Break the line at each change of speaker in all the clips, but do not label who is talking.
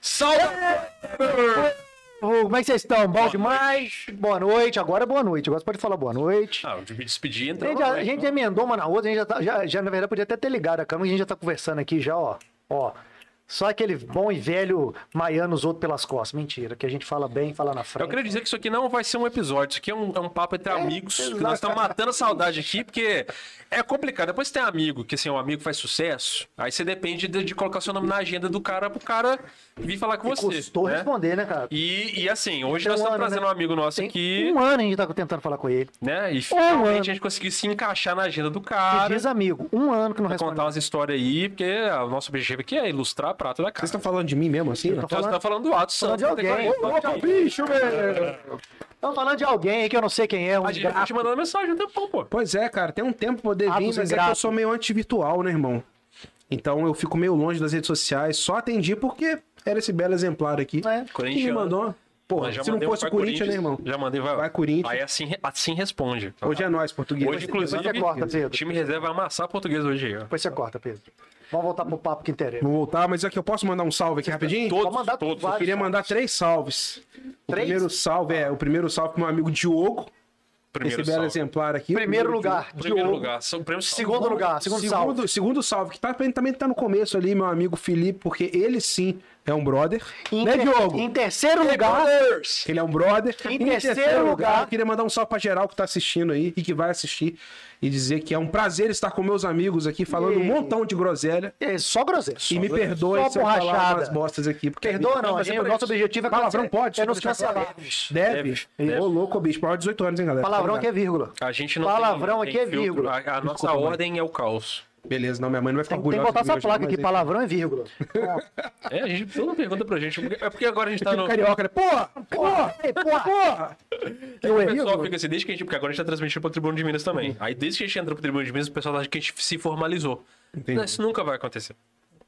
Salve!
Como é que vocês estão? Bom demais? Boa noite. Agora é boa noite. Agora você pode falar boa noite.
Ah, eu me despedi
A
então.
gente, já- a
né?
gente emendou uma na outra. A gente já, tá- já, já, na verdade, podia até ter ligado a câmera. A gente já tá conversando aqui já, ó. Ó. Só aquele bom e velho maiando os outros pelas costas. Mentira, que a gente fala bem, fala na frente.
Eu queria dizer que isso aqui não vai ser um episódio, isso aqui é um, é um papo entre amigos, que
exato.
nós estamos matando a saudade aqui, porque é complicado. Depois você tem amigo, que assim, um amigo faz sucesso, aí você depende de, de colocar seu nome na agenda do cara pro cara vir falar com você.
Custou
né?
responder, né, cara?
E, e, assim, hoje
Tem
nós
um
estamos
ano,
trazendo
né?
um amigo nosso
Tem
aqui,
um ano a gente tá tentando falar com ele.
né? E
ano.
finalmente a gente conseguiu se encaixar na agenda do
Que
cara.
diz amigo, um ano que não responde.
contar umas histórias aí, porque o nosso objetivo aqui é ilustrar a prata da
Vocês
casa.
estão falando de mim mesmo assim?
Eu
né?
tô
Nós
falando,
estamos tá falando do ato santo.
de alguém.
categoria.
bicho, velho!
tão falando de alguém aí que eu não sei quem é, um
A gente tá
desgraçado.
te mandando mensagem um tempão, pô.
Pois é, cara, tem um tempo pra poder
Ah,
vir,
dos
mas é que eu
ingratos.
sou meio antivirtual, né, irmão? Então eu fico meio longe das redes sociais, só atendi porque era esse belo exemplar aqui.
É,
Que me
Corinthians.
mandou. Porra,
Mas já
se não
mandei
fosse
vai
o Corinthians, né, irmão?
Já mandei, um vai.
Vai, Corinthians.
Aí assim, re- assim responde.
Hoje é nós, português.
Hoje, inclusive,
Você corta,
o
Pedro.
time reserva vai amassar português hoje aí, ó.
Depois você corta, Pedro. Vamos voltar pro papo que interessa.
Vou voltar, mas aqui eu posso mandar um salve aqui rapidinho?
Todos,
mandar
todos.
vários.
Eu queria mandar três salves. O
Três?
primeiro salve é o primeiro salve pro meu amigo Diogo,
Primeiro,
esse belo
salve.
exemplar aqui.
Primeiro
Diogo.
lugar,
Primeiro
Diogo.
lugar. São prêmios
Segundo lugar, segundo, salve.
Segundo, segundo salve, que tá, também tá no começo ali, meu amigo Felipe, porque ele sim é um brother.
Em,
né,
ter-
Diogo?
em terceiro lugar,
Ele é um brother.
Em terceiro lugar-
eu queria mandar um salve pra geral que tá assistindo aí e que vai assistir e dizer que é um prazer estar com meus amigos aqui falando um montão de groselha.
é só groselha.
e me perdoem
Só
se eu falar
borrachada.
umas bostas aqui. Porque
Perdoa não,
Não,
a
mas
gente,
é
o
pra
nosso
isso.
objetivo é
Palavrão pode?
é nos
Deixa eu
cancelar.
Deve.
Deve.
Ô, louco, Né, bicho. Maior de 18 anos, hein, galera?
Palavrão que é
Tá ligado?
vírgula.
A gente não
Palavrão
tem-
aqui
tem
é
filtro.
vírgula.
A, a nossa
mãe.
ordem é o caos.
Beleza, não, minha mãe não vai ficar
Tem que botar essa placa aqui, palavrão é vírgula.
É, a gente todo mundo pergunta pra gente. É porque agora a gente tá
Tá no...
no.
Carioca, né? Porra! Porra!
Ei, porra!
Porra!
Que o
O pessoal
erro.
fica assim, desde que a gente. Porque agora a gente tá transmitindo pra Tribuna de Minas também. Aí desde que a gente entrou pro Tribuna de Minas, o pessoal acha que a gente se formalizou.
Entendi.
Não, Isso nunca vai acontecer.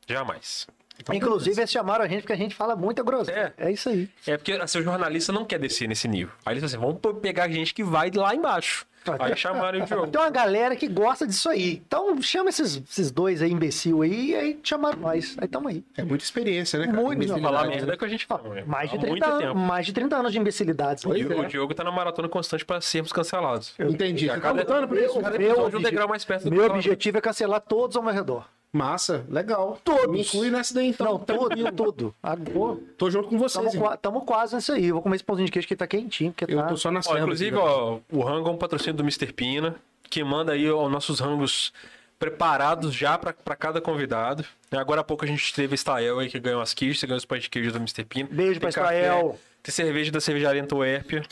Jamais.
Inclusive, eles chamaram a gente porque a gente fala muita groselha. É, isso aí.
É porque assim, o jornalista não quer descer nesse nível. Aí eles falam assim, vamos pegar gente que vai lá embaixo.
Ah, tá.
Aí chamaram o Diogo.
Tem uma galera que gosta disso aí. Então chama esses, esses dois aí, imbecil aí, e aí chamaram nós. Aí tamo aí.
É muita experiência, né, cara?
Muito,
Imbecilidade,
não,
Falar
né?
merda que a gente fala. né?
Mais de
Há
30
muito
anos,
tempo.
mais de 30 anos de imbecilidades.
E o Diogo tá na maratona constante pra sermos cancelados.
Entendi. Você tá
Cada-
lutando por isso?
Meu-
cara?
meu-
Meu,
um degrau mais perto do
meu
cancelamento.
objetivo é cancelar todos ao meu redor.
Massa, legal. Me inclui nessa daí, então.
Não, tudo, tudo.
Pô, tô junto com vocês,
Estamos
irmão.
quase nisso aí. Eu vou comer esse pãozinho de queijo que tá quentinho, porque
Eu
tá...
tô só na
Ó,
cena.
inclusive, ó, o rango é um patrocínio do Mr. Pina, que manda aí os nossos rangos preparados já pra pra cada convidado. E Agora há pouco a gente teve a Estael aí que ganhou as quiches, ganhou os pães de queijo do Mr. Pina.
Beijo pra
Tem café,
Estael.
Tem cerveja da cervejaria Antuérpia.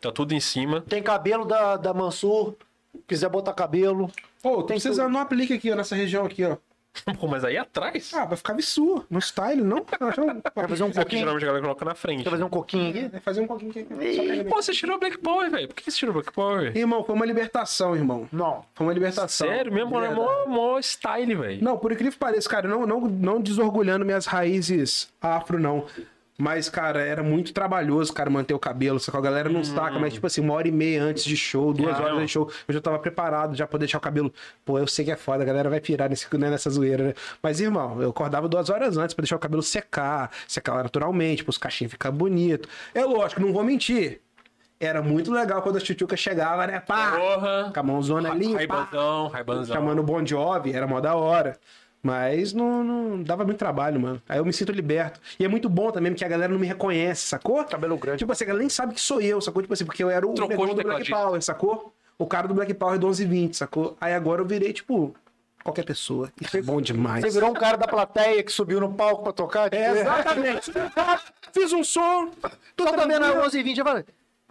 Tá tudo em cima.
Tem cabelo da, da Mansur, quiser botar cabelo.
Pô, tem vocês não um aplique aqui, ó, nessa região aqui, ó.
Pô, mas aí atrás?
Ah, vai ficar absurdo. No style, não?
Quer
Vai
fazer um
É o que
coquinho?
geralmente a galera coloca na frente.
Quer fazer um coquinho aqui?
fazer um pouquinho aqui. Só
Ih.
pra-
Pô, você tirou Black Power, velho. Por que você tirou Black Power?
Irmão, foi uma libertação, irmão.
Não.
Foi uma libertação.
Sério mesmo?
De
Mano, É
verdade.
mó, mó style, velho.
Não, por incrível que pareça, cara, não, não, não desorgulhando minhas raízes afro, não. Mas, cara, era muito trabalhoso, cara, manter o cabelo. Só que a galera não saca, mas, tipo assim, uma hora e meia antes de show, duas
Ah,
horas
não.
de show, eu já tava preparado já pra deixar o cabelo. Pô, eu sei que é foda, a galera vai pirar nesse, né, nessa zoeira, né? Mas, irmão, eu acordava duas horas antes pra deixar o cabelo secar, secar naturalmente, pros cachinhos ficar bonito. É lógico, não vou mentir. Era muito legal quando a tchutchuca chegava, né? Pá!
Porra.
Com a mãozona limpa.
Raibanzão, raibanzão.
Chamando o Bon Jovi, era mó da hora. Mas não, não dava muito trabalho, mano. Aí eu me sinto liberto. E é muito bom também, porque a galera não me reconhece, sacou?
Cabelo grande.
Tipo assim, a galera nem sabe que sou eu, sacou? Tipo assim, porque eu era o
Trocou
negão
de
do Black
tecladista.
Power, sacou? O cara do Black Power do 1120, sacou? Aí agora eu virei, tipo, qualquer pessoa. Isso é bom demais.
Você virou um cara da plateia que subiu no palco pra tocar? Tipo,
É, exatamente. Fiz um som. tô
Só também na
tranquilo.
11 e 20 eu falei,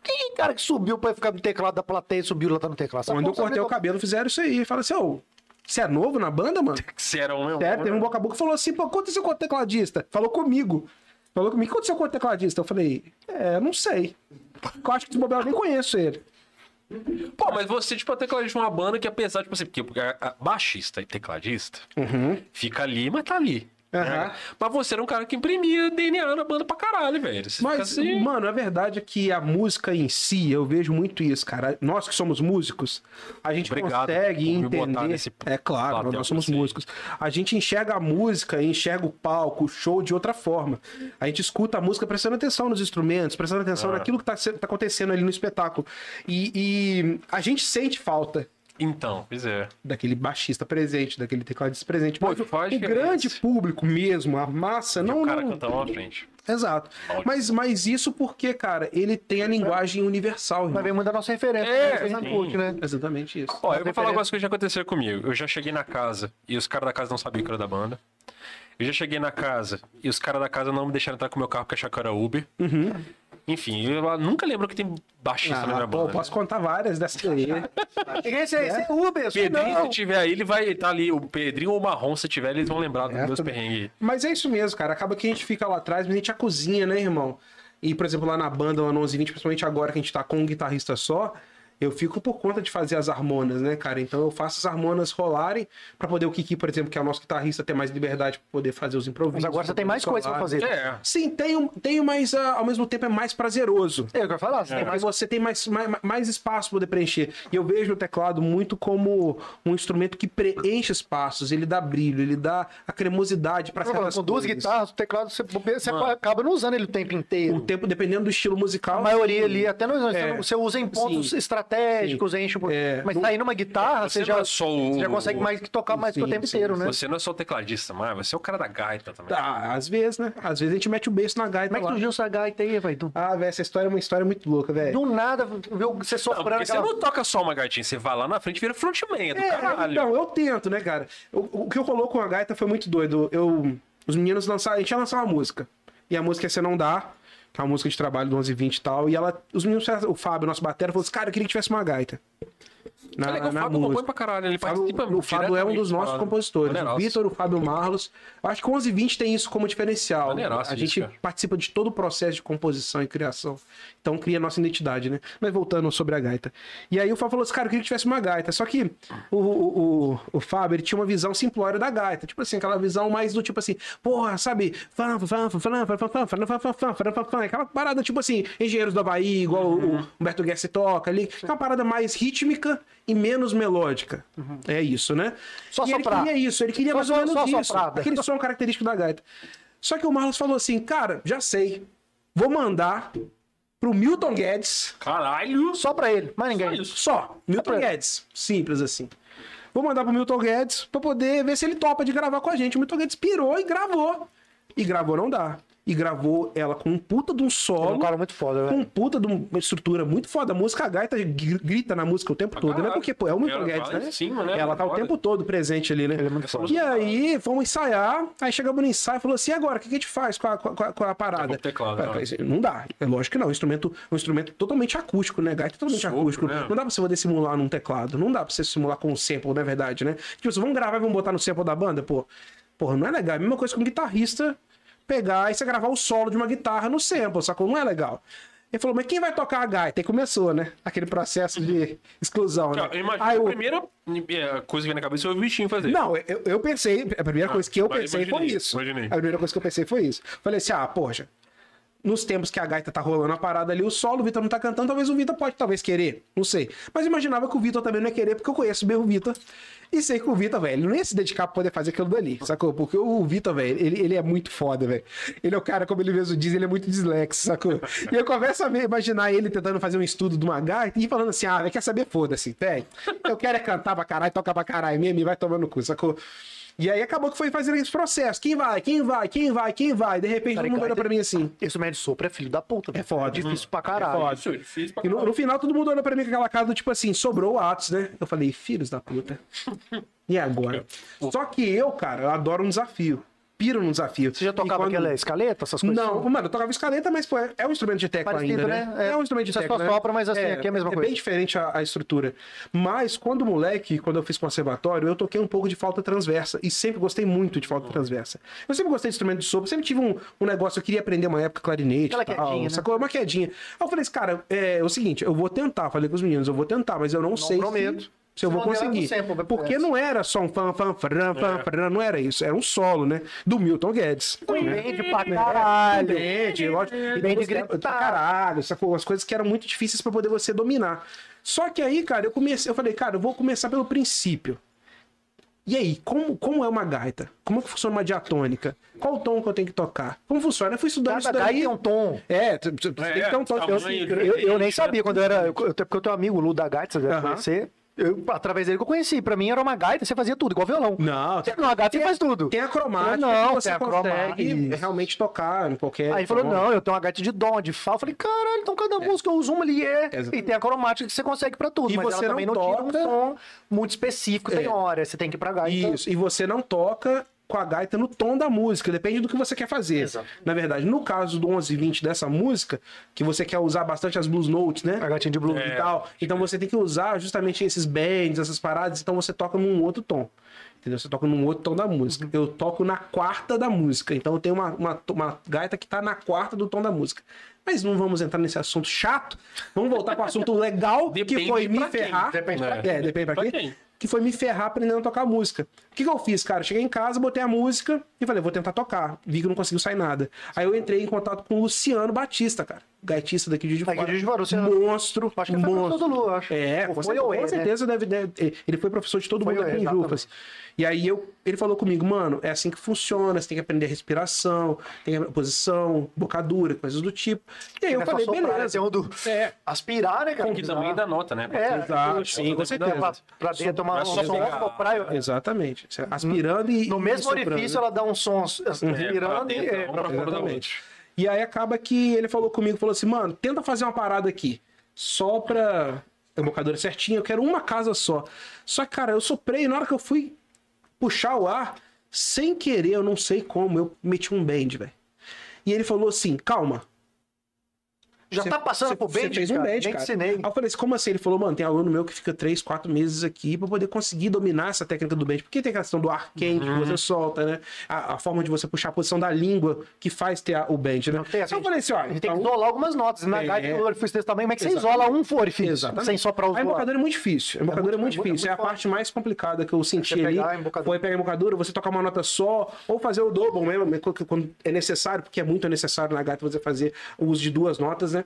quem é cara que subiu pra ficar no teclado da plateia e subiu lá tá no teclado? Sabe
Quando eu
como
cortei o
sabe?
cabelo, fizeram isso aí. Falaram assim, ô, você é novo na banda, mano?
Você era um mesmo.
É, teve um boca a boca que falou assim, pô, o que aconteceu com o tecladista? Falou comigo. Falou comigo, o que aconteceu com o tecladista? Eu falei, é, não sei. Eu acho que esse bobear eu nem conheço ele.
Pô, mas você, tipo, é o tecladista de uma tipo assim, banda que, apesar de você, porque porque a- a- baixista e tecladista, fica ali, mas tá ali. né?
Uhum. Aham.
Mas você era um cara que imprimia DNA na banda pra caralho, velho. Você
Mas,
fica assim...
mano, a verdade é que a música em si, eu vejo muito isso, cara. Nós que somos músicos, a gente
Obrigado
consegue
por me botar
entender.
nesse
é claro,
papel
nós
com
somos
você.
músicos. A gente enxerga a música, enxerga o palco, o show de outra forma. A gente escuta a música prestando atenção nos instrumentos, prestando atenção
Ah.
naquilo que tá, se- tá acontecendo ali no espetáculo. E, e a gente sente falta
Então, pois é.
daquele baixista presente, daquele tecladista presente.
Pô,
Mas o,
faz
o
diferença.
grande público mesmo, a massa,
E
não.
o cara
não-
cantava na frente.
Exato. Mas, mas isso porque, cara, ele tem a linguagem universal, irmão.
Mas vem muito da nossa referência.
É,
né? Vocês não
sim.
curtem, né?
Exatamente isso.
Ó,
Mas
eu vou falar
referência-
um negócio que já aconteceu comigo. Eu já cheguei na casa e os caras da casa não sabiam que eu era da banda. Eu já cheguei na casa e os caras da casa não me deixaram entrar com o meu carro porque acharam que eu era Uber. Enfim, eu nunca lembro que tem baixista na minha
Uhum. Ah, pô,
banda.
posso contar várias dessas aí.
Quem é esse aí? Esse é Uber, sou
Pedrinho,
não.
se tiver aí, ele vai estar ali. O Pedrinho ou o Marrom, se tiver, eles vão lembrar dos meus perrengues.
mas é isso mesmo, cara. Acaba que a gente fica lá atrás, mas a gente a cozinha, né, irmão? E, por exemplo, lá na banda, lá no 1120, principalmente agora que a gente tá com um guitarrista só, eu fico por conta de fazer as harmonas, né, cara? Então eu faço as harmonas rolarem pra poder o Kiki, por exemplo, que é o nosso guitarrista, ter mais liberdade pra poder fazer os improvisos.
Mas agora você tem mais coisa pra
fazer.
fazer. É,
É.
Sim, tenho, tenho mas ah, ao mesmo tempo é mais prazeroso.
É. o que eu ia falar. Você tem
Mas
mais...
você tem mais, mais, mais espaço para poder preencher. E eu vejo o teclado muito como um instrumento que preenche espaços. Ele dá brilho, ele dá a cremosidade para
Com
certas
duas
coisas.
guitarras, o teclado, você, você acaba não usando ele o tempo inteiro.
O tempo, dependendo do estilo musical.
A maioria ali, até nós,
É.
você usa em pontos
Sim.
estratégicos, enche. um-
É.
Mas sair numa guitarra,
Você
você, já,
não é só o-
você já consegue mais que tocar mais que o
um Sim,
tempo
sim,
inteiro,
sim.
né?
Você não é só o tecladista, mas você é o cara da gaita também.
Ah, às vezes, né? Às vezes a gente mete o beijo na gaita
Como é que
lá.
surgiu essa gaita aí, velho? Do,
Ah, velho, essa história é uma história muito louca, velho.
do nada, viu você
Não,
soprando
porque você
aquela...
não toca só uma gaitinha, você vai lá na frente e vira frontman, é do
É,
caralho.
então, eu tento, né, cara? O, o que eu coloco com a gaita foi muito doido. Eu, os meninos lançaram, a gente ia lançar uma música. E a música é Você Não Dá, que é uma música de trabalho do 1120 e tal. E ela, os meninos, o Fábio, nosso batera, falou assim, cara, eu queria que tivesse uma gaita. Na,
É legal, o
na
Fábio compõe
música.
pra caralho, ele
Fábio-
participa
o Fábio é um dos
diretamente
nossos
falando.
compositores. O
Maneiraço.
Vitor, o Fábio Marlos. Eu acho que o 1120 tem isso como diferencial.
Maneiraço
a
isso,
gente
cara.
participa de todo o processo de composição e criação. Então cria nossa identidade, né? Mas voltando sobre a gaita. E aí o Fábio falou assim, cara, eu queria que tivesse uma gaita. Só que o, o, o, o Fábio, ele tinha uma visão simplória da gaita. Tipo assim, aquela visão mais do tipo assim, porra, sabe? Fã, fã, fã, fã, fã, fã, fã, fã, fã, fã, fã, fã, fã, fã, fã. Aquela parada tipo assim, Engenheiros do Havaí, igual
Uhum.
o Humberto Guess toca ali. Que é uma parada mais rítmica e menos melódica. É isso, né?
Uhum. Só
e ele
soprar.
queria isso, ele queria
Só-
mais ou
só-
menos
só
isso.
soprada.
Aquele som característico da gaita. Só que o Marlos falou assim, cara, já sei. Vou mandar pro Milton Guedes.
Caralho!
Só pra ele, mais ninguém.
Só isso.
Só, Milton
pra-
Guedes. Simples assim. Vou mandar pro Milton Guedes pra poder ver se ele topa de gravar com a gente. O Milton Guedes pirou e gravou. E gravou não dá. E gravou ela com um puta de um
Ele é
solo.
um cara muito foda,
Com um
velho.
puta de uma estrutura muito foda. A música, a gaita gr- grita na música o tempo todo, né?
caralho.
Porque, pô, é o Milton
Ela
Guedes,
vai
né?
em cima, né?
Ela tá o
Foda.
tempo todo presente ali, né?
Ele é muito foda.
E aí, fomos ensaiar, aí chegamos no ensaio e falou assim, e agora, o que que a gente faz com a, com a- com a parada?
Acabou o teclado,
Cara,
né?
isso Não dá, é lógico que não, é um instrumento, é um instrumento totalmente acústico, né, gaita é totalmente
Sopro,
acústico,
né?
não dá pra você poder simular num teclado, não dá pra você simular com um sample, na verdade, né? Tipo, assim, vamos gravar e vamos botar no sample da banda, pô, porra, não é legal, é a mesma coisa que um guitarrista pegar e você gravar o solo de uma guitarra no sample, sacou? Não é legal. Ele falou, mas quem vai tocar a gaita? E começou, né? Aquele processo de exclusão, né?
Cara, Eu imagino
Aí
que
o-
a primeira eh, coisa que vem na cabeça foi o bichinho fazer.
não, eu, eu pensei, a primeira coisa que eu
Ah, vai,
pensei
imaginei,
foi isso.
imaginei.
A primeira coisa que eu pensei foi isso. Falei assim, ah, poxa, nos tempos que a gaita tá rolando a parada ali, o solo, o Vitor não tá cantando, talvez o Vitor pode talvez querer, não sei. Mas imaginava que o Vitor também não ia querer, porque eu conheço bem o Vitor. E sei que o Vitor, velho, ele não ia se dedicar pra poder fazer aquilo dali, sacou? Porque o Vitor, velho, ele, ele é muito foda, velho. Ele é o cara, como ele mesmo diz, ele é muito dislexo, sacou? E eu começo a me imaginar ele tentando fazer um estudo de uma gaita e falando assim, ah, velho, quer saber? Foda-se, velho. Eu quero é cantar pra caralho, tocar pra caralho mesmo e vai tomando no cu, sacou? E aí acabou que foi fazendo esse processo. Quem vai? Quem vai? Quem vai? Quem vai? De repente
Cara,
todo mundo olha
gaita-
pra mim assim.
Esse médio sopro é filho da puta, velho.
É foda.
Difícil pra caralho.
É foda.
Isso, difícil pra
E no,
caralho.
no final todo mundo olhou pra mim com aquela cara do tipo assim, sobrou o Atos, né? Eu falei, filhos da puta. E agora? Só que eu, cara, eu adoro um desafio. Piro num desafio.
Você já tocava aquela escaleta, essas coisas?
Não, mano, eu tocava escaleta, mas pô, é é um instrumento de tecla
Parecido,
ainda, né?
né?
É,
É.
um instrumento de
Você
tecla.
só
né?
sopra, mas assim, aqui é a mesma coisa.
bem diferente a, a estrutura. Mas quando moleque, quando eu fiz conservatório, eu toquei um pouco de flauta transversa e sempre gostei muito de flauta transversa. Eu sempre gostei de instrumento de sopro, sempre tive um, um negócio, eu queria aprender uma época clarinete,
Aquela
tal,
quedinha, né?
sacou? Uma quedinha. Aí eu falei assim, cara, é, é o seguinte, eu vou tentar, falei com os meninos, eu vou tentar, mas eu não, sei
prometo.
se se eu
Não,
vou
não era
conseguir.
do sample, mas
Porque
parece.
não era só um fan, fan, fran, fan, fran, não era isso. Era um solo, né? Do Milton Guedes.
Vende pra caralho.
Dente, lógico. E
Bem de Tá.
depois,
gritar.
pra é caralho, sacou? As coisas que eram muito difíceis pra poder você dominar. Só que aí, cara, eu comecei, eu falei, cara, eu vou começar pelo princípio. E aí, como, como é uma gaita? Como é que funciona uma diatônica? Qual o tom que eu tenho que tocar? Como funciona? Eu fui estudando
Cada
isso
gaita
daí.
tem um tom.
É, tu- tu- tu
É,
tem que ter um tom.
tá
eu-
bom, hein?
Eu, eu nem sabia quando eu era. eu- eu- Até porque eu tenho um amigo, o Lu da Gaita, você deve
Aham.
conhecer. Eu, através dele que eu conheci. Pra mim era uma gaita, você fazia tudo, igual violão.
Não,
Você tem uma gaita, você faz tudo.
tem a cromática
Não,
que você
tem a cromática,
consegue É.
isso.
realmente tocar em qualquer.
Aí ele falou,
tom.
não, eu tenho uma gaita de dom, de fá. Eu falei, caralho, então cada música eu uso uma ali, é.
Exato.
E tem a cromática que você consegue pra tudo.
E
mas
você
ela também
não
não,
toca-
tira um som muito específico, tem
É.
hora, você tem que ir pra gaita.
Isso, e você não toca com a gaita no tom da música, depende do que você quer fazer.
Exato.
Na verdade, no caso do 11 e 20 dessa música, que você quer usar bastante as blues notes, né?
A gatinha de blues.
e tal. Então você tem que usar justamente esses bands, essas paradas, então você toca num outro tom. Entendeu? Você toca num outro tom da música. Eu toco na quarta da música. Então eu tenho uma, uma, uma gaita que tá na quarta do tom da música. Mas não vamos entrar nesse assunto chato. Vamos voltar pro assunto legal, que
Depende
foi me
pra quem.
ferrar.
Depende pra
É,
quem.
depende pra
Pra
quem.
quem.
Que foi me ferrar aprendendo a tocar música. O que, que eu fiz, cara? Cheguei em casa, botei a música e falei, vou tentar tocar. Vi que não conseguiu sair nada. Aí eu entrei em contato com o Luciano Batista, cara. Gaitista daqui de
Daqui de Juiz de
Fora.
Fora, Luciano.
Monstro. um
Acho que foi
monstro.
professor do Lu, eu acho.
É,
Ou
com,
foi
certeza,
ou é,
com
né?
certeza deve, deve- é, Ele foi professor de todo
Foi
mundo
ou é,
aqui em
exatamente.
Jufas. E aí eu, ele falou comigo, mano, é assim que funciona, você tem que aprender respiração, tem que aprender posição, bocadura, coisas do tipo. E aí eu
Não é só
falei,
soprar, né?
beleza.
Tem um do...
É.
Aspirar, né, cara?
Que também dá nota, né?
É,
Exato, sim, com
Pra-
certeza.
Pra dentro, tomar um
Soprar,
som
soprar.
off, pra eu-
Exatamente. Você Aspirando e.
Uhum. No
e
mesmo
soprando,
orifício,
né?
ela dá um som
É,
respirando
pra
e...
dentro,
é,
um pra fora da outra.
Exatamente. E aí acaba que ele falou comigo, falou assim, mano, tenta fazer uma parada aqui. Só pra. A bocadura certinha, eu quero uma casa só. Só que, cara, eu soprei e na hora que eu fui puxar o ar, sem querer, eu não sei como, eu meti um bend, velho. E ele falou assim, calma.
Já
Você-
tá passando
você-
por bem,
Você fez um
cara.
bend,
Nem
cara.
ensinei.
Aí eu falei assim, como assim? Ele falou, mano, tem aluno meu que fica três, quatro meses aqui pra poder conseguir dominar essa técnica do bend. Porque tem a questão do ar quente
Uhum.
que você solta, né? A, a forma de você puxar a posição da língua que faz ter a- o bend, né?
Não tem, assim,
Então eu falei assim,
A
olha...
gente tem que
então-
isolar algumas notas. Na
É.
gaita e no orifício desse tamanho, como é que você
Exatamente.
isola um orifício?
Exatamente.
Sem soprar os
A
dois.
embocadura é muito difícil. A embocadura é muito,
muito- é muito-
difícil. É,
é muito
a parte mais complicada que eu senti
Você
ali.
pegar a embocadura.
Foi pegar a embocadura, você tocar uma nota só, ou fazer o dobro mesmo, quando- quando é necessário, porque é muito necessário na gata você fazer o uso de duas notas, né?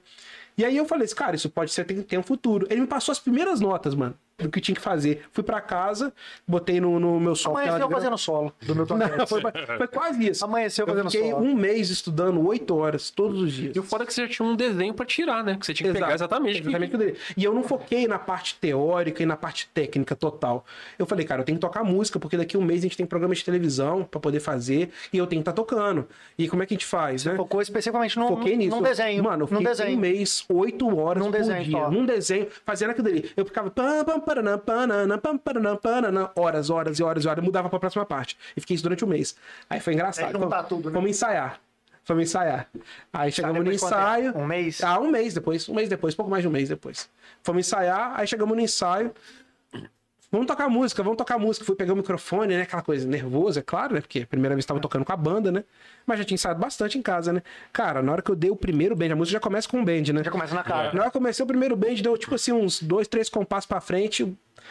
E aí eu falei assim, cara, isso pode ser, tem, tem um futuro. Ele me passou as primeiras notas, mano, do que tinha que fazer. Fui pra casa, botei no, no meu software. lá de
Amanheceu
grana.
fazendo solo do meu
Não, foi, foi quase isso.
Amanheceu
eu
fazendo
fiquei
solo.
um mês estudando oito horas todos os dias.
E o foda é que você já tinha um desenho pra tirar, né? Que você tinha que pegar exatamente.
Exatamente o dele. E eu não foquei na parte teórica e na parte técnica total. Eu falei, cara, eu tenho que tocar música, porque daqui a um mês a gente tem programa de televisão pra poder fazer e eu tenho que estar tocando. E como é que a gente faz, né?
Focou especificamente num,
Foquei nisso.
num desenho.
Mano, eu
num
fiquei um
desenho.
mês, oito horas
Num
por
desenho
dia.
só.
Num desenho, fazendo aquilo dali. Eu ficava pam, pam, paranã, pananã, pam, paranã, pananã, horas, horas e horas e horas. Eu mudava pra próxima parte. E fiquei isso durante um mês. Aí foi engraçado.
Aí juntar tudo, né?
Vamos ensaiar. Vamos ensaiar. Aí chegamos no
depois de quanto
ensaio.
tempo? Um mês?
Ah, um mês depois. Um mês depois, pouco mais de um mês depois. Fomos ensaiar, aí chegamos no ensaio. Vamos tocar música, vamos tocar música. Fui pegar o microfone, né? Aquela coisa nervosa, é claro, né? Porque a primeira vez tava tocando com a banda, né? Mas já tinha ensaiado bastante em casa, né? Cara, na hora que eu dei o primeiro bend, a música já começa com um bend, né?
Já começa na cara.
Na hora que eu comecei o primeiro bend, deu tipo assim uns dois, três compassos pra frente.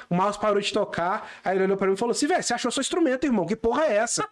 O mouse parou de tocar. Aí ele olhou pra mim e falou assim: velho, você achou seu instrumento, irmão? Que porra é essa?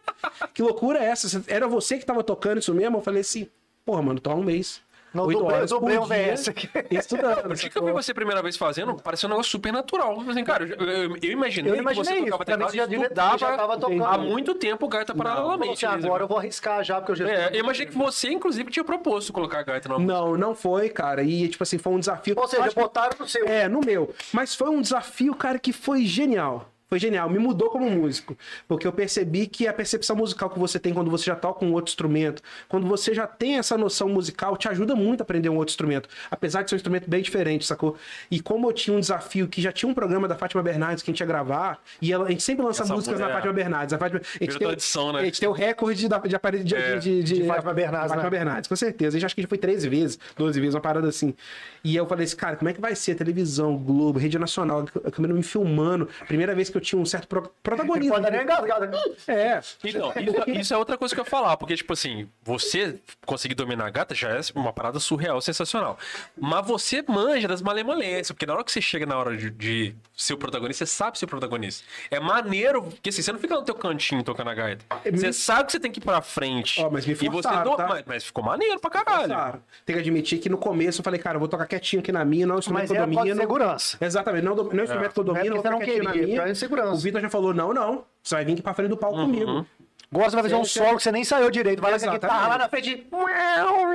Que loucura é essa? Era você que tava tocando isso mesmo? Eu falei assim: porra, mano, tô há um mês.
Não,
oito
dublei-
horas
dublei
por
um
dia
VS aqui.
Estudando.
Por que, que eu vi você a primeira vez fazendo? Pareceu um negócio super natural. Assim, cara, eu, eu, eu imaginei,
Eu imaginei
que você
isso,
tocava
pra mim
teclado
já
e
devia-
estudava
já tava tocando.
há muito tempo gaita paralelamente.
Assim,
mesmo.
agora eu vou arriscar já, porque eu já...
É, eu imaginei que você, inclusive, tinha proposto colocar a gaita na música.
Não, não foi, cara. E, tipo assim, foi um desafio.
Ou
Eu
seja,
acho que-
botaram no seu.
É, no meu. Mas foi um desafio, cara, que foi genial. Foi genial, me mudou como músico. Porque eu percebi que a percepção musical que você tem quando você já toca um outro instrumento, quando você já tem essa noção musical, te ajuda muito a aprender um outro instrumento. Apesar de ser um instrumento bem diferente, sacou? E como eu tinha um desafio que já tinha um programa da Fátima Bernardes que a gente ia gravar, e ela- a gente sempre lança
Essa
músicas
mulher-
da Fátima Bernardes. A, Fátima, a, gente
Virou
tem, um
tradição, né?
a gente tem o recorde da, de, apare- de,
É.
de, de,
De Fátima Bernardes, né?
Fátima Bernardes, com certeza. A gente acho que já foi 13 vezes, 12 vezes, uma parada assim. E eu falei assim, cara, como é que vai ser televisão, Globo, Rede Nacional, a câmera me filmando, primeira vez que que eu tinha um certo pro- protagonismo.
Pode dar nem engasgada.
É.
Então, isso, isso é outra coisa que eu ia falar, porque, tipo assim, você conseguir dominar a gata já é uma parada surreal, sensacional. Mas você manja das malemolências, porque na hora que você chega na hora de, de ser o protagonista, você sabe ser o protagonista. É maneiro, porque assim, você não fica no teu cantinho tocando a gaita. Você sabe que você tem que ir pra frente.
É Ó, mas me
e você
forçaram,
do-
tá?
mas, mas ficou maneiro pra caralho.
Claro. Tem que admitir que no começo eu falei, cara, eu vou tocar quietinho aqui na minha, não é um instrumento
Mas
que eu
era por
domino.
segurança.
Exatamente, não, é um do- não é um instrumento que eu
Não é
domino, eu
porque você
vou tocar
não
quietinho
queria,
na
é
minha.
insegurança.
O Vitor já falou, não, não, você vai vir aqui pra frente do palco comigo.
Gosta, vai fazer um
Esse
solo que você nem saiu direito. Vai lá com a guitarra
Exatamente. É.
lá na frente.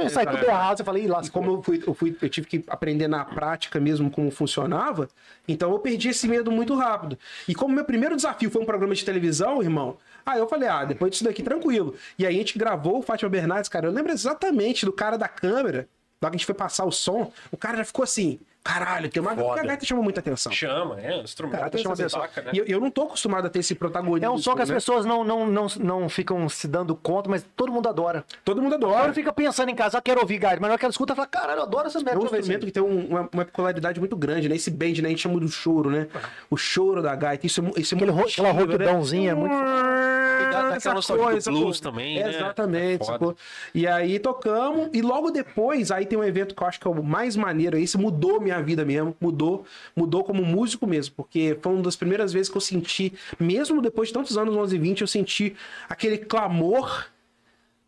e Sai tudo errado. Você fala, ih,
E
lascou.
como eu, fui, eu, fui- eu tive que aprender na prática mesmo como funcionava, então eu perdi esse medo muito rápido. E como meu primeiro desafio foi um programa de televisão, irmão, aí eu falei, ah, depois disso daqui, tranquilo. E aí a gente gravou o Fátima Bernardes, cara, eu lembro exatamente do cara da câmera, logo que a gente foi passar o som, o cara já ficou assim, caralho, tem uma...
Foda.
Foda. A gaita chamou muita atenção.
Chama, é, um
Cara,
instrumento.
tem
Chama
essa atenção.
saca, né?
E eu, eu não tô acostumado a ter esse protagonismo.
É um som que as
né?
pessoas não, não, não, não ficam se dando conta, mas todo mundo adora.
Todo mundo
Agora
adora.
fica pensando em casa, ah, quero ouvir Gaita, mas na hora que ela escuta, fala, caralho, eu adoro essas
É um
merdas.
instrumento que tem um- uma, uma peculiaridade muito grande, né? Esse bend, né? A gente chama do choro, né? O choro da gaita. Isso é, mu- isso é
Aquele ro-
muito
aquela
antigo, né?
roquidãozinha, é
E
muito-
dá- dá
Essa
aquela nostalgia do
coisa,
blues
pô.
também, né?
Exatamente.
É foda.
sacou? E aí tocamos, e logo depois, aí tem um evento que eu acho que é o mais maneiro. Esse mudou minha vida mesmo, mudou, mudou como músico mesmo, porque foi uma das primeiras vezes que eu senti, mesmo depois de tantos anos, 11 e 20, eu senti aquele clamor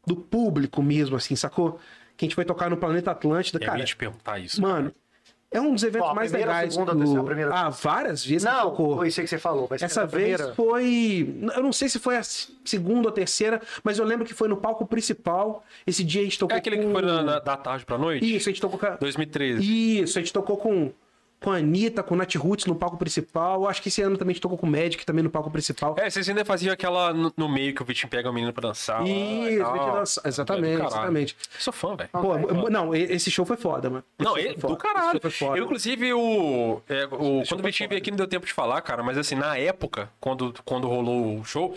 do público mesmo, assim, sacou? Que a gente foi tocar no Planeta Atlântida,
Eu
cara.
ia te perguntar isso.
Mano, é um dos eventos
Ó, a
mais
primeira, a
legais.
segunda,
do-
a terceira, a primeira.
Ah, várias vezes que
Não,
tocou.
foi isso aí que você falou. Mas
Essa
a
vez
primeira-
foi. Eu não sei se foi a s- segunda ou terceira, mas eu lembro que foi no palco principal. Esse dia a gente tocou.
É aquele que
com-
foi na- na- da tarde pra noite?
Isso, a gente tocou com. a-
2013.
Isso, a gente tocou com. Com a Anitta, com o Nat Roots no palco principal. Acho que esse ano também a gente tocou com o Magic também no palco principal.
É, vocês ainda faziam aquela no, no meio que o Vitinho pega o menino pra dançar. lá e
Isso,
tal.
a gente dança- exatamente,
É Caralho.
exatamente.
Sou fã, velho.
tá
Pô, m- não, e- esse show foi foda, mano. Esse
Não,
show
ele,
foi foda,
do caralho.
esse show foi foda.
Eu, inclusive, o, é, o- quando o Vitinho veio aqui, não deu tempo de falar, cara, mas assim, na época, quando, quando rolou o show,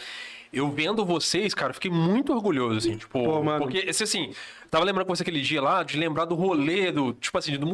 eu vendo vocês, cara, eu fiquei muito orgulhoso, assim, tipo,
Pô, mano.
porque, assim, assim, tava lembrando com você aquele dia lá, de lembrar do rolê, do, tipo assim, do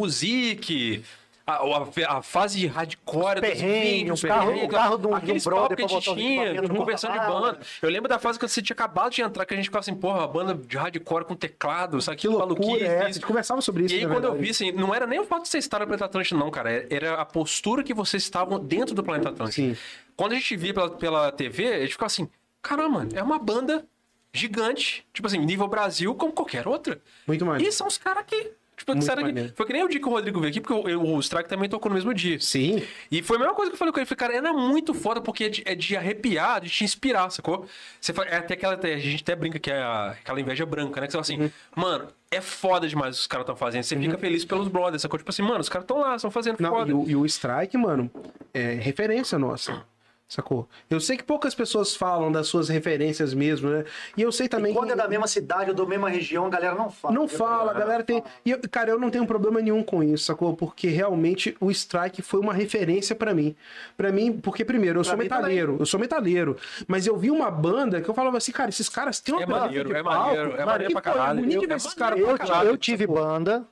musique, a, a- a fase hardcore dos
perrengues,
vídeos,
o carro-
perrengues,
o carro de um- de um
aqueles
brother
papo que a
pra
gente
botar os
tinha,
equipamentos
conversando de
pra
banda.
bala.
Eu lembro da fase quando você tinha acabado de entrar, que a gente ficava assim, porra, banda de hardcore com teclado, sabe,
Que loucura é essa? A
isso.
gente conversava sobre isso. né,
E aí,
na
quando eu
verdade.
vi, assim, não era nem o fato de vocês estarem no Planeta Atlântico, não, cara. É, Era a postura que vocês estavam dentro do Planeta Atlântico.
Sim.
Quando a gente via pela, pela TV, a gente ficava assim, caramba, mano, é uma banda gigante, tipo assim, nível Brasil, como qualquer outra.
Muito maneiro.
E são os caras que... Tipo,
Muito
disseram que,
maneiro.
foi que nem o dia que o Rodrigo veio aqui, porque o, o Strike também tocou no mesmo dia.
Sim.
E foi a mesma coisa que eu falei com ele. Falei, cara, era muito foda porque é de, é de arrepiar, de te inspirar, sacou? Você fala- é até aquela. A gente até brinca que é a- aquela inveja branca, né? Que você fala assim,
Uhum.
mano, é foda demais o que os caras estão fazendo. Você fica feliz pelos brothers, sacou? Tipo assim, mano, os caras estão lá, estão fazendo
Não,
foda.
e o, e o Strike, mano, é referência nossa. Sacou? Eu sei que poucas pessoas falam das suas referências mesmo, né? E eu sei também
Quando
que
é da mesma cidade ou da mesma região, a galera não fala.
não fala, a galera tem. E eu- cara, eu não tenho problema nenhum com isso, sacou? Porque realmente o Strike foi uma referência pra mim. Pra mim, porque primeiro, eu sou
mim também.
metaleiro, eu sou metaleiro, mas eu vi uma banda que eu falava assim, cara, esses caras têm uma
É
presença
maneiro,
de
é
palco,
maneiro, é
mano,
maneiro pra
que, pô, é
caralho.
bonito
Eu-
ver
é
esses caras
maneiro
pra
Eu,
caralho.
eu tive banda.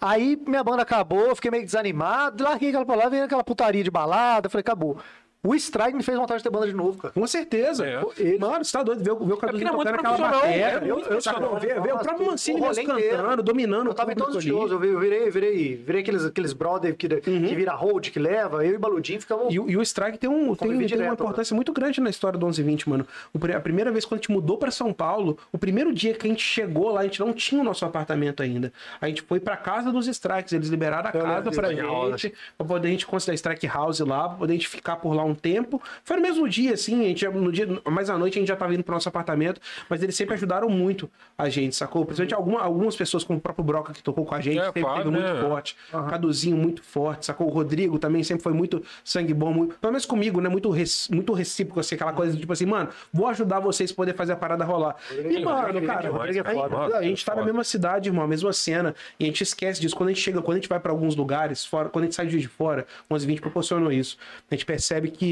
Aí minha banda acabou, eu fiquei meio desanimado, larguei aquela palavra, veio aquela putaria de balada, falei, acabou. O Strike me fez vontade de ter banda de novo, cara.
Com certeza.
É.
Pô, Mano, você tá doido ver o ver o
porque ele
Caduzinho
é muito
tocando aquela
profissional,
bateria.
é muito profissional.
Ver ver o próprio Mancini
rolê
mesmo
inteiro.
cantando, dominando
Eu tava em
público
todos os
ali. Uhum.
shows, eu vi- eu virei, virei, virei aqueles, aqueles brother que, que vira hold, que leva, eu e Baludinho ficamos...
E, o- e o Strike tem, um, tem,
Convivi
tem uma
direto, né?
importância muito grande na história do 1120, mano. O pri- a primeira vez quando a gente mudou pra São Paulo, o primeiro dia que a gente chegou lá, a gente não tinha o nosso apartamento ainda. A gente foi pra casa dos Strikes, eles liberaram a casa
lembro
pra
disso, legal,
gente, pra poder a gente conseguir a Strike House lá, pra poder a gente ficar por lá um tempo. Foi no mesmo dia, assim, a gente, já- no dia, mais à noite a gente já tava indo pro nosso apartamento, mas eles sempre ajudaram muito a gente, sacou? Principalmente alguma- algumas pessoas, como o próprio Broca que tocou com a gente,
É,
sempre
claro,
teve muito
né?
forte forte. Caduzinho muito forte, sacou? O Rodrigo também sempre foi muito sangue bom, muito, pelo menos comigo, né? Muito, rec- muito recíproco, assim, aquela coisa de, tipo assim, mano, vou ajudar vocês a poder fazer a parada rolar. E, mano, cara,
Rodrigo é
a gente-
foda.
a gente tá na
Foda.
mesma cidade, irmão, a mesma cena, e a gente esquece disso. Quando a gente chega, quando a gente vai pra alguns lugares, fora, quando a gente sai de Juiz de fora, 1120 proporcionou isso. A gente percebe que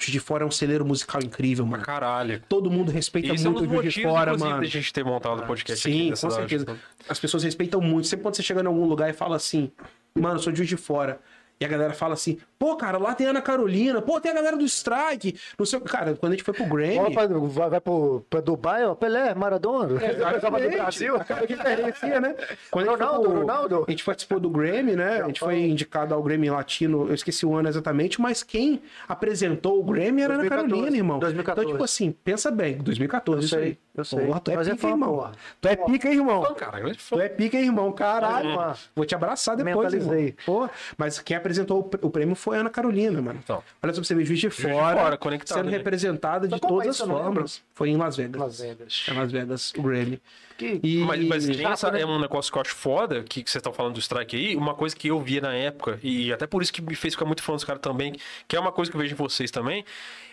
Juiz de fora é um celeiro musical incrível, mano.
Caralho.
Todo mundo respeita
Isso é um
muito
dos
o Juiz
motivos,
de fora,
inclusive,
mano.
da gente ter montado o podcast aqui.
Sim,
nessa tipo, né?
com
cidade.
certeza. As pessoas respeitam muito. Sempre quando você chega em algum lugar e fala assim, mano, eu sou de Juiz de Fora. E a galera fala assim, Pô, cara, lá tem Ana Carolina, pô, tem a galera do Strike. Não sei, o que. cara, quando a gente foi pro
Vai
Grammy.
pra, vai, vai pro, pra Dubai, ó, Pelé, Maradona. Jogava no Brasil.
Acaba que diferencia, né? Quando a gente foi
Ronaldo, Ronaldo.
A gente participou do Grammy, né? A gente foi indicado ao Grammy Latino, eu esqueci o ano exatamente, mas quem apresentou o Grammy era a Ana
2014,
Carolina, irmão.
2014.
Então, tipo assim, pensa bem, 2014,
Eu
isso
sei,
aí.
eu sei.
Porra, tu é
Mas é
pica,
fã,
irmão.
porra.
Tu é pica, irmão.
Fã, cara, grande fã.
Tu é pica, irmão. Caralho,
Hum.
Vou te abraçar depois, irmão.
Mentalizei.
Pô, mas quem apresentou o pr- o prêmio foi a Ana Carolina, mano.
Então.
Olha só pra você ver, Juiz de
de
Fora,
Fora, conectado,
sendo
né?
representada de
Mas qual
todas
país eu
as
não lembro?
formas. Foi em Las Vegas.
Las Vegas.
É Las Vegas, o Grammy.
Que-
E...
Mas, mas tem
Cara,
essa-
quando-
é um negócio que eu acho foda, que, que vocês estão falando do strike aí, uma coisa que eu via na época, e até por isso que me fez ficar muito fã dos caras também, que é uma coisa que eu vejo em vocês também,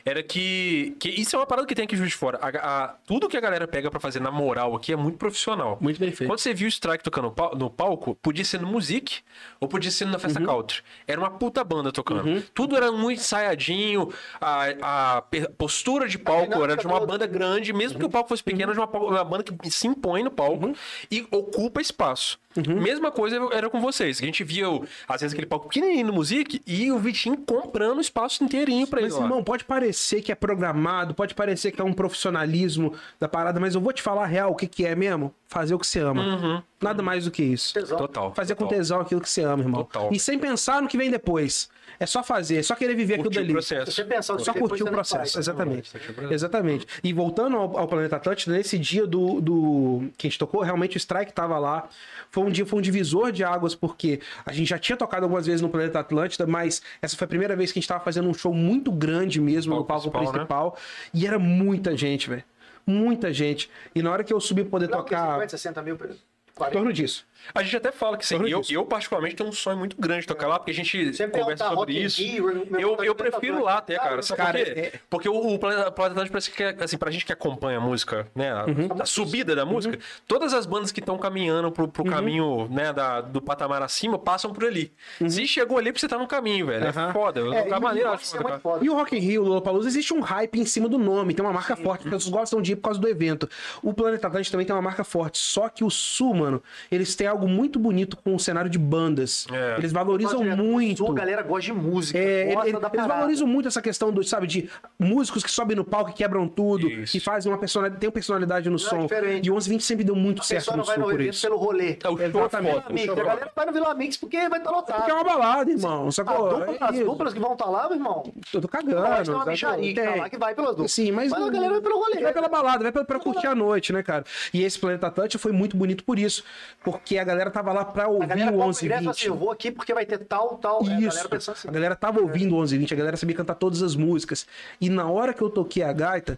era que, que isso é uma parada que tem aqui em Juiz de Fora. A- a- tudo que a galera pega pra fazer na moral aqui é muito profissional.
Muito bem feito.
Quando você viu o strike tocando pau- no palco, podia ser no music ou podia ser na
Uhum.
festa country. Era uma puta banda tocando. Tudo era muito ensaiadinho, a, a per- postura de palco era de uma
toda.
banda banda grande, mesmo
Uhum.
que o palco fosse pequeno, era uma, pau- uma banda que se impõe no palco e ocupa espaço.
Uhum.
Mesma coisa era com vocês. A gente via, o- às vezes, aquele palco pequenininho no Music e o Vitinho comprando o espaço inteirinho pra ele.
Mas,
lá.
irmão, pode parecer que é programado, pode parecer que é um profissionalismo da parada, mas eu vou te falar a real o que, que é mesmo. Fazer o que você ama. Nada mais do que isso.
Uhum. Total.
Fazer
total.
com tesão aquilo que você ama, irmão.
Total.
E sem pensar no que vem depois. É só fazer, é só querer viver
Curtir o
aquilo dali.
processo.
Você pensar
Só
depois
curtir
você
o
não
processo,
faz.
exatamente.
Só curtir o processo.
Exatamente. E voltando ao, ao Planeta Atlântida, nesse dia do, do que a gente tocou, realmente o Strike tava lá. Foi um dia, foi um divisor de águas, porque a gente já tinha tocado algumas vezes no Planeta Atlântida, mas essa foi a primeira vez que a gente tava fazendo um show muito grande mesmo no
Palco
palco
principal, né?
principal. E era muita gente, velho. Muita gente. E na hora que eu subi pra poder
Não, porque
tocar.
50, 60 mil,
Em
40.
torno disso.
A gente até fala que assim,
Torno
eu,
disso.
eu, particularmente, tenho um sonho muito grande de tocar lá, porque a gente
Sempre
conversa
tá
sobre
Rock in
isso.
Rio, meu
eu,
vontade
eu
de
prefiro
tocar.
lá até,
Cara,
cara. Sabe
cara,
por quê?
é-
Porque o, o Planeta Planeta Atlântico parece que, é, assim, pra gente que acompanha a música, né, a, a subida da música, todas as bandas que estão caminhando pro, pro caminho, né, da, do patamar acima, passam por ali. Se chegou ali, você tá no caminho, velho. É
Aham.
foda. Eu
É,
tocar maneiro, eu
e o Rock
acho
é muito
foda.
foda.
E o Rock in Rio, o Lollapalooza, existe um hype em cima do nome, tem uma marca forte, as pessoas gostam de ir por causa do evento. O Planeta Atlântico também tem uma marca forte, só que o Sul, mano, eles têm algo muito bonito com o cenário de bandas.
É.
Eles valorizam
Pode direto,
muito.
A galera gosta de música,
É,
gosta
ele-
da
eles
parada.
valorizam muito essa questão do, sabe, de músicos que sobem no palco e quebram tudo,
Isso.
que fazem uma personalidade, tem uma personalidade no som.
é diferente.
E o 1120 sempre deu muito
A
certo
pessoa
no
não vai
Sul
no
por
evento
isso.
pelo rolê.
É o show é
Exatamente.
foda. o
Mix,
show
a
é foda.
galera vai no Vila Mix porque vai estar lotado.
Porque é uma balada, irmão. Só que,
A
ó,
Ah, dupla-
é
as
isso.
duplas que vão estar lá, meu irmão.
Eu
Não,
tô
mas tem
cagando.
uma micharia que tá
tem.
lá que vai pelas duplas.
Sim, mas,
Mas a
não-
galera vai pelo rolê.
Vai pela balada, vai pra, pra curtir a noite, né, cara? E esse Planeta Atlântico foi muito bonito por isso. Porque a galera tava lá pra
A
ouvir
galera
o
compra o
11
ingresso e fala assim, eu
20.
vou aqui porque vai ter tal, tal. É, A galera
Isso.
pensando assim.
A galera tava ouvindo o 11 20, a galera sabia cantar todas as músicas. E na hora que eu toquei a gaita,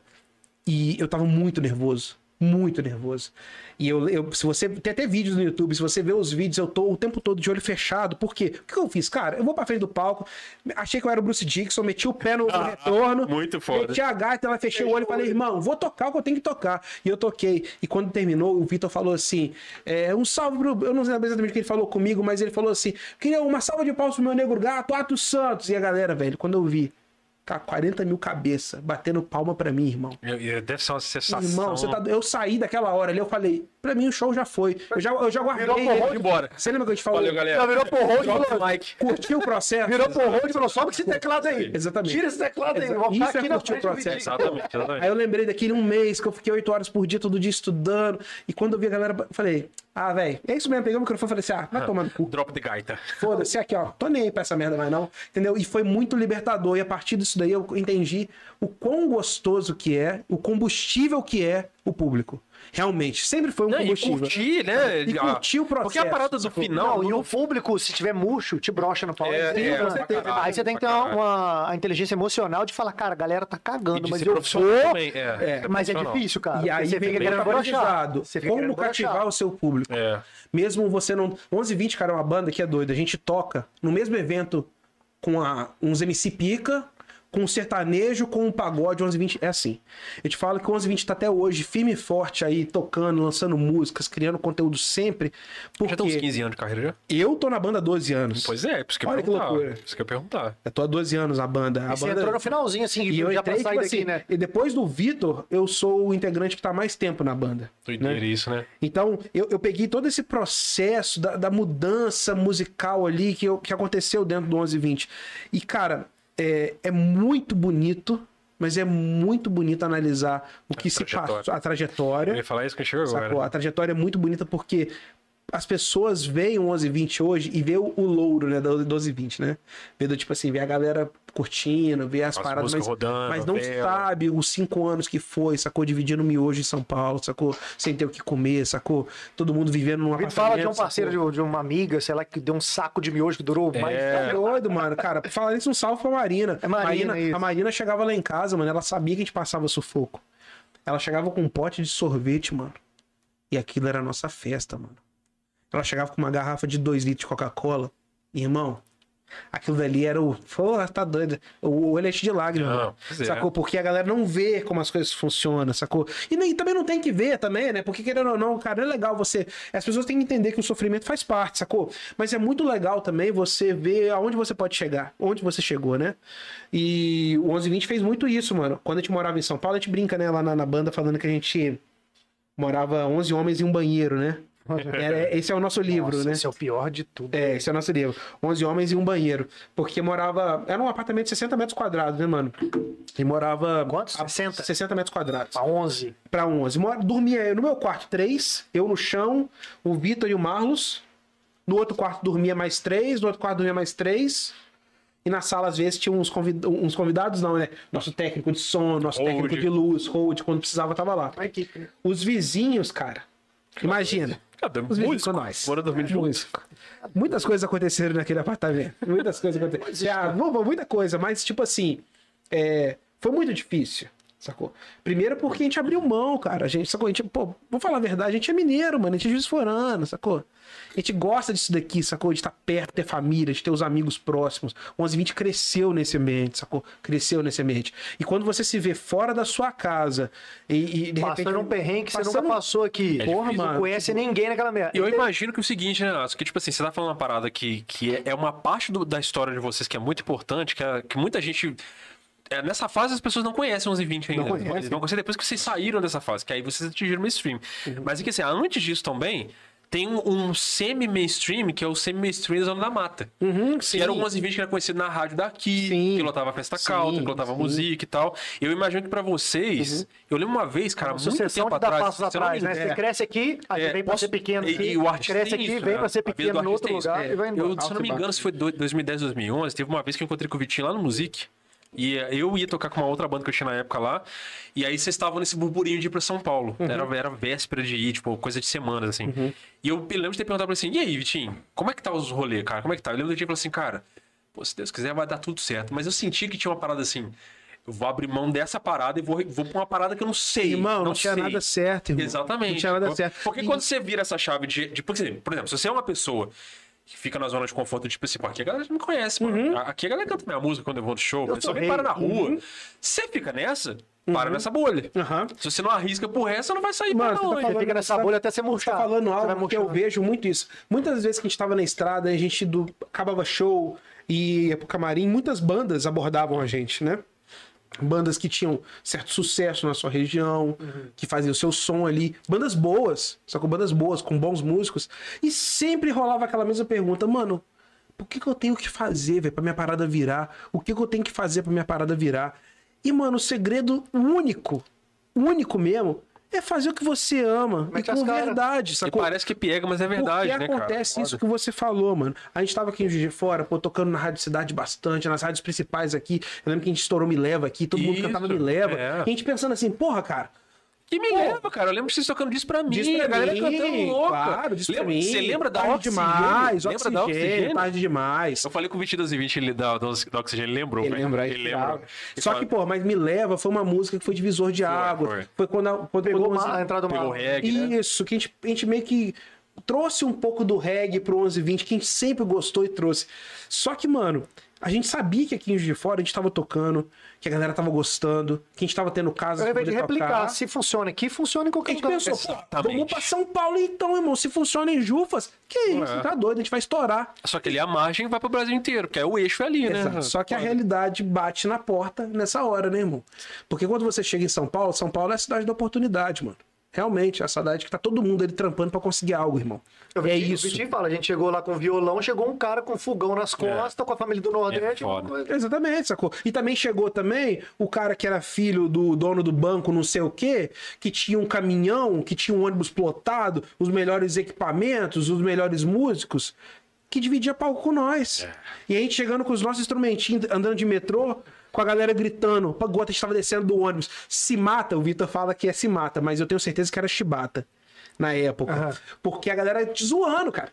e eu tava muito nervoso. Muito nervoso. E eu, eu- se você. Tem até vídeos no YouTube, se você vê os vídeos, eu tô o tempo todo de olho fechado. Por quê? O que eu fiz? Cara, eu vou pra frente do palco, achei que eu era o Bruce Dixon, meti o pé no, no retorno.
Ah, muito foda.
Meti a gaita, então ela fechei o olho e falei, irmão, vou tocar o que eu tenho que tocar. E eu toquei. E quando terminou, o Vitor falou assim: é, um salve pro. Eu não sei exatamente o que ele falou comigo, mas ele falou assim: queria uma salva de palmas pro meu negro gato, Ato Santos. E a galera, velho, quando eu vi, cara, 40 mil cabeça batendo palma pra mim, irmão.
E- e Deve ser uma sensação.
Irmão, você tá... eu saí daquela hora ali, eu falei, pra mim o show já foi. Eu já, eu já guardei.
Virou porrão
ele.
e embora.
Você lembra que a gente falou?
Valeu, galera.
Já virou porrão
Drop
e falou-
o like.
Curti o processo.
Virou pro road e falou, sobe esse teclado aí.
Exatamente.
Tira esse teclado aí.
Exa-
Vou
Isso
ficar
é
aqui na
curtir o
frente do
processo.
Vitinho.
Exatamente, exatamente.
Aí eu lembrei daquele um mês que eu fiquei oito horas por dia todo dia estudando. E quando eu vi a galera, eu falei, ah, velho, é isso mesmo. Peguei o microfone e falei assim, ah, vai tomar no cu.
Drop the gaita.
Foda-se, é aqui, ó. Tô nem aí pra essa merda mais não. Entendeu? E foi muito libertador. E a partir disso daí eu entendi o quão gostoso que é, o combustível que é o público. Realmente. Sempre foi um
Não, e
combustível.
curtir, né?
E
a-
curtir o
Porque a
processo,
parada do
sacou?
final.
Não, e o público, se tiver murcho, te brocha no palco.
É, é,
Aí você tem uma-
pra caralho,
aí você tem que ter
pra
uma,
caralho.
uma- a inteligência emocional de falar, cara, a galera tá cagando,
de
mas
ser
eu vou...
profissional também, é, é
mas é
profissional.
difícil, cara.
E
porque
aí
você
vem
fica
bem
querendo brochar.
valorizado.
Você fica
Como
querendo brochar.
cativar o seu público.
É.
Mesmo você não... 11h20, cara, é uma banda que é doida. A gente toca no mesmo evento com a... uns MC Pica, com o sertanejo, com o pagode, 1120. É assim. Eu te falo que o 1120 tá até hoje firme e forte aí, tocando, lançando músicas, criando conteúdo sempre. Porque
Já tem uns 15 anos de carreira já?
eu tô na banda há 12 anos.
Pois é, por isso que eu ia
Olha que
perguntar.
loucura.
Por isso que eu ia perguntar.
Eu tô há 12 anos na banda. A
E Você
banda...
entrou no finalzinho, assim,
E eu
já
entrei,
pra sair
tipo
daqui,
assim,
né?
e depois do Vitor, eu sou o integrante que tá mais tempo na banda.
Doideira isso, né?
Então, eu, eu peguei todo esse processo da, da mudança musical ali que, eu- que aconteceu dentro do 1120. E, cara, é, é muito bonito, mas é muito bonito analisar o que se
trajetória.
passou, a
Eu
trajetória.
ia falar isso que chegou agora.
Sacou? A trajetória é muito bonita porque as pessoas veem o 1120 hoje e vê o, o louro, né, da 1220, né? Vê do tipo assim, vê a galera curtindo, vê as,
As
paradas,
músicas
mas,
rodando,
mas não
vela.
sabe os cinco anos que foi, sacou? Dividindo miojo em São Paulo, sacou? Sem ter o que comer, sacou? Todo mundo vivendo numa
O Vitor fala de um parceiro, de, de uma amiga, sei lá, que deu um saco de miojo que durou mais.
Tá doido, mano. Cara, pra falar isso, um salve pra Marina.
É Marina, isso.
a Marina chegava lá em casa, mano, ela sabia que a gente passava sufoco. Ela chegava com um pote de sorvete, mano. E aquilo era a nossa festa, mano. Ela chegava com uma garrafa de 2 litros de Coca-Cola. E, Irmão, aquilo dali era o. Porra, tá doido. O olho enche de lágrimas.
Não,
mano.
pois é.
sacou? Porque a galera não vê como as coisas funcionam, sacou? E nem, também não tem que ver também, né? Porque querendo ou não, cara, é legal você. As pessoas têm que entender que o sofrimento faz parte, sacou? Mas é muito legal também você ver aonde você pode chegar, onde você chegou, né? E o 1120 fez muito isso, mano. Quando a gente morava em São Paulo, a gente brinca, né, lá na, na banda, falando que a gente morava 11 homens em um banheiro, né? Era- esse é o nosso livro,
Nossa,
né?
Esse é o pior de tudo.
É, esse é o nosso livro. 11 homens e um banheiro. Porque morava. Era um apartamento de 60 metros quadrados, né, mano? E morava.
Quantos?
a-
60?
60 metros quadrados.
A 11.
Pra 11. Mora, dormia eu no meu quarto, três. Eu no chão, o Vitor e o Marlos. No outro quarto dormia mais três. No outro quarto dormia mais três. E na sala, às vezes, tinha uns, convid- uns convidados, não, né? Nosso técnico de som, nosso
Hold.
técnico de luz, hold, quando precisava, tava lá.
Uma equipe, né?
Os vizinhos, cara. Imagina.
Cadê?
Os vizinhos
Músico.
com nós.
Bora dormir
É,
junto.
músico. Muitas coisas aconteceram naquele apartamento. Muitas coisas
é.
aconteceram. Ah, mu- muita coisa, mas tipo assim, é, foi muito difícil. Sacou? Primeiro porque a gente abriu mão, cara. A gente, sacou? A gente, pô, vou falar a verdade, a gente é mineiro, mano. A gente é juiz forano, sacou? A gente gosta disso daqui, sacou? De estar perto, ter família, de ter os amigos próximos. O 1120 cresceu nesse ambiente, sacou? Cresceu nesse ambiente. E quando você se vê fora da sua casa e, e de
Passando um
repente.
perrengue que você
passando-
nunca passou aqui.
É difícil,
Porra, mano. tipo, Não
mano.
conhece ninguém naquela merda.
E eu imagino que é o seguinte, né, Renato? Que, tipo assim, você tá falando uma parada que, que é- é uma parte do- da história de vocês que é muito importante, que, é- que muita gente. é, nessa fase as pessoas não conhecem 11 e 20 ainda.
conhecem.
Eles vão conhecer depois que vocês saíram dessa fase, que aí vocês atingiram o mainstream. Mas é que assim, antes disso também, tem um, um semi-mainstream, que é o semi-mainstream da Zona da Mata.
Uhum,
Que
um
era o 11 e 20 que era conhecido na rádio daqui,
Sim.
que lotava festa
Sim,
calda, que lotava
sim.
música e tal. Eu imagino que pra vocês, eu lembro uma vez, cara,
A
muito
sucessão
tempo
te dá
atrás,
passos
se eu não me
atrás, né?
engano,
Você cresce aqui, aí
é,
vem pra
posso-
ser pequeno
e-
aqui,
e o artista
cresce
tem
aqui,
isso,
vem
né?
pra ser
A vida do
pequeno no
artista
outro
é isso.
lugar
É,
e vai embora.
Eu, se eu não me engano, se foi do- 2010, 2011, teve uma vez que eu encontrei com o Vitinho lá no Music. E eh, eu ia tocar com uma outra banda que eu tinha na época lá. E aí vocês estavam nesse burburinho de ir pra São Paulo.
Uhum.
Era, era véspera de ir, tipo, coisa de semanas, assim. E eu me lembro de ter perguntado pra ele assim: e aí, Vitinho, como é que tá os rolês, cara? Como é que tá? Eu lembro do dia e falei assim, cara, pô, se Deus quiser vai dar tudo certo. Mas eu senti que tinha uma parada assim. Eu vou abrir mão dessa parada e vou, vou pra uma parada que eu não sei.
Irmão, não, tinha
sei.
nada certo, irmão.
Exatamente.
Não tinha nada certo.
Porque
E-
quando você vira essa chave de, de- por exemplo, por exemplo, se você é uma pessoa que fica na zona de conforto, tipo assim, pô, aqui a galera me conhece, mano.
Uhum.
Aqui a galera canta minha música quando eu vou no show, o
Eu
pessoal
sou
me para na
rei.
rua. Você fica nessa, para nessa bolha.
Uhum. Aham.
Se você não arrisca por essa, não vai sair
Mano,
pra
você tá
longe.
Você fica nessa
Você tá-
bolha até você
Você
murchar.
tá falando
Você vai
algo que eu
murchando.
vejo muito isso. Muitas vezes que a gente tava na estrada, a gente do... acabava show e ia pro camarim, muitas bandas abordavam a gente, né? Bandas que tinham certo sucesso na sua região, que faziam o seu som ali. Bandas boas, só com bandas boas, com bons músicos. E sempre rolava aquela mesma pergunta, mano. O que, que eu tenho que fazer, velho, pra minha parada virar? O que, que eu tenho que fazer pra minha parada virar? E, mano, o segredo único, único mesmo, é fazer o que você ama.
Mete
e com
as caras.
verdade,
E
sacou?
parece que piega, mas é verdade,
Porque
né, cara?
acontece
Foda.
isso que você falou, mano. A gente tava aqui em Juiz de Fora, pô, tocando na Rádio Cidade bastante, nas rádios principais aqui. Eu lembro que a gente estourou Me Leva aqui, todo mundo
Isso,
cantava Me Leva.
é.
E a gente pensando assim, porra, cara,
Que me lembra, cara. Eu lembro de vocês tocando disso pra mim.
Diz pra
a galera
mim,
cantando louca.
Claro, diz pra
Lembra-
mim.
Você lembra da
Tarde
Oxigênio?
demais,
Lembra da Oxigênio?
Tarde demais.
Eu falei com o 22 e 20 ele da, do, do Oxigênio, ele lembrou,
Ele
velho.
lembra,
Ele
ele
lembrou.
lembra. Só que, pô, mas Me Leva foi uma música que foi divisor de água.
foi.
Foi, quando, a, quando
Pegou
quando
uma- a entrada do
Pegou
mar.
reggae, né?
Isso, que a gente, a gente meio que trouxe um pouco do reggae pro 1120, que a gente sempre gostou e trouxe. Só que, mano, a gente sabia que aqui em Juiz de Fora a gente tava tocando, que a galera tava gostando, que a gente tava tendo casas
Ao
pra
invés de
poder
replicar,
tocar.
se funciona aqui, funciona em
A
qualquer
gente
lugar.
pensou, pô,
Exatamente.
vamos pra São Paulo então, irmão. Se funciona em Jufas, que isso,
É.
tá doido, a gente vai estourar.
Só que ele é a margem e vai pro Brasil inteiro, porque é o eixo ali, né?
Exato. Só que a
Foda.
realidade bate na porta nessa hora, né, irmão? Porque quando você chega em São Paulo, São Paulo é a cidade da oportunidade, mano. Realmente, é a cidade que tá todo mundo ali trampando pra conseguir algo, irmão.
Eu
é
vi- eu
isso.
vi te fala, a gente chegou lá com violão, chegou um cara com fogão nas costas, com a família do Nordeste.
É foda.
uma coisa-
Exatamente, sacou? E também chegou também o cara que era filho do dono do banco, não sei o quê, que tinha um caminhão, que tinha um ônibus plotado, os melhores equipamentos, os melhores músicos, que dividia palco com nós. E a gente chegando com os nossos instrumentinhos, andando de metrô, com a galera gritando, "Pô, Gota estava descendo do ônibus. Se mata, o Vitor fala que é se mata, mas eu tenho certeza que era chibata na época.
Aham.
Porque a galera te zoando, cara.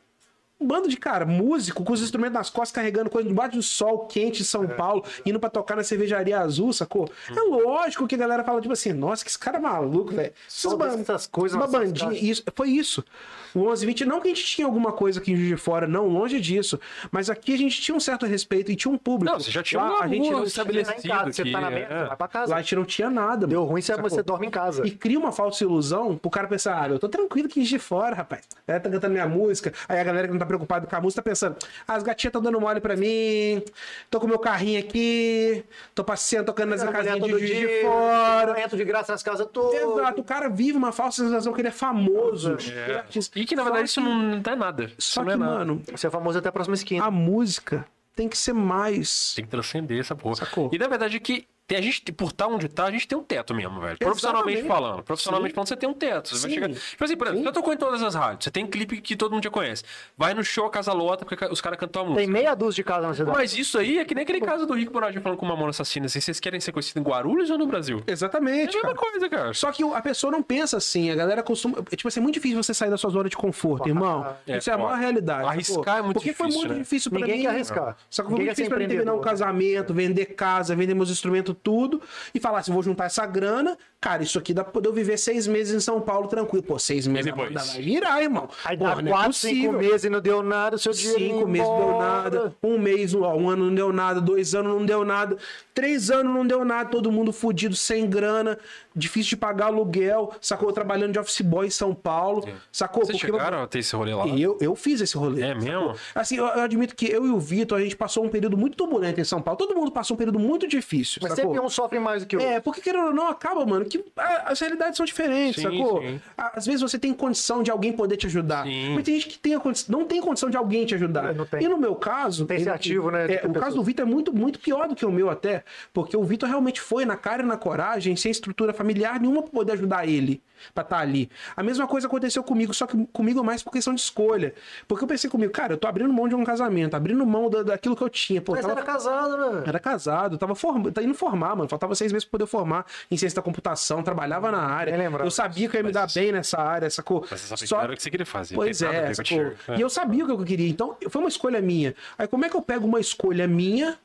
Um bando de cara, músico, com os instrumentos nas costas, carregando coisa debaixo do sol quente de São Paulo, indo pra tocar na cervejaria azul, sacou? É lógico que a galera fala, tipo assim, nossa, que esse cara é maluco, velho.
Só
Essas
dessas coisas
Uma
nessas
bandinha.
cidades.
Isso, foi isso. O 1120, não que a gente tinha alguma coisa aqui em Juiz de Fora, não, longe disso. Mas aqui a gente tinha um certo respeito e tinha um público.
Não, você já tinha
Lá,
uma
a gente
rua
não,
estabelecida.
Você tá em casa, você tá na
aqui,
mesa,
é.
vai pra
Lá
casa.
a gente não tinha nada.
Deu
mano,
ruim, você,
sacou?
você dorme em casa.
E cria uma falsa ilusão pro cara pensar, ah, eu tô tranquilo aqui de fora, rapaz. A galera tá cantando minha música, aí a galera que não tá preocupada com a música tá pensando, ah, as gatinhas estão dando mole pra mim, tô com meu carrinho aqui, tô passeando, tocando nas
Mulher
casinhas de,
todo
Juiz
dia, É.
de fora.
Entro de graça nas casas todas.
Exato, o cara vive uma falsa sensação que ele é famoso. que ele é
É.
artista.
E que na
Só
verdade isso
que-
não dá nada. isso
Só
não
que,
é nada.
mano, Ah,
Você é famoso até a próxima esquina.
a música tem que ser mais.
assim, Tem que transcender essa porra.
Sacou?
E na verdade é que tem- a gente, por estar onde tá, a gente tem um teto mesmo, velho. Profissionalmente
Exatamente.
falando. Profissionalmente
Sim.
falando, você tem um teto. Você vai
Sim.
chegar. Tipo assim, por exemplo, você tocou em todas as rádios. Você tem clipe que todo mundo já conhece. Vai no show, a casa lota, porque os caras cantam a música.
Tem meia dúzia de casa na cidade.
Mas isso aí é que nem aquele caso do Rico Bonadinho falando com o Mamona Assassina. Assim, vocês querem ser conhecidos em Guarulhos ou no Brasil? É a
Exatamente,
mesma
cara.
coisa, cara.
Só que a pessoa não pensa assim, a galera costuma. Tipo assim, é muito difícil você sair da sua zona de conforto, irmão.
É,
Isso é a
foda.
maior realidade.
Arriscar
sacou?
é muito
Porque foi
difícil,
muito
né?
difícil pra
Ninguém
mim.
quer arriscar.
Só que foi
Ninguém
muito
quer né? ser
difícil pra mim terminar um
empreendedor.
casamento, vender casa, vender meus instrumentos, tudo, e falar assim: vou juntar essa grana. Cara, isso aqui dá pra poder eu viver seis meses em São Paulo tranquilo. Pô, seis meses
depois?
ainda vai virar, irmão.
Aí
Porra,
dá
não é
quatro,
possível.
cinco meses e não deu nada, o seu dinheiro.
Cinco meses não deu nada, um mês, ó, um ano não deu nada, dois anos não deu nada, três anos não deu nada, todo mundo fudido, sem grana, difícil de pagar aluguel, sacou? Trabalhando de office boy em São Paulo, sacou?
Vocês chegaram a ter esse rolê lá?
eu, eu fiz esse rolê.
É mesmo?
Assim, eu, eu admito que eu e o Vitor, a gente passou um período muito turbulento em São Paulo. Todo mundo passou um período muito difícil.
Mas
sacou?
sempre um sofre mais do que o outro.
É, porque querendo ou não, acaba, mano, que a- as realidades são diferentes,
Sim,
sacou?
sim.
A- Às vezes você tem condição de alguém poder te ajudar.
Sim.
Mas tem gente que tem a condi- não tem condição de alguém te ajudar.
É, não tem.
E no meu caso.
Tem que ser
ele-
ativo, né,
é,
de
o
pessoa.
caso do Vitor é muito, muito pior do que o meu, até. Porque o Vitor realmente foi na cara e na coragem, sem estrutura familiar nenhuma pra poder ajudar ele. Pra estar ali. A mesma coisa aconteceu comigo, só que comigo é mais por questão de escolha. Porque eu pensei comigo, cara, eu tô abrindo mão de um casamento, abrindo mão da, daquilo que eu tinha. Pô,
Mas
tava
era casado, né?
era casado, tava form... tá indo formar, mano. Faltava seis meses pra poder formar em ciência da computação, trabalhava na área.
Nem lembrava.
Eu sabia que eu ia me dar bem nessa área, sacou?
Mas essa
Só-
era o que você queria fazer.
Pois
Tem nada a
é,
ver com o
sacou?
tiro. É.
E eu sabia o que eu queria, então foi uma escolha minha. Aí como é que eu pego uma escolha minha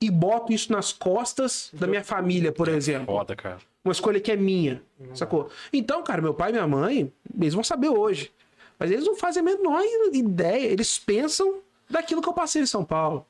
e boto isso nas costas da minha família, por exemplo?
Foda, cara.
Uma escolha que é minha, sacou? Então, cara, meu pai e minha mãe, eles vão saber hoje. Mas eles não fazem a menor ideia. Eles pensam daquilo que eu passei em São Paulo.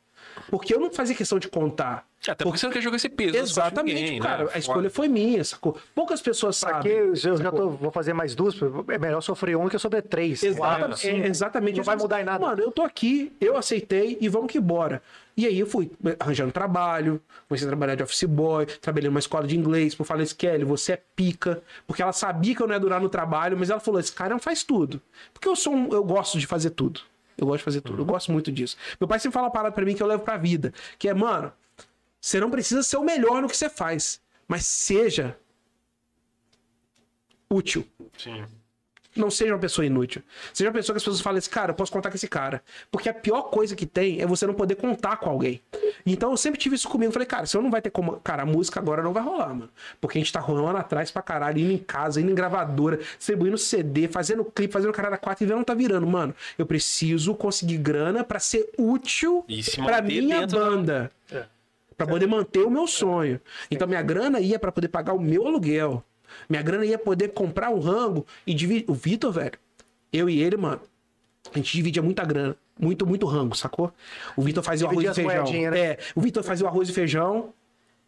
Porque eu não fazia questão de contar.
É, Até porque você não quer jogar esse peso. nas costas de
Exatamente,
ninguém, né?
cara.
Foda.
A escolha foi minha, sacou? Poucas pessoas
Pra que
sabem.
eu já tô, vou fazer mais duas? É melhor sofrer um que sofrer três. quatro,
Exatamente.
cinco.
é, exatamente.
Não vai mudar em nada.
Mano, eu tô aqui, eu aceitei e vamos que bora. E aí eu fui arranjando trabalho, comecei a trabalhar de office boy, trabalhei numa escola de inglês, por falar, Kelly, você é pica. Porque ela sabia que eu não ia durar no trabalho, mas ela falou, esse cara não faz tudo. Porque eu sou um, eu gosto de fazer tudo. Eu gosto de fazer tudo, eu
Uhum.
gosto muito disso. Meu pai sempre fala uma parada pra mim que eu levo pra vida, que é, mano, você não precisa ser o melhor no que você faz, mas seja útil.
Sim.
Não seja uma pessoa inútil. Seja uma pessoa que as pessoas falam assim, cara, eu posso contar com esse cara. Porque a pior coisa que tem é você não poder contar com alguém. Então eu sempre tive isso comigo. Falei, cara, se eu não vai ter como. Cara, a música agora não vai rolar, mano. Porque a gente tá rolando atrás pra caralho, indo em casa, indo em gravadora, distribuindo CD, fazendo clipe, fazendo cara da quatro e vendo não tá virando. Mano, eu preciso conseguir grana pra ser útil
E se
pra
manter
minha
dentro da-
banda. Pra poder manter o meu sonho. Então minha grana ia pra poder pagar o meu aluguel. Minha grana ia poder comprar um rango e dividir. O Vitor, velho, Eu e ele, mano, a gente dividia muita grana. Muito, muito rango, sacou? O Vitor fazia o arroz e
Dividia as
feijão.
moedinhas, né?
É, o Vitor fazia o arroz e feijão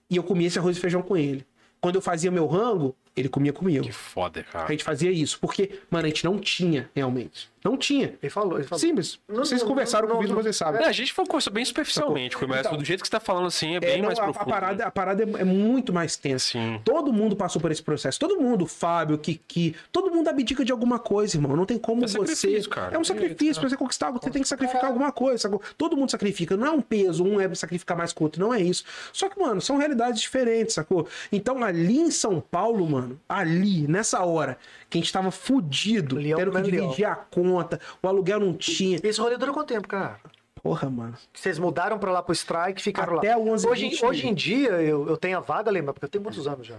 e eu comia esse arroz e feijão com ele. Quando eu fazia meu rango, ele comia comigo.
Que foda,
A
cara.
gente fazia isso, porque, mano, a gente não tinha realmente. Não tinha.
Ele falou, ele falou.
Simples.
Não,
vocês
não,
conversaram
não,
comigo,
não.
vocês sabem.
É, a gente foi uma coisa bem superficialmente, mas
Então-
do jeito que você tá falando assim é
É,
bem
não,
mais
a- a,
profundo.
parada, a parada é, é muito mais tensa.
Sim.
Todo mundo passou por esse processo. Todo mundo, Fábio, Kiki, todo mundo abdica de alguma coisa, irmão. Não tem como
É
você.
sacrifício, cara. né?
É um sacrifício. Pra você conquistar algo, você tem que sacrificar alguma coisa. sacou? Todo mundo sacrifica. Não é um peso, um é sacrificar mais que o outro. Não é isso. Só que, mano, são realidades diferentes, sacou? Então, ali em São Paulo, mano, ali, nessa hora, que a gente tava fudido,
Leão
tendo que
comendo leão.
dividir a conta, o aluguel não tinha.
Esse rolê durou quanto tempo, cara?
Porra, mano.
Vocês mudaram pra lá pro Strike, ficaram
Até
lá.
11,
hoje,
20.
hoje em dia, eu, eu tenho a vaga, lembra? Porque eu tenho muitos anos já.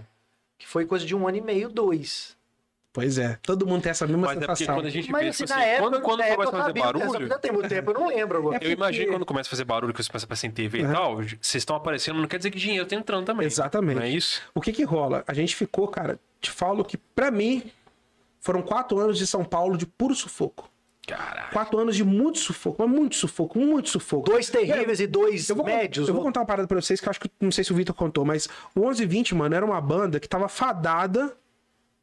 Que foi coisa de um ano e meio, dois.
Pois é. Todo mundo tem essa mesma
Mas é porque
sensação.
quando a gente vê,
Mas
tipo
assim,
assim,
na época.
quando, quando
na época
começa
eu
a fazer
sabia,
barulho,
essa- Já tem muito tempo, eu não lembro agora.
É
eu imagino
porque-
quando começa a fazer barulho, que você começa a aparecer em TV
Uhum.
e tal, vocês estão aparecendo, não quer dizer que dinheiro tá entrando também.
Exatamente.
Não é isso?
O que que rola? A gente ficou, cara, te falo que pra mim foram quatro anos de São Paulo de puro sufoco.
Caralho.
Quatro anos de muito sufoco, mas muito sufoco, muito sufoco.
Dois terríveis e dois
Eu vou, con-
médios.
eu vou contar uma parada pra vocês que eu acho que não sei se o Vitor contou, mas o 11 e 20, mano, era uma banda que tava fadada,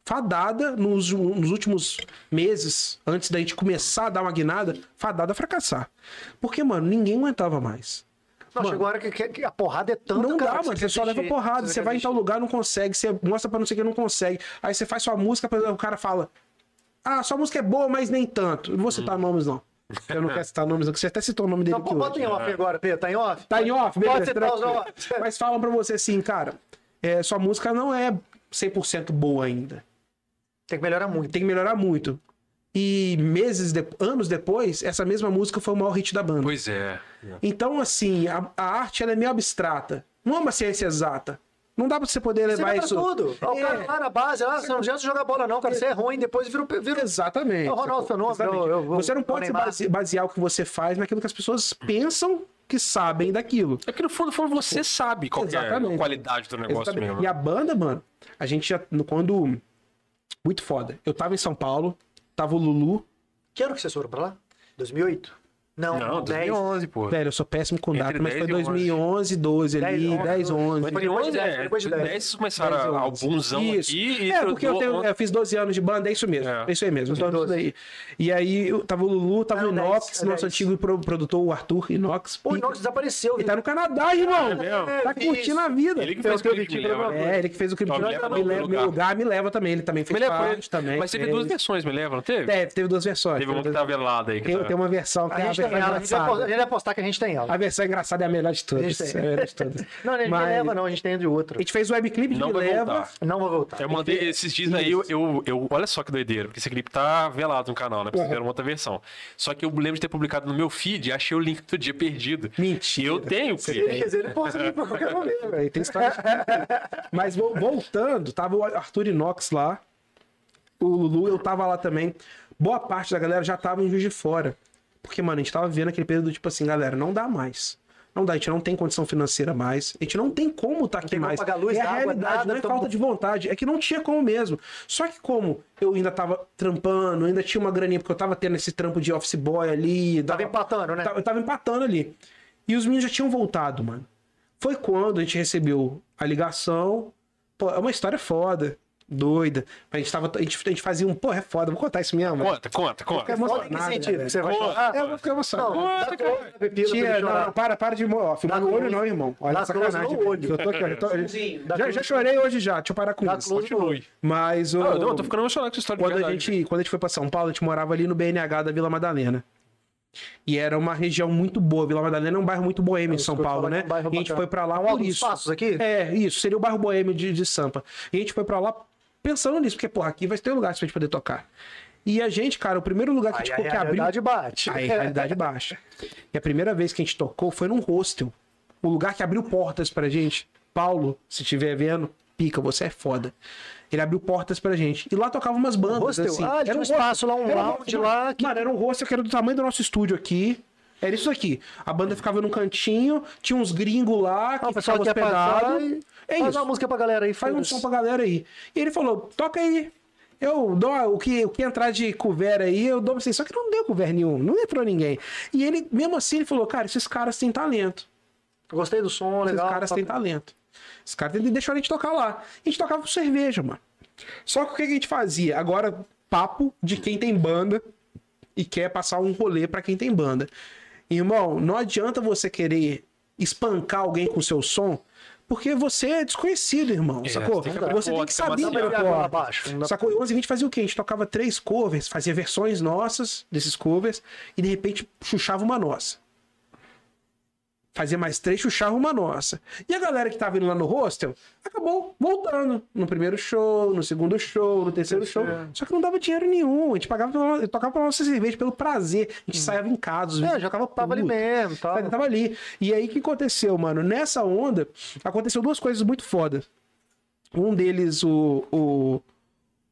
fadada nos, nos últimos meses, antes da gente começar a dar uma guinada, fadada a fracassar. Porque, mano, ninguém aguentava mais.
Não,
Mano,
chegou a hora que, que- que a porrada é tanto.
Não
cara,
dá,
que
mano. Você só
quer
leva
desistir,
porrada. Você
quer
vai em tal
desistir.
lugar, não consegue. Você mostra pra não sei o que, não consegue. Aí você faz sua música, por exemplo, o cara fala: Ah, sua música é boa, mas nem tanto. Não vou citar nomes, não. Eu não quero citar nomes, não, que você até citou o nome dele
Não,
aqui
Hum. Então, pô, bota
hoje.
em off
É.
agora, Pedro. Tá em off?
Tá em off,
Pode
beleza.
ser tá os
tranquilo.
off.
Mas falam pra você assim, cara: é, Sua música não é 100% boa ainda.
Tem que melhorar muito.
Tem que melhorar muito. E meses, de- anos depois, essa mesma música foi o maior hit da banda.
Pois é.
Então, assim, a, a arte ela é meio abstrata. Não é uma ciência exata. Não dá pra você poder
Você
levar
vai pra
isso.
tudo. Ó, O cara
É.
lá na base, lá, você não adianta jogar bola, não, cara. Você é ruim, depois vira um. pe- Vira... um-
Exatamente.
É o Ronaldo Fenômeno,
Exatamente.
eu- eu vou-
você não pode
vou
se
Neymar.
base- basear o que você faz naquilo que as pessoas pensam que sabem daquilo.
É porque no fundo, no fundo, você sabe qual que é a
Exatamente.
qualidade do negócio
Exatamente.
mesmo.
E a banda, mano, a gente já. no- Quando. Muito foda. Eu tava em São Paulo, tava o Lulu.
Que ano que vocês foram pra lá? 2008? Não,
Não,
10.
2011, pô.
Velho, eu sou péssimo com
Entre
data,
10
mas foi
e 11.
2011, 12 ali,
10,
10, 11.
Mas depois de
2011,
dez,
é.
depois de dez.
10 vocês começaram
10 e
a
11.
albumzão
Isso.
aqui. e
É, porque eu, tenho,
do-
eu fiz 12 anos de banda, é isso mesmo.
É.
É, isso aí mesmo. Então, isso daí. E aí eu- tava o Lulu, tava
Não,
o Inox,
10,
nosso
10.
antigo pro- produtor, o Arthur Inox.
Pô, o
pica.
Inox É desapareceu.
Ele tá no Canadá, irmão.
mesmo?
Tá
vi isso.
curtindo a vida.
Ele que
Eu
fez o
tenho
clipe de
que
Milena,
provar.
né?
É, ele que fez o clime
Ó,
de
me leva
me
no
leva,
lugar.
meu lugar, me leva também. Ele também fez
Me leva,
parte
ele-
também.
Mas teve duas
fez.
versões, me lembra, não teve?
É, teve duas versões.
Teve uma que
duas-
tá velada aí. que
tem,
tá-
tem uma versão que
A
é a
gente tem ela.
versão
A gente vai apostar- a
engraçada.
gente vai apostar que a gente tem ela.
A versão engraçada é a melhor de
A
todas.
gente
É
tem.
a melhor de todas.
Não, a gente
Mas-
me leva, não, a gente tem de outra.
A gente fez o webclipe de
Não
Me
vai
Leva.
voltar.
Não vou voltar.
É
Eu mandei esses dias aí, eu, eu, eu- Olha só que doideira, porque esse clipe tá velado no canal, né? Porque fizeram uma outra versão. Só que eu lembro de ter publicado no meu feed e achei o link do dia perdido.
Mentira.
E eu tenho o
Ele, quer
clipe.
dizer, ele posta aqui pra qualquer momento.
Aí tem história de tudo. Mas vol- voltando, tava o Arthur Inox lá, o Lulu, eu tava lá também. Boa parte da galera já tava em Juiz de Fora. Porque, mano, a gente tava vendo aquele período, tipo assim, galera, não dá mais. Não dá, a gente não tem condição financeira mais, a gente não tem como tá aqui
tem como
mais.
pagar luz,
é a
água,
realidade,
nada,
não é
tamo-
falta de vontade, é que não tinha como mesmo. Só que como eu ainda tava trampando, ainda tinha uma graninha, porque eu tava tendo esse trampo de office boy ali,
Tava empatando, né?
Tá- Eu tava empatando ali. E os meninos já tinham voltado, mano. Foi quando a gente recebeu a ligação. Pô, é uma história foda, doida. Mas a gente, tava, a gente, a gente fazia um, porra, é foda, vou contar isso mesmo.
Conta, conta, conta.
Fica
Foda em que
emocionado,
sentido?
velho.
Você vai
Pô,
chorar?
É, eu vou ficar emocionado.
Não, dá
Puta,
colo na pepila pra ele
Tia, não,
chorar.
não, para, para de ó, filmar
Dá
no olho,
close.
não, irmão. Olha,
Dá close
sacanagem.
no olho.
Eu tô aqui, eu tô-
Dá
já,
close
já chorei hoje já, deixa eu parar com
Dá
isso.
close no olho.
Mas o.
Ah, eu tô- eu tô ficando emocionado com essa história de
quando a
verdade.
gente quando a gente foi pra São Paulo, a gente morava ali no BNH da Vila Madalena. E era uma região muito boa. Vila Madalena é um bairro muito boêmio em
isso
São
que eu ia
Paulo,
falar,
né?
que é um bairro
e a gente
bacana.
foi pra lá
Tem
por
alguns
isso.
passos aqui?
É, isso. Seria o bairro boêmio de, de Sampa. E a gente foi pra lá pensando nisso, porque, porra, aqui vai ter um lugar pra gente poder tocar. E a gente, cara, o primeiro lugar tipo, que a
Aí
gente
a
ficou que abriu
realidade bate.
Aí, realidade baixa. E a primeira vez que a gente tocou foi num hostel. O lugar que abriu portas pra gente. Paulo, se estiver vendo, pica, você é foda. Ele abriu portas pra gente. E lá tocava umas bandas.
hostel?
assim.
Ah, ele tinha um espaço lá, um
era
lounge lá que-
Mano, era um hostel que era do tamanho do nosso estúdio aqui. Era isso aqui. A banda ficava num cantinho, tinha uns gringos lá que
Ah, o pessoal
ficavam
quer passar
hospedados.
e...
É
Faz
isso.
uma música pra galera aí.
Faz um
foda-se.
som pra galera aí. E ele falou, toca aí. Eu dou o que, o que entrar de couvert aí, eu dou pra vocês. Só que não deu couvert nenhum, não entrou ninguém. E ele, mesmo assim, ele falou, cara, esses caras têm talento.
Gostei do som,
Esses
legal.
caras
tá-
têm talento. Esses caras têm- deixaram a gente tocar lá. A gente tocava com cerveja, mano. Só que o que a gente fazia? Agora, papo de quem tem banda e quer passar um rolê pra quem tem banda. Irmão, não adianta você querer espancar alguém com seu som, porque você é desconhecido, irmão.
É,
sacou?
tem que abrir
Você tem
porta,
que
tem
saber
uma
Não,
abrir
mas
a
e agora
porta.
abaixo? Não dá-
Sacou? E 11 e 20 fazia o quê? A gente tocava três covers, fazia versões nossas desses covers e de repente chuchava uma nossa. Fazia mais três, chuchava uma nossa. E a galera que tava indo lá no hostel acabou voltando no primeiro show, no segundo show, no terceiro show. Só que não dava dinheiro nenhum. A gente pagava pela, eu tocava pela nossa cerveja, pelo prazer. A gente saiava em casa. os
É,
vídeos
já tava, tava ali
putos.
mesmo, tal.
Ele tava ali. E aí o que aconteceu, mano? Nessa onda, aconteceu duas coisas muito fodas. Um deles, o. o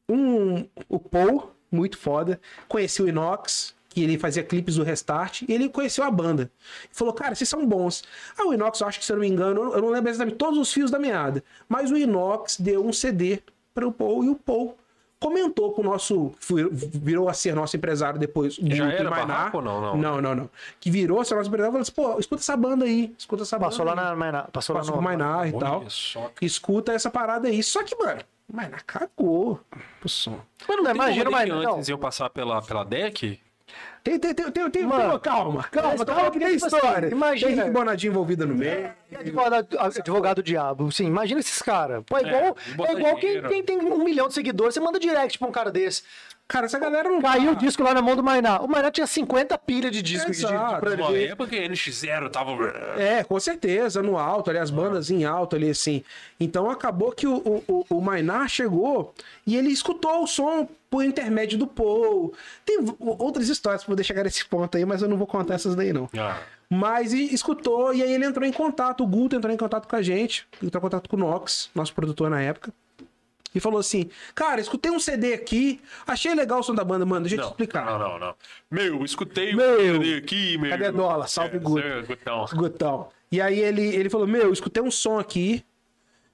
um, o Paul, muito foda. Conheci o Inox, que ele fazia clipes do Restart, e ele conheceu a banda. Ele falou, cara, vocês são bons. Ah, o Inox, eu acho que se eu não me engano, eu não- eu não lembro exatamente todos os fios da meada. Mas o Inox deu um CD para o Paul e o Paul comentou com o nosso. fui- Virou a ser nosso empresário depois. do
Já era
Trimainá.
barraco ou não? Não.
Não, não, não. Que virou, seu nosso empresário falou assim, pô, escuta essa banda aí, escuta essa
Passou lá
banda. aí.
na. na- Passou,
Passou
lá no.
com o Mainar e
Olha
tal.
só, cara.
Escuta essa parada aí. Só que, mano, o Mainar cagou pro som.
Mas não,
Não,
tem como
imagina,
nem
mas
que
não.
antes iam passar pela, pela deck?
Tem, tem, tem, tem, tem,
Mano,
tem- calma, calma,
mas
calma, que tem
tipo assim,
história.
imagina-
Tem Rick Bonadinho envolvido no meio.
E é Advogado, advogado do diabo, sim, imagina esses caras. Pô, É igual, é,
botar
igual quem,
dinheiro.
quem tem um milhão de seguidores, você manda direct pra um cara desse.
Cara, essa galera não
Caiu o disco lá na mão do Mainá. O Mainá tinha 50 pilhas de disco de- de-
Exato.
pra ele
Uma
ver.
época que NX0 tava.
É, com certeza, no alto, ali, as bandas em alto ali, assim. Então acabou que o, o, o- o Mainar chegou e ele escutou o som por intermédio do Paul. Tem v- outras histórias pra poder chegar nesse ponto aí, mas eu não vou contar essas daí, não.
Ah,
Mas e- escutou, e aí ele entrou em contato, o Guto entrou em contato com a gente, entrou em contato com o Nox, nosso produtor na época, e falou assim: Cara, escutei um CD aqui, achei legal o som da banda, mano, deixa eu te
não,
explicar.
não, não, não. Meu, escutei
Meu.
o CD aqui, meu.
Cadê dólar? Salve, Guto.
seu Gutão.
Gutão. E aí ele, ele falou: Meu, eu escutei um som aqui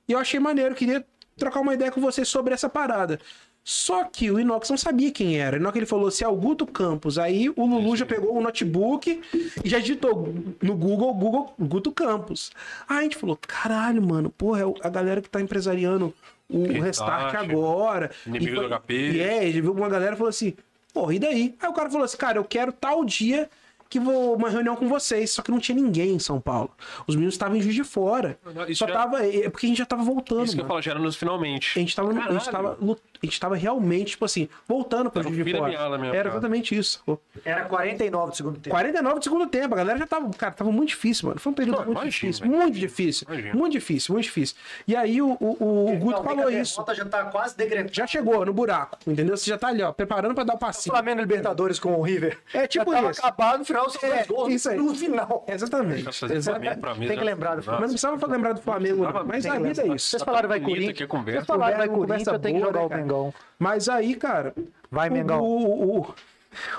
e eu achei maneiro, queria trocar uma ideia com você sobre essa parada. Só que o Inox não sabia quem era. O Inox ele falou assim: "Ah, o Guto Campos. Aí o Lulu já pegou o notebook e já digitou no Google, Google Guto Campos. Aí a gente falou: caralho, mano, porra, é o- a galera que tá empresariando o
Que
restart
tático.
agora.
tá, Inimigo
E foi-
do HP.
E é, ele viu uma galera e falou assim: porra, e daí? Aí o cara falou assim: cara, eu quero tal dia que vou uma reunião com vocês. Só que não tinha ninguém em São Paulo. Os meninos estavam em Juiz de Fora.
Não, isso
Só
já-
tava. É porque a gente já tava voltando.
Isso que eu
mano.
falo, já era nos finalmente.
A gente tava, a gente
Caralho.
tava, lut- a gente tava realmente, tipo assim, voltando pra
Era um o
Juiz de
fim da
Fora.
meada mesmo,
Era
cara.
exatamente isso. sacou?
Era 49 do segundo tempo.
49 de segundo tempo, a galera já tava, cara, tava muito difícil, mano. Foi um período
Não,
muito
imagina,
difícil,
velho.
muito difícil,
Imagina.
muito difícil, muito difícil. E aí o, o, o, o Guto falou isso.
Já tá quase degradando.
Já chegou no buraco, entendeu? Você já tá ali, ó, preparando pra dar o passinho.
Flamengo e Libertadores com o River.
É tipo
já tava
isso.
acabado no final, são
É,
dois gols
isso aí.
no final.
Exatamente,
Essa do
exatamente.
Flamengo, pra mim,
Tem que
já-
lembrar do
Mas não
Nossa,
precisava lembrar do Flamengo, não. mas a vida é isso.
Vocês falaram vai
Bonito
Corinthians.
aqui a conversa.
Vocês falaram vai Corinthians,
Conversa
eu tenho que
boa,
jogar
né,
o
cara?
Mengão.
Mas aí, cara.
Vai,
o-
Mengão.
O, o,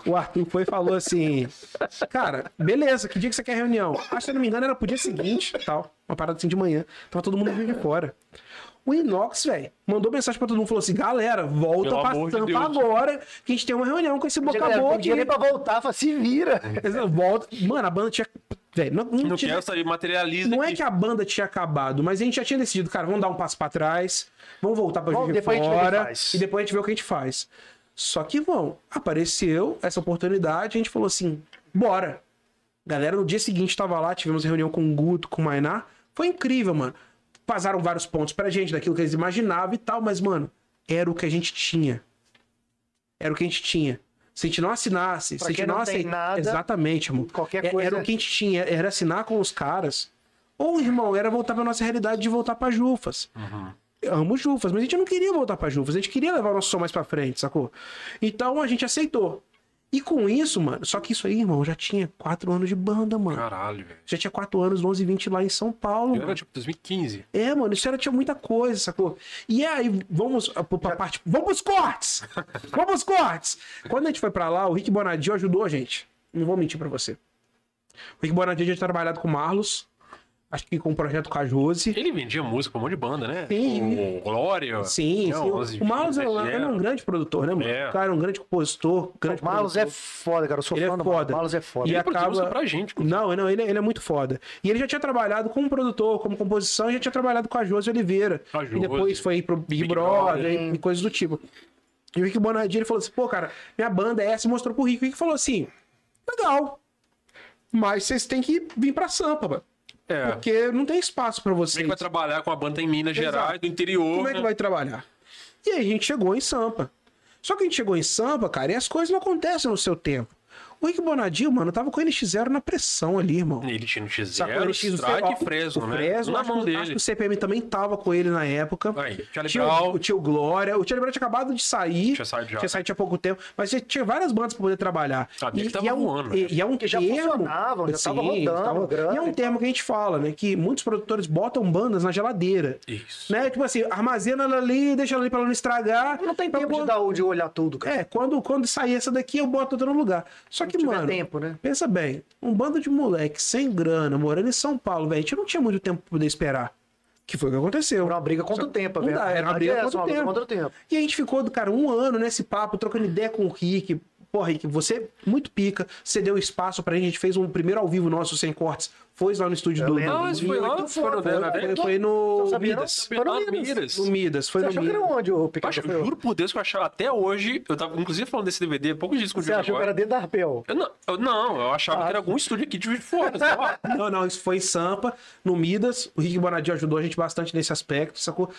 o Arthur foi e falou assim: Cara, beleza, que dia que você quer reunião? Acho que se eu não me engano era pro dia seguinte, tal. Uma parada assim de manhã. Tava todo mundo vindo de fora. O Inox, velho, mandou mensagem pra todo mundo, falou assim: galera, volta
Pelo
pra
amor de
Sampa
Deus.
agora, que a gente tem uma reunião com esse boca a
Galera, não
boca.
tem dinheiro nem pra voltar, fala, se vira.
Eles- Volta. Mano, a banda tinha. Velho, não, não
Não
tinha-
quero sair, materializa.
não é
aqui.
que a banda tinha acabado, mas a gente já tinha decidido, cara, vamos dar um passo pra trás, vamos voltar pra
Vamos,
Juiz de
depois a gente vê o que
Fora
faz.
e depois a gente vê o que a gente faz. Só que, bom, apareceu essa oportunidade, a gente falou assim, bora. Galera, no dia seguinte tava lá, tivemos reunião com o Guto, com o Mainá, foi incrível, mano. Passaram vários pontos pra gente, daquilo que eles imaginavam e tal, mas, mano, era o que a gente tinha. Era o que a gente tinha. Se a gente não assinasse,
Pra
se a gente
quem
não,
não tem
aceitasse...
nada,
Exatamente, irmão.
qualquer
É-
coisa-
Era o que a gente tinha, era assinar com os caras. Ou, irmão, era voltar pra nossa realidade de voltar pra Jufas. Eu Amo Jufas, mas a gente não queria voltar pra Jufas, a gente queria levar o nosso som mais pra frente, sacou? Então a gente aceitou. E com isso, mano, só que isso aí, irmão, já tinha quatro anos de banda, mano.
Caralho, velho.
Já tinha quatro anos, 11 e 20 lá em São Paulo.
Eu
mano.
era tipo 2015.
É, mano, isso era, tinha muita coisa, sacou? E aí, vamos ah, pra, pra parte. Vamos pros cortes! vamos pros cortes! Quando a gente foi pra lá, o Rick Bonadio ajudou a gente. Não vou mentir pra você. O Rick Bonadio já tinha trabalhado com o Marlos. Acho que com o projeto com a Josi.
Ele vendia música pra um monte de banda, né?
Sim.
O Glória.
Sim,
né,
sim.
11,
o Miles
17
era, era
era.
um grande produtor, né, mano?
É.
O cara era um grande compositor, grande
O Malus é
produtor.
foda, cara. Eu sou
Ele é
fã do
foda.
Malus. Malus é foda.
E
Ele
a-
produziu música
acaba-
pra gente.
Não, não ele, ele é muito foda. E ele já tinha trabalhado como produtor, como composição, e já tinha trabalhado com a Josi Oliveira.
A
E
Josi.
depois foi pro Big,
Big
Brother,
Brother.
e coisas do tipo. E o Rick Bonadinho ele falou assim: pô, cara, minha banda é essa, e mostrou pro Rick. O Rick falou assim: legal, mas vocês têm que vir pra Sampa, mano.
É.
Porque não tem espaço pra
Como é
vocês.
que vai trabalhar com a banda em Minas
Exato.
Gerais, do interior?
Como é que
né?
vai trabalhar? E aí a gente chegou em Sampa. Só que a gente chegou em Sampa, cara, e as coisas não acontecem no seu tempo. O Rick Bonadinho, mano, tava com o NX0 na pressão ali, irmão.
Ele tinha no
Sacou?
X0,
Ele tinha o
Strike
Fe-
e Fresno,
o
né?
Fresno,
Na
acho,
mão
que, acho
dele.
que o CPM também tava com ele na época.
Aí, Charlie
tinha,
Brown.
o- o Tio Glória. O Tio Brown tinha acabado de sair.
Tinha saído já.
Tinha saído há pouco tempo. Mas já tinha várias bandas pra poder trabalhar.
Ah, dele tava
é um,
voando,
e, e é um
Que já
termo...
funcionavam, já tava rodando, grana
E é um
e
termo que a gente fala, né? Que muitos produtores botam bandas na geladeira.
Isso.
Né? Tipo assim, armazena ela ali, deixa ela ali pra ela não estragar.
Não tem
Pra
tempo
quando-
de dar o- de olhar tudo, cara.
É, quando, quando sair essa daqui, eu boto outra no lugar. Só que,
tiver
mano.
tempo, né?
Pensa bem, um bando de moleque sem grana, morando em São Paulo, velho. A gente não tinha muito tempo pra poder esperar. Que foi o que aconteceu.
Era uma briga contra o tempo,
Não
velho.
dá, era uma briga
É,
contra o
uma
tempo.
contra o tempo.
E a gente ficou, cara, um ano nesse papo, trocando ideia com o Rick. Pô, Rick, você é muito pica, você deu espaço pra gente, a gente fez um primeiro ao vivo nosso sem cortes. Foi lá no estúdio do.
lembro.
do-
Ah, isso foi lá?
Foi,
Foi no Dena
foi,
Dena?
foi no.
Você sabia, não?
Midas.
Foi no
Ah,
Midas.
Midas.
No Midas, foi
Você
no
achou que
Midas.
era um onde, o
Eu
Picada?
acho-
Foi
eu juro por Deus que eu achava até hoje. Eu tava inclusive falando desse DVD poucos dias com o
Você
Diego
achou que era
agora.
dentro da Arpel?
Eu não, eu, não, eu achava
Ah,
que era algum estúdio aqui de fora. sei lá.
Não, não, isso foi em Sampa, no Midas. O Rick Bonadio ajudou a gente bastante nesse aspecto, sacou?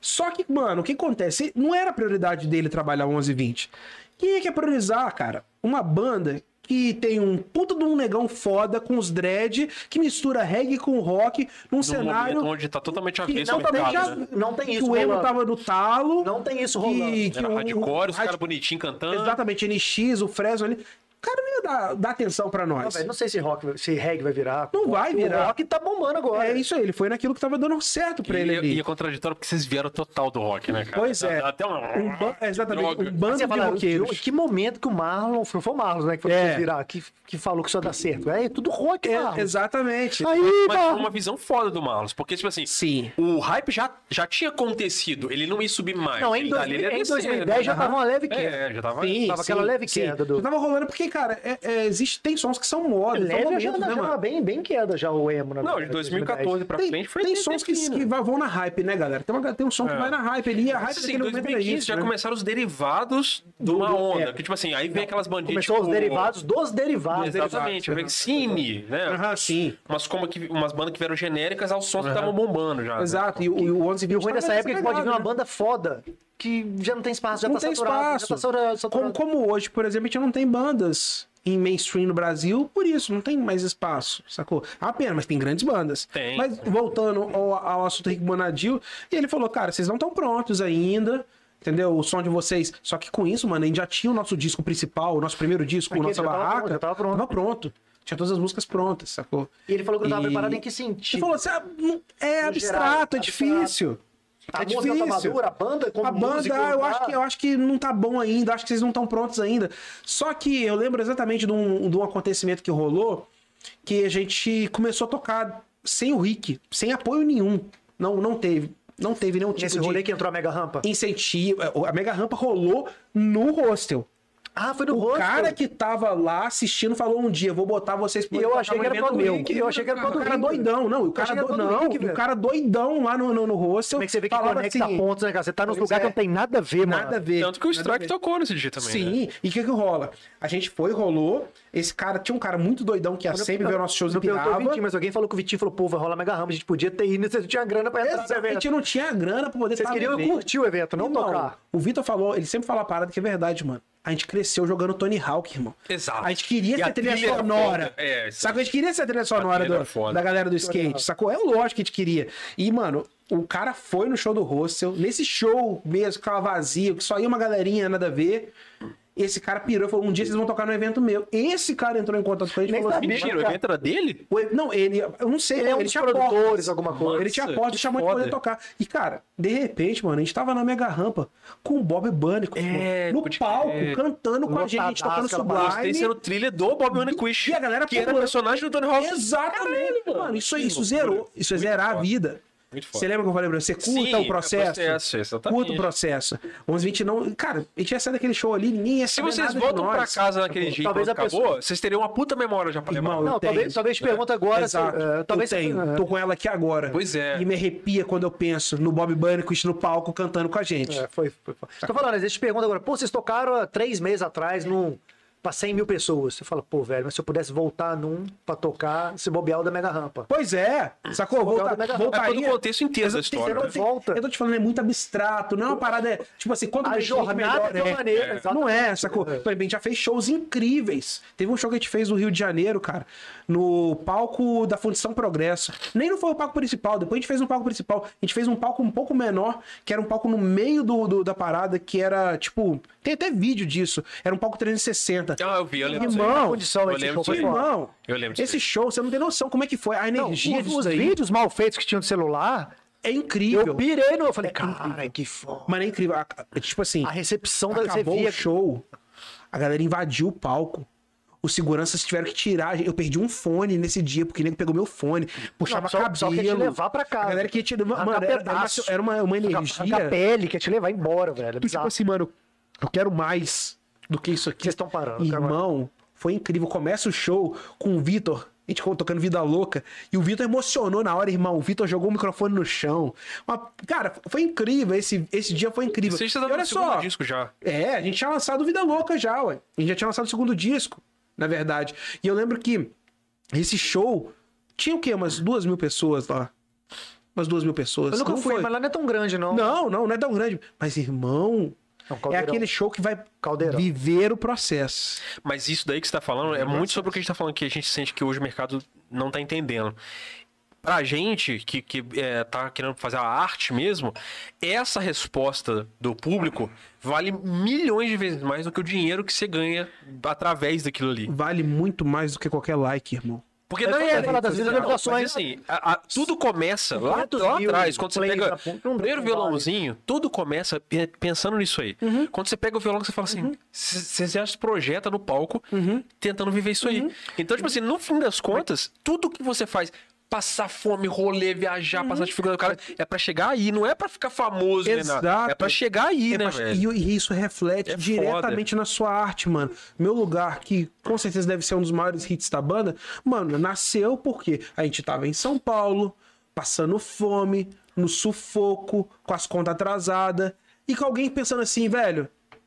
Só que, mano, o que acontece? Não era a prioridade dele trabalhar 11 e 20. Quem é que é priorizar, cara? Uma banda que tem um puta de um negão foda com os dread, que mistura reggae com rock num
Num momento
cenário
onde tá totalmente
que
avesso ao
não,
mercado,
deixa-
né?
Não tem
que
isso
o emo
rolando.
tava no talo.
Não tem isso
que-
rolando.
que
Era
o-
hardcore, os caras
o um hard-
bonitinhos cantando.
Exatamente, NX, o Fresno ali. O cara não ia dar, dar atenção pra
Ah,
nós.
velho, Não sei se rock, se reggae vai virar.
Não vai virar.
O rock tá bombando agora.
É isso aí, ele foi naquilo que tava dando certo pra ele
E,
ali.
e é contraditório porque vocês vieram total do rock, né, cara?
Pois é.
Dá Até uma...
Um ba- Exatamente,
Droga.
um bando
Você
de
Assim, fala,
roqueiros.
que momento que o Marlon, foi foi o Marlon, né, que foi
É.
vocês virar, que, que falou que isso ia dar certo. É tudo rock,
É,
Marlon.
exatamente.
Aí,
Mas foi
Marlon.
uma visão foda do Marlos, porque, tipo assim,
Sim.
o hype já, já tinha acontecido, ele não ia subir mais.
Não, em,
Ele tá ali,
2000,
ele ia
em
descer,
2010 já
né?
tava uma leve queda.
É, já tava.
Sim,
Tava
sim,
aquela leve
sim.
queda do-
Já tava rolando porque, cara, é- é, existe, tem sons que são moda. são
leve já,
momentos, né,
já
mano?
tava bem, bem queda já o emo. Na
Não, de
verdade,
2014 pra
Tem,
frente foi.
tem sons que,
definido.
que vai- vão na hype, né, galera? Tem, uma, tem um som que
É.
vai na hype ali, a hype
Assim, em
daquele momento era
2015
isso,
já
né?
começaram os derivados de
Do-
uma
do-
onda.
é.
Que, tipo assim, aí vem aquelas bandidas.
Começou
tipo,
os derivados dos derivados. né?
Exatamente, vem Cine, né?
Aham, sim.
Umas, como que, umas bandas que vieram genéricas aos sons que estavam bombando já. né?
Exato, e o, tá e o 11
E o ruim dessa época é que pode vir uma
banda
banda foda que já não tem espaço, já
né? não
tá
tem
saturado.
espaço.
Já tá satura-
como,
saturado.
como hoje, por exemplo, a gente não tem bandas em mainstream no Brasil, por isso, não tem mais espaço, sacou? É uma pena, mas tem grandes bandas.
Tem.
Mas voltando ao, ao assunto do Rick Bonadil, ele falou, cara, vocês não estão prontos ainda, entendeu? O som de vocês. Só que com isso, mano, a gente já tinha o nosso disco principal, o nosso primeiro disco, o
Aqui,
Nossa
já tava
Barraca.
pronto, já tava pronto.
pronto. Tinha todas as músicas prontas, sacou?
E ele falou que não tava
E-
preparado em que
Ele
sentido?
falou, assim, ah, não- é
No
abstrato,
geral,
é
abstrato.
difícil.
a
é
música tá
difícil.
madura, a banda como
A banda,
músico,
ah, eu,
tá-
acho que, eu acho que não tá bom ainda, acho que vocês não estão prontos ainda. Só que eu lembro exatamente de um, de um acontecimento que rolou que a gente começou a tocar sem o Rick, sem apoio nenhum. Não, não teve. Não teve nenhum tipo
Nesse
de
rolê que entrou a mega rampa.
incentivo. É, A mega rampa rolou no hostel.
Ah, foi no
O
rosto.
cara que tava lá assistindo falou um dia, vou botar vocês pra
E eu
tocar
achei
um
que era
evento
pro
meu."
Rick, eu achei que era pro
O cara
Rick.
doidão, não, o
Eu
cara,
achei que era
do...
pro
não,
Rick,
o
velho.
cara doidão lá no, no, no hostel.
Como é que você vê que
falava
conecta
assim,
pontos, né, cara? Você tá nos
Pois
lugares
é.
que não tem nada a ver, mano.
Nada a ver.
Tanto que o
nada a
Strike
ver.
tocou nesse dia também. né?
Sim, e o que que rola? A gente foi, rolou, esse cara, tinha um cara muito doidão que ia sempre ver nossos shows e
Não perguntou o
pirava.
Vitinho, mas alguém falou que o Vitinho falou, pô, vai rolar mega rampa, a gente podia ter ido, vocês não tinham grana pra entrar né, nesse
Exato, A
evento.
gente não tinha grana pra poder
Vocês
tá no
queriam
evento.
curtir o evento, não
Irmão,
tocar.
O Vitor falou, ele sempre fala a parada que é verdade, mano. A gente cresceu jogando Tony Hawk, irmão.
Exato.
A gente queria
E
ser
a
a trilha,
trilha era
sonora.
foda. É, isso.
Sacou? A gente queria ser a trilha sonora
trilha
do-
era foda.
da galera do skate, sacou? É lógico que a gente queria. E, mano, o cara foi no show do Hostel, nesse show mesmo, que tava vazio, que só ia uma galerinha, nada a ver. Esse cara pirou e falou: um dia vocês vão tocar no evento meu. Esse cara entrou em contato com ele e
Nem
falou assim:
sabia.
Mentira, o evento era dele?
o ev- não, ele, eu não sei, né,
Ele é um
ele
dos
tinha
produtores,
portas.
alguma coisa.
ele tinha
Nossa,
porta,
que
chamou de
foda.
poder tocar. E, cara, de repente, mano, a gente tava na mega rampa com o Bob Bunnico,
É,
no
pode
palco,
crer.
cantando com a gente, a gente
Lotadaço,
tocando
aquela
Gostei
Sublime.
sendo o trilha do Bob Maniquish.
E a galera
que era
pulando.
personagem do Tony Hawk.
Exatamente, mano. Isso,
Que
isso
loucura.
zerou. Isso é
Muito
zerar a
foda.
vida.
Muito foda.
Você lembra que eu falei pra você? Curta
Sim,
o processo.
é processo, exatamente.
curta o processo. 11h20 não. Cara, a gente ia sair daquele show ali, ninguém ia
Se
saber
vocês
nada de
voltam pra
nós.
casa naquele dia
Talvez
talvez
a
acabou,
pessoa-
vocês teriam uma puta memória já pra lembrar.
Irmão, eu
Não,
tenho.
talvez, talvez pergunta agora. se,
Exato.
eh, talvez
eu tenho. Tô com ela aqui agora.
Pois é.
E me arrepia quando eu penso no Bob Banniquist no palco cantando com a gente.
É, foi, foi, foi. Tô falando, às vezes te pergunta agora, pô, vocês tocaram há três meses atrás num, pra 100 mil pessoas. Você fala, pô, velho, mas se eu pudesse voltar num pra tocar, se bobear o da Mega Rampa.
Pois é, sacou? Volta,
da Mega-
É todo o
voltaria...
contexto inteiro da
Tem-
história.
eu,
né?
tô,
Volta.
eu tô te falando, é muito abstrato, não é uma parada. é, Tipo assim, quanto
A
mais gente,
jornada de uma
é.
maneira,
É.
exatamente.
Não é, sacou?
É.
Por exemplo, a gente já fez shows incríveis. Teve um show que a gente fez no Rio de Janeiro, cara, no palco da Fundição Progresso. Nem não foi o palco principal, depois a gente fez um palco principal. A gente fez um palco um pouco menor, que era um palco no meio do, do- da parada, que era tipo. Tem até vídeo disso. Era um palco 360.
Ah, eu vi, eu lembro disso aí.
Irmão,
condição
eu
esse
lembro
show
disso
foi
aí.
foda.
Irmão,
Eu lembro disso
esse
aí.
show, você não tem noção como é que foi a
Não,
energia
os,
disso
os
daí.
vídeos mal feitos que tinham no celular,
É incrível. É
eu pirei no. Eu falei, cara, que foda.
Mas é incrível. a- a- Tipo assim,
A recepção da você
acabou
via-
o show, a galera invadiu o palco. Os seguranças tiveram que tirar. Eu perdi um fone nesse dia, porque o nego pegou meu fone, puxava
só-
cabelo.
só quer te levar pra casa.
A galera que te
Arrancar
Mano, era, era uma-
pedaço.
era uma, uma energia.
A pele quer te levar embora, velho. É
Tipo
bizarro.
assim, mano, eu quero mais do que isso aqui.
Vocês tão parando, eu quero
Irmão, foi incrível. Começa o show com o Vitor. A gente ficou tocando Vida Louca. E o Vitor emocionou na hora, irmão. O Vitor jogou o microfone no chão. Mas, cara, foi incrível. Esse, esse dia foi incrível.
Vocês já
E
estavam
olha
no segundo
só.
disco já.
É, a gente tinha lançado Vida Louca já, ué. A gente já tinha lançado o segundo disco, na verdade. E eu lembro que esse show tinha o quê? Umas duas mil pessoas lá. Umas duas mil pessoas.
Eu nunca
Não
fui,
foi-
mas lá não é tão grande, não.
Não, não, não é tão grande. Mas, irmão,
Não,
é
caldeirão.
aquele show que vai
Caldeirão.
viver o processo.
Mas isso daí que você tá falando é muito sobre o que a gente tá falando, que a gente sente que hoje o mercado não tá entendendo. Pra gente que, que é, tá querendo fazer a arte mesmo, essa resposta do público vale milhões de vezes mais do que o dinheiro que você ganha através daquilo ali.
Vale muito mais do que qualquer like, irmão.
Porque
Vai
não
falar-
é.
vai falar das
não,
visualizações.
mas assim, a- a- tudo começa lá,
500
lá
mil
atrás. Quando você
plays
pega
na ponta, não
o primeiro
vale.
violãozinho, tudo começa pe- pensando nisso aí. Quando você pega o violão, você fala assim, c- você já se projeta no palco tentando viver isso aí. Então, tipo assim, no fim das contas, tudo que você faz. Passar fome, rolê, viajar, passar dificuldade do cara. É pra chegar aí, não é pra ficar famoso, né? nada. É
Exato.
pra chegar aí,
É
né,
pra-
velho?
e, e isso reflete
É
diretamente na sua arte, mano. Meu lugar, que com certeza deve ser um dos maiores hits da banda, mano, nasceu porque a gente tava em São Paulo, passando fome, no sufoco, com as contas atrasadas, e com alguém pensando assim, velho.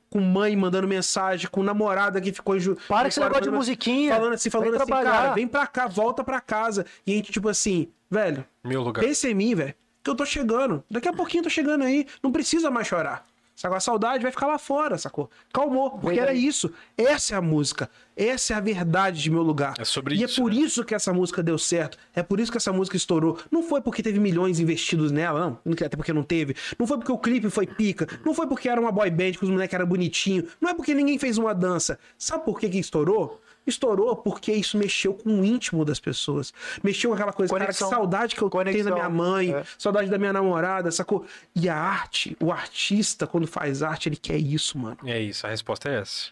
Com mãe mandando mensagem, com namorada que ficou inju...
Para com esse negócio de musiquinha.
Falando assim, falando
Vem
assim,
trabalhar.
cara, vem pra cá, volta pra casa. E a gente, tipo assim, velho,
Meu lugar.
Pensa em mim, velho. Que eu tô chegando. Daqui a pouquinho eu tô chegando aí. Não precisa mais chorar. Sacou? A saudade vai ficar lá fora, sacou? Calmou. Porque era isso. Essa é a música. Essa é a verdade de meu lugar.
É sobre
e
isso,
é por
né?
isso que essa música deu certo. É por isso que essa música estourou. Não foi porque teve milhões investidos nela, não. Até porque não teve. Não foi porque o clipe foi pica. Não foi porque era uma boy band que os moleques eram bonitinhos. Não é porque ninguém fez uma dança. Sabe por que, que estourou? Estourou porque isso mexeu com o íntimo das pessoas. Mexeu com aquela coisa,
Conexão.
cara, que saudade que eu tenho da
Conexão.
minha mãe,
É.
saudade da minha namorada, sacou? E a arte, o artista, quando faz arte, ele quer isso, mano.
É isso, a resposta é essa.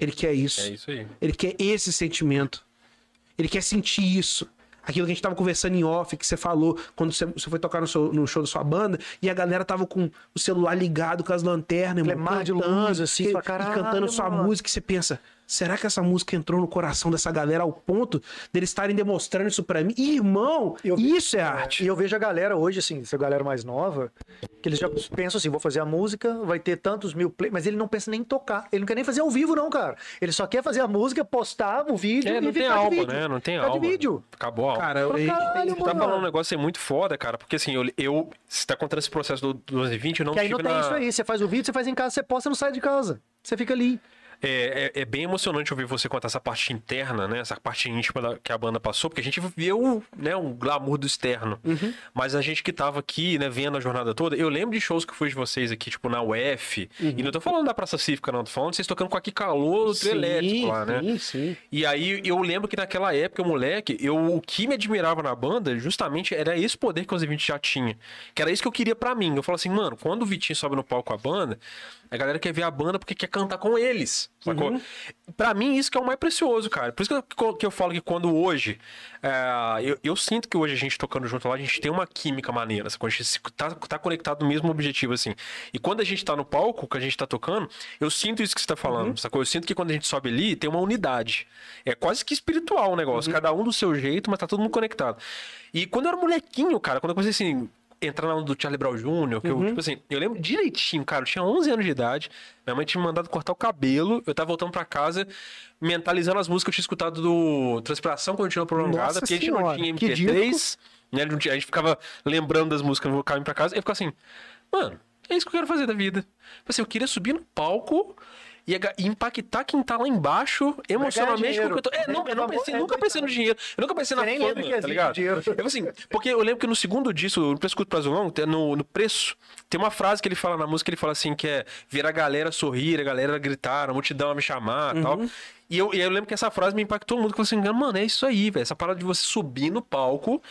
Ele quer isso.
É isso aí.
Ele quer esse sentimento. Ele quer sentir isso. Aquilo que a gente tava conversando em off, que você falou quando você, você foi tocar no, seu- no show da sua banda e a galera tava com o celular ligado com as lanternas,
Aquele
irmão,
mar de luz, assim,
e,
fala,
e
"Caralho,
cantando sua
mano."
música. E você pensa, será que essa música entrou no coração dessa galera ao ponto deles estarem demonstrando isso pra mim? Irmão,
Eu vi-
isso é arte.
E eu vejo a galera hoje, assim, essa galera mais nova, que eles já pensam assim, vou fazer a música, vai ter tantos mil plays, mas ele não pensa nem em tocar. Ele não quer nem fazer ao vivo, não, cara. Ele só quer fazer a música, postar o vídeo
É,
e
não tem
ficar de
alma,
vídeo.
né? Não tem
Ficar de
alma.
vídeo.
Acabou É, a alma.
Cara,
Fala,
eu,
Caralho,
Você tá
mano.
falando um negócio aí muito foda, cara, porque assim, eu, eu você tá contando esse processo do 1220, eu não
Que aí não
tive
tem
Tipo, na-
isso aí. Você faz o vídeo, você faz em casa, você posta, você não sai de casa. Você fica ali.
É, é- é bem emocionante ouvir você contar essa parte interna, né? Essa parte íntima da- que a banda passou, porque a gente viu né, um glamour do externo.
Uhum.
Mas a gente que tava aqui, né, vendo a jornada toda, eu lembro de shows que eu fui de vocês aqui, tipo, na UF.
Uhum.
E não tô falando da Praça Cívica, não, tô falando de vocês tocando com aqui calor do trio elétrico lá, né?
Sim, sim.
E aí eu lembro que naquela época, moleque, eu, o que me admirava na banda, justamente, era esse poder que o Zé Vinte já tinha. Que era isso que eu queria pra mim. Eu falo assim, mano, quando o Vitinho sobe no palco com a banda, a galera quer ver a banda porque quer cantar com eles. Sacou? Pra mim, isso que é o mais precioso, cara. Por isso que eu- que eu, que eu falo que quando hoje. é, eu, eu sinto que hoje a gente tocando junto lá, a gente tem uma química maneira. Sacou? A gente se- tá, tá conectado no mesmo objetivo, assim. E quando a gente tá no palco, que a gente tá tocando, eu sinto isso que você tá
Uhum.
falando, sacou? Eu sinto que quando a gente sobe ali, tem uma unidade. É quase que espiritual o negócio.
Uhum.
Cada um do seu jeito, mas tá todo mundo conectado. E quando eu era molequinho, cara, quando eu comecei assim. Entrar na onda do Charlie Brown Jr., que
Uhum.
eu, tipo assim, eu lembro direitinho, cara, eu tinha 11 anos de idade, minha mãe tinha me mandado cortar o cabelo, eu tava voltando pra casa, mentalizando as músicas que eu tinha escutado do Transpiração Contínua Prolongada,
Nossa
porque a
Senhora,
gente não
que
tinha MP3, né, não tinha- a gente ficava lembrando das músicas no caminho pra casa, e eu ficava assim, mano, é isso que eu quero fazer da vida. Tipo Assim, eu queria subir no palco e aga- e impactar quem tá lá embaixo emocionalmente.
dinheiro.
com o que eu tô- É,
Nem
não, eu não
pelo
pensei,
amor-
nunca pensei no dinheiro, eu nunca pensei na
Você nem
fama,
lembra que
tá
existe
ligado?
dinheiro.
Eu, assim, porque eu lembro que no segundo disco, no Pescudo Prazo Longo, tem- no, no preço, tem uma frase que ele fala na música, ele fala assim, que é ver a galera sorrir, a galera gritar, a multidão a me chamar e
Uhum.
tal. E eu, e eu lembro que essa frase me impactou muito, que eu falei assim, mano, é isso aí, velho. Essa parada de você subir no palco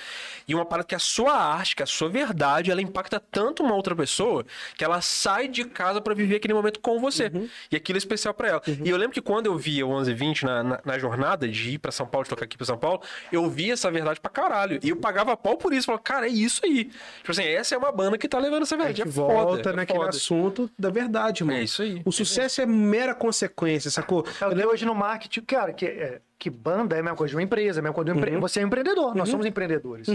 e uma parada que a sua arte, que a sua verdade, ela impacta tanto uma outra pessoa que ela sai de casa pra viver aquele momento com você.
Uhum.
E aquilo é especial pra ela. E eu lembro que quando eu via o 1120 na, na, na jornada de ir pra São Paulo, de tocar aqui pra São Paulo, eu via essa verdade pra caralho. E eu pagava pau por isso. Falava, cara, é isso aí. Tipo assim, essa é uma banda que tá levando essa
A
verdade.
gente
É
volta né,
foda, é
naquele
foda.
assunto da verdade, mano.
É isso aí.
O sucesso é mera consequência, sacou?
É o que hoje no marketing, cara, que, é- que banda é a mesma coisa de uma empresa, é a mesma coisa de um empre... Você é um empreendedor, nós somos empreendedores.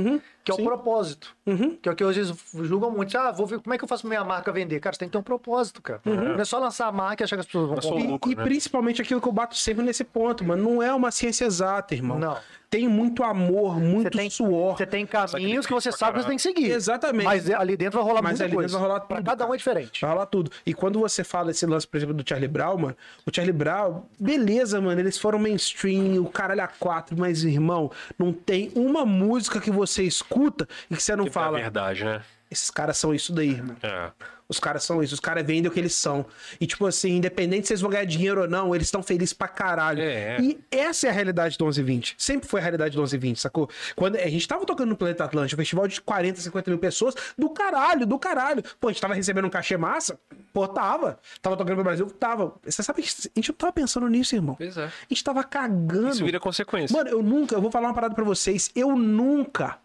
Que é o propósito. Que é o que hoje eles julgam muito. Ah, vou ver como é que eu faço minha marca vender. Cara, você tem que ter um propósito, cara. Não é só lançar a marca e achar que as pessoas vão
sou
comprar.
louco.
E, e
né?
principalmente aquilo que eu bato sempre nesse ponto, mano. Não é uma ciência exata, irmão.
Não.
Tem muito amor,
Você
muito
tem,
suor.
você tem caminhos que você
pra
sabe que você
caralho.
tem que seguir.
Exatamente.
Mas ali dentro vai rolar
Mas
muita
ali
coisa.
dentro vai rolar
Pra
tudo,
cada um é diferente.
Vai rolar tudo. E quando você fala esse lance, por exemplo, do Charlie Brown, mano, o Charlie Brown, beleza, mano, eles foram mainstream, o caralho a quatro, mas, irmão, não tem uma música que você escuta e que você não
Que É a
fala,
verdade, né?
esses caras são isso daí, irmão.
É.
Os caras são isso, os caras vendem o que eles são. E, tipo assim, independente se eles vão ganhar dinheiro ou não, eles estão felizes pra caralho.
É, é.
E essa é a realidade do 1120. Sempre foi a realidade do 1120, sacou? Quando a gente tava tocando no Planeta Atlântico, um festival de 40, 50 mil pessoas, do caralho, do caralho. Pô, a gente tava recebendo um cachê massa? Pô, tava. Tava tocando no Brasil? Tava. Você sabe que a gente não tava pensando nisso, irmão.
Pois é.
A gente tava cagando.
Isso vira consequência.
Mano, eu nunca, eu vou falar uma parada pra vocês, eu nunca.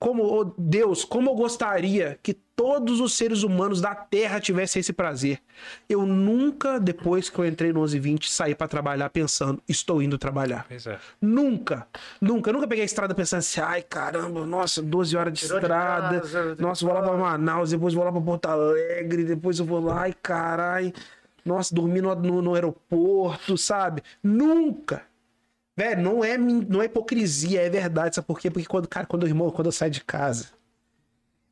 Como, oh Deus, como eu gostaria que todos os seres humanos da Terra tivessem esse prazer. Eu nunca, depois que eu entrei no 1120, saí pra trabalhar pensando, estou indo trabalhar.
Pois é.
Nunca, nunca, eu nunca peguei a estrada pensando assim, ai caramba, nossa, 12 horas de
Tirou de
estrada,
casa,
nossa, vou lá pra Manaus, depois vou lá pra Porto Alegre, depois eu vou lá, ai carai, nossa, dormi no, no- no aeroporto, sabe? Nunca. Velho, não é, min- não é hipocrisia, é verdade, sabe por quê? Porque quando, cara, quando eu irmão, quando eu saio de casa,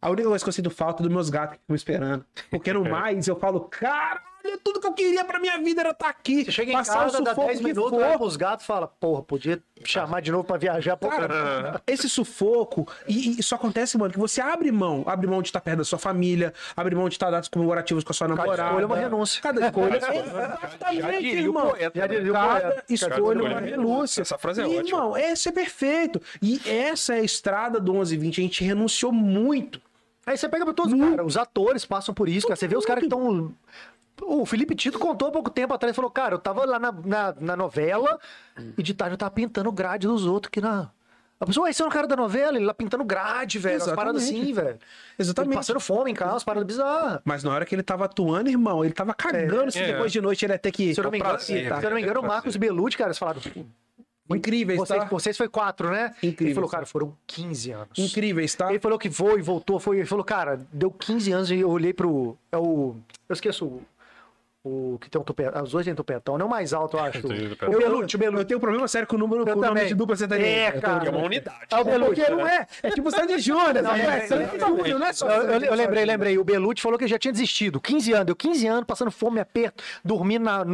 a única coisa que eu sinto falta é dos meus gatos que ficam esperando. Porque no mais, eu falo, caralho, tudo que eu queria pra minha vida era estar aqui.
Você chega em
passar o
casa, dá
sufoco
10
que
minutos, né?
for.
olha pros gatos e fala, porra, podia chamar de novo pra viajar. Pô,
Cara, esse sufoco, e, e isso acontece, mano, que você abre mão, abre mão de estar perto da sua família, abre mão de estar datas comemorativas com a sua namorada.
escolha é uma renúncia.
Cada escolha
Cada escolha- Já
exatamente,
diria o
é irmão.
poeta, né?
Já diria o poeta.
Cada
Cada
escolha é
escolha
uma
é
renúncia.
renúncia. Essa frase é
e,
ótima.
Irmão, esse é perfeito. E essa é a estrada do 1120, a gente renunciou muito.
Aí você pega pra todos,
Hum.
cara. Os atores passam por isso, cara. Você vê os caras que estão. O Felipe Tito contou há pouco tempo atrás, falou, cara, eu tava lá na, na, na novela e de tarde eu tava pintando grade dos outros aqui na. A pessoa, ué, você é um cara da novela, ele lá pintando grade, velho. Umas paradas
Exatamente.
assim, velho.
Exatamente.
Ele Passando fome em casa, umas paradas bizarras.
Mas na hora que ele tava atuando, irmão, ele tava cagando se
É.
depois de noite ele ia ter que. Tá,
Se eu não me engano, é.
prazer,
se eu não me engano, o Marcos Belucci, cara, eles falaram.
Incríveis,
Vocês,
tá?
vocês foi quatro, né?
Incrível.
Ele falou, cara, foram 15 anos.
Incríveis, tá?
Ele falou que foi, voltou, foi. Ele falou, cara, deu 15 anos e eu olhei pro. É o. Eu esqueço. o- O que tem um tupetão. Os dois têm tupetão. Não o mais alto, eu acho.
Eu tenho
O
tupetão.
Belucci, o
Eu
Belucci.
tenho um problema sério com o número com o nome
também.
de dupla sertaneja.
É,
Eu tenho-
cara.
É uma unidade.
Ah, o
É
Belucci.
porque não é. É tipo Sandy Júnior.
Não,
né?
é,
Sandy
é,
Júnior, não é só
Eu, eu-
Sandy
eu lembrei,
Júnior.
lembrei. O Belucci falou que já tinha desistido. 15 anos. Deu 15 anos passando fome, aperto, dormindo na.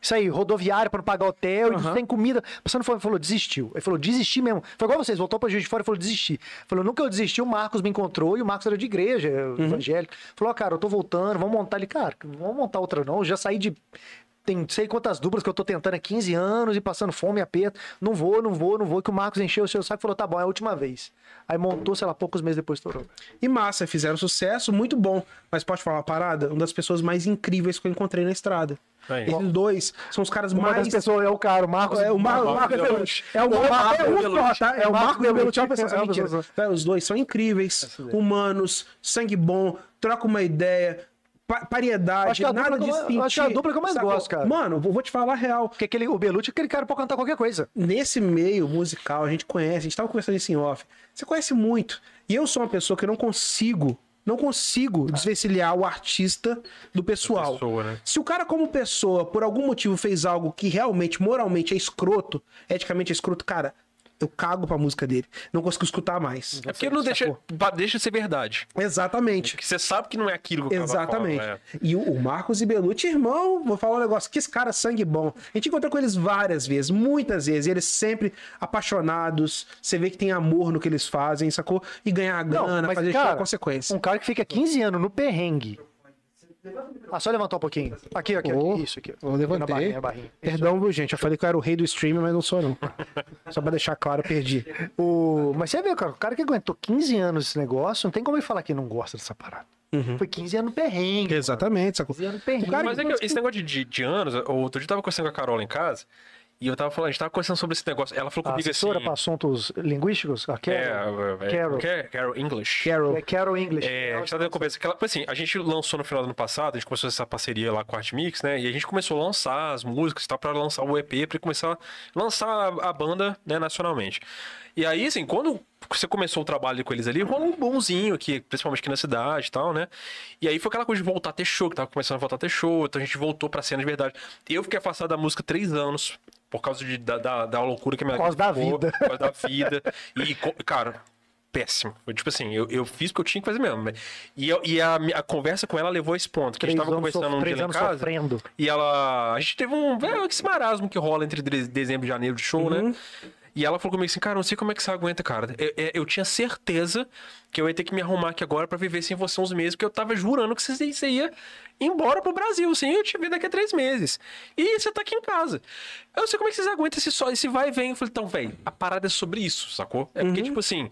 Isso aí, rodoviária pra não pagar hotel, e sem comida, passando fome. Falou, desistiu. Ele falou, desisti mesmo. Foi igual vocês, voltou pra Juiz de Fora e falou, desisti. Falou, nunca eu desisti, o Marcos me encontrou e o Marcos era de igreja,
Uhum.
evangélico. Falou, ó, cara, eu tô voltando, vamos montar. Ele, cara, não vamos montar outra não, eu já saí de. Tem não sei quantas duplas que eu tô tentando há 15 anos e passando fome e aperto. Não vou, não vou, não vou. Que o Marcos encheu o seu saco e falou: tá bom, é a última vez. Aí montou, sei lá, poucos meses depois estourou.
E massa, fizeram sucesso, muito bom. Mas pode falar uma parada? Uma das pessoas mais incríveis que eu encontrei na estrada.
Aí.
Eles dois são os caras
Uma
mais.
das pessoas é o cara, o Marcos.
É o Mar-
Marcos
Marcos
Belucci.
Belucci. É o Marcos
Marcos
Belucci. tá? É o Marcos Belucci. É uma pessoa
É
só
uma
mentira.
pessoa
Velho, Os dois são
É,
incríveis, humanos, sangue bom, troca uma ideia, pa-
Acho
pariedade,
que é a
nada
dupla
de
que eu-
sentir.
acho que é a dupla que eu mais gosto, cara.
Mano, vou vou te falar a real.
Porque aquele, o Belucci é aquele cara pode cantar qualquer coisa.
nesse meio musical, a gente conhece, a gente tava conversando isso em off, você conhece muito. E eu sou uma pessoa que eu não consigo, não consigo desvencilhar o artista do pessoal.
Tá. pessoa, né?
Se o cara, como pessoa, por algum motivo fez algo que realmente, moralmente é escroto, eticamente é escroto, cara, eu cago pra música dele. Não consigo escutar mais.
É porque não deixa, pa- deixa de ser verdade.
Exatamente.
Porque você sabe que não é aquilo que o cara
Exatamente.
fala, né?
E o, o Marcos e Belucci, irmão, vou falar um negócio, que esse cara é sangue bom. A gente encontrou com eles várias vezes, muitas vezes, e eles sempre apaixonados. Você vê que tem amor no que eles fazem, sacou? E ganhar a grana, fazer show é consequência.
Um cara que fica 15 anos no perrengue. Ah, só levantar um pouquinho. Aqui, aqui, aqui.
Oh,
isso aqui.
eu levantei.
Na barrinha, na barrinha.
Perdão, viu, gente? Eu falei que eu era o rei do streaming, mas não sou, não. Só pra deixar claro, eu perdi.
O... Mas você vê, cara, o cara que aguentou 15 anos esse negócio, não tem como ele falar que não gosta dessa parada.
Uhum.
Foi 15 anos no perrengue.
Exatamente, sacou?
15 anos no perrengue.
Mas é que esse negócio de, de, de anos, outro dia eu tava conversando com a Carola em casa, e eu tava falando, a gente tava conversando sobre esse negócio. Ela falou
A
comigo
assessora
assim.
para assuntos linguísticos, a
É,
Carol.
é, é,
Carol.
Carol. Carol English.
Carol.
É Carol English.
É, a gente tá tendo conversa. Aquela, assim, a gente lançou no final do ano passado, a gente começou essa parceria lá com a Art Mix, né? E a gente começou a lançar as músicas e tal, pra lançar o EP, pra começar a lançar a, a banda, né, nacionalmente. E aí, assim, quando você começou o trabalho com eles ali, rolou um bonzinho aqui, principalmente aqui na cidade e tal, né? E aí foi aquela coisa de voltar a ter show, que tava começando a voltar a ter show, então a gente voltou pra cena de verdade. Eu fiquei afastado da música três anos. Por causa de, da, da, da loucura que a minha
Por causa da
ficou,
vida.
por causa da vida. E, co- cara, péssimo. Foi tipo assim, eu, eu fiz o que eu tinha que fazer mesmo. né? E, eu- e a, mi- a conversa com ela levou a esse ponto. Que a gente
Três
tava
anos
conversando
sof-
um dia
três
lá em
anos
casa.
sofrendo.
E ela. A gente teve um. É, esse marasmo que rola entre de- dezembro e janeiro de show, né? E ela falou comigo assim, cara, não sei como é que você aguenta, cara. Eu, eu- eu tinha certeza que eu ia ter que me arrumar aqui agora pra viver sem você uns meses, porque eu tava jurando que você, você ia embora pro Brasil, assim, eu te vi daqui a três meses. E você tá aqui em casa. Eu não sei como é que vocês aguentam esse só, esse vai e vem. Eu falei, então, velho, a parada é sobre isso, sacou? É porque, tipo assim,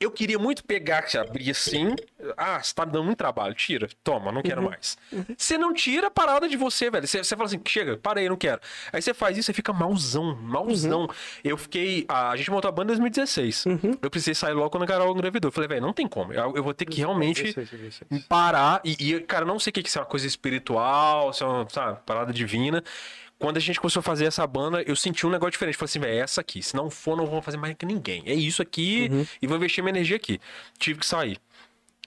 eu queria muito pegar, que abrir assim. Ah, você tá me dando muito trabalho. Tira, toma, não quero mais. Você não tira a parada de você, velho. Você, você fala assim, chega, parei, não quero. Aí você faz isso, você fica malzão, malzão. Eu fiquei. A, a gente montou a banda em 2016. Eu precisei sair logo quando a Carol engravidou. Eu falei, velho, não tem como. Eu, eu vou ter que realmente
16, 16.
parar. E, e, cara, não sei o que, que se é uma coisa espiritual, se é uma sabe, parada divina. Quando a gente começou a fazer essa banda, eu senti um negócio diferente. Falei assim, velho, é essa aqui. Se não for, não vamos fazer mais que ninguém. É isso aqui
Uhum.
e vou investir minha energia aqui. Tive que sair.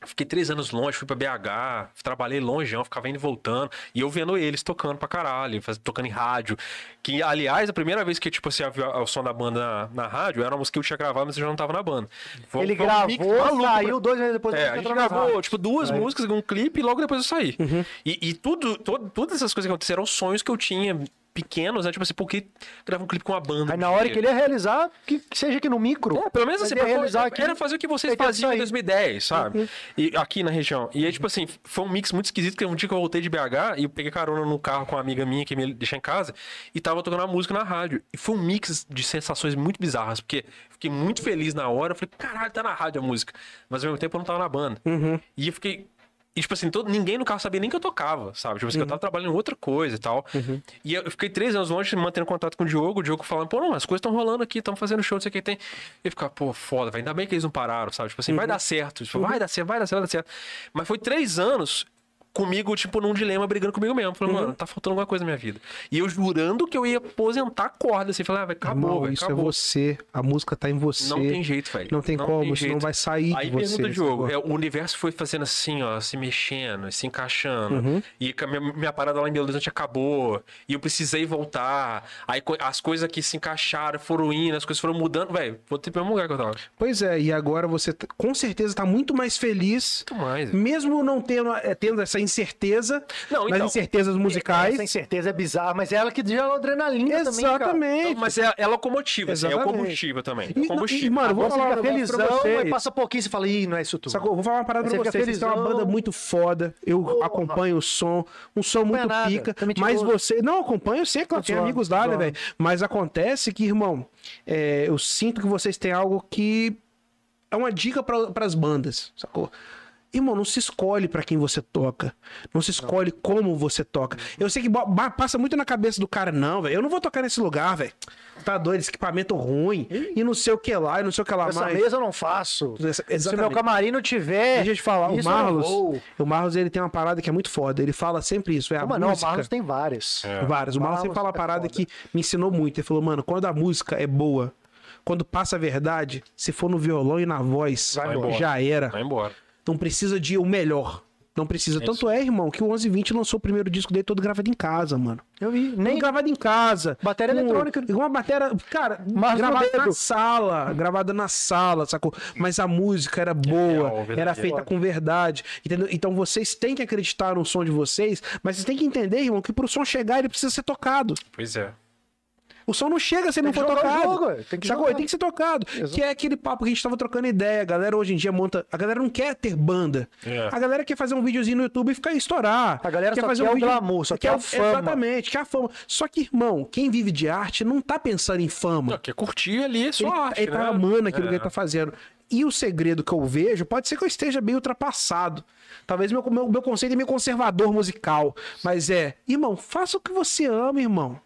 Fiquei três anos longe, fui pra BH, trabalhei longeão, ficava indo e voltando. E eu vendo eles tocando pra caralho, faz- tocando em rádio. Que, aliás, a primeira vez que, tipo assim, eu vi a- o som da banda na, na rádio, era uma música que eu tinha gravado, mas eu já não tava na banda. Foi-
Ele
foi um mix maluco
gravou,
pra
saiu dois meses depois.
é, a gente
entrou na rádio.
gravou, tipo, duas músicas, um clipe e logo depois eu saí.
Uhum.
E, e tudo, todo- todas essas coisas que aconteceram, eram sonhos que eu tinha pequenos, né? Tipo assim, por que gravar um clipe com uma banda?
Aí na hora que ele ia
é.
realizar, que, que seja aqui no micro.
É, pelo menos
mas
assim,
ele ia
pra-
realizar aqui.
era fazer o que vocês
ele ia
faziam em
sair.
2010, sabe? E aqui na região. E aí, tipo assim, foi um mix muito esquisito, porque um dia que eu voltei de BH e eu peguei carona no carro com uma amiga minha que me deixou em casa e tava tocando a música na rádio. E foi um mix de sensações muito bizarras, porque fiquei muito feliz na hora, eu falei, caralho, tá na rádio a música. Mas ao mesmo tempo eu não tava na banda. E eu fiquei. E, tipo assim, todo, ninguém no carro sabia nem que eu tocava, sabe? Tipo assim, que
Uhum.
eu tava trabalhando em outra coisa e tal. E eu eu fiquei três anos longe, mantendo contato com o Diogo, o Diogo falando, pô, não, as coisas estão rolando aqui, estão fazendo show, não sei o que tem. E eu ficava, pô, foda, velho, ainda
Uhum.
bem que eles não pararam, sabe? Tipo assim, vai dar certo. Tipo, vai dar certo, vai dar certo, vai dar certo. Mas foi três anos comigo, tipo, num dilema, brigando comigo mesmo.
Uhum.
Falando, mano, tá faltando alguma coisa na minha vida. E eu jurando que eu ia aposentar a corda, assim, falando, ah, velho, acabou,
Irmão,
velho,
isso
acabou.
é você. A música tá em você.
Não tem jeito, velho.
Não tem como, isso não
jeito.
vai sair
Aí
de você.
pergunta o Diogo,
sacou?
é, o universo foi fazendo assim, ó, se mexendo, se encaixando.
Uhum.
E que a minha, minha parada lá em Belo Horizonte acabou. E eu precisei voltar. Aí co- as coisas que se encaixaram foram indo, as coisas foram mudando. Velho, voltei pro mesmo lugar que eu tava. Então,
Pois é, e agora você tá- com certeza tá muito mais feliz.
Muito mais.
Mesmo não tendo, eh, tendo essa incerteza
Não,
nas
então,
incertezas musicais.
Essa incerteza é bizarra, mas é ela que gera adrenalina também,
Exatamente.
Mas é, é locomotiva, assim, é o
Exatamente.
combustível também. É
E-
o combustível.
e, mano, eu vou
cara. Você
falar um
fica
negócio pra
felizão, aí
vocês.
passa pouquinho e você fala, ih, não é isso tudo.
Sacou? Eu Vou falar uma parada
Você
pra
fica
vocês. Vocês têm uma
felizão.
banda muito foda. Eu acompanho o som. Um som muito
nada,
pica.
tá mentiroso.
Mas você. Não, acompanho sim, claro.
Tô
Tenho
zoando,
amigos
tô
lá, né,
zoando.
velho? Mas acontece que, irmão, é, eu sinto que vocês têm algo que. É uma dica para as bandas, sacou? Irmão, não se escolhe pra quem você toca. Não se escolhe como você toca.
Uhum.
Eu sei que bo- ba- passa muito na cabeça do cara, não, velho. Eu não vou tocar nesse lugar, velho. Tá doido, esse equipamento ruim. E não sei o que lá, e não sei o que lá
Essa
mais.
mesa eu não faço.
Essa-
Se meu
exatamente.
camarim não tiver.
Deixa eu te falar, o
É, isso eu não vou.
Marlos, o Marlos ele tem uma parada que é muito foda. Ele fala sempre isso, é a
Mas não, o
música. É.
Marlos tem várias.
Várias. O Marlos sempre
Marlos
fala uma
é
parada
foda.
que me ensinou muito. Ele falou, mano, quando a música é boa, quando passa a verdade, se for no violão e na voz,
Vai
embora.
já era.
Vai embora.
Não precisa de o melhor. Não precisa. Tanto é, irmão, que o 1120 lançou o primeiro disco dele todo gravado em casa, mano.
Eu vi.
Nem
Nem Ah,
gravado em casa.
Bateria
com-
eletrônica.
Igual uma bateria. Cara,
Mas no
gravada na
dedo.
sala. Gravada na sala, sacou? Mas a música era boa,
real, verdadeira.
era feita com verdade. Entendeu? Então vocês têm que acreditar no som de vocês, mas vocês têm que entender, irmão, que pro som chegar ele precisa ser tocado.
Pois é.
O som não chega se ele não
que
for
jogar o
tocado.
jogo, ué. Tem que
Sacou?
jogar.
Ele tem que ser tocado.
Exato.
Que é aquele papo que a gente tava trocando ideia. A galera hoje em dia monta. A galera não quer ter banda.
É.
A galera quer fazer um videozinho no YouTube e ficar e estourar.
A galera
quer
só
fazer um
quer o glamour, só quer a fama.
Exatamente, quer a fama. Só que, irmão, quem vive de arte não tá pensando em fama
Não, quer curtir ali a sua
ele,
arte,
ele tá
né?
amando aquilo
É.
que ele tá fazendo. E o segredo que eu vejo, pode ser que eu esteja bem ultrapassado. Talvez meu, meu, meu conceito é meio conservador musical. Mas é, irmão, faça o que você ama, irmão.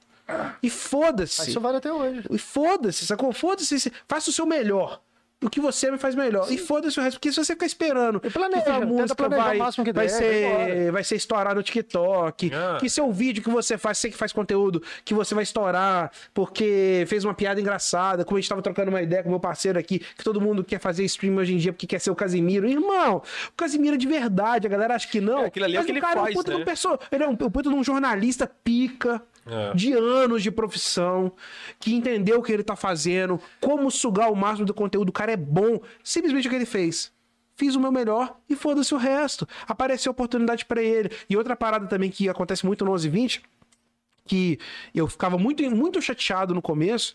E foda-se.
Isso vale até hoje.
E foda-se, sacou? Foda-se. Faça o seu melhor. O que você faz melhor. E foda-se o resto. Porque se você ficar esperando.
E planeja,
que sua
tenta
música
planejar o
vai,
máximo que
vai,
der, vai
ser,
embora.
vai ser estourar no TikTok.
Ah.
Que seu vídeo que você faz, você que faz conteúdo, que você vai estourar porque fez uma piada engraçada. Como a gente tava trocando uma ideia com meu parceiro aqui, que todo mundo quer fazer stream hoje em dia porque quer ser o Casimiro. Irmão, o Casimiro é de verdade. A galera acha que não.
É, aquilo ali é o
mas
que ele
cara é um
faz,
puta de um
né?
pessoa- ele é um, um puta de um jornalista pica,
É.
de anos de profissão, que entendeu o que ele tá fazendo, como sugar o máximo do conteúdo. O cara é bom. Simplesmente o que ele fez. Fiz o meu melhor e foda-se o resto. Apareceu oportunidade pra ele. E outra parada também que acontece muito no 1120 que eu ficava muito, muito chateado no começo.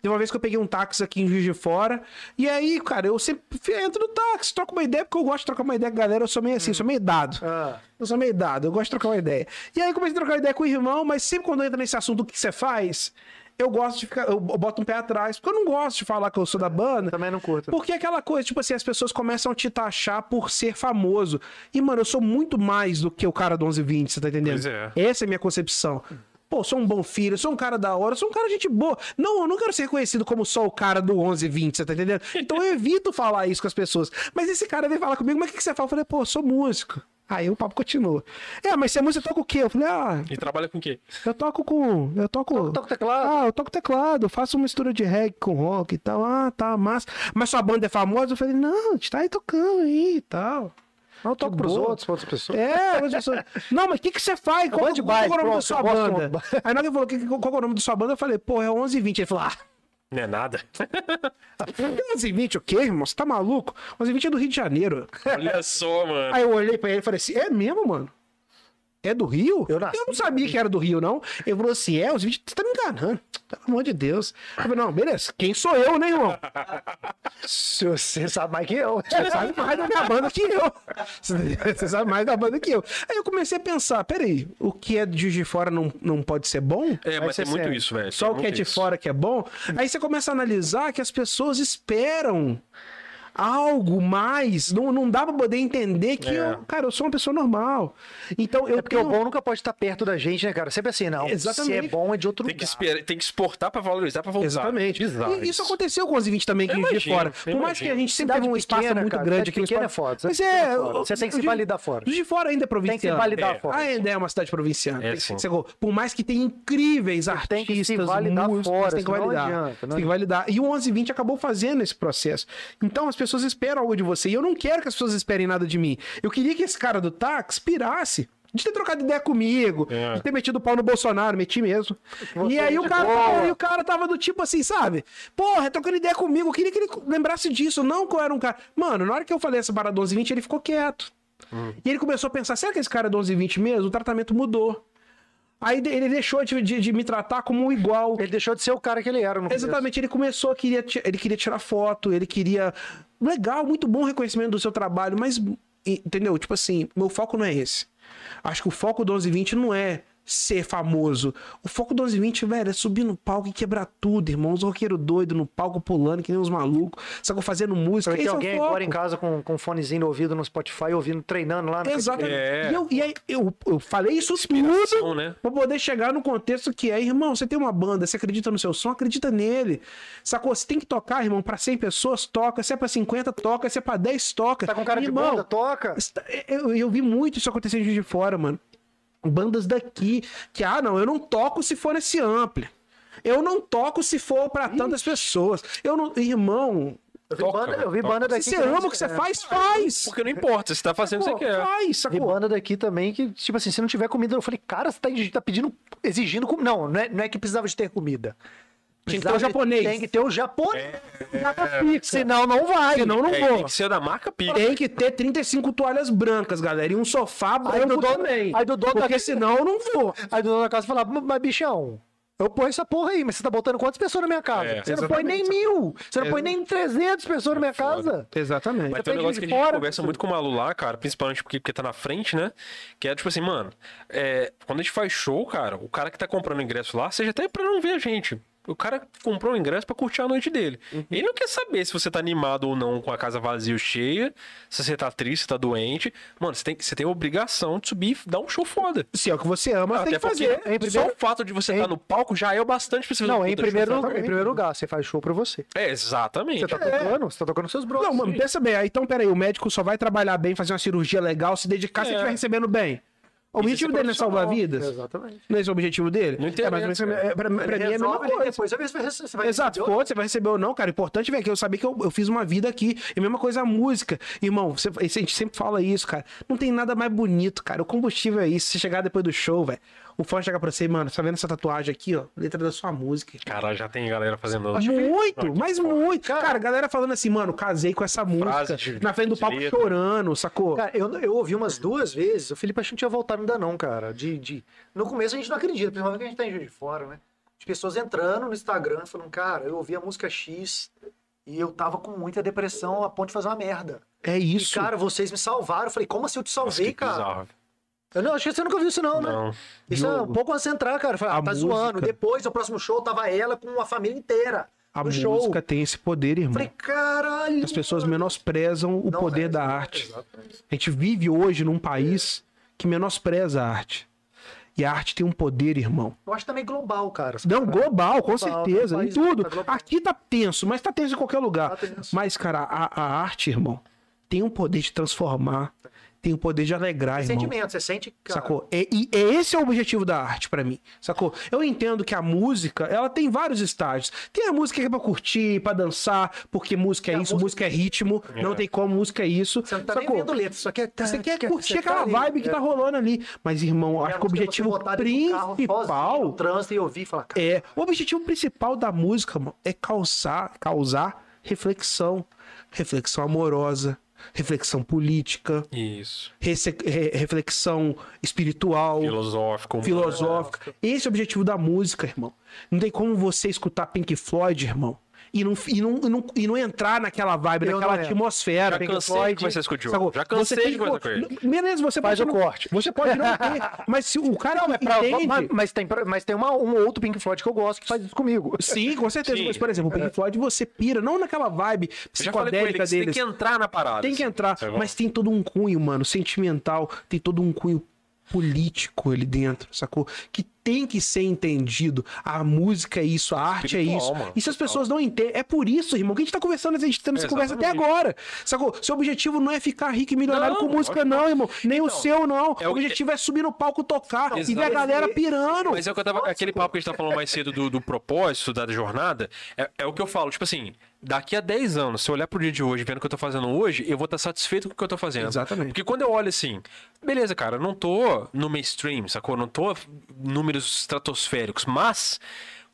Teve uma vez que eu peguei um táxi aqui em Juiz de Fora. E aí, cara, eu sempre entro no táxi, troco uma ideia, porque eu gosto de trocar uma ideia com a galera. Eu sou meio assim, eu sou meio dado.
Ah.
Eu sou meio dado, eu gosto de trocar uma ideia. E aí comecei a trocar ideia com o irmão, mas sempre quando entra nesse assunto, o que você faz? Eu gosto de ficar, eu boto um pé atrás, porque eu não gosto de falar que eu sou da banda.
É, Também não curto.
Porque é aquela coisa, tipo assim, as pessoas começam a te taxar por ser famoso. E, mano, eu sou muito mais do que o cara do 1120, você tá entendendo?
Pois é.
Essa é a minha concepção. Pô, eu sou um bom filho, eu sou um cara da hora, eu sou um cara de gente boa. Não, eu não quero ser reconhecido como só o cara do 1120, você tá entendendo? Então eu evito falar isso com as pessoas. Mas esse cara veio falar comigo, mas o que, que você fala? Eu falei, pô, eu sou músico. Aí o papo continua. É, mas você é músico, você toca o quê? Eu falei, ah,
E trabalha com o quê?
eu toco com. Eu toco.
toco teclado.
Ah, eu toco teclado, faço uma mistura de reggae com rock e tal. Ah, tá, massa. Mas sua banda é famosa? Eu falei, não, a gente tá aí tocando aí e tal.
Não, eu toco
Que
pros
boa.
outros, pra outras pessoas.
É, mas eu sou- não, mas o que, que você faz? Qual,
banda de
qual que
baile,
é o nome da
pronto,
sua
eu gosto de uma
banda? Aí na hora que ele falou, "Que- que- qual que é o nome da sua banda? Eu falei, pô, é 11h20. Ele falou, ah,
Não é nada.
11h20 o quê, irmão? Você tá maluco? 11h20 é do Rio de Janeiro.
Olha só, mano.
Aí eu olhei pra ele e falei assim: é mesmo, mano? É do Rio?
Eu nasci
não sabia que era do Rio, não. Ele falou assim: é, os vídeos, você tá me enganando. Pelo amor de Deus. Eu falei: não, beleza, quem sou eu, né, irmão?
Se você sabe mais que eu.
Você sabe mais da minha banda que eu. Você sabe mais da banda que eu. Aí eu comecei a pensar: peraí, o que é de Juiz de fora não, não pode ser bom?
É,
Vai
mas
ser
tem muito
sério.
isso, velho.
Só
Tem
o que é
muito
de
isso.
fora que é bom. Aí você começa a analisar que as pessoas esperam algo mais. Não, não dá pra poder entender que,
É.
eu, cara, eu sou uma pessoa normal. Então, eu
É porque
tenho-
o bom nunca pode estar perto da gente, né, cara? Sempre assim, não.
Exatamente.
Se é bom, é de outro
Tem que,
lugar.
esperar, tem que exportar pra valorizar pra voltar.
Exatamente.
Bizarro
E isso aconteceu com os 20 também que
Eu
a gente vê
imagino,
fora.
eu
Por mais
imagino.
que a gente sempre teve um espaço
pequena,
muito
cara, cidade
grande aqui no
pequena
espaço.
é foda, cidade
Mas é.
pequena é foda. Você tem que se
os de-
validar fora.
Os de fora ainda é provinciano.
validar fora.
Ainda é uma cidade provinciana.
É,
Tem que-
sim.
você go- Por mais que tenha incríveis artistas,
tem que se validar
músicos,
fora,
você tem que
senão não
validar.
adianta,
Você
não
tem que validar. E o 1120 acabou fazendo esse processo. Então as pessoas esperam algo de você. E eu não quero que as pessoas esperem nada de mim. Eu queria que esse cara do táxi pirasse. De ter trocado ideia comigo,
É.
de ter metido o pau no Bolsonaro, meti mesmo.
você
E aí
é
o
de
cara,
boa.
e o cara tava do tipo assim, sabe? Porra, trocando ideia comigo, eu queria que ele lembrasse disso, não que eu era um cara. Mano, na hora que eu falei essa parada 11 20, ele ficou quieto. E ele começou a pensar, será que esse cara é 11 20 mesmo? O tratamento mudou. Aí de- ele deixou de, de- de me tratar como um igual.
Ele deixou de ser o cara que ele era no começo.
Exatamente, ele começou, a queria, ti- ele queria tirar foto, ele queria. Legal, muito bom reconhecimento do seu trabalho, mas. Entendeu? Tipo assim, meu foco não é esse. Acho que o foco do 1120 não é ser famoso. O foco do 1120, velho, é subir no palco e quebrar tudo, irmão. Os roqueiros doidos no palco pulando, que nem uns malucos, só fazendo música.
Vai ter
Esse é o
alguém
foco.
agora em casa com, com um fonezinho no ouvido no Spotify, ouvindo, treinando lá. né? no-
Exatamente.
É.
E, eu, e aí, eu, eu falei isso tudo
né?
pra poder chegar no contexto que é, irmão, você tem uma banda, você acredita no seu som, acredita nele. Sacou? Você tem que tocar, irmão, pra 100 pessoas, toca. Se é pra 50, toca. Se é pra 10, toca.
Tá com cara de
irmão,
banda, toca.
está- é, Eu, eu vi muito isso acontecer em Juiz de fora, mano. Bandas daqui que, ah, não, eu não toco se for nesse ampli. Eu não toco se for pra tantas pessoas. Eu não. Irmão,
Eu vi
Toca,
banda, eu vi
toca.
banda daqui.
se você
que- é.
ama o que você faz, faz.
Porque não importa, você tá fazendo o que
Pô,
você quer.
faz,
Vi
sacou?
banda daqui também que, tipo assim, se não tiver comida, eu falei, cara, você tá, exi- tá pedindo, exigindo comida. Não, não é, não é que precisava de ter comida.
Tinha que ter
Precisava
o
de-
japonês.
Tem que ter o japonês.
Nada fixa.
Senão não vai.
Senão não
É,
vou.
tem que ser da marca pica.
Tem que ter 35 toalhas brancas, galera. E um sofá branco
Dodô-
também.
aí Dodô tá-
Porque senão eu não vou.
Aí do dono da casa falava, mas bichão, eu ponho essa porra aí, mas você tá botando quantas pessoas na minha casa?
É,
você não põe nem mil, você não põe nem 300 pessoas na minha casa.
Exatamente.
Mas tem um
Depende
negócio que
de
a gente
fora.
conversa muito com o Malu lá, cara, principalmente porque, porque tá na frente, né? Que é tipo assim, mano, é, quando a gente faz show, cara, o cara que tá comprando ingresso lá, seja até pra não ver a gente. O cara comprou o ingresso pra curtir a noite dele.
Uhum.
Ele não quer saber se você tá animado ou não com a casa vazia ou cheia, se você tá triste, se tá doente. Mano, você tem, você tem a obrigação de subir e dar um show foda.
Se é o que você ama, você tem que
porque é,
fazer.
em
só
primeiro-
o fato de você estar no palco já é o bastante pra você fazer
Não,
um
em
puta
primeiro,
show.
em primeiro lugar, você faz show pra você.
É, exatamente.
Você tá tocando, você tá tocando seus brothers.
Não, mano, pensa bem. Aí, então, peraí, o médico só vai trabalhar bem, fazer uma cirurgia legal, se dedicar
É.
se ele estiver recebendo bem. O objetivo
é
dele não é salvar vidas?
Exatamente.
Não é esse o objetivo dele?
Não interessa,
É, mais ou menos,
cara.
é, pra, pra mim é a mesma
Resolve,
coisa.
Depois, você vê se você- você vai
Exato, pô, você vai receber ou não, cara. O importante véio, é que eu saber que eu, eu fiz uma vida aqui. E a mesma coisa a música. Irmão, você- a gente sempre fala isso, cara. Não tem nada mais bonito, cara. O combustível é isso. Você chegar depois do show, velho. O fã chegar pra você, mano, você tá vendo essa tatuagem aqui, ó? Letra da sua música.
Cara, já tem galera fazendo.
Muito, mas muito. Cara, a galera falando assim, mano, casei com essa música.
de-
na frente do
de
palco
letra.
chorando, sacou?
Cara, eu, eu ouvi umas duas vezes, o Felipe acho que não tinha voltado ainda não, cara. De, de... No começo a gente não acredita, principalmente que a gente tá em Juiz de Fora, né? As pessoas entrando no Instagram falando, cara, eu ouvi a música X e eu tava com muita depressão a ponto de fazer uma merda.
é isso.
E, cara, vocês me salvaram. Eu falei, como assim eu te
Nossa,
salvei,
que
cara?
bizarro.
Eu não, acho que você nunca viu isso não, né?
Não.
Isso é
Diogo.
um pouco antes de entrar, cara. Eu falei,
A
ah, tá
música.
zoando. Depois, no próximo show, tava ela com a família inteira.
a
no
música
show.
tem esse poder, irmão.
Eu Falei, caralho.
As pessoas
mano."
menosprezam o
Não,
poder
é,
da arte.
exatamente.
A gente vive hoje num país
É.
que menospreza a arte. E a arte tem um poder, irmão.
Eu acho também global, cara.
Não, global, com
Global,
certeza.
tá
Em
país-
tudo.
tá global.
Aqui tá tenso, mas tá tenso em qualquer lugar.
Tá tenso.
mas, cara, a, a arte, irmão, tem um poder de transformar, tem o poder de alegrar, irmão.
sentimento, você sente, cara.
Sacou? E, e- e esse é o objetivo da arte pra mim. Sacou? Eu entendo que a música, ela tem vários estágios. Tem a música que é pra curtir, pra dançar, porque música é
Tem a
isso,
música-
música é ritmo, não tem como, música é isso.
Você não tá
sacou?
nem vendo letra, só quer...
Você quer curtir
você
aquela
tá ali,
vibe que
é.
tá rolando ali. Mas, irmão,
É
acho
a
que o
música
objetivo
você botar
um
dentro do carro sozinho, tá? no
principal
trânsito e ouvir e falar, cara,
é. O objetivo principal da música, mano, é causar, causar reflexão. Reflexão amorosa, reflexão política,
Isso.
resse- re- reflexão espiritual
Filosófico. um humano.
filosófica. Esse é o objetivo da música, irmão. Não tem como você escutar Pink Floyd, irmão, e não, e não, e não, e não entrar naquela vibe,
Eu
naquela
não entro.
atmosfera.
Já
Pink
cansei de conversar com o Diogo.
sacou?
Já cansei
Você
de
tem que-
conversar com
Beleza, você
Faz
pode
o
não-
corte.
Você pode não ter, mas se o cara
Não, é pra,
entende...
mas, mas tem, pra- mas tem uma- um outro Pink Floyd que eu gosto que faz isso comigo.
Sim, com certeza.
Sim.
Mas, por exemplo, o
É.
Pink Floyd, você pira, não naquela vibe
Eu já falei com ele
psicodélica
que você tem
deles.
que entrar na parada. assim,
Tem que entrar,
Você vai-
mas tem todo um cunho, mano, sentimental, tem todo um cunho político ali dentro, sacou? Que tem que ser entendido. A música é isso, a arte é
Espiritual,
isso.
mano,
E se as pessoas não entendem, é por isso, irmão, que a gente tá conversando, a gente tá nessa conversa até
Exatamente.
agora, sacou? Seu objetivo não é ficar rico e milionário
Não,
com música,
lógico
não, irmão. Nem o
Então,
seu, não.
é
o
o-
objetivo é subir no palco, tocar e ver a
Exatamente.
galera pirando.
Mas é o que eu tava. Aquele papo que a gente tá falando mais cedo do, do propósito, da jornada, é, é o que eu falo. Tipo assim, daqui a 10 anos, se eu olhar pro dia de hoje, vendo o que eu tô fazendo hoje, eu vou estar satisfeito com o que eu tô fazendo.
Exatamente.
Porque quando eu olho assim, beleza, cara, eu não tô no mainstream, sacou? Eu Não tô números estratosféricos, mas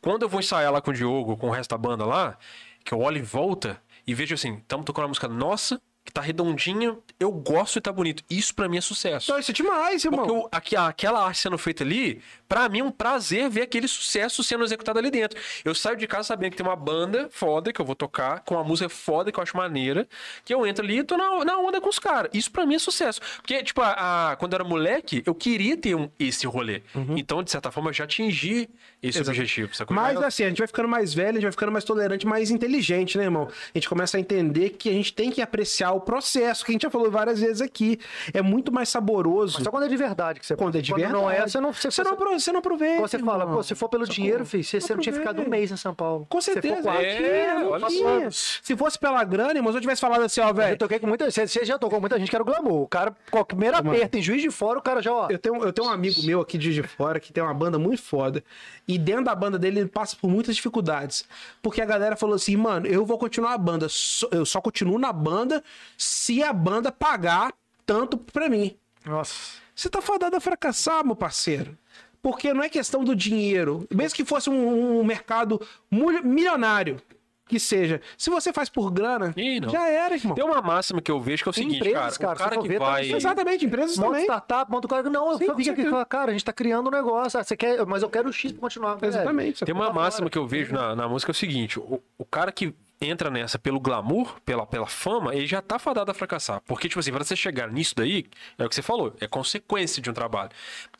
quando eu vou ensaiar lá com o Diogo, com o resto da banda lá, que eu olho e volta e vejo assim, estamos tocando uma música nossa, que tá redondinha, eu gosto e tá bonito. Isso pra mim é sucesso.
Não, isso é demais, irmão.
Porque o- aque- aquela arte sendo feita ali, pra mim é um prazer ver aquele sucesso sendo executado ali dentro. Eu saio de casa sabendo que tem uma banda foda que eu vou tocar, com uma música foda que eu acho maneira, que eu entro ali e tô na, na onda com os caras. Isso pra mim é sucesso. Porque, tipo, a, a- quando eu era moleque, eu queria ter um, esse rolê. Então, de certa forma, eu já atingi esse objetivo. Sacou?
Mas
Já-
assim, a gente vai ficando mais velho, a gente vai ficando mais tolerante, mais inteligente, né, irmão? A gente começa a entender que a gente tem que apreciar o processo, que a gente já falou várias vezes aqui. É muito mais saboroso
Mas só quando é de verdade que você
quando é de verdade.
não é, você não,
você, não, apro- você não aproveita.
Quando você fala,
irmão.
pô, se for pelo
Sacou?
dinheiro, filho, você, você não tinha
aproveita.
ficado um mês em São Paulo.
Com
Você ficou
certeza.
quatro.
É,
não
olha
tinha.
só.
Se fosse pela grana, irmão, se eu tivesse falado assim, ó,
Eu
velho,
toquei com muita gente. Você já tocou com muita gente que era o glamour. O cara, com a primeira
Mano.
aperta em juiz de fora, o cara já, ó.
Eu tenho, eu tenho um amigo meu aqui de Juiz de fora que tem uma banda muito foda. E dentro da banda dele, ele passa por muitas dificuldades. Porque a galera falou assim, mano, eu vou continuar a banda. só- Eu só continuo na banda se a banda pagar tanto pra mim.
Nossa.
Você tá fadado a fracassar, meu parceiro. Porque não é questão do dinheiro. Mesmo que fosse um, um mercado mul- milionário que seja. Se você faz por grana,
Ih, não.
já era, irmão.
Tem um- uma máxima que eu vejo que é o seguinte,
empresas,
cara,
cara,
o cara
se for
que
ver, tá
vai...
isso
Exatamente, empresas
Monta
também.
startup, monta o cara. Não, eu
Sim,
só
com
vim aqui e
certeza.
falar, cara, a gente tá criando um negócio. Ah, você quer, mas eu quero o X pra continuar. velho.
Exatamente.
Tem uma máxima que eu vejo na, na música é o seguinte: o, o cara que entra nessa pelo glamour, pela, pela fama, ele já tá fadado a fracassar. Porque, tipo assim, pra você chegar nisso daí, é o que você falou, é consequência de um trabalho.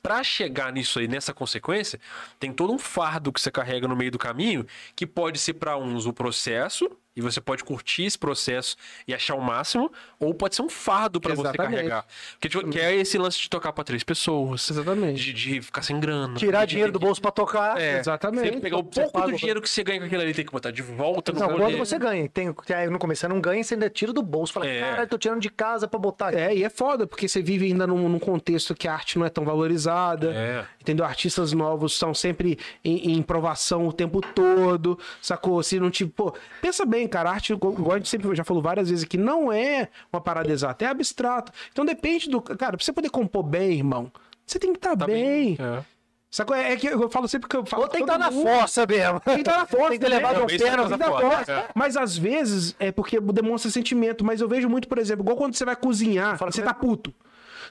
Pra chegar nisso aí, nessa consequência, tem todo um fardo que você carrega no meio do caminho, que pode ser pra uns o processo, e você pode curtir esse processo e achar o máximo, ou pode ser um fardo pra você
Exatamente.
carregar. Porque, tipo, que é esse lance de tocar pra três pessoas,
Exatamente.
de, de ficar sem grana.
Tirar
de-
dinheiro do
de-
bolso pra tocar.
é,
Exatamente.
Você tem que pegar o
Você
pouco
paga
do
o-
dinheiro que você ganha com aquilo ali, tem que botar de volta no
Não,
rolê.
quando você ganha, tem, que aí no começo você não ganha, você ainda tira do bolso. Fala,
É.
caralho, tô tirando de casa pra botar. aqui.
É, e é foda, porque você vive ainda num, num contexto que a arte não é tão valorizada.
É.
Entendeu? Artistas novos estão sempre em, em provação o tempo todo, sacou? Se não tipo. Pô, pensa bem, cara, a arte, igual igual a gente sempre já falou várias vezes aqui, não é uma parada exata, é abstrato. Então depende do. Cara, pra você poder compor bem, irmão, você tem que estar bem.
É.
Sacou? É, é que eu falo sempre que tá eu falo.
Ou tem que
todo
estar na
mundo-
força né? mesmo.
Tem que estar na força.
Tem que ter levado
Não,
um
isso é
pé no
coisa
fim da
foda.
força.
É.
Mas às vezes é porque demonstra sentimento. Mas eu vejo muito, por exemplo, igual quando você vai cozinhar,
Fala
você
comigo.
tá puto.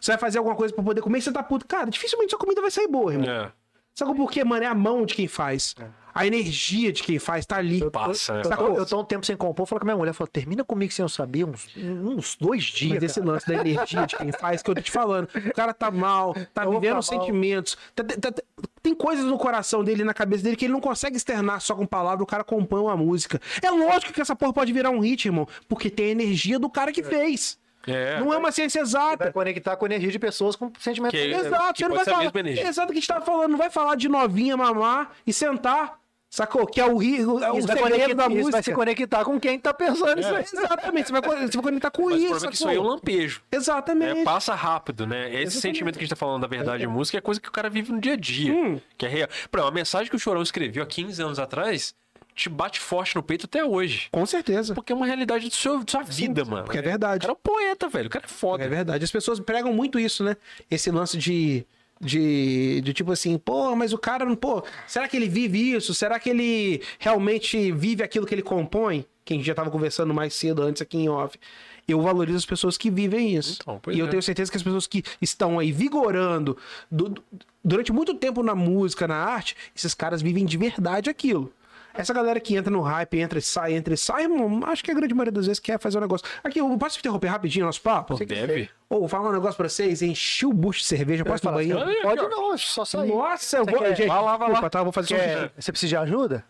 Você vai fazer alguma coisa pra poder comer e você tá puto. Cara, dificilmente sua comida vai sair boa, irmão.
É.
Sabe por quê, mano? É a mão de quem faz. A energia de quem faz tá ali.
Passa, né?
Eu
Sacou?
tô, eu tô um tempo sem compor, falo com a minha mulher, falou, termina comigo sem eu saber uns, uns dois dias.
Mas esse lance da energia de quem faz, que eu tô te falando, o cara tá mal, tá
Eu vou
vivendo
tá
os
mal.
sentimentos. tá- tá- tá- tem coisas no coração dele, na cabeça dele, que ele não consegue externar só com palavra, o cara compõe uma música. É lógico que essa porra pode virar um hit, irmão, porque tem a energia do cara que fez.
É.
Não é uma ciência
Vai
exata.
conectar com a energia de pessoas com sentimento.
Que-
Exato.
Exato,
que
você não vai
pode ser a
falar.
mesma energia.
Exato o que a gente tava falando, não vai falar de novinha mamar e sentar. Sacou? Que é o, ri- o, é o
Isso vai,
segredo
conectar,
da
isso vai se
música.
conectar com quem tá pensando isso aí.
Exatamente, você vai, co- você vai conectar com
Mas o
isso.
problema é que isso
sacou?
aí é um lampejo.
Exatamente.
né? Passa rápido, né? Esse sentimento que a gente tá falando da verdade em música é coisa que o cara vive no dia a dia.
Hum.
Que é real. Pra, uma mensagem que o Chorão escreveu há 15 anos atrás te bate forte no peito até hoje.
Com certeza.
Porque é uma realidade do seu, da sua vida, mano.
Porque é
O
verdade.
cara é um poeta, velho. O cara é foda.
É verdade. As pessoas pregam muito isso, né? Esse lance de. De, de tipo assim, pô, mas o cara, não- pô, será que ele vive isso? Será que ele realmente vive aquilo que ele compõe? Que a gente já tava conversando mais cedo antes aqui em off. Eu valorizo as pessoas que vivem isso.
Então, pois
e eu
é.
tenho certeza que as pessoas que estão aí vigorando du- du- durante muito tempo na música, na arte, esses caras vivem de verdade aquilo. Essa galera que entra no hype, entra e sai, entra e sai, irmão, acho que a grande maioria das vezes quer fazer um negócio. Aqui, eu posso interromper rapidinho nosso papo?
Você deve.
Ou vou falar um negócio pra vocês, enchi o bucho de cerveja, posso ir no
Fala assim,
banheiro?
banheiro?
Pode não, só sair.
Nossa, eu
Você
vou.
quer-
Gente,
Vai lá, vai lá.
desculpa, tá? Eu vou fazer só um xixi.
Quer- Você precisa de ajuda?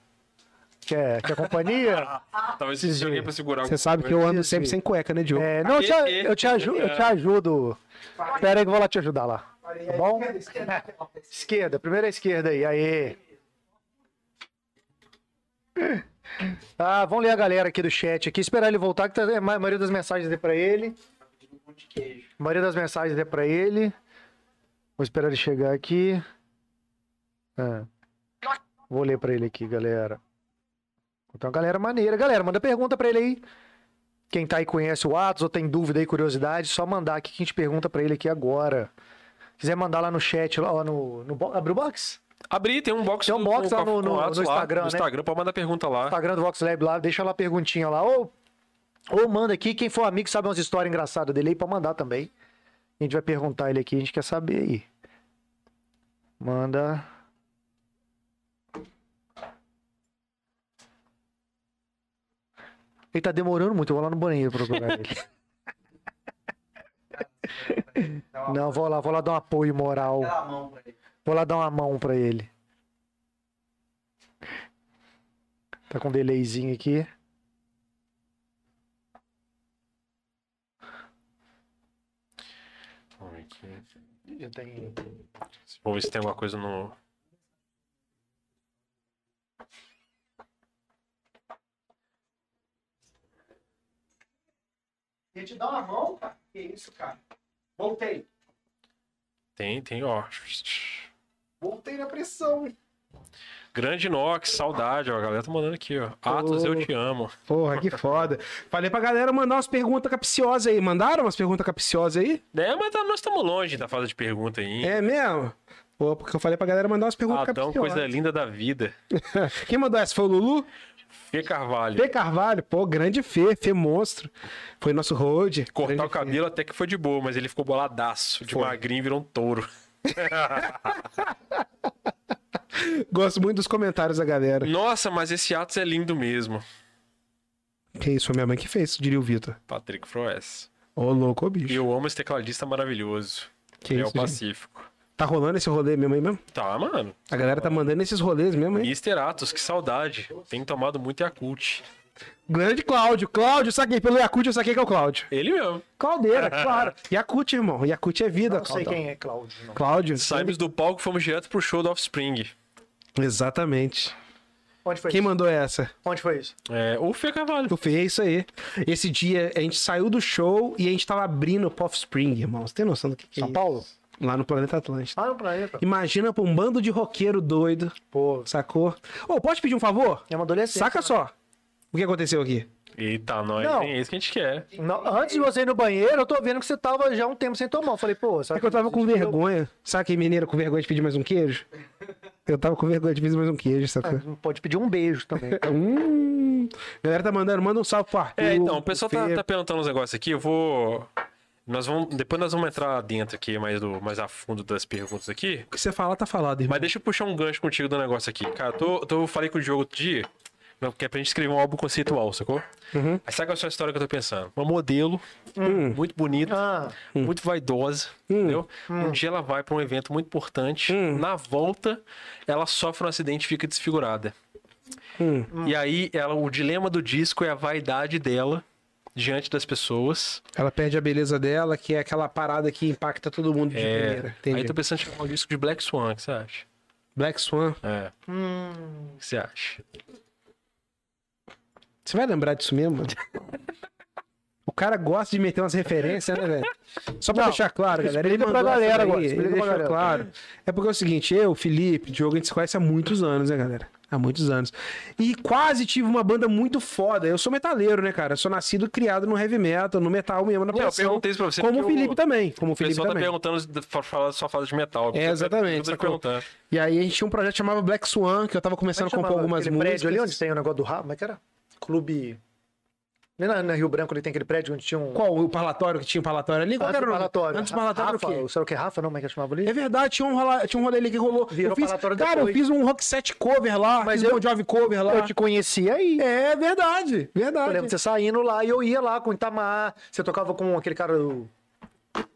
Quer, quer companhia?
Talvez se alguém pra segurar
Você sabe que eu ando sempre sem cueca, né, Diogo?
É, não, eu te, eu te aju- eu te ajudo. Espera aí que eu vou lá te ajudar lá. Tá bom? Esquerda, primeira esquerda aí, aí. Ah, vamos ler a galera aqui do chat aqui, esperar ele voltar, que tá, a ma- maioria das mensagens é pra ele. A maioria das mensagens é pra ele. Vou esperar ele chegar aqui. Ah, Vou ler pra ele aqui, galera. Então, galera maneira. Galera, manda pergunta pra ele aí. Quem tá aí conhece o Atos ou tem dúvida aí, curiosidade, só mandar aqui que a gente pergunta pra ele aqui agora. Quiser mandar lá no chat, lá ó, no, no bo- abre o box?
Abri, tem um box
Tem um
do-
box lá
com a-
no-
com
no-
atos
no
lá, No
Instagram, né?
Instagram, pode mandar pergunta lá.
Instagram do Vox Lab lá, deixa lá a perguntinha lá. Ou, ou manda aqui, quem for amigo sabe umas histórias engraçadas dele aí pra mandar também. A gente vai perguntar ele aqui, a gente quer saber aí. Manda. Ele tá demorando muito, eu vou lá no banheiro procurar ele. Não, vou lá, vou lá dar um apoio moral. Vou lá dar uma mão pra ele. Tá com um delayzinho aqui. Já tem.
Vamos ver se tem alguma coisa no.
Ia te dar uma mão, cara. Que isso, cara. Voltei.
Tem, tem, ó.
Voltei na pressão.
Grande Nox, saudade, ó. A galera tá mandando aqui, ó. Atos, eu te amo.
Porra, que foda. Falei pra galera mandar umas perguntas capciosas aí. Mandaram umas perguntas capciosas aí?
É, mas tá- nós estamos longe da fase de pergunta aí. hein?
É mesmo? Pô, porque eu falei pra galera mandar umas perguntas
Adão,
capciosas.
Ah, coisa linda da vida.
Quem mandou essa foi o Lulu?
Fê Carvalho.
Fê Carvalho, pô, grande Fê, Fê monstro. Foi nosso road.
Cortar o cabelo até que foi de boa, mas ele ficou boladaço. De
Foi.
magrinho virou um touro.
Gosto muito dos comentários da galera.
Nossa, mas esse Atos é lindo mesmo.
Que isso, foi minha mãe que fez, diria o Vitor.
Patrick Froes.
Ô, louco, ô
E
bicho.
eu amo esse tecladista maravilhoso.
Que
ele
isso,
é o Pacífico.
Tá rolando esse rolê mesmo aí mesmo?
Tá, mano.
A galera tá mandando esses rolês mesmo, hein?
Mr. Atos, que saudade. Tem tomado muito Yakult.
Grande Cláudio. Cláudio, saquei. Pelo Yakut eu saquei que é o Cláudio.
Ele mesmo.
Caldeira, claro. Yakut, irmão. Yakut é vida,
Não sei
Cláudio.
quem é Cláudio. não.
Cláudio.
Saímos do palco e fomos direto pro show do Offspring.
Exatamente.
Onde foi
Quem
isso?
mandou essa?
Onde foi isso?
É, o Fê Carvalho.
Tu fez é isso aí. Esse dia a gente saiu do show e a gente tava abrindo o Puff Spring, irmão. Você tem noção do que, que é
São
isso?
Paulo?
Lá no Planeta Atlântico.
Ah, no planeta.
Imagina pra um bando de roqueiro doido,
Pô,
sacou? Ô, posso pedir um favor?
é uma adolescente.
Saca só. O que aconteceu aqui?
Eita, nós.
Não.
É isso que a gente quer.
Não, antes de você ir no banheiro, eu tô vendo que você tava já um tempo sem tomar. Eu falei, pô, sabe
É que eu tava com
desistiu?
vergonha. Sabe que mineiro com vergonha de pedir mais um queijo? Eu tava com vergonha de pedir mais um queijo, sacou?
Ah, Pode pedir um beijo também.
Hum. A galera tá mandando, manda um salve pro Arthur.
É, então, o pessoal
pro
tá,
Fê.
tá perguntando uns negócios aqui, eu vou. Nós vamos. Depois nós vamos entrar dentro aqui mais, do, mais a fundo das perguntas aqui.
O que você fala, tá falado, irmão.
Mas deixa eu puxar um gancho contigo do negócio aqui. Cara, tô, tô, eu falei com o Diogo outro dia, não, que é pra gente escrever um álbum conceitual, sacou? Aí sabe qual é a sua história que eu tô pensando? Uma modelo, muito bonita,
Ah,
Hum.
muito vaidosa, entendeu? Um dia ela vai pra um evento muito importante,
Hum.
na volta ela sofre um acidente e fica desfigurada.
Hum.
E aí ela, o dilema do disco é a vaidade dela diante das pessoas.
Ela perde a beleza dela, que é aquela parada que impacta todo mundo de
É,
primeira. Entendi.
Aí tô pensando em chamar um disco de Black Swan, o que você acha?
Black Swan.
É.
hum,
O que você acha?
Você vai lembrar disso mesmo? mano? o cara gosta de meter umas referências, né, velho? Só pra
Não,
deixar claro, galera. Ele
explica
mandou
pra
essa
galera
daí,
agora,
Ele
explica pra
deixou
galera.
claro. É porque é o seguinte, eu, Felipe, Diogo, a gente se conhece há muitos anos, né, galera? Há muitos anos. E quase tive uma banda muito foda. Eu sou metaleiro, né, cara? Eu sou nascido e criado no heavy metal, no metal mesmo, na
Não, eu
pressão.
perguntei isso pra você
Como o
porque
Felipe
o-
também. Como o
O
Felipe
pessoal
também.
tá perguntando pra falar só fala de metal.
É, exatamente,
Tá
sacou?
perguntando.
E aí a gente tinha um projeto que chamava Black um Swan, que eu tava começando a compor algumas
é aquele prédio
músicas.
ali onde tem o negócio do rabo, como é que era? Clube. Nem na, na Rio Branco ele tem aquele prédio onde tinha um.
Qual o parlatório que tinha o parlatório ali? Qual
antes
era
do
o nome?
parlatório.
Antes do parlatório era o
Rafa,
quê?
Será que é Rafa, não? Como é que chamava ali?
É verdade, tinha um, rola... tinha um rolê ali que rolou.
Virou
eu fiz... Cara,
parlatório
eu
depois.
fiz um Rock Set cover lá,
Mas
fiz um
eu-
Bon Jovi cover lá.
Eu te conheci aí.
É verdade,
Eu lembro de
verdade.
você saindo lá e eu ia lá com o Itamar. Você tocava com aquele cara do.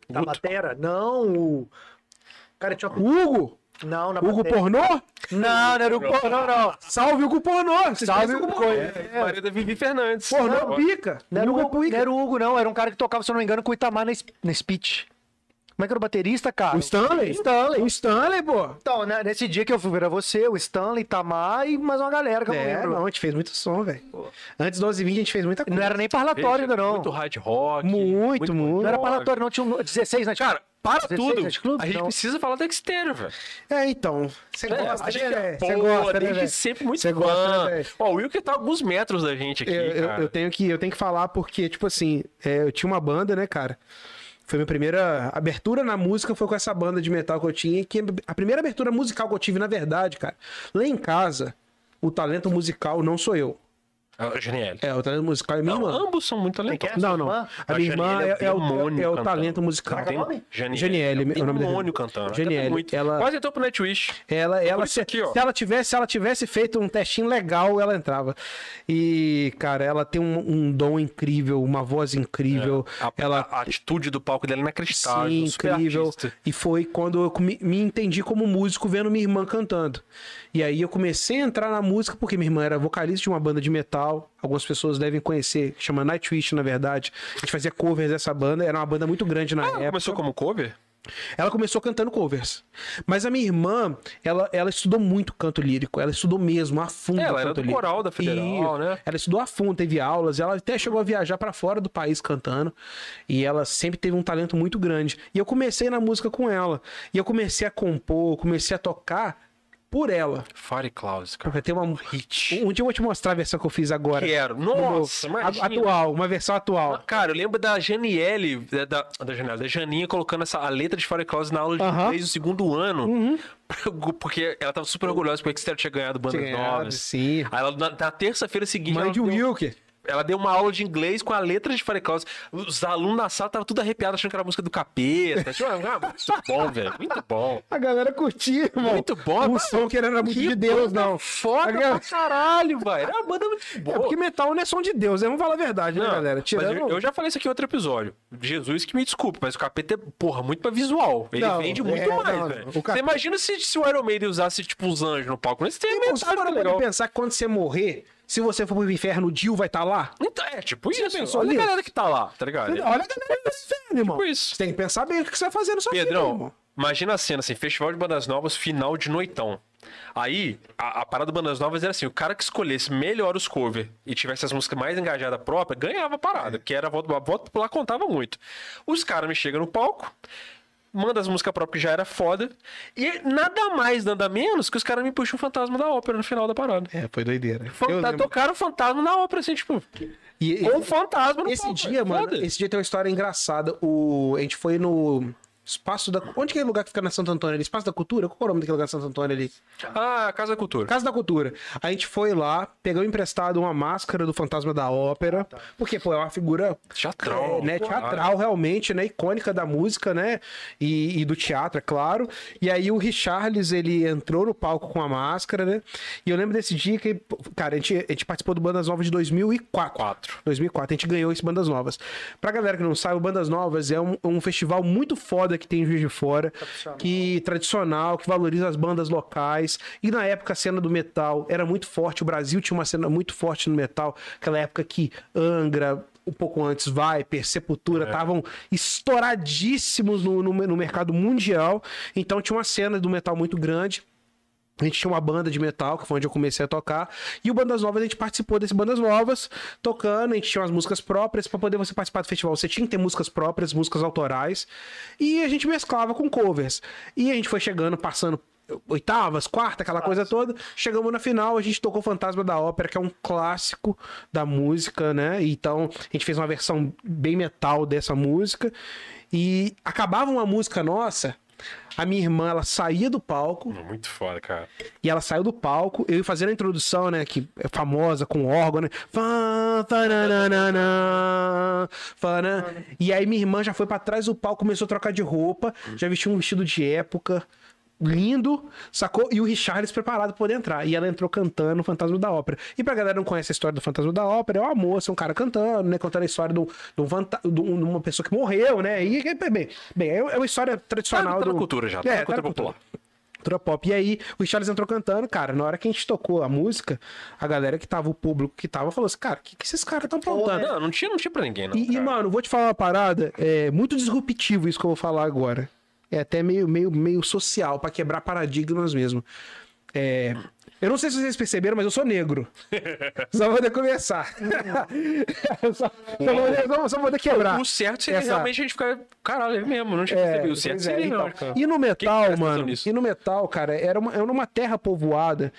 Da batera? Não, o. Cara, tinha. uma-
Hugo?
Não, na
Hugo
batera.
Pornô?
Não, não era o Pornô, não.
Salve Hugo Pornô! Salve Hugo Pornô!
Maria da Vivi Fernandes.
Pornô pica!
Não era, o
Hugo
Hugo, não era o Hugo, não. Era um cara que tocava, se eu não me engano, com o Itamar na, es- na Speech. Como é que era o baterista, cara?
O Stanley?
Stanley.
O Stanley, pô!
Então, né, nesse dia que eu fui ver você, o Stanley, Itamar e mais uma galera que eu
É,
não lembro.
não, a gente fez muito som, velho. Antes do 11 h 20 a gente fez muita coisa.
Não era nem parlatório ainda, não.
Muito hard rock.
Muito, muito.
Não era
rock.
parlatório, não. Tinha um 16 na
Cara, para
16
tudo.
Night Club?
a gente
Não.
precisa falar do exterior, velho.
É, então. Você
É,
gosta,
a gente
né,
é
velho? Você
pô,
gosta, né,
desde
velho?
sempre muito
Você
Você
gosta,
fã.
né, velho?
Ó, o Will que tá a alguns metros da gente aqui,
Eu, eu-
cara.
eu tenho que, eu tenho que falar porque, tipo assim, é, eu tinha uma banda, né, cara? Foi minha primeira abertura na música, foi com essa banda de metal que eu tinha. Que a primeira abertura musical que eu tive, na verdade, cara, lá em casa, o talento musical não sou eu.
Ah, Genial.
É, o talento musical é minha
Não,
irmã.
ambos são muito talentosos.
Não, não.
irmã?
A minha
A
irmã
Janiele
é,
é
é
um
o,
demônio
é o
cantando.
talento musical.
Tem- Janiele.
Janiele,
é
o
um
nome
demônio
dele.
cantando.
Janiele,
Canta muito.
ela-
Quase entrou pro Nightwish.
Ela, ela,
É por isso
se,
aqui, ó.
se ela tivesse, se ela tivesse feito um testinho legal, ela entrava. E, cara, ela tem um, um dom incrível, uma voz incrível.
É, A,
É, ela
a atitude do palco dela é inacreditável.
Sim,
super
incrível. É,
artista.
E foi quando eu come- me entendi como músico vendo minha irmã cantando. E aí eu comecei a entrar na música porque minha irmã era vocalista de uma banda de metal. Algumas pessoas devem conhecer, chama Nightwish, na verdade. A gente fazia covers dessa banda, era uma banda muito grande na
Ah,
época.
começou como cover?
Ela começou cantando covers. Mas a minha irmã, ela, ela estudou muito canto lírico. Ela estudou mesmo, a fundo.
Ela
canto
era do
lírico.
coral da Federal, né?
Ela estudou a fundo, teve aulas. Ela até chegou a viajar pra fora do país cantando. E ela sempre teve um talento muito grande. E eu comecei na música com ela. E eu comecei a compor, comecei a tocar por ela.
Fire Clouds, cara.
Porque tem uma.
Hit.
Um dia eu vou te mostrar a versão que eu fiz agora.
Quero. Nossa,
No- a-
imagina.
Atual, uma versão atual.
Cara, eu lembro da Janiele, da, da, da Janiele, da Janinha colocando essa, a letra de Fire Clouds na aula de
Aham. Uhum.
inglês do segundo ano. Porque ela tava super orgulhosa porque o Exterior tinha ganhado bandas
Tinha ganhado,
novas.
sim.
Aí ela, na, na terça-feira seguinte,
Mãe
ela
de um
deu,
Wilker.
ela deu uma aula de inglês com a letra de Fire Clouds. Os alunos na sala estavam tudo arrepiados achando que era a música do capeta. Tipo, ah, muito bom, velho. Muito bom.
A galera curtia, irmão.
Muito bom,
O
mas-
som que ele era muito
Que
de Deus,
banda
não. A
Foda
galera-
pra caralho, velho. Era uma banda muito boa.
É porque metal não é som de Deus, né? Vamos falar a verdade, né,
Não,
galera?
mas
Tirando...
eu, eu já falei isso aqui em outro episódio. Jesus que me desculpe, mas o capeta é, porra, muito pra visual. Ele
Não,
vende
é,
muito mais,
não,
velho.
o
Você
cap-
imagina se, se o Iron Maiden usasse, tipo, os anjos no palco. Isso tem
Irmão, você
metade, tá
parou pra
legal.
pensar que quando você morrer, se você for pro inferno, o Dio vai estar lá?
Então, é, tipo isso.
pensou
Olha
nisso?
a galera que tá lá, tá ligado?
Olha a galera do inferno, irmão.
Tipo isso.
Você tem que pensar bem o que você vai fazer no seu
Pedrão,
irmão.
imagina a cena assim, Festival de Bandas Novas, final de noitão. Aí, a, a parada do Bandas Novas era assim, o cara que escolhesse melhor os cover e tivesse as músicas mais engajadas própria, ganhava a
É.
parada, que era a volta, a volta popular contava muito. Os caras me chegam no palco, manda as músicas próprias que já era foda, e nada mais, nada menos que os caras me puxam o fantasma da ópera no final da parada.
É, foi doideira. Eu
Fanta,
lembro.
tocaram o fantasma na ópera, assim, tipo,
E- e-
com o fantasma no
Esse
palco,
dia,
é
mano,
foda.
esse dia tem uma história engraçada. O... A gente foi no Espaço da... Onde que é o lugar que fica na Santo Antônio ali? Espaço da Cultura? Qual é o nome daquele lugar de Santo Antônio ali?
Ah, Casa da Cultura.
Casa da Cultura. A gente foi lá, pegou emprestado uma máscara do Fantasma da Ópera, porque, pô, é uma figura
Teatral,
é, né,
pô,
teatral realmente, né, icônica da música, né, e, e do teatro, é claro. E aí o Richarlis, ele entrou no palco com a máscara, né, e eu lembro desse dia que, pô, cara, a gente, a gente participou do Bandas Novas de 2004.
Quatro.
2004, a gente ganhou esse Bandas Novas. Pra galera que não sabe, o Bandas Novas é um, um festival muito foda que tem em Juiz de Fora, que tradicional, que valoriza as bandas locais. E na época a cena do metal era muito forte, o Brasil tinha uma cena muito forte no metal, aquela época que Angra, um pouco antes, Viper, Sepultura, estavam estouradíssimos no- no- no mercado mundial. Então tinha uma cena do metal muito grande. A gente tinha uma banda de metal, que foi onde eu comecei a tocar. E o Bandas Novas, a gente participou desse Bandas Novas, tocando, a gente tinha umas músicas próprias. para poder você participar do festival, você tinha que ter músicas próprias, músicas autorais. E a gente mesclava com covers. E a gente foi chegando, passando oitavas, quarta, aquela coisa toda. Chegamos na final, a gente tocou Fantasma da Ópera, que é um clássico da música, né? Então, a gente fez uma versão bem metal dessa música. E acabava uma música nossa, A minha irmã, ela saía do palco,
Muito foda, cara.
e ela saiu do palco, eu ia fazer a introdução, né, que é famosa, com órgão, né? Fã, fananana, fana. E aí minha irmã já foi pra trás do palco, começou a trocar de roupa, já vestiu um vestido de época, lindo, sacou? E o Richards preparado pra poder entrar. E ela entrou cantando Fantasma da Ópera. E pra galera que não conhece a história do Fantasma da Ópera, é uma moça, um cara cantando, né, contando a história de, um- de um fanta- de um- de uma pessoa que morreu, né? E, bem, bem, é é uma história tradicional
tá na
do-
cultura já, tá
é,
na cultura
na
popular.
Cultura pop. E aí, o Charles entrou cantando, cara. Na hora que a gente tocou a música, a galera que tava, o público que tava, falou assim: Cara, o que, que esses caras estão aprontando?
Não, não tinha, não tinha pra ninguém, não.
E, e,
é cara.
mano, vou te falar uma parada, é muito disruptivo isso que eu vou falar agora. É até meio, meio, meio social, pra quebrar paradigmas mesmo. É, Eu não sei se vocês perceberam, mas eu sou negro. Só vou poder começar. só, só, vou poder, só, só vou poder quebrar.
O certo seria
Essa-
realmente a gente ficar. Caralho, é mesmo, não tinha
É,
percebido. O certo
pois é,
seria,
então.
não, cara.
E no
Quem
metal,
presta atenção
mano.
nisso?
E no metal, cara, era uma, era uma terra povoada.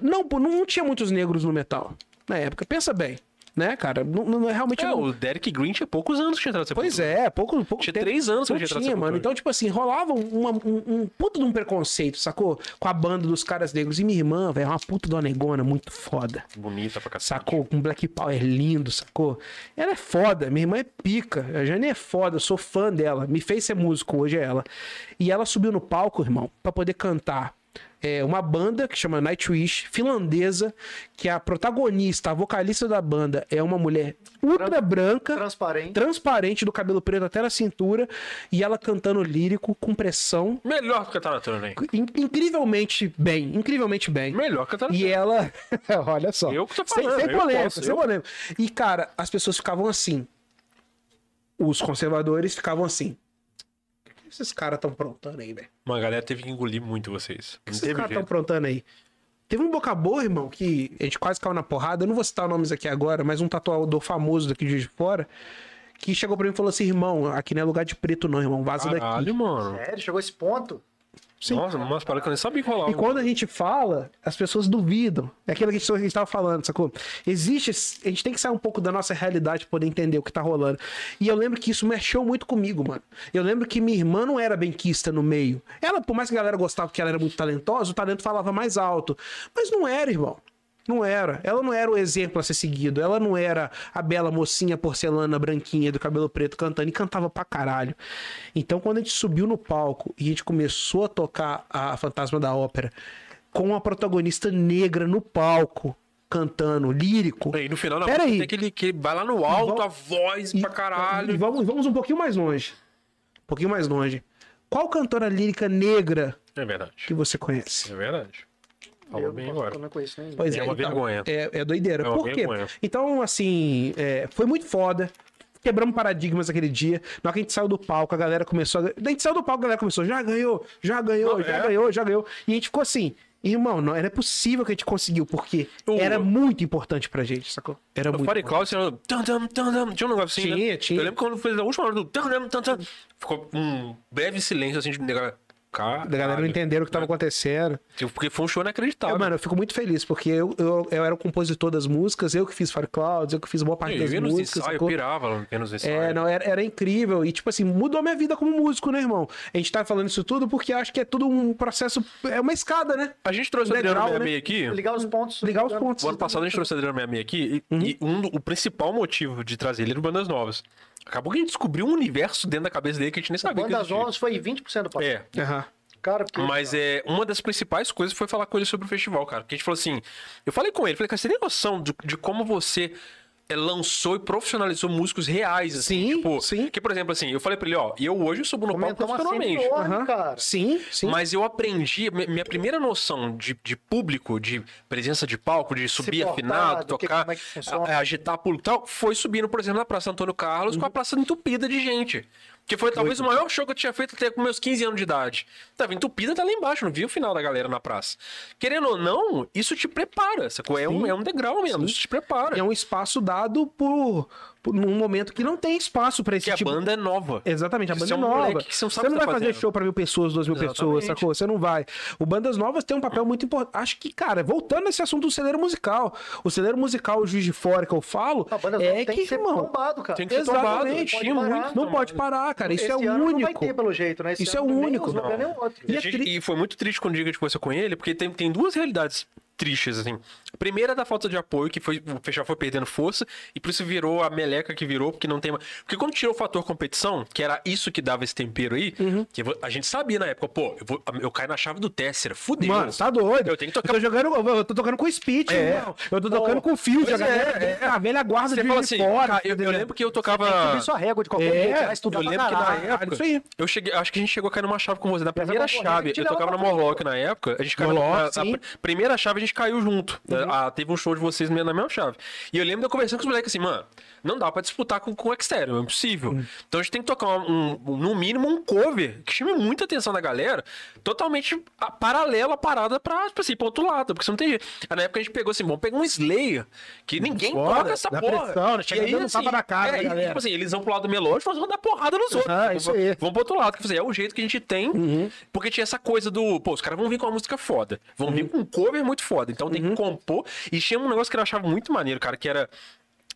Não, pô, não tinha muitos negros no metal na época. Pensa bem, né, cara? Não, não- realmente
É,
não.
o Derek Green tinha poucos anos que tinha entrado nessa
Pois
cultura.
é, pouco, pouco
Tinha
tempo-
três anos que eu
não
já entrava
tinha,
nessa
mano.
cultura.
Então, tipo assim, rolava uma- um, um puto de um preconceito, sacou? Com a banda dos caras negros. E minha irmã, velho, é uma puta de uma negona muito foda.
Bonita pra cacete.
é. Sacou? Com Black Power lindo, sacou? Ela é foda, minha irmã é pica. A Jane é foda, eu sou fã dela. Me fez ser músico, hoje é ela. E ela subiu no palco, irmão, pra poder cantar. É uma banda que chama Nightwish, finlandesa, que a protagonista, a vocalista da banda, é uma mulher ultra branca,
Transparente.
transparente, do cabelo preto até na cintura, e ela cantando lírico, com pressão,
Melhor que a Taratana, hein?
in- incrivelmente bem, incrivelmente bem.
Melhor que a Taratana.
E é- ela. Olha só.
Tá Eu que tô
Sem-
falando,
Sem,
eu
polêmica,
posso,
sem
eu-
polêmica. E, cara, as pessoas ficavam assim. Os conservadores ficavam assim. O que esses caras estão aprontando aí, velho?
Mano, a galera teve que engolir muito vocês.
O que
Não
esses
teve
caras estão
jeito.
aprontando aí? Teve um boca boa, irmão, que a gente quase caiu na porrada. Eu não vou citar nomes aqui agora, mas um tatuador famoso daqui de Juiz de fora. Que chegou pra mim e falou assim, irmão, aqui não é lugar de preto não, irmão, vaza daqui.
Caralho, mano.
Sério, É, chegou esse ponto?
Sim.
Nossa, umas paradas que eu nem sabia que
E
rolava.
quando a gente fala, as pessoas duvidam. É aquilo que a gente- que a gente estava falando, sacou? Existe. esse- A gente tem que sair um pouco da nossa realidade para poder entender o que tá rolando. E eu lembro que isso mexeu muito comigo, mano. Eu lembro que minha irmã não era benquista no meio. Ela, por mais que a galera gostava porque ela era muito talentosa, o talento falava mais alto. Mas não era, irmão. Não era. Ela não era o exemplo a ser seguido. Ela não era a bela mocinha porcelana branquinha do cabelo preto cantando e cantava pra caralho. Então, quando a gente subiu no palco e a gente começou a tocar a Fantasma da Ópera com a protagonista negra no palco cantando lírico.
E no final, na
Pera
música,
aí.
tem aquele que vai lá no alto,
Vamos-
a voz pra
E
caralho.
vamos, vamos um pouquinho mais longe. Um pouquinho mais longe. Qual cantora lírica negra
É verdade.
que você conhece?
É verdade. Falou
eu
bem
não posso-
agora.
eu não conheço nem.
Pois
É
é,
uma
então,
vergonha.
É, é doideira.
É uma
Por quê?
vergonha.
Então, assim, é, foi muito foda. Quebramos paradigmas aquele dia. Na hora que a gente saiu do palco, a galera começou. A... A gente saiu do palco, a galera começou. Já ganhou, já ganhou,
Não,
já
é.
ganhou, já ganhou. E a gente ficou assim. Irmão, não era possível que a gente conseguiu, porque
O-
era muito importante pra gente, sacou? Era
O
muito.
Fire Cloud tinha, um- tum, tum, tum, tum, tinha um negócio assim. né?
Tinha, tinha.
Eu lembro quando fez a última hora do. tum, tum, tum, tum, Ficou um breve silêncio assim de galera.
A
Caralho. É.
galera não entenderam o que tava acontecendo.
Tipo, Porque foi um show
Eu,
inacreditável.
mano, eu fico muito feliz, porque eu, eu, eu era o compositor das músicas, eu que fiz Fire Clouds, eu que fiz boa parte
eu
das
ia nos
músicas.
ensaios, eu
sacou?
pirava lá nos ensaios.
É, não, era, era incrível. E, tipo assim, mudou minha vida como músico, né, irmão? A gente tá falando isso tudo porque acho que é tudo um processo. É uma escada, né?
A gente trouxe o Adriano
Legal, né?
66 aqui.
Ligar os pontos.
Ligar os pontos.
O ano passado a gente trouxe o Adriano 66 aqui
Uhum.
e, e um do- o principal motivo de trazer ele era o Bandas Novas. Acabou que a gente descobriu um universo dentro da cabeça dele que a gente nem sabia que
Bandas
existia.
novas foi 20% do passo.
É,
Aham.
Cara, porque
Mas é, uma das principais coisas foi falar com ele sobre o festival, cara. Porque a gente falou assim. Eu falei com ele, falei, cara, você tem noção de, de como você é, lançou e profissionalizou músicos reais, assim?
Sim,
tipo,
sim.
Que, por exemplo, assim, eu falei pra ele, ó, eu hoje subo no palco
aumentou uma
profissionalmente.
enorme,
aham.
cara.
Sim, sim.
Mas eu aprendi, mi- minha primeira noção de, de público, de presença de palco, de subir
portar,
afinado,
do que-
tocar,
como é que funciona. Uhum.
a- a- agitar público e tal, foi subindo, por exemplo, na Praça Antônio Carlos, com a praça entupida de gente. Que foi talvez o maior show que eu tinha feito até com meus 15 anos de idade. Tava entupida até lá embaixo, não vi o final da galera na praça. Querendo ou não, isso te prepara, sacou? É, um, é um degrau mesmo, isso te prepara.
E é um espaço dado por, por- num momento que não tem espaço pra esse
Que a
tipo
banda é nova.
Exatamente, a
Isso
banda
é
é
um
nova.
moleque que você não sabe
você
o
não
que
vai
tá
fazer
fazendo.
show pra mil pessoas, duas mil pessoas,
Exatamente.
sacou? Você não vai. O Bandas Novas tem um papel muito importante. Acho que, cara, voltando a esse assunto do celeiro musical. O celeiro musical, o Juiz de Fora que eu falo,
A banda
é
tem
que,
que ser
irmão,
tombado, cara.
Tem que ser tombado.
Exatamente.
Tinha
Não pode parar.
muito
Não pode
tombado.
parar, cara. Isso
Esse
é o
ano Não vai
único.
ter, pelo jeito, né? Esse
Isso é
ano
o
nem
único.
os noventa, nem o outro.
E,
E
a
é
gente-
tri-
e foi muito triste quando o Giga conversou com ele, porque tem, tem duas realidades tristes, assim. A primeira é da falta de apoio, que foi, o festival foi perdendo força, e por isso virou a meleca que virou, porque não tem mais. Porque quando tirou o fator competição, que era isso que dava esse tempero aí,
Uhum.
que eu vou- a gente sabia na época, pô, eu, vou- eu caio na chave do Tessera, fudeu.
Mano, tá doido.
Eu tenho que
Eu
tocar.
tô jogando, eu eu tô tocando com speed, irmão. Eu tô tocando com fio,
Pois
joga
é,
velha- a velha guarda
Você
de
fala
Juiz
assim,
de fora.
cara, eu, eu
entendeu?
lembro que eu
Subir
tocava.
sua régua de qualquer
É,
jeito, vai estudar
Eu
pra
lembro que na
caralho.
época.
isso aí. é
Eu cheguei. Acho que a gente chegou a cair numa chave com você. Na primeira
Morlock,
chave, eu
tira ela
tocava na
pra
Morlock na época. A gente caiu
Morlock,
na, na
sim. Uhum.
pr- primeira chave, a gente caiu junto. Ah, teve um show de vocês na mesma chave. E eu lembro de eu conversando com os moleques assim, mano, não dá pra disputar com, com o Exterior, é impossível.
Uhum.
Então a gente tem que tocar um, um- no mínimo um cover que chame muita atenção da galera, totalmente a- paralela à parada pra, tipo assim, pro outro lado, porque você não tem jeito. Aí na época a gente pegou assim, vamos pegar um Slayer, que ninguém
Foda,
toca essa
dá
porra.
pressão, né? Chega
E aí,
dando tapa na cara da
é, e,
galera.
tipo assim, eles vão pro lado melódico, mas vão dar porrada nos outros.
Ah, isso aí. Uhum.
Vão pro outro lado, que assim, é o jeito que a gente tem, porque tinha essa coisa do, pô, os caras vão vir com uma música foda, vão vir
Uhum.
com um cover muito foda, então tem que compor. E tinha um negócio que eu achava muito maneiro, cara, que era.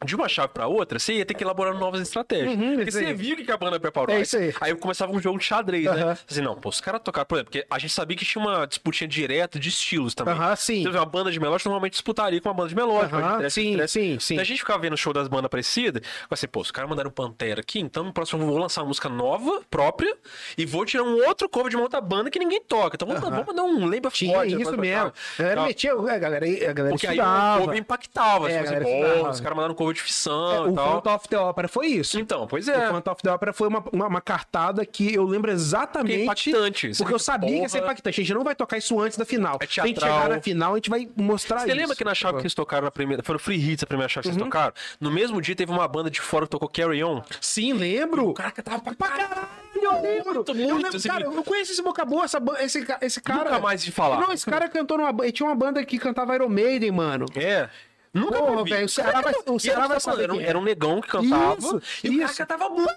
De uma chave pra outra, você ia ter que elaborar novas estratégias.
Uhum,
porque
isso
você
aí.
viu o que que a banda preparou.
É isso aí.
eu começava um jogo de xadrez,
Aham.
né? Assim, não, pô, os caras tocaram, por exemplo, porque a gente sabia que tinha uma disputinha direta de estilos também.
Aham, sim.
Então, uma banda de melódico normalmente disputaria com uma banda de melódico.
Aham,
de trash,
sim,
trash.
sim, sim.
Então, a gente ficava vendo o show das bandas parecidas, eu assim, pô, os caras mandaram Pantera aqui, então no próximo eu vou lançar uma música nova, própria, e vou tirar um outro cover de uma outra banda que ninguém toca. Então vamos, vamos mandar um Lembra
Tinha isso mesmo. A galera É, metia, a galera, a galera
Porque aí o
estudava.
cover impactava.
É,
tipo
a
assim,
galera
pô,
estudava.
os caras mandaram um cover de ficção
É,
e
o
tal.
Phantom of the Opera foi isso.
Então, pois
O
é.
Phantom of the Opera foi uma, uma, uma cartada que eu lembro exatamente.
Porque é impactante. Você
Porque eu
fica,
sabia que ia ser
porra.
impactante. A gente não vai tocar isso antes da final.
É
a gente
teatral.
chegar na final, a gente vai mostrar
Você
tá isso. tipo. Uhum.
lembra que na chave que vocês tocaram na primeira. Foi no Free Hits a primeira chave que vocês tocaram? No mesmo dia teve uma banda de fora que tocou Carry On.
Sim, lembro.
Caraca, tava pra
Pra caralho, eu lembro.
Muito,
Eu
muito,
lembro,
assim,
cara, eu conheço esse boca a boa, essa ba- esse, ca- esse cara.
Nunca mais vi falar.
Não, esse cara cantou numa. ba- Ele tinha uma banda que cantava Iron Maiden, mano.
É. Nunca
Porra,
mais vi.
velho, o Ceará
Caraca,
vai- o
e
Ceará
era
vai
só-
saber
Era, um-
quem é.
era um negão que cantava.
Isso,
e o cara
isso.
cantava muito.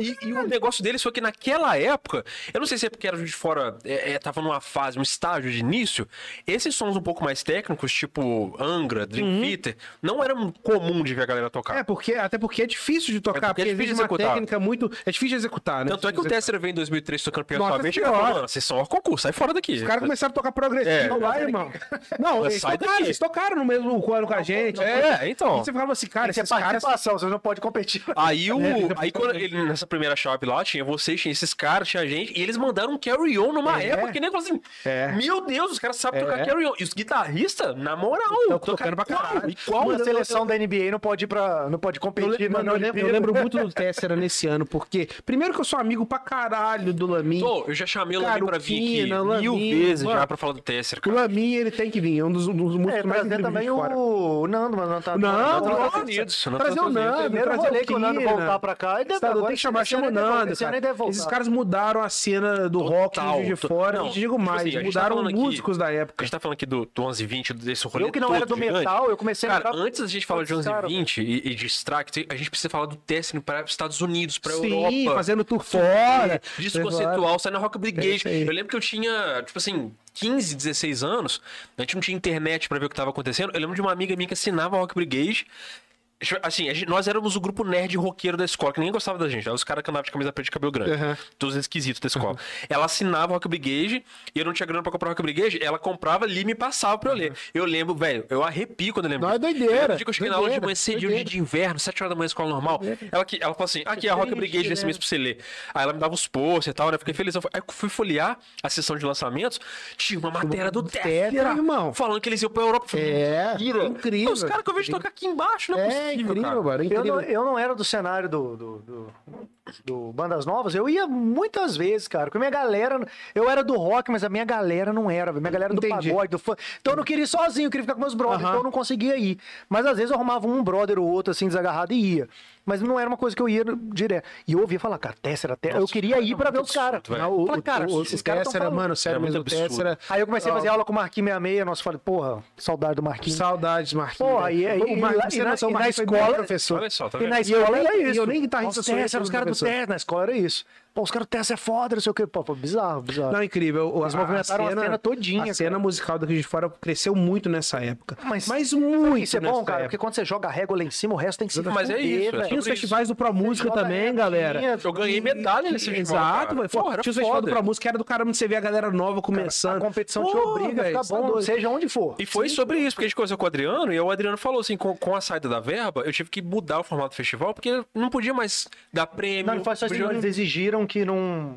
E, e o negócio deles foi que naquela época, eu não sei se é porque era de fora, é, é, tava numa fase, um estágio de início, esses sons um pouco mais técnicos, tipo Angra, Dream Theater, não eram comum de ver a galera tocar.
Uhum. É, porque, até porque é difícil de tocar,
É porque
porque,
é difícil
existe
de
uma
executar.
técnica muito. É difícil de executar, né?
Tanto é que o Tessera veio em 2003 tocando pela
Nossa
sua vez, chegava e
Senhora.
falou, mano, vocês são o concurso, sai fora daqui.
Os caras começaram a tocar progressivo
É.
lá, irmão. Não,
Mas
eles
sai
tocaram,
daqui.
eles tocaram no mesmo coro com a gente.
É,
E
então.
você ficava assim, cara,
Tem que ser
esses caras.
participação, você não pode competir.
Aí, o,
tem que
aí quando ele, nessa primeira chave lá, tinha vocês, tinha esses caras, tinha a gente, e eles mandaram um carry on numa
É.
época que nem falou assim,
É.
meu Deus, os caras sabem tocar
É.
carry on. E os guitarristas, na moral,
Tão
toca
tocando pra
igual,
caralho.
Igual,
Uma seleção da NBA não pode ir pra. não pode
Eu,
competir.
le-
na
mano, eu lembro, eu
Olimpíada.
lembro muito do Tessera nesse ano, porque. Primeiro que eu sou amigo pra caralho do Lamin.
Pô, eu já chamei o Lamin
Cara, o
pra vir aqui
Kina, o
mil
Lamin,
vezes
mano.
já pra falar do Tesser,
O
cara.
Lamin, ele tem que vir, é um dos, um dos músicos
É,
mais
trazer
incríveis
também
de fora.
o Nando, mas não tá.
Não,
tá
não
nos
tá-
Estados Unidos, não tá
Trazer
nos
o
Estados Unidos.
Nando,
Primeiro
trazer
rolê
o
que o Nando
Kina.
voltar pra cá, ele deve-
Tá, não
agora
tem que chamar,
esse ano
chama o
ele deve-
Nando,
esse ano
cara.
ele deve voltar.
Esses caras mudaram a cena do rock no
Total,
Juiz de
to-
Fora,
não,
e digo
tipo
mais,
assim, a gente tá
mudaram
falando aqui-
músicos da
A
época.
gente tá falando aqui do, do 1120, desse rolê
Eu que não
todo
era do
gigante.
metal, eu comecei a
Cara,
entrar-
antes da gente falar de
Putz, cara,
1120 e, e de Stract, a gente precisa falar do Tesser para Estados Unidos, pra
Sim,
Europa.
fazendo tour fora.
Disco assim,
Fora.
conceitual, sai na Rock
É
Brigade.
isso aí.
eu lembro que eu tinha, tipo assim, 15, 16 anos, a gente não tinha internet pra ver o que tava acontecendo. Eu lembro de uma amiga minha que assinava a Rock Brigade. Tipo, Assim, a gente- nós éramos o grupo nerd roqueiro da escola, que ninguém gostava da gente. Eram os caras que andavam de camisa preta e cabelo grande.
Aham.
Todos esquisitos da escola. Ela assinava Rock Brigade e eu não tinha grana pra comprar Rock Brigade. Ela comprava ali e me passava pra eu ler. Eu lembro, velho, eu arrepio quando eu lembro.
Não, é
disso.
doideira,
Eu lembro de que eu cheguei na aula de
doideira,
manhã cedinho, dia
doideira.
de inverno, 7 horas da manhã, escola normal.
Uhum.
Ela, que, ela falou assim: aqui, a Rock Brigade
né?"
desse mês pra você ler. Aí ela me dava os posts e tal, né? Fiquei feliz. Aí eu fui folhear a sessão de lançamentos, tinha uma matéria do Tessera,
Tessera, irmão.
falando que eles iam pra Europa. Eu falei,
É,
"Mentira."
incrível.
Os caras que eu vejo tocar aqui embaixo, não é,
É
possível.
incrível,
cara.
mano,
Eu não,
incrível.
eu não era do cenário do, do, do- do Bandas Novas, eu ia muitas vezes, cara. Com a minha galera. Eu era do rock, mas a minha galera não era. velho. Minha galera era do
Entendi.
pagode, do fã. Então eu não queria ir sozinho, eu queria ficar com meus brothers.
Aham.
Então eu não conseguia ir. Mas às vezes eu arrumava um brother ou outro, assim, desagarrado e ia. Mas não era uma coisa que eu ia direto. E eu ouvia falar, cara, Tessera, Tessera. Eu
Nossa,
queria
cara,
ir pra ver os
absurdo,
caras.
velho.
o,
Fala, cara,
o, o,
esses caras tão
Tessera,
falando.
mano, sério
Era
mesmo, o
muito absurdo.
Tessera.
Aí eu comecei a fazer aula com o Marquinhos 66, nossa, falei, porra, saudade do Marquinhos.
Saudades, Marquinhos.
Porra, e- e-
o Marquinhos,
e-
você
e-
noção,
e
o
na
Marquinhos foi
escola-
meu professor.
Olha só, tá
E
vendo?
na
eu
escola
nem-
era
e eu
isso.
nem guitarrista
Os
sou,
testes,
esse era
os
o
caras do
professor.
teste, na escola era isso. Pô, os caras do teste é foda, não sei o que. Pô, pô, bizarro, bizarro.
Não, incrível. O-
Eles
a-
movimentaram a cena todinha,
A
cara.
cena musical daqui de fora cresceu muito nessa época.
Mas-
Mas, muito
isso é
nessa
bom, cara, porque
época.
quando você joga a régua lá em cima, o resto tem que se
Mas é isso,
fuder,
é
velho.
sobre
Tinha os festivais do Pro Música
Joga
também,
retinha,
galera.
Eu ganhei medalha nesse festival,
Exato,
cara.
velho.
Porra, era
Tinha os festivais do
foda.
Pro Música, era do caramba de você ver a galera nova começando.
A competição te
Pô,
obriga a
velho,
ficar
isso tá
bom,
doido.
seja um onde for.
E foi sobre isso, porque a gente conversou com o Adriano e o Adriano falou assim: com, com a saída da verba, eu tive que mudar o formato do festival, porque não podia mais dar prêmio.
Não, não faz só isso,
podia-
não, eles exigiram que não.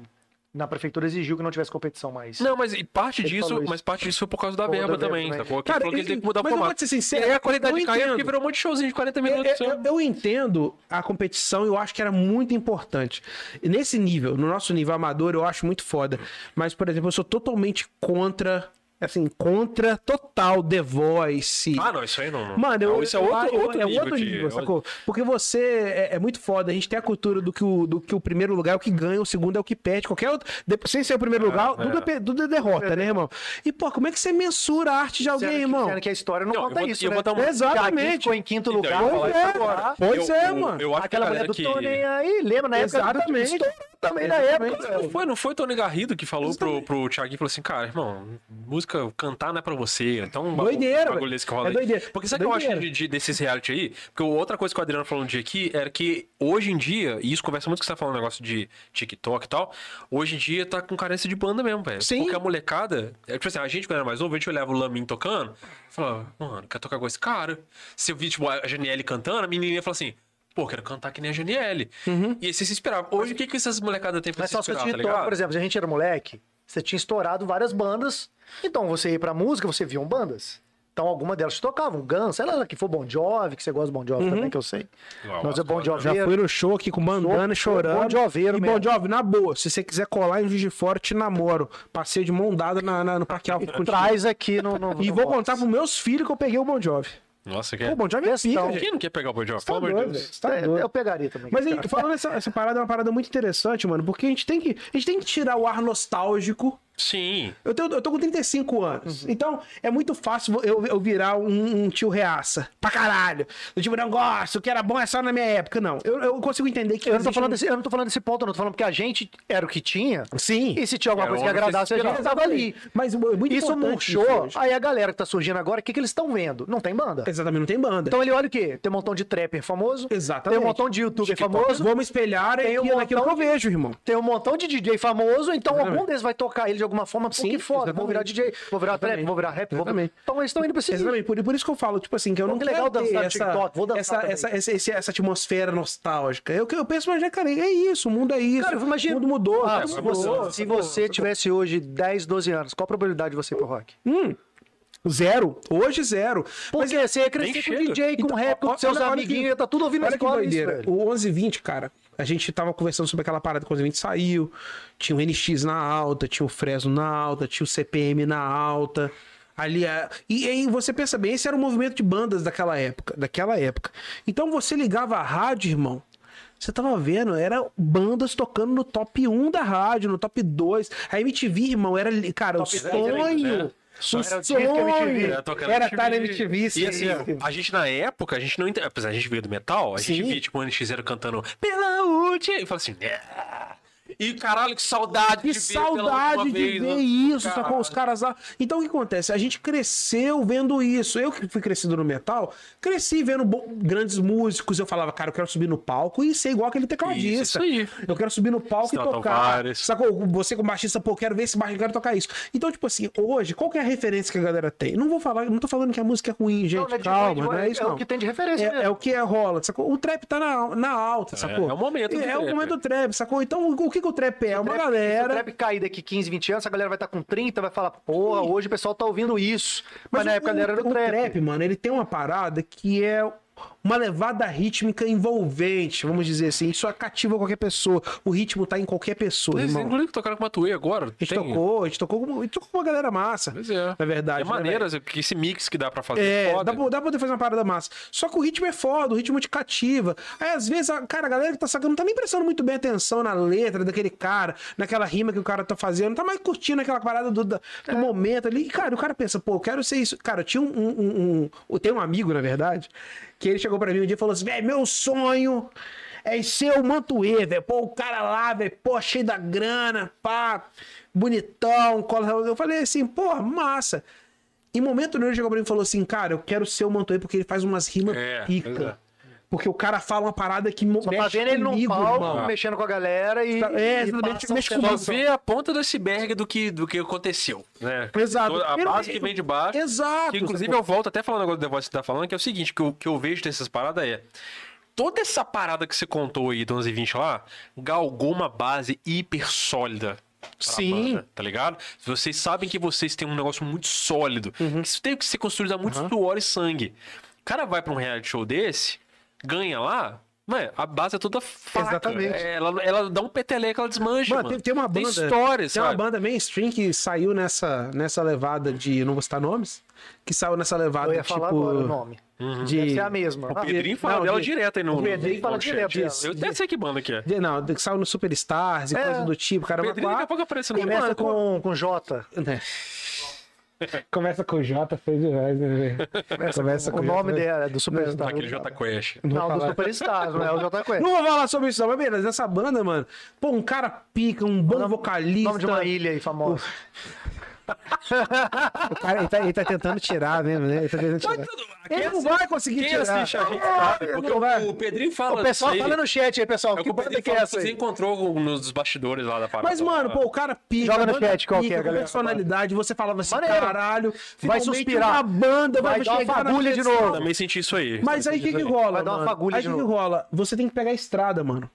Na prefeitura exigiu que não tivesse competição mais.
Não, mas e parte
Ele
disso,
falou isso.
mas parte disso foi por causa da
Por causa
verba né?
da verba
também,
também.
sacou? Que
Cara,
falou que
e-
eles têm que mudar o
mas eu vou
formato.
te ser sincero,
e aí a qualidade é,
eu
caiu
entendo.
é porque virou um monte de showzinho de 40
Eu,
minutos.
eu- eu entendo a competição, eu acho que era muito importante. E Nesse nível, no nosso nível amador, eu acho muito foda. Mas, por exemplo, eu sou totalmente contra, assim, contra total The Voice.
Ah, não, isso aí não. não.
Mano, eu,
Não, isso é
eu
outro,
acho-
outro
é
nível
outro
de-
nível, sacou? Porque você é, é muito foda. A gente tem a cultura do que, o, do que o primeiro lugar é o que ganha, o segundo é o que perde. Qualquer outro. Depois, sem ser o primeiro lugar,
é.
tudo, é, pe- tudo é derrota, né, irmão? E, pô, como é que você mensura a arte de alguém,
Sendo que-
irmão?
sendo que a história não,
Não, eu
conta
vou-
isso,
eu
né?
vou dar uma-
Aqui
Exatamente.
ficou em quinto
Então, eu
lugar.
ia falar
Pois
isso agora. Eu-
é, pois é,
eu-
mano.
Eu acho que a
Aquela mulher
galera
do
que.
Tony aí, lembra na época?
Exatamente.
Do... Também na
Exatamente.
época. velho.
Não Foi, não foi o Tony Garrido que falou pro, pro Thiaguinho, falou assim, cara, irmão, música, cantar não é pra você, então um
Doideira,
bagulho
velho.
desse que rola
É
aí.
doideira.
Porque sabe o que eu acho
Doideira.
de, de- desses reality aí? Porque outra coisa que o Adriano falou um dia aqui era que hoje em dia, e isso conversa muito com você tá falando negócio de TikTok e tal, hoje em dia tá com carência de banda mesmo, velho.
Sim.
Porque a molecada, é, tipo assim, a gente quando era mais novo, a gente olhava o Lamin tocando, falava, mano, quero tocar com esse cara. Se eu vi, tipo, a Janiele cantando, a menininha fala assim... Pô, quero cantar que nem a Janiele.
Uhum.
E aí você se inspirava. Hoje, o que, que essas molecadas têm pra
Mas
se
é só se
inspirar,
você
tá
tinha,
ligado?
por exemplo, se a gente era moleque, você tinha estourado várias bandas. Então você ia pra música, você viam bandas. Então alguma delas te tocavam, Guns, sei lá, que for Bon Jovi, que você gosta de Bon Jovi também, que eu sei.
Não,
Nós é
eu
Bon
gosto,
Jovi.
Já foi no show aqui com
Sou-
bandana,
sou
chorando.
Bon Joveiro
E
mesmo.
Bon Jovi, na boa, se você quiser colar em Juiz de Fora, eu te namoro. Passei de mão dada na, na- no Parque Alfa contigo.
Traz aqui no. no-
E
no
vou
box.
contar pros meus filhos que eu peguei o Bon Jovi.
Nossa, que
Pô, o Bon Jovi é
Questão.
pica, gente.
Quem não quer pegar o Bon Jovi?
Tá
Pelo amor de
doido,
Deus.
velho. Tá
É,
doigo.
Eu pegaria também.
Mas aí,
cara.
falando essa, essa parada é uma parada muito interessante, mano, porque a gente tem que, a gente tem que tirar o ar nostálgico.
Sim.
Eu, tenho, eu tô com 35
Uhum.
anos, então é muito fácil eu, eu virar um, um tio reaça, pra caralho. Do tipo, não gosto, o que era bom é só na minha época. Não, eu, eu consigo entender que...
eu, não tô
existe
falando
um-
desse, eu não tô falando desse ponto, não. Tô falando porque a gente era o que tinha.
Sim.
E se tinha alguma
Era
coisa que
onde você
agradasse,
se
a gente
inspirava.
tava ali.
Mas é muito
Isso
importante
murchou.
hoje.
aí a galera que tá surgindo agora, o que, que eles estão vendo? Não tem banda.
Exatamente, não tem banda.
Então ele olha o quê? Tem um montão de trapper famoso.
Exatamente.
Tem um montão de youtuber
TikTok,
famoso.
Vou me espelhar
Tem
aqui,
um
naquilo que eu
montão de-
vejo, irmão.
Tem um montão de DJ famoso, então
Exatamente.
algum deles vai tocar ele de alguma forma, pô,
Sim,
que foda, vou
exatamente.
virar DJ, vou virar trap,
Exatamente.
vou virar rap, vou...
Exatamente.
Então eles estão indo pra esse nível.
Exatamente, por, por isso que eu falo, tipo assim, que eu
Pô,
não
que
quero
legal dançar
ter
no
essa,
TikTok, vou dançar
essa,
também.
essa, essa, esse- essa atmosfera nostálgica. Eu, eu penso, mas, né, cara, é isso, o mundo é isso.
Cara, eu
O
imagino-
mundo mudou.
Ah,
cara,
se
mudou.
você- se você tivesse hoje 10, 12 anos, qual a probabilidade de você ir pro rock?
Zero. Hoje, zero. Mas
Porque você ia crescer
nem chega.
com DJ, com
é Então,
rap, com
olha-
seus
olha que-
amiguinhos, tá tudo ouvindo na
Olha que
escola isso,
doideira.
velho.
O 1120, cara, a gente tava conversando sobre aquela parada que o 1120 saiu. Tinha o NX na alta, tinha o Fresno na alta, tinha o CPM na alta. Ali, a- e aí você pensa bem, esse era o movimento de bandas daquela época, daquela época. Então você ligava a rádio, irmão. Você tava vendo, era bandas tocando no top 1 da rádio, no top 2. A MTV, irmão, era, li- cara, o
dez ainda, né?
sonho.
Só
o
era o disco que a MTV,
sonho.
Era tocando
Era estar na MTV,
E assim,
sim.
a gente na época, a gente não. ente- Apesar de a gente veio do metal, a gente
Sim.
via, tipo, o NX0 cantando pela última. E fala assim. "Ah". E caralho, que saudade
Que saudade de ver
né?
assim,
isso,
Caralho.
sacou? Os caras lá. Então o que acontece? A gente cresceu vendo isso. Eu que fui crescido no metal, cresci vendo bo- grandes músicos. Eu falava, cara, eu quero subir no palco e ser igual aquele tecladista.
Isso, isso
Eu quero subir no palco
Estelar
e tocar.
Tavares.
Sacou? Você como baixista, pô, quero ver esse baixo, eu quero tocar isso. Então, tipo assim, hoje, qual que é a referência que a galera tem? Não vou falar, não tô falando que a música é ruim, gente.
Não, não é de-
Calma,
é de-
não é isso.
é o
não.
que tem de referência mesmo.
É, é o que é rola, sacou? O trap tá na, na alta, sacou?
é o momento do
É, o
trap.
momento do trap, sacou? Então, o que, que o trap é? É uma
trap- Se o
galera.
trap cair daqui 15, 20 anos, a galera vai estar com 30, vai falar, porra, hoje o pessoal tá ouvindo isso. Mas, na
o-
época a galera era
o
do trap.
mano, ele tem uma parada que é uma levada rítmica envolvente, vamos dizer assim. Isso cativa qualquer pessoa. O ritmo tá em qualquer pessoa,
Eles,
irmão.
inclusive, tocaram com o Matuê agora.
A gente tocou, a gente tocou com, a gente tocou com uma galera massa.
Pois é.
Na verdade.
É
né,
maneiro, que esse mix que dá pra fazer.
é,
foda.
dá, pra- dá pra poder fazer uma parada massa. Só que o ritmo é foda, o ritmo te cativa. Aí, às vezes, a, cara, a galera que tá sacando não tá nem prestando muito bem atenção na letra daquele cara, naquela rima que o cara tá fazendo, não tá mais curtindo aquela parada do, da- do momento ali. E, cara, o cara pensa, pô, eu quero ser isso. Cara, eu tinha um. um, um, um eu tenho um amigo, na verdade, que ele chegou pra mim um dia e falou assim: velho, meu sonho. É ser o Mantuê, velho. Pô, o cara lá, velho, pô, cheio da grana, pá, bonitão, cola. Eu falei assim, pô, massa. Em momento nenhum ele chegou pra mim e falou assim, cara, eu quero ser o Mantoei porque ele faz umas rimas
É,
ricas.
pois é.
Porque o cara fala uma parada que mo-
Só
mexe
tá vendo ele num
comigo,
palco,
Ah,
irmão.
mexendo com a galera e.
Tá- é,
e
exatamente,
passa um
mexe
Só
cenário.
vê a ponta do iceberg do que, do que aconteceu, né?
Exato.
Toda- A
Ele-
base que vem de baixo.
Exato.
Que, inclusive, eu volto até falando agora do The Voice que você tá falando, que é o seguinte, que o que eu vejo dessas paradas é... Toda essa parada que você contou aí do 11 e 20 lá, galgou uma base hiper sólida. pra
Sim.
banda, tá ligado? Vocês sabem que vocês têm um negócio muito sólido.
Uhum.
Que isso teve que ser construído a muito suor e sangue. O cara vai pra um reality show desse, ganha lá... Mano, a base é toda fraca.
Exatamente.
Ela, ela dá um peteleco, ela desmancha, mano.
Mano, tem, tem uma banda.
Tem história,
Tem uma
sabe?
banda mainstream que saiu nessa, nessa levada de. Não vou citar nomes. Que saiu nessa levada
Eu ia
tipo.
falar agora o nome.
Uhum.
De...
Deve ser a mesma.
O Pedrinho fala
Não,
dela
de-
direto aí no.
o Pedrinho
no-
fala
no chat.
direto dela.
Eu até sei que banda que é.
de- Não, que saiu no Superstars e
É.
coisa do tipo. Cara,
Pedrinho daqui a pouco aparece no
Começa
Mano,
com, com J.
Né? Começa com o J, foi demais, né, velho? É. Começa
O nome
J, né?
dela é do Superstar.
Aquele J Quest.
Não, do
falar.
Superstar, não é o J Quest.
Não vou falar sobre isso, não, mas beleza, essa banda, mano. Pô, um cara pica, um bom vocalista.
Nome de uma ilha aí famosa.
O cara, ele tá, ele tá tentando tirar mesmo, né? Ele tá tentando tirar. Ele não vai conseguir
Quem
tirar.
assiste a gente sabe,
Ele
porque
não vai.
o, o Pedrinho fala.
O pessoal
isso aí.
fala no chat aí, pessoal.
É o
que
que o
banda
Pedrinho
que é
fala que
essa
você
aí?
encontrou nos bastidores lá da parada.
Mas, mano, pô, o cara pica.
Joga
a
no
banda
chat qual que é,
pica, com
galera.
personalidade, você falava assim,
Maneiro. um
caralho,
Vai
finalmente
suspirar.
Uma banda vai,
Vai dar uma
chegar na
fagulha de
direção.
novo.
Também senti isso aí.
Mas aí o que, que rola?
Vai dar uma
mano?
fagulha
Aí o
de
que, que
novo.
rola? Você tem que pegar a estrada, mano.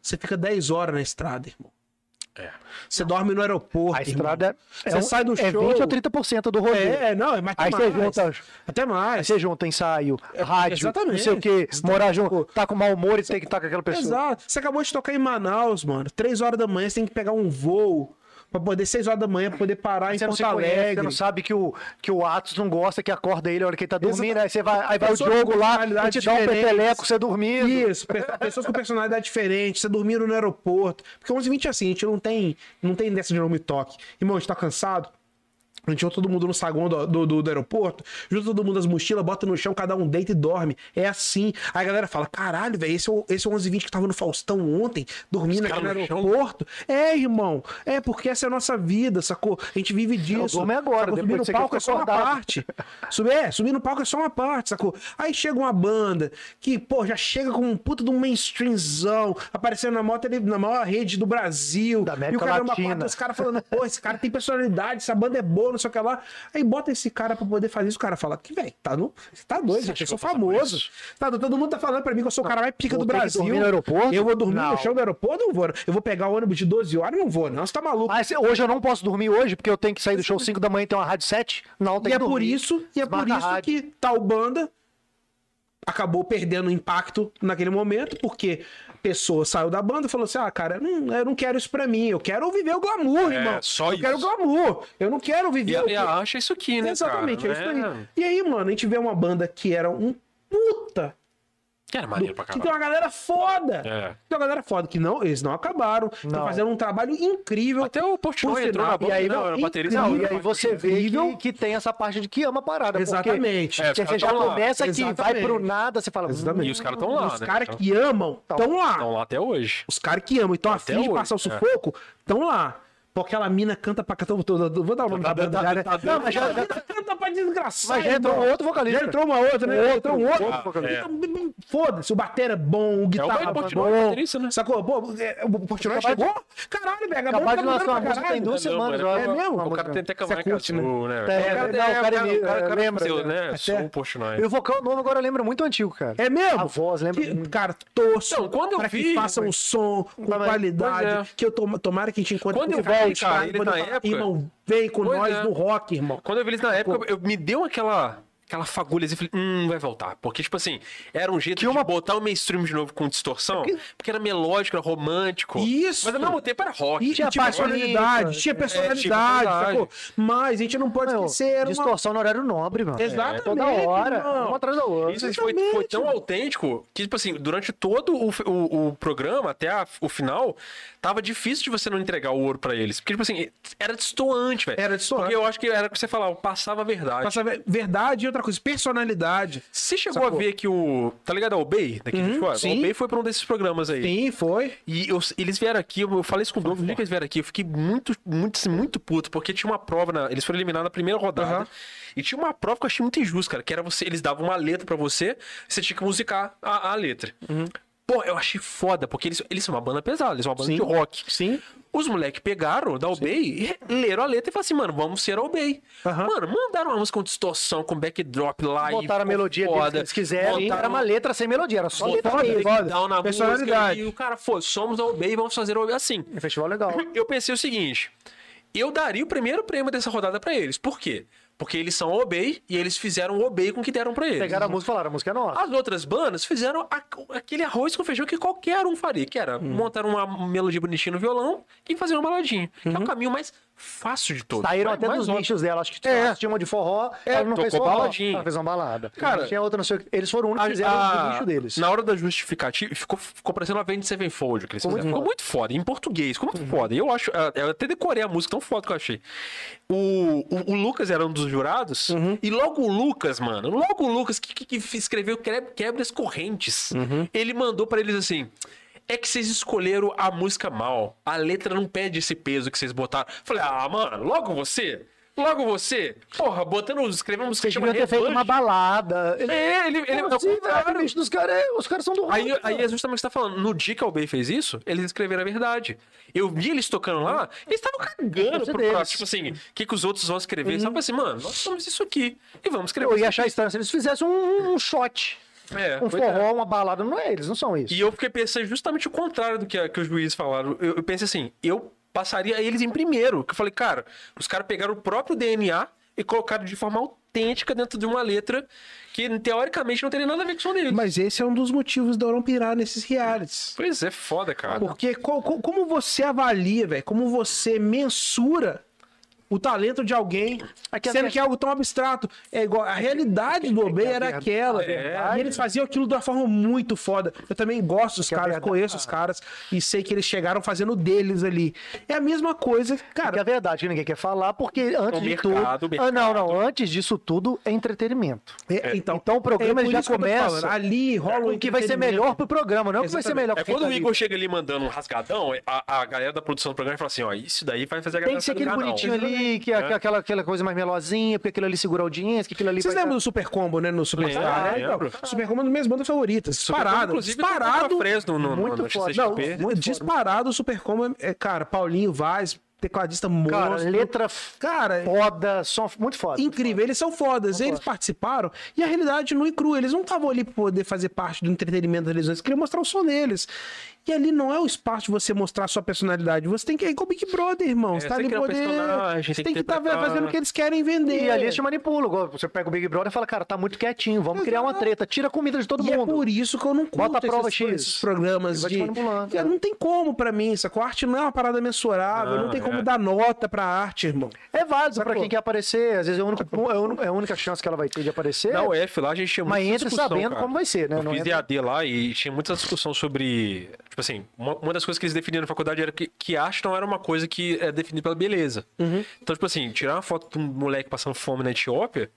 Você fica 10 horas na estrada, irmão.
É.
Você dorme no aeroporto.
A
irmão.
estrada é,
Você
um-
sai do
é
show.
20 ou 30% do rolê.
É, não, é mais
Aí
que
você
mais.
junta-
Até mais.
Você junta ensaio, rádio,
É, exatamente.
não sei o que, morar junto, tá com mau humor e tem que estar com aquela pessoa.
Exato. Você acabou de tocar em Manaus, mano. Três horas da manhã, você tem que pegar um voo pra poder, seis horas da manhã, pra poder parar em
Você não
Porto
se conhece, você
Alegre.
não sabe que o, que o Atos não gosta, que acorda ele a hora que ele tá dormindo,
Exato. É
aí você vai, aí vai o
Pessoas com
jogo lá, ele
personalidades
te dá um
diferentes.
peteleco, você dormindo.
Isso, pe- pessoas com personalidade diferente, você dormindo no aeroporto. Porque 11 h 20 é assim, a gente não tem, não tem dessa de não me toque. Irmão, a gente tá cansado. A gente junta todo mundo no saguão do, do, do- do aeroporto, junta todo mundo as mochilas, bota no chão, cada um deita e dorme. É assim. Aí a galera fala: caralho, velho, esse, é o- esse é o 11 h 20 que tava no Faustão ontem, dormindo
Os
aqui
caras
no
no chão?
aeroporto. É, irmão. É porque essa é a nossa vida, sacou? A gente vive disso.
durmo é agora,
sacou?
depois
Subir no
disso aqui eu
palco é
fico
só uma
acordado.
parte parte. Subir, é, subir no palco é só uma parte, sacou? Aí chega uma banda que, pô, já chega com um puta de um mainstreamzão, aparecendo na maior, tele- na maior rede do Brasil.
Da
e o
América
cara
Latina.
os caras falando, pô, esse cara tem personalidade, essa banda é boa, não sei o que lá. Aí bota esse cara pra poder fazer isso, o cara fala, que velho, tá no... você tá doido, gente, eu sou
vou passar por
famoso. Tá, doido, todo mundo tá falando pra mim que eu sou o cara mais pica
vou
do
ter que
Brasil.
dormir no aeroporto?
Eu vou dormir no
Não.
chão do aeroporto? Não vou. Eu vou pegar o ônibus de 12 horas? Não vou, não, você tá maluco.
Mas hoje eu não posso dormir hoje, porque eu tenho que sair do show 5 da manhã e tem uma rádio 7. Não, tem
é E
que
é por
dormir.
isso, e é por
Desmarca a
isso
rádio.
que tal banda acabou perdendo impacto naquele momento, porque a pessoa saiu da banda e falou assim: "Ah, cara, não, eu não quero isso pra mim, eu quero viver o glamour,
É,
irmão.
só
eu
isso.
quero glamour. Eu não quero
E
viver
a,
o
e a acha isso aqui, né?
Exatamente,
cara?
é isso aí.
É.
E aí, mano, a gente vê uma banda que era um puta
Que era maneiro é pra
que tem
caralho.
uma galera foda.
É.
Tem uma galera foda que não, eles não acabaram. Estão
Não.
fazendo um trabalho incrível.
Até o Portnoy
Por
entrou
sinal,
na
e
banda,
aí,
não,
meu,
era baterista.
Não,
Não,
e aí você vê que,
Incrível.
que tem essa parte de que ama a parada. porque
Exatamente.
É, os
Você
caras
já
tão lá.
começa aqui, vai
Exatamente.
pro nada, você fala. hum,
Exatamente.
E os caras estão lá,
Os
né?
caras que amam estão lá.
Estão lá até hoje.
Os caras que amam. Então, a fim de
hoje,
passar o
é.
sufoco, estão lá. Pô, aquela mina canta pra cá. tô- tô- tô- Vou dar o nome
Tá
da banda
dando-
já, né?
tá dando-
Não, mas já, já canta pra desgraçar.
Mas já entrou
irmão.
um outro vocalista.
Já entrou uma outra, né?
Outro,
entrou um outro.
outro
vocalista.
Então, Foda-se, o bater é bom, o guitarra
Bad
é
Portnoy,
bom.
o baterista, né?
Sacou? Pô, é, o Portnoy
Acabaram de-
chegou? Caralho, velho. a banda
Acabaram
tá
de lançar
mudando
uma
pra
música tem
caralho.
duas
Não,
semanas.
mano,
já.
é mesmo?
O
Uma
cara tem
música.
até câmera
Você curte,
casual, né?
É,
velho?
não, o cara é meio- lembra,
seu,
né?
né? Sou o Portnoy.
E o vocal novo agora lembra muito o antigo, cara.
É mesmo?
A voz lembra
Que,
muito.
cara, torço
Não, quando eu
pra que
vi,
façam um som com
Mas-
qualidade.
pois é.
Que eu tom- tomara que a gente encontre
Quando
com
eu
o cara
vi,
que está
cara,
aí,
ele
quando
na
fala,
época-
Irmão, vem com
Pois
nós
é.
no rock, irmão.
Quando eu vi eles na época, eu, eu- me deu aquela. aquela fagulha assim, eu falei, hum, vai voltar. Porque, tipo assim, era um jeito
Que uma-
de botar o mainstream de novo com distorção, porque era melódico, era romântico.
Isso!
Mas ao mesmo tempo era rock. Tipo,
E tinha
Tinha
Apaixonante.
personalidade, tinha personalidade,
É, personalidade.
sacou? Mas a gente não pode
Não,
esquecer. era uma-
distorção no horário nobre, mano. É,
Exatamente,
Toda hora,
irmão.
uma atrás da outra.
Isso foi, foi tão autêntico que, tipo assim, durante todo o, o, o programa, até a- o final, tava difícil de você não entregar o ouro pra eles. Porque, tipo assim, era destoante, velho.
Era destoante.
Porque eu acho que era o que você falava, passava a verdade.
Nossa, ve- verdade e outra coisa, personalidade.
Você chegou
Sacou?
a ver que o. Tá ligado? A Obey? Daqui de fora?
sim.
A Obey foi pra um desses programas aí.
Sim, foi.
E eu- eles vieram aqui, eu eu falei isso com o Bruno, o dia que eles vieram aqui, eu fiquei muito, muito, assim, muito puto, porque tinha uma prova, na- eles foram eliminados na primeira rodada,
Aham.
e tinha uma prova que eu achei muito injusta, cara, que era você, eles davam uma letra pra você, você tinha que musicar a, a letra.
Uhum.
Pô, eu achei foda, porque eles, eles são uma banda pesada, eles são uma banda
Sim.
de rock.
Sim.
Os moleques pegaram da Obey, e leram a letra e falaram assim, mano, vamos ser a Obey.
Aham.
Mano, mandaram uma música com distorção, com backdrop lá e
Botaram a
ficou
melodia deles que eles quiseram.
Botaram-
Era uma letra sem melodia, era só letra.
botaram
mesmo.
breakdown na música
Personalidade.
e o cara, foi, somos a Obey, vamos fazer a Obey assim.
É um festival legal.
Eu pensei o seguinte: eu daria o primeiro prêmio dessa rodada pra eles. Por quê? Porque eles são Obey e eles fizeram o Obey com o que deram pra eles.
Pegaram a música e falaram, a música é nossa.
As outras bandas fizeram a- aquele arroz com feijão que qualquer um faria, que era
Hum.
montar uma melodia bonitinha no violão e fazer uma baladinha. Que é o caminho mais fácil de todos.
Uhum. Saíram
Mais-
até
Ah, mais
dos
óbvio.
nichos dela. Acho que é. tinha uma de forró, ela não
tocou
fez forró.
baladinha.
Ela fez uma balada.
Cara,
tinha outra, não sei o que. Eles foram
A-
únicos que fizeram
a-
o nicho deles.
Ah, Na hora da justificativa, ficou, ficou parecendo uma Vende Sevenfold. Que eles
Ficou Uhum.
fizeram. ficou muito foda, em português, ficou muito foda. Eu acho, ah, eu até decorei a música, tão foda que eu achei. O, o, o Lucas era um dos jurados,
Uhum.
e logo o Lucas, mano, logo o Lucas que, que- que escreveu Quebra- Quebra as Correntes,
Uhum.
ele mandou pra eles assim. É que vocês escolheram a música mal. A letra não pede esse peso que vocês botaram. Falei, ah, mano, logo você? Logo você? Porra, botando, escrevendo uma música
Vocês
que chama
deviam ter feito
Revanche.
uma balada. Ele,
É, ele, ele
Como assim,
é o contrário.
velho? O bicho dos caras é- os caras são do rock.
Aí, aí
mano.
é justamente o que você tá falando. No dia que a UBI fez isso, eles escreveram a verdade. Eu vi eles tocando lá, eles estavam cagando
É, Você
pro
deles. Uhum.
próximo. Tipo assim, o que, que os outros vão escrever? Eles estavam assim, mano, nós somos isso aqui. E vamos escrever.
Eu ia
isso
achar estranho se eles fizessem um, um shot.
aqui. É,
Um
pois é.
forró, uma balada. Não é eles, não são isso.
E eu fiquei pensando justamente o contrário do que, a- que os juízes falaram. Eu, eu pensei assim, eu passaria eles em primeiro. Que eu falei, cara, os caras pegaram o próprio DNA e colocaram de forma autêntica dentro de uma letra que teoricamente não teria nada a ver com o som deles.
Mas esse é um dos motivos de eu não pirar nesses realities.
Pois é, foda, cara.
Porque co- co- como você avalia, velho? Como você mensura o talento de alguém,
Aqui é
sendo
ver-
que é algo tão abstrato. É igual, a realidade do Obey era
ver-
aquela.
a verdade-
E eles faziam aquilo de uma forma muito foda. Eu também gosto dos
Ah, é a
caras,
verdade-
conheço os caras e sei que eles chegaram fazendo o deles ali. É a mesma coisa,
Que é a
cara.
verdade que ninguém quer falar, porque antes de
mercado, o
tudo.
mercado.
Ah, não, não. Antes disso tudo é entretenimento.
É, então,
Então o programa
é por
ele já
isso que eu tô te falando.
começa
Ali rola
o um que vai ser melhor pro programa, não o que vai ser
Exatamente.
melhor
É
pro
quando o
quem tá
Igor
ali.
chega ali mandando um rasgadão, a, a galera da produção do programa fala assim, ó, isso daí vai fazer a galera
Tem que ser
sair do
aquele
canal.
bonitinho ali, que é aqu- aquela, aquela coisa mais melosinha, porque aquilo ali segura a audiência, que aquilo ali.
Vocês
vai Ah,
lembram do Super Combo, né? No Superstar,
Lembro,
né? Então,
lembro.
Super Combo é uma das minhas bandas favoritas.
Parado,
Disparado.
inclusive, parado.
Disparado.
Fresno no, no,
Muito
no
foda.
XP.
Não, É muito
Disparado o Super Combo. É, cara, Paulinho Vaz, tecladista monstro.
Cara, letra
Cara,
foda, som muito foda.
incrível. Eles são fodas. Eles participaram e a realidade nua e crua. Eles não estavam ali pra poder fazer parte do entretenimento deles. Eles queriam mostrar o som deles. E ali não é o espaço de você mostrar a sua personalidade. Você tem que ir com o Big Brother,
É,
irmão. Você
você
tá
tem
ali
que
pra
criar um
poder...
personagem,
Você
tem
tem
que
que estar
interpretar.
fazendo o que eles querem vender. né?
E ali é tipo eles te manipulam. igual Você pega o Big Brother e fala, cara, tá muito quietinho, vamos criar uma treta, tira a comida de todo
E é
mundo.
por isso que eu não curto
Bota a prova
esses,
X.
esses programas
Vai te
de...
manipulando,
Cara,
né?
Não tem como pra mim, sacou? A arte não é uma parada mensurável, não,
Não,
tem
Ah,
como
é.
dar nota pra arte, irmão.
É válido pra
Sacou?
quem quer aparecer. Às vezes é, o único, é o único- é a única chance que ela vai ter de
É.
aparecer.
Na UF é, lá a gente tinha
Mas
muita
entre
discussão,
sabendo
cara.
como vai ser, né?
Eu
Não
fiz
entra-
EAD lá e tinha muita discussão sobre. Tipo assim, uma, uma das coisas que eles definiam na faculdade era que, que arte não era uma coisa que é definida pela beleza.
Uhum.
Então, tipo assim, tirar uma foto de um moleque passando fome na Etiópia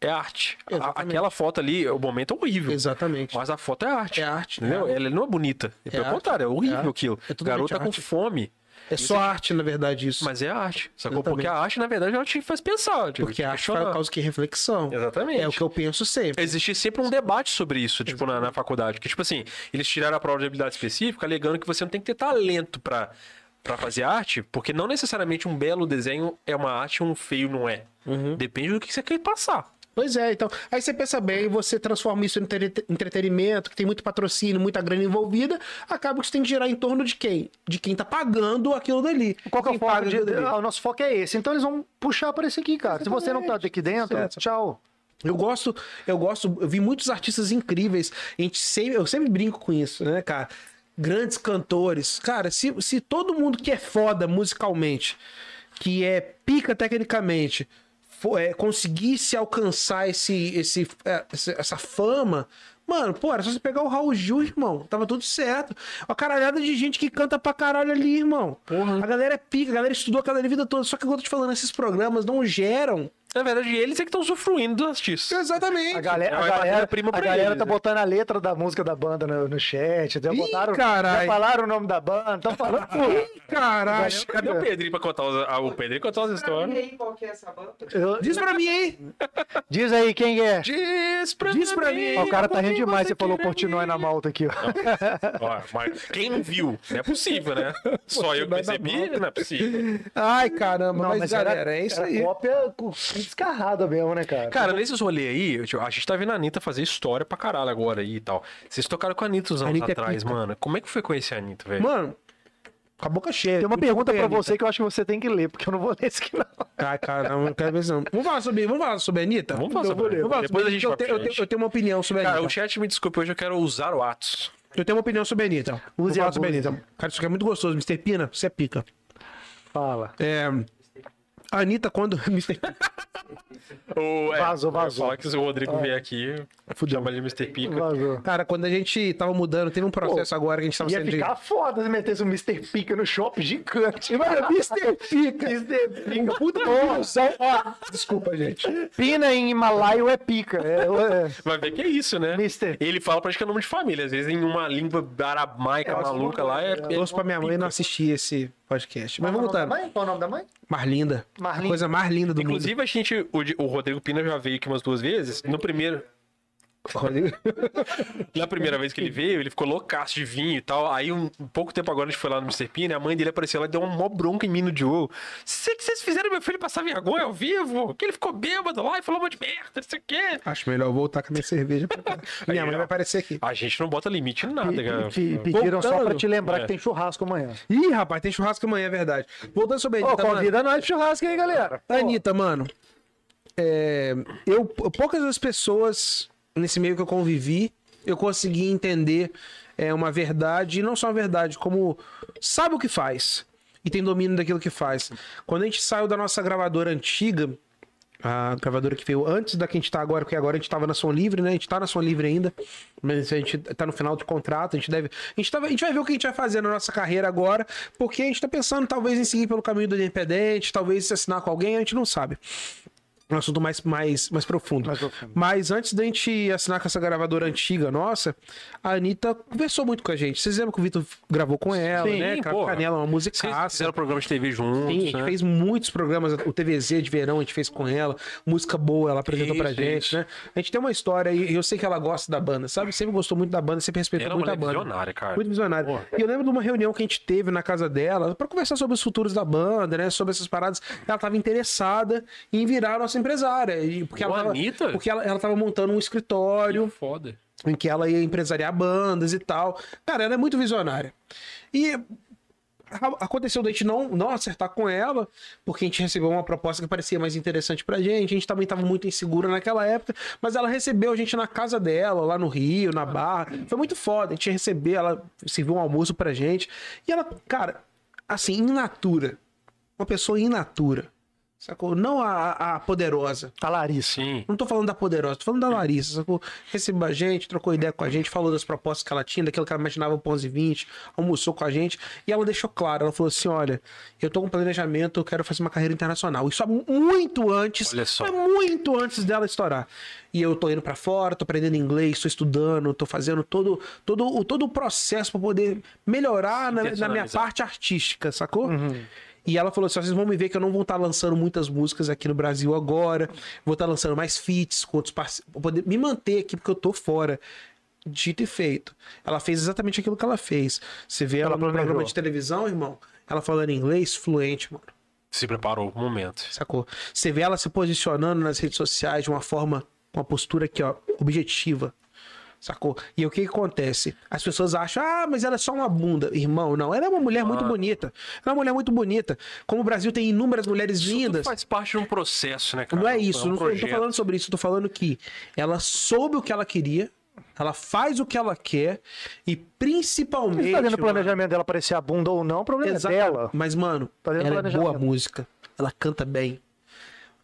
é arte. A-
Exatamente.
aquela foto ali, o momento é horrível.
Exatamente.
Mas a foto é arte.
É arte,
Entendeu?
é.
Ela não é bonita. Pelo
arte.
contrário, é horrível
É arte.
aquilo.
É
O
totalmente
garoto tá com
arte.
fome.
É só arte, na verdade, isso.
Mas é arte, sacou? Porque
Exatamente.
a arte, na verdade, ela te faz pensar. te-
Porque
te
a arte
questionar.
causa que reflexão.
Exatamente.
É o que eu penso sempre.
Existia sempre um debate sobre isso, tipo, na, na faculdade. Que, tipo assim, eles tiraram a prova de habilidade específica, alegando que você não tem que ter talento pra, pra fazer arte, porque não necessariamente um belo desenho é uma arte e um feio não é. Depende do que você quer passar.
Pois é, então. Aí você pensa bem, você transforma isso em entre- entretenimento, que tem muito patrocínio, muita grana envolvida, acaba que você tem que girar em torno de quem? De quem tá pagando aquilo dali.
Qual que é o
Quem
foco?
paga
de-
aquilo dali?
ah, o nosso foco é esse. Então eles vão puxar para esse aqui, cara. Se você não tá aqui dentro,
Certo.
tchau.
Eu gosto, eu gosto, eu vi muitos artistas incríveis. A gente sempre, eu sempre brinco com isso, né, cara? Grandes cantores. Cara, se, se todo mundo que é foda musicalmente, que é pica tecnicamente, fo- é, conseguisse alcançar esse, esse, é, esse- essa fama. Mano, pô, era só você pegar o Raul Gil, irmão. Tava tudo certo. A caralhada de gente que canta pra caralho ali, irmão. A galera é pica, a galera estudou a vida toda. Só que como eu tô te falando, esses programas não geram.
Na verdade, eles é que estão usufruindo das disso.
Exatamente.
A
Vai
galera, a
bater
galera,
na prima
a
pra
galera
eles,
tá
né?
botando a letra da música da banda no, no chat. Já,
Ih,
botaram, já
carai.
falaram o nome da banda. Estão falando tudo.
Caralho.
Cadê o Pedrinho pra contar os, ah, o Pedrinho contar as histórias?
aí qual que é essa banda?
Eu-
Diz pra mim aí.
Diz aí quem é.
Diz pra
Diz pra mim.
Ó, o cara tá
por que
rindo demais. Você falou
quer
Portinói
me-
na malta aqui, ó.
Ó, mas quem não viu? Não é possível, né? Só eu que
Portinói na
percebi? Não é possível.
Ai, caramba. mas, galera, é isso
era
aí.
cópia com- descarrada mesmo, né, cara?
Cara, nesses rolês aí, tipo, a gente tá vendo a Anitta fazer história pra caralho agora aí e tal. Vocês tocaram com a Anitta uns anos
Anitta é
atrás,
pica.
mano. Como é que foi conhecer a Anitta, velho?
Mano, com a boca cheia.
Tem uma
Muito
pergunta
bem,
pra
Anitta.
você que eu acho que você tem que ler, porque eu não vou ler isso aqui, não.
Ai, caramba, não quero ver isso não. Vamos falar sobre, vamos falar sobre a Anitta?
Vamos falar sobre
Vamos
ela.
falar
Depois
sobre
a gente
Anitta.
vai
Eu tenho-
pra
eu tenho-
frente.
Eu tenho uma opinião sobre a
Cara, o
Anitta.
chat me desculpa, hoje eu quero usar o Atos.
Eu tenho uma opinião sobre a Anitta. Vamos
Use
falar
a
sobre a
blusa.
Anitta. Cara, isso aqui é muito gostoso. Mr. Pina, você é pica.
Fala.
É... A Anitta, quando... Mr. Pina.
O, é,
Vazou,
eu ia
vazou.
falar que se o Rodrigo vier aqui,
Fudeu.
chama ele Mr. Pica.
Vazou.
Cara, quando a gente tava mudando, teve um processo agora que a gente tava
Ia
sendo... de-
ficar foda se metesse um Mr. Pica no shopping gigante.
Mano, Mr. Pica.
Mr. Pica. é
Puta promoção. Ó, Desculpa, gente.
Pina em Himalaio é pica. É, é,
Vai ver que é isso, né?
Mr..
Ele fala praticamente que é nome de família. Às vezes em uma língua aramaica maluca lá é.
Eu ouço pra minha mãe não assistir esse podcast. Mas vamos voltar.
Qual o nome da mãe?
Marlinda.
Marlinda.
A coisa mais linda do mundo.
Inclusive, a gente. O, Di- o Rodrigo Pina já veio aqui umas duas vezes. No primeiro.
Rodrigo-
Na primeira vez que ele veio, ele ficou loucaço de vinho e tal. Aí, um, um pouco tempo agora, a gente foi lá no Mr. Pina, a mãe dele apareceu lá e deu uma mó bronca em mim no Joe. Sei que vocês fizeram meu filho passar vergonha ao vivo, que ele ficou bêbado lá e falou um monte de merda, não sei o quê.
Acho melhor eu voltar com a minha cerveja. pra cá. minha
Aí,
mãe
ó.
vai aparecer aqui.
A gente não bota limite em nada, cara.
Pe- Pediram só
Voltando.
pra te lembrar que
É.
tem churrasco amanhã.
Ih, rapaz, tem churrasco amanhã, é verdade. Voltando sobre a
Ô,
Anitta, mano.
convida nós pro churrasco aí, galera. Pô,
Anitta, mano. é, eu, poucas das pessoas nesse meio que eu convivi, eu consegui entender é, uma verdade, e não só uma verdade, como sabe o que faz e tem domínio daquilo que faz. Quando a gente saiu da nossa gravadora antiga, a gravadora que veio antes da que a gente tá agora, porque agora a gente tava na Som Livre, né? A gente tá na Som Livre ainda, mas a gente tá no final do contrato, a gente deve. A gente, tava- a gente vai ver o que a gente vai fazer na nossa carreira agora, porque a gente tá pensando talvez em seguir pelo caminho do independente, talvez se assinar com alguém, a gente não sabe. Um assunto mais, mais, mais profundo.
Mais profundo.
Mas antes da gente assinar com essa gravadora antiga nossa, a Anitta conversou muito com a gente. Vocês lembram que o Vitor gravou com ela,
Sim,
né?
porra.
Canela, uma
Vocês
musicaça.
fizeram programa de TV juntos,
Sim, a gente
né?
fez muitos programas, o TVZ de verão a gente fez com ela, música boa ela apresentou pra
Isso,
gente,
isso.
né? A gente tem uma história e eu sei que ela gosta da banda, sabe? Sempre gostou muito da banda, sempre respeitou
Ela é uma
muito a
mulher
banda.
visionária, cara.
Muito visionária.
Porra.
E eu lembro de uma reunião que a gente teve na casa dela pra conversar sobre os futuros da banda, né? Sobre essas paradas. Ela tava interessada em virar nossa empresária. E porque ela
Ô,
tava,
Anitta?
Porque ela, ela tava montando um escritório
Foda.
em que ela ia empresariar bandas e tal. Cara, ela é muito visionária. E a- aconteceu da gente não, não acertar com ela, porque a gente recebeu uma proposta que parecia mais interessante pra gente. A gente também tava muito insegura naquela época, mas ela recebeu a gente na casa dela, lá no Rio, na Barra. Foi muito foda. A gente recebeu, ela serviu um almoço pra gente. E ela, cara, assim, in natura. Uma pessoa in natura. Sacou? Não a- a- a poderosa.
Tá Larissa.
Sim.
Não tô falando da Poderosa, tô falando da Larissa, sacou? Recebeu a gente, trocou ideia com a gente, falou das propostas que ela tinha, daquilo que ela imaginava pro 11 e 20, almoçou com a gente, e ela deixou claro, ela falou assim, olha, eu tô com um planejamento, eu quero fazer uma carreira internacional. Isso há mu- muito antes,
Olha só.
mas muito antes dela estourar. E eu tô indo pra fora, tô aprendendo inglês, tô estudando, tô fazendo todo, todo, o- todo o processo pra poder melhorar na, na minha
Internacionalizar.
parte artística, sacou? E ela falou assim: "Ó, vocês vão me ver que eu não vou estar lançando muitas músicas aqui no Brasil agora, vou estar lançando mais feats com outros parceiros, vou poder me manter aqui porque eu tô fora. Dito e feito. Ela fez exatamente aquilo que ela fez. Você vê ela,
Ela
no
planejou.
programa de televisão, irmão, ela falando inglês fluente, mano
Se preparou pro momento.
sacou? Você vê ela se posicionando nas redes sociais de uma forma, com uma postura aqui, ó, objetiva. Sacou? E o que, que acontece? As pessoas acham, ah, mas ela é só uma bunda. Irmão, não. Ela é uma mulher muito bonita. Ela é uma mulher muito bonita. Como o Brasil tem inúmeras mulheres
Isso tudo
lindas.
faz parte de um processo, né, cara?
Não é isso,
um
não, tô- não tô
projeto.
falando sobre isso, tô falando que ela soube o que ela queria, ela faz o que ela quer e
tá
Você
principalmente.
tá vendo o
mano,
planejamento dela parecer a bunda ou não, o problema
Exato.
é dela.
Mas, mano,
Tá dentro do
ela é boa
planejamento.
música. Ela canta bem.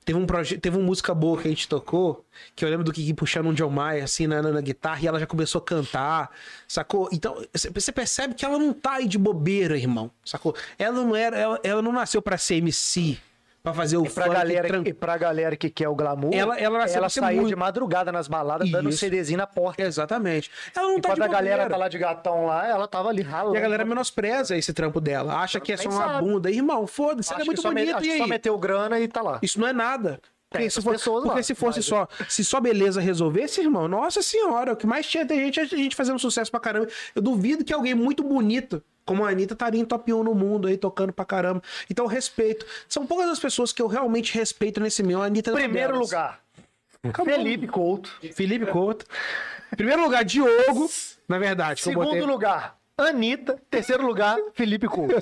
Teve um projeto, teve uma música boa que a gente tocou, que eu lembro do Kiki puxando um John Mayer assim na, na, na guitarra e ela já começou a cantar, sacou? Então, você- você percebe que ela não tá aí de bobeira, irmão, sacou? Ela não era, ela, ela não nasceu pra ser MC, pra fazer o
E pra,
funk
galera,
tranquilo.
e pra galera que quer o glamour,
Ela- ela nasceu pra ser
saía
muito-
de madrugada nas baladas, dando um
Isso.
CDzinho na porta.
Exatamente. Ela não tá de
Enquanto a galera
bobeira.
tá lá de gatão lá, ela tava ali ralando.
E a galera menospreza esse trampo dela. Acha que é só
Nem
uma
sabe.
bunda. Irmão, foda-se,
Acho
ela é
que
muito
só me-
bonita.
acho
E
que só
aí?
meteu grana e tá lá.
Isso não é nada. Porque,
essas
se, for-
pessoas lá,
porque se fosse
mas-
só, se só beleza resolvesse, irmão, nossa senhora, o que mais tinha tem gente, a gente fazendo sucesso pra caramba. Eu duvido que alguém muito bonito, como a Anitta, estaria em top 1 no mundo aí, tocando pra caramba. Então, respeito. São poucas as pessoas que eu realmente respeito nesse meu. A Anitta é uma
Primeiro
delas.
lugar,
Acabou.
Felipe Couto.
Felipe Couto. Primeiro lugar, Diogo. Na verdade, que eu
Segundo
botei-
lugar, Anitta. Terceiro lugar, Felipe Couto.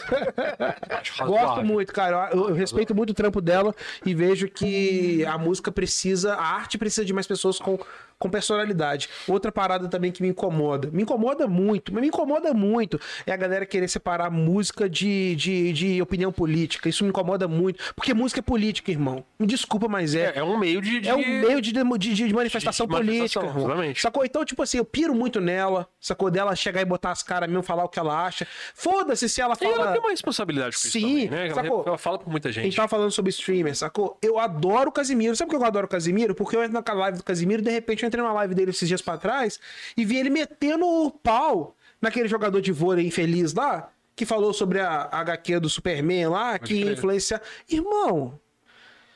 Acho
Gosto
razoável.
muito, cara. Eu, eu respeito muito o trampo dela e vejo que a música precisa, a arte precisa de mais pessoas com, com personalidade. Outra parada também que me incomoda, me incomoda muito, mas me incomoda muito é a galera querer separar música de, de, de opinião política. Isso me incomoda muito, porque música é política, irmão. Me desculpa, mas é.
É, é um meio de. de...
É um meio de, demo- de, de manifestação
De manifestação,
política. irmão.
exatamente.
Sacou? Então, tipo assim, eu piro muito nela. Sacou? Dela chegar e botar as caras mesmo, falar o que ela acha. Foda-se se ela
E
fala.
ela tem uma responsabilidade com isso
Sim,
também, né? Ela,
sacou? Então,
ela fala por muita
A gente
gente.
tava falando sobre streamer, sacou? Eu adoro o Casimiro. Sabe por que eu adoro o Casimiro? Porque eu entro na live do Casimiro e de repente eu entrei numa live dele esses dias pra trás e vi ele metendo o pau naquele jogador de vôlei infeliz lá, que falou sobre a HQ do Superman lá, que
crer.
influencia. Irmão,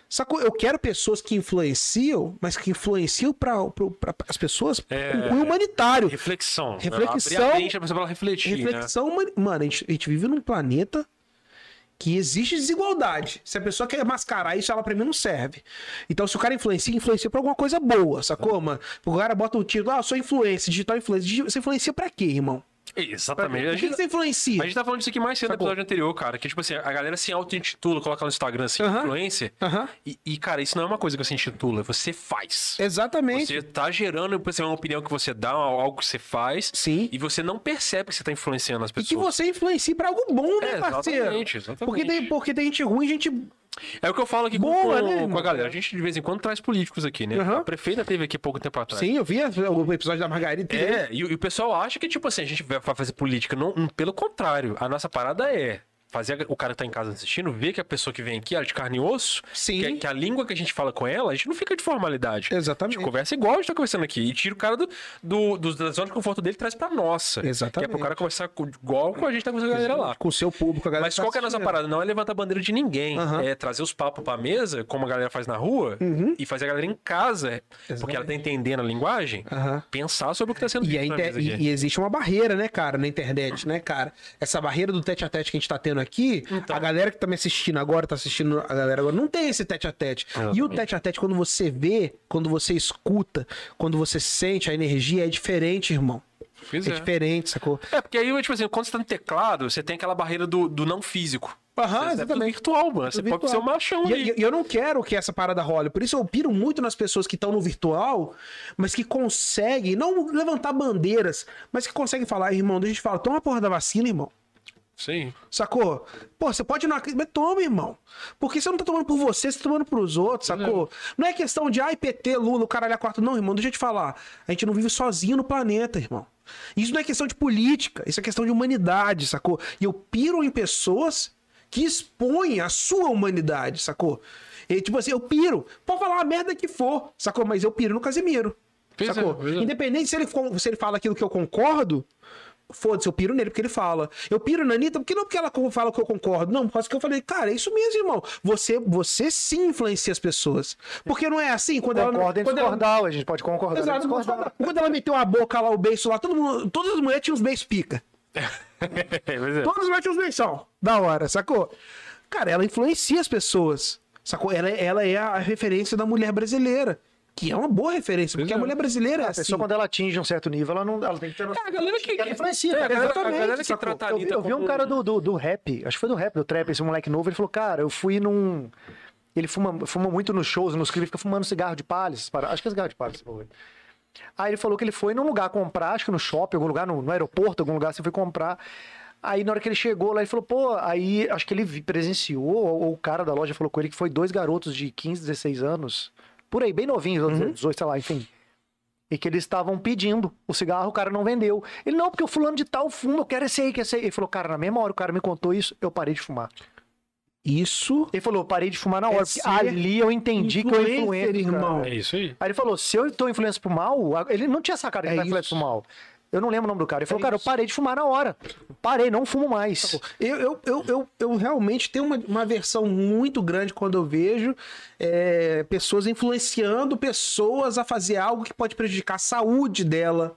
sacou? Eu quero pessoas que influenciam, mas que influenciam pra, pra, pra- as pessoas
É.
com cunho humanitário.
Reflexão. né?
Reflexão.
Abrir a mente pra pessoa pra ela refletir, né?
Reflexão humani- Mano, a gente, a gente vive num planeta que existe desigualdade. Se a pessoa quer mascarar isso, ela pra mim não serve. Então, se o cara influencia, influencia pra alguma coisa boa, sacou, mano? O cara bota o título, ah, eu sou influência, digital influência. Digi- Você influencia pra quê, irmão?
Exatamente.
O
A
que, que
gente,
você influencia?
a gente tá falando disso aqui mais cedo no
Sacou?
episódio anterior, cara. Que, tipo assim, a galera se auto-intitula, coloca lá no Instagram assim,
Aham.
influencer.
Aham.
E, e, cara, isso não é uma coisa que você intitula, você faz.
Exatamente.
Você tá gerando, por exemplo, uma opinião que você dá, algo que você faz.
Sim.
E você não percebe que você tá influenciando as
E que
pessoas.
você influencie pra algo bom, né,
É,
parceiro?
exatamente, exatamente.
Porque tem, porque tem gente ruim, gente.
É o que eu falo aqui com-
Boa,
com,
né,
com a
irmão?
galera. A gente de vez em quando traz políticos aqui, né?
Aham.
A prefeita teve aqui pouco tempo atrás.
Sim, eu vi o episódio da Margarida.
É, e, o- e o pessoal acha que, tipo assim, a gente vai vai fazer política. Não, não, pelo contrário, a nossa parada é fazer a- o cara que tá em casa assistindo ver que a pessoa que vem aqui, ela é de carne e osso,
Sim.
Que, que a língua que a gente fala com ela, a gente não fica de formalidade.
Exatamente.
A gente conversa igual a gente tá conversando aqui. E tira o cara do, do, do- da zona de conforto dele e traz pra nossa. Que é
Exatamente.
pro cara conversar com- igual com a gente tá conversando com a galera lá.
Com o seu público, a galera. tá
Mas qual que é a nossa
assistindo.
parada? Não é levantar a bandeira de ninguém.
Aham. Uhum.
É trazer os papos pra mesa, como a galera faz na rua, e fazer a galera em casa, porque ela tá entendendo a linguagem,
Aham.
pensar sobre o que tá sendo
E, a
na
inter-
mesa aqui.
e- e existe uma barreira, né, cara, na internet, né, cara? Essa barreira do tete a tete que a gente tá tendo aqui,
Então.
a galera que tá me assistindo agora, tá assistindo a galera agora, não tem esse tete a tete. E o tete a tete, quando você vê, quando você escuta, quando você sente, a energia é diferente, irmão.
Pois
é,
é.
diferente, sacou?
É, porque aí, tipo assim, quando você tá no teclado, você tem aquela barreira do, do não físico.
Aham,
Você- é tudo
Ah, exatamente.
virtual, mano. Você pode ser um machão
e,
ali.
e- e eu não quero que essa parada role. Por isso eu piro muito nas pessoas que estão no virtual, mas que conseguem não levantar bandeiras, mas que conseguem falar, irmão, deixa eu te falar, toma a porra da vacina, irmão.
Sim.
Sacou? Pô, você pode não acreditar, mas toma, irmão. Porque você não tá tomando por você, você tá tomando pros outros, sacou? Não é questão de, ai, PT, Lula, o caralho a quarto. Não, irmão, deixa eu te falar. A gente não vive sozinho no planeta, irmão. Isso não é questão de política, isso é questão de humanidade, sacou? E eu piro em pessoas que expõem a sua humanidade, sacou? E, tipo assim, eu piro. Pode falar a merda que for, sacou? Mas eu piro no Casimiro.
Pois é,
sacou?
pois é.
Independente se ele, con- se ele fala aquilo que eu concordo, foda-se, eu piro nele porque ele fala. Eu piro na Anitta porque não porque ela co- fala que eu concordo, não, por causa que eu falei, cara, é isso mesmo, irmão. Você, você sim influencia as pessoas. Porque não é assim, quando ela.
Concorda em
quando ela-
discordar, a gente pode concordar em
Exato, quando
discordar.
ela- quando ela meteu a boca lá, o beijo lá, todo mundo, todas as mulheres tinham os beijos pica.
pois é.
Todas metem os beijão. Da hora, sacou? Cara, ela influencia as pessoas. Sacou? Ela, ela é a referência da mulher brasileira. que é uma boa referência, porque
é.
a mulher brasileira é
A
assim.
pessoa, quando ela atinge um certo nível, ela, não, ela tem que ter noção.
É, a galera que-
Ela influencia,
É, a
cara.
galera- a
Exatamente,
galera que
sacou?
trata a
eu, vi-
Anitta
eu vi um
como-
cara do, do, do rap, acho que foi do rap, do trap, esse moleque novo, ele falou, cara, eu fui num... Ele fuma, fuma muito nos shows, nos clipes, fica fumando cigarro de palha, essas paradas. acho que é cigarro de palha, esse bagulho. Aí ele falou que ele foi num lugar comprar, acho que no shopping, algum lugar, no, no aeroporto, algum lugar, você foi comprar. Aí na hora que ele chegou lá, ele falou, pô, aí acho que ele vi- presenciou, ou, ou o cara da loja falou com ele que foi dois garotos de 15, 16 anos, por aí, bem novinhos, 18, sei lá, enfim. E que eles estavam pedindo o cigarro, o cara não vendeu. Ele, não, porque o fulano de tal fuma, eu quero esse aí, que esse aí. Ele falou, cara, na mesma hora o cara me contou isso, eu parei de fumar.
Isso
Ele falou, eu parei de fumar na hora, porque
ser
ali eu entendi que eu
influencer,
influencer,
irmão.
É isso aí.
Aí ele falou: se eu tô influenciando pro mal, a- ele não tinha sacado que
É
ele tá
isso.
influenciando pro mal. Eu não lembro o nome do cara. Ele falou, cara, eu parei de fumar na hora. Parei, não fumo mais.
Eu, eu, eu, eu, eu realmente tenho uma, uma versão muito grande quando eu vejo é, pessoas influenciando pessoas a fazer algo que pode prejudicar a saúde dela,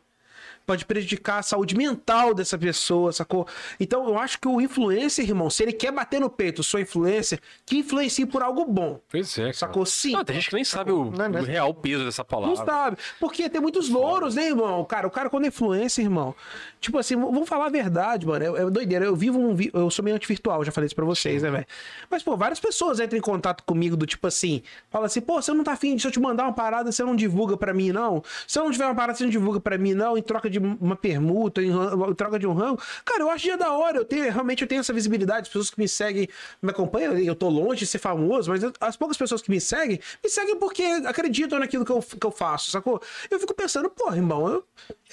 pode prejudicar a saúde mental dessa pessoa, sacou? Então eu acho que o influencer, irmão, se ele quer bater no peito, sou influencer, que influencie por algo bom.
Pois é, cara.
Sacou? Sim.
Não, tem gente que nem sabe o,
Não, não é-
o real peso dessa
Não
palavra.
sabe. Porque tem muitos louros, né, irmão? Cara, o cara quando é influência, irmão. Tipo assim, v- vamos falar a verdade, mano. É, é doideira. Eu vivo um. vi- Eu sou meio antivirtual, já falei isso pra vocês, né, velho? Mas, pô, várias pessoas entram em contato comigo do tipo assim. Fala assim, pô, você não tá afim de se eu te mandar uma parada, você não divulga pra mim, não. Se eu não tiver uma parada, você não divulga pra mim, não. Em troca de uma permuta, em, ran- em troca de um rango. Cara, eu acho dia da hora. Eu tenho, realmente eu tenho essa visibilidade. As pessoas que me seguem me acompanham. Eu tô longe de ser famoso, mas as poucas pessoas que me seguem, me seguem porque acreditam naquilo que eu, que eu faço, sacou? Eu fico pensando, porra, irmão, eu,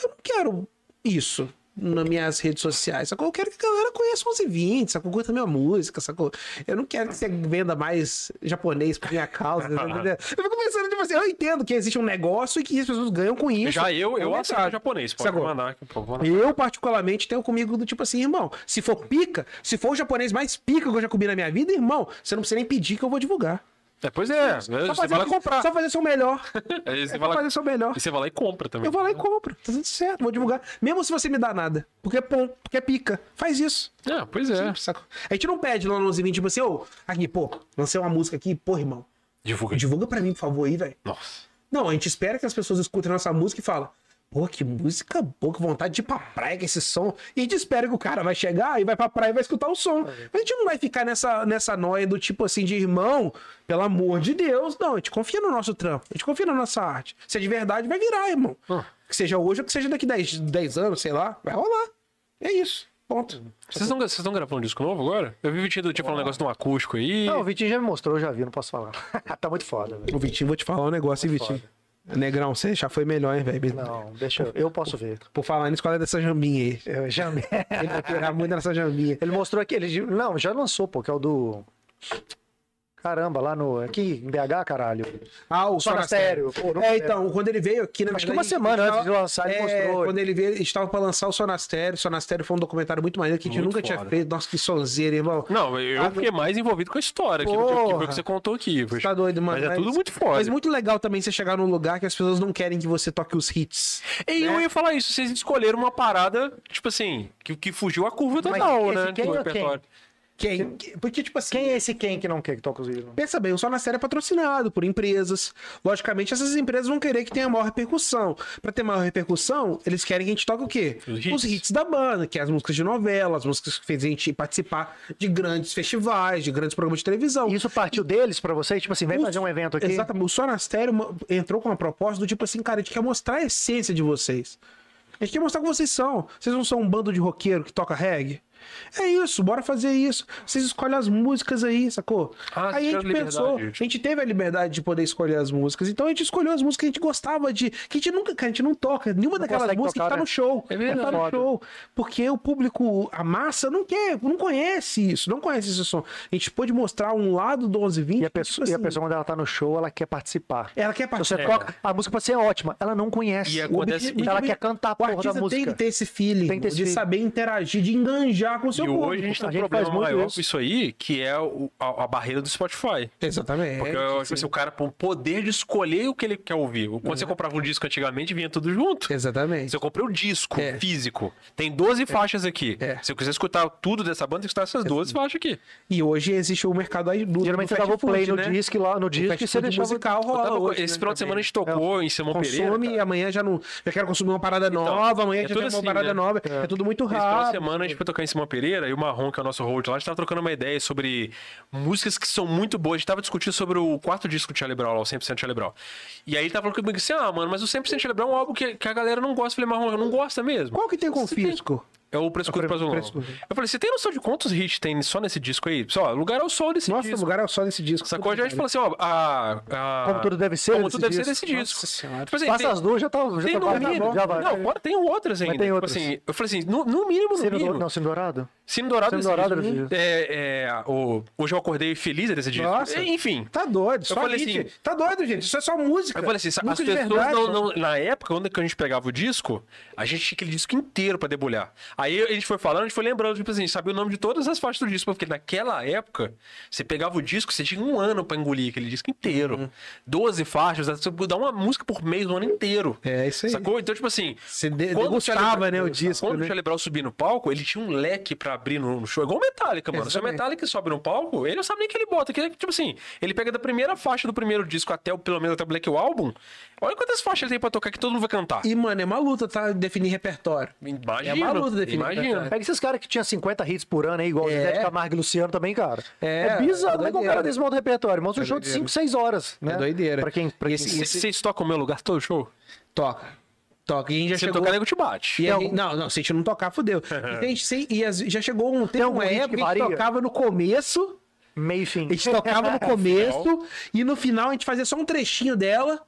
eu não quero isso nas minhas redes sociais, sacou? Eu quero que a galera conheça 1120, sacou? Curta minha música, sacou? Eu não quero que você venda mais japonês por minha causa, tá entendendo? Eu fico pensando, tipo assim, eu entendo que existe um negócio e que as pessoas ganham com isso.
Já eu,
É um
eu aceito
mercado,
japonês, pode
sacou?
mandar. que eu vou mandar.
Eu, particularmente, tenho comigo do tipo assim, irmão, se for pica, se for o japonês mais pica que eu já comi na minha vida, irmão, você não precisa nem pedir que eu vou divulgar.
É, pois é,
Só
você
fazer
vai lá
o-
comprar.
Só fazer o seu melhor. É,
Aí você
Só
vai lá-
fazer o seu melhor.
E você vai lá e compra também.
Eu vou lá e compro. Tá tudo certo, vou divulgar. Mesmo se você me dá nada. Porque é bom, porque é pica. Faz isso.
É, pois é.
Simples, sacou? A gente não pede lá no 1120, tipo assim, ô, aqui, pô, lancei uma música aqui, pô, irmão,
Divulga. aí.
divulga pra mim, por favor, aí, velho.
Nossa.
Não, a gente espera que as pessoas escutem nossa música e falem. Pô, que música boa, que vontade de ir pra praia com esse som. E a gente espera que o cara vai chegar e vai pra praia e vai escutar o som. Mas a gente não vai ficar nessa, nessa noia do tipo assim, de irmão, pelo amor de Deus. Não, a gente confia no nosso trampo, a gente confia na nossa arte. Se é de verdade, vai virar, irmão.
Ah.
Que seja hoje ou que seja daqui 10, 10 anos, sei lá, vai rolar. É isso. Ponto.
Vocês estão vocês estão gravando um disco novo agora? Eu vi o Vitinho do tipo um negócio de um acústico aí.
Não, o Vitinho já me mostrou, eu já vi, não posso falar. tá muito foda, velho.
Ô, Vitinho, vou te falar um negócio, hein, Vitinho. Negrão, você já foi melhor, hein, velho?
Não, deixa eu. Eu posso ver.
Por falar nisso, qual é dessa jambinha aí?
Eu já me-
Ele vai pegar muito nessa jambinha.
Ele mostrou aqui, ele. de- Não, já lançou, pô, que é o do. Caramba, lá no. Aqui em BH, caralho.
Ah, o
Só na sério,
Sonastério.
pô, não
É,
lembro.
então, quando ele veio aqui na
Acho
verdade,
que uma
a gente
semana
tava-
antes de lançar, ele
é,
mostrou.
Quando ele veio, estava pra lançar o Sonastério. O Sonastério foi um documentário muito maneiro que a gente
Muito
nunca tinha
foda.
feito. Nossa, que sonzeira, irmão.
Não, eu
Ah,
fiquei mais envolvido com a história, que, que, que foi o
Porra.
que você contou aqui.
Você tá doido, mano.
Mas é tudo muito foda.
Mas muito legal também você chegar num lugar que as pessoas não querem que você toque os hits.
E eu ia falar isso, vocês escolheram uma parada, tipo assim, que, que fugiu a curva total,
esse
né?
quem
do
é
repertório.
Quem? Porque, tipo assim.
Quem é esse quem que não quer que toca os
Uhum.
livros?
Pensa bem, o Só na Série é patrocinado por empresas. Logicamente, essas empresas vão querer que tenha maior repercussão. Pra ter maior repercussão, eles querem que a gente toque o quê?
Os hits.
Os hits da banda, que é as músicas de novela, as músicas que fez a gente participar de grandes festivais, de grandes programas de televisão.
Isso partiu deles pra vocês? Tipo assim, vem fazer um evento aqui.
Exatamente. O Sonastério ma- entrou com uma proposta do tipo assim, cara, a gente quer mostrar a essência de vocês. A gente quer mostrar o que vocês são. Vocês não são um bando de roqueiro que toca reggae? É isso, bora fazer isso. Vocês escolhem as músicas aí, sacou?
Ah,
aí a
tiveram
gente pensou, a
liberdade.
gente teve a liberdade de poder escolher as músicas. Então a gente escolheu as músicas que a gente gostava de. Que a gente nunca, que a gente não toca. Nenhuma daquelas
consegue
músicas
tocar,
que tá
né?
no show.
É
que tá
verdade.
no
Foda.
show show, porque o público, a massa, não quer, não conhece isso, não conhece esse som. A gente pôde mostrar um lado do 1120.
E a, pessoa, e
tipo
a
assim, É,
pessoa, quando ela tá no show, ela quer participar. Então
Ela quer
Você
participar.
toca, a música pode ser ótima, ela não conhece.
E
O
acontece-
objetivo- ela quer cantar a
o
porra da
artista
música.
tem que ter esse feeling
Tem que ter esse
de
feeling.
saber interagir, de enganjar problema com o seu
E
público.
hoje a gente tem
A
um
gente faz
problema
muito
maior
isso.
com isso aí, que é o- a, a barreira do Spotify.
Exatamente.
Porque eu acho que assim, o cara, o poder de escolher o que ele quer ouvir. Quando
Uhum.
você comprava um disco antigamente, vinha tudo junto.
Exatamente.
Se eu comprei o disco
É.
físico, tem 12 faixas aqui.
É.
Se eu quiser escutar tudo dessa banda, tem que escutar essas 12 faixas aqui.
E hoje existe o mercado aí do
Geralmente
do
você dava o
fast
play
food,
no
né?
disc lá, no disc
fast
e você
food
deixava...
musical
Eu
rola
tava-
hoje,
Tá esse
né,
final de semana a
também.
gente tocou em Simão Pereira.
Consome e amanhã já não. Eu quero consumir uma parada nova, amanhã
é
já
tudo
tem uma
assim,
parada
né?
nova. É. tudo muito
Esse final de
rápido.
semana a gente foi tocar em Simão Pereira e o Marrom, que é o nosso hold lá, a gente tava trocando uma ideia sobre músicas que são muito boas. A gente tava discutindo sobre o quarto disco do Charlie Brown, lá, o 100% Charlie Brown. E aí ele tava falando comigo assim: ah, mano, mas o 100% Charlie Brown é um álbum que, que a galera não gosta. Eu falei, Marrom, eu não gosta mesmo.
Qual que tem confisco?
É o Preço Curto
pre-
pra Azulão.
Preço
Eu
Curto.
falei, você tem noção de quantos hits tem só nesse disco aí? Só, lugar ao sol desse
Nossa, o
disco.
lugar é só nesse disco.
Sacou? Já a gente falou assim, ó, a, a-
Como tudo deve ser
Como
desse
tudo deve ser
disco.
desse disco.
Nossa Senhora.
Tipo assim,
Passa
tem-
as duas, já tá, já
tem
tá
no
quase na
mínimo.
bola, já vai.
Não, fora tem outras ainda.
tem
Tipo
outras.
assim, eu falei assim, no, no mínimo, no
Sino
mínimo.
dourado, não, sino dourado?
Sino Dourado
Sino
desse
Dourado
disco.
desse disco.
É, é, o, hoje eu acordei feliz desse disco.
Nossa.
Enfim.
Tá doido, só
falei
hit.
assim-
Tá doido, gente. Isso é só música.
Eu falei assim, as
Música de
pessoas
verdade,
não,
só.
não- Na época, quando a gente pegava o disco, a gente tinha aquele disco inteiro pra debulhar. Aí a gente foi falando, a gente foi lembrando, tipo assim, a gente sabia o nome de todas as faixas do disco, porque naquela época, você pegava o disco, você tinha um ano pra engolir aquele disco
Uhum.
inteiro. doze 12 faixas, você dá uma música por mês o ano inteiro.
É, isso aí.
Sacou? Então, tipo assim.
Você de-
quando
degustava,
Charlie Brown-
né, o disco,
Quando
né?
o Charlie Brown subia no palco, ele tinha um leque pra abrir no no show. Igual o Metallica, mano. Se o
Exatamente.
Metallica sobe no palco, ele não sabe nem o que ele bota. Que, ele- tipo assim, ele pega da primeira faixa do primeiro disco até o, pelo menos até o Black Album. Olha quantas faixas ele tem pra tocar que todo mundo vai cantar.
E, mano, é uma luta, tá? Definir repertório.
Imagina.
é uma luta né? definir
imagina.
repertório.
Pega esses caras que tinham 50 hits por ano aí, igual o
É.
Zé de Camargo e Luciano também, cara.
É,
É, bizarro
é
como é que o
doideira.
cara desse monta de repertório. Mostra um show de
doideira.
5, 6 horas, né?
É doideira.
Pra quem... Pra
E
quem...
esse-
Vocês vocês tocam o meu lugar todo show?
Toca. Toca. E a gente já
Se
chegou...
tocar, nego te bate.
E a gente- não, não, se a gente não tocar, fudeu. E, a gente, sem- e as- já chegou um tempo,
algum
uma
hit que
época que a gente
varia?
tocava no começo,
Meio e fim.
a gente tocava no começo, e no final a gente fazia só um trechinho dela,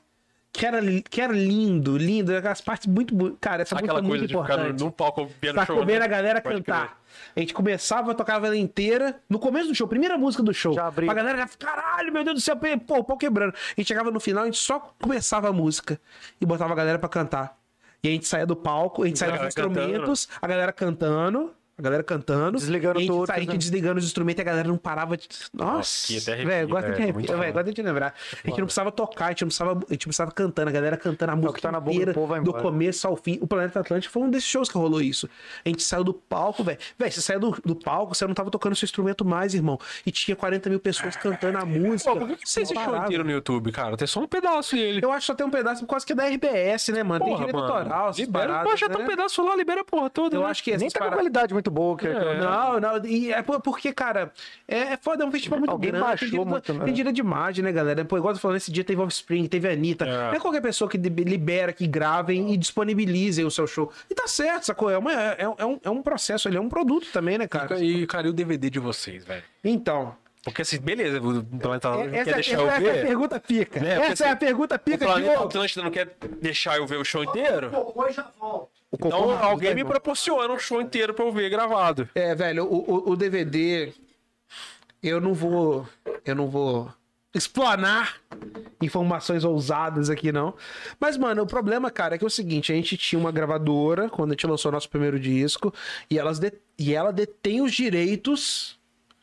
que era, li- que era lindo, lindo, aquelas partes muito... bu- Cara, essa música
Aquela
é
coisa
muito
de ficar
importante.
num palco vendo
Pra
show.
comer
né?
Tá a galera
Pode
cantar. A gente começava, tocava ela inteira, no começo do show, primeira música do show.
Já abria.
A galera já, caralho, meu Deus do céu, pe- pô, o pau quebrando. A gente chegava no final, a gente só começava a música e botava a galera pra cantar. E a gente saía do palco, a gente saía dos
galera
instrumentos, a galera cantando, a galera cantando.
Desligando
e a gente,
tudo,
saía, a gente
né?
desligando os instrumentos e a galera não parava de... Nossa,
que até arrepia,
velho, gosta de
é,
arrepia,
muito
velho,
foda.
gosta de lembrar. A gente não precisava tocar, a gente não precisava, a gente precisava cantando, a galera cantando a música
tá na boca do
inteira,
povo vai
do
embora.
começo ao fim. O Planeta Atlântico foi um desses shows que rolou isso. A gente saiu do palco, velho. Velho, você saiu do, do palco, você não tava tocando seu instrumento mais, irmão. E tinha 40 mil pessoas cantando a música.
Pô, por que que você esse show
Parava.
inteiro no YouTube, cara? Tem só um pedaço dele.
Tá Eu acho só tem um pedaço por causa que é da RBS, né, mano? tem
Porra,
direito
mano.
autoral, essas
Libera,
paradas,
baixa
né?
até um pedaço lá, libera a porra toda.
Eu
né?
acho que essas
Nem tá com uma
paradas...
qualidade muito boa, que é.
Não, não, e é por- porque, cara, é, é foda, é um festival muito
Alguém
grande.
baixou
tem direito,
muito, né?
tem direito de imagem, né, galera? Pô, igual você falou, nesse dia teve Offspring, teve Anitta.
É.
Não é qualquer pessoa que de- libera, que gravem e disponibilizem o seu show. E tá certo, sacou? É, uma, é, é um, é um processo, ele é um produto também, né, cara?
E, cara, e o DVD de vocês, velho?
Então,
Porque assim, beleza, o Planeta Atlântida
é-
não
essa,
quer deixar
essa
eu
é a
ver.
pergunta pica.
Né? Porque
Essa é a pergunta
O
pica,
Planeta
Diogo.
Atlântida não quer deixar eu ver o show inteiro?
O cocô
Então
rápido,
alguém
né,
me
irmão?
proporciona um show inteiro pra eu ver gravado.
É, velho, o, o, o DVD. Eu não vou. Eu não vou explanar informações ousadas aqui, não. Mas, mano, o problema, cara, é que é o seguinte: a gente tinha uma gravadora quando a gente lançou nosso primeiro disco, e, elas de- e ela detém os direitos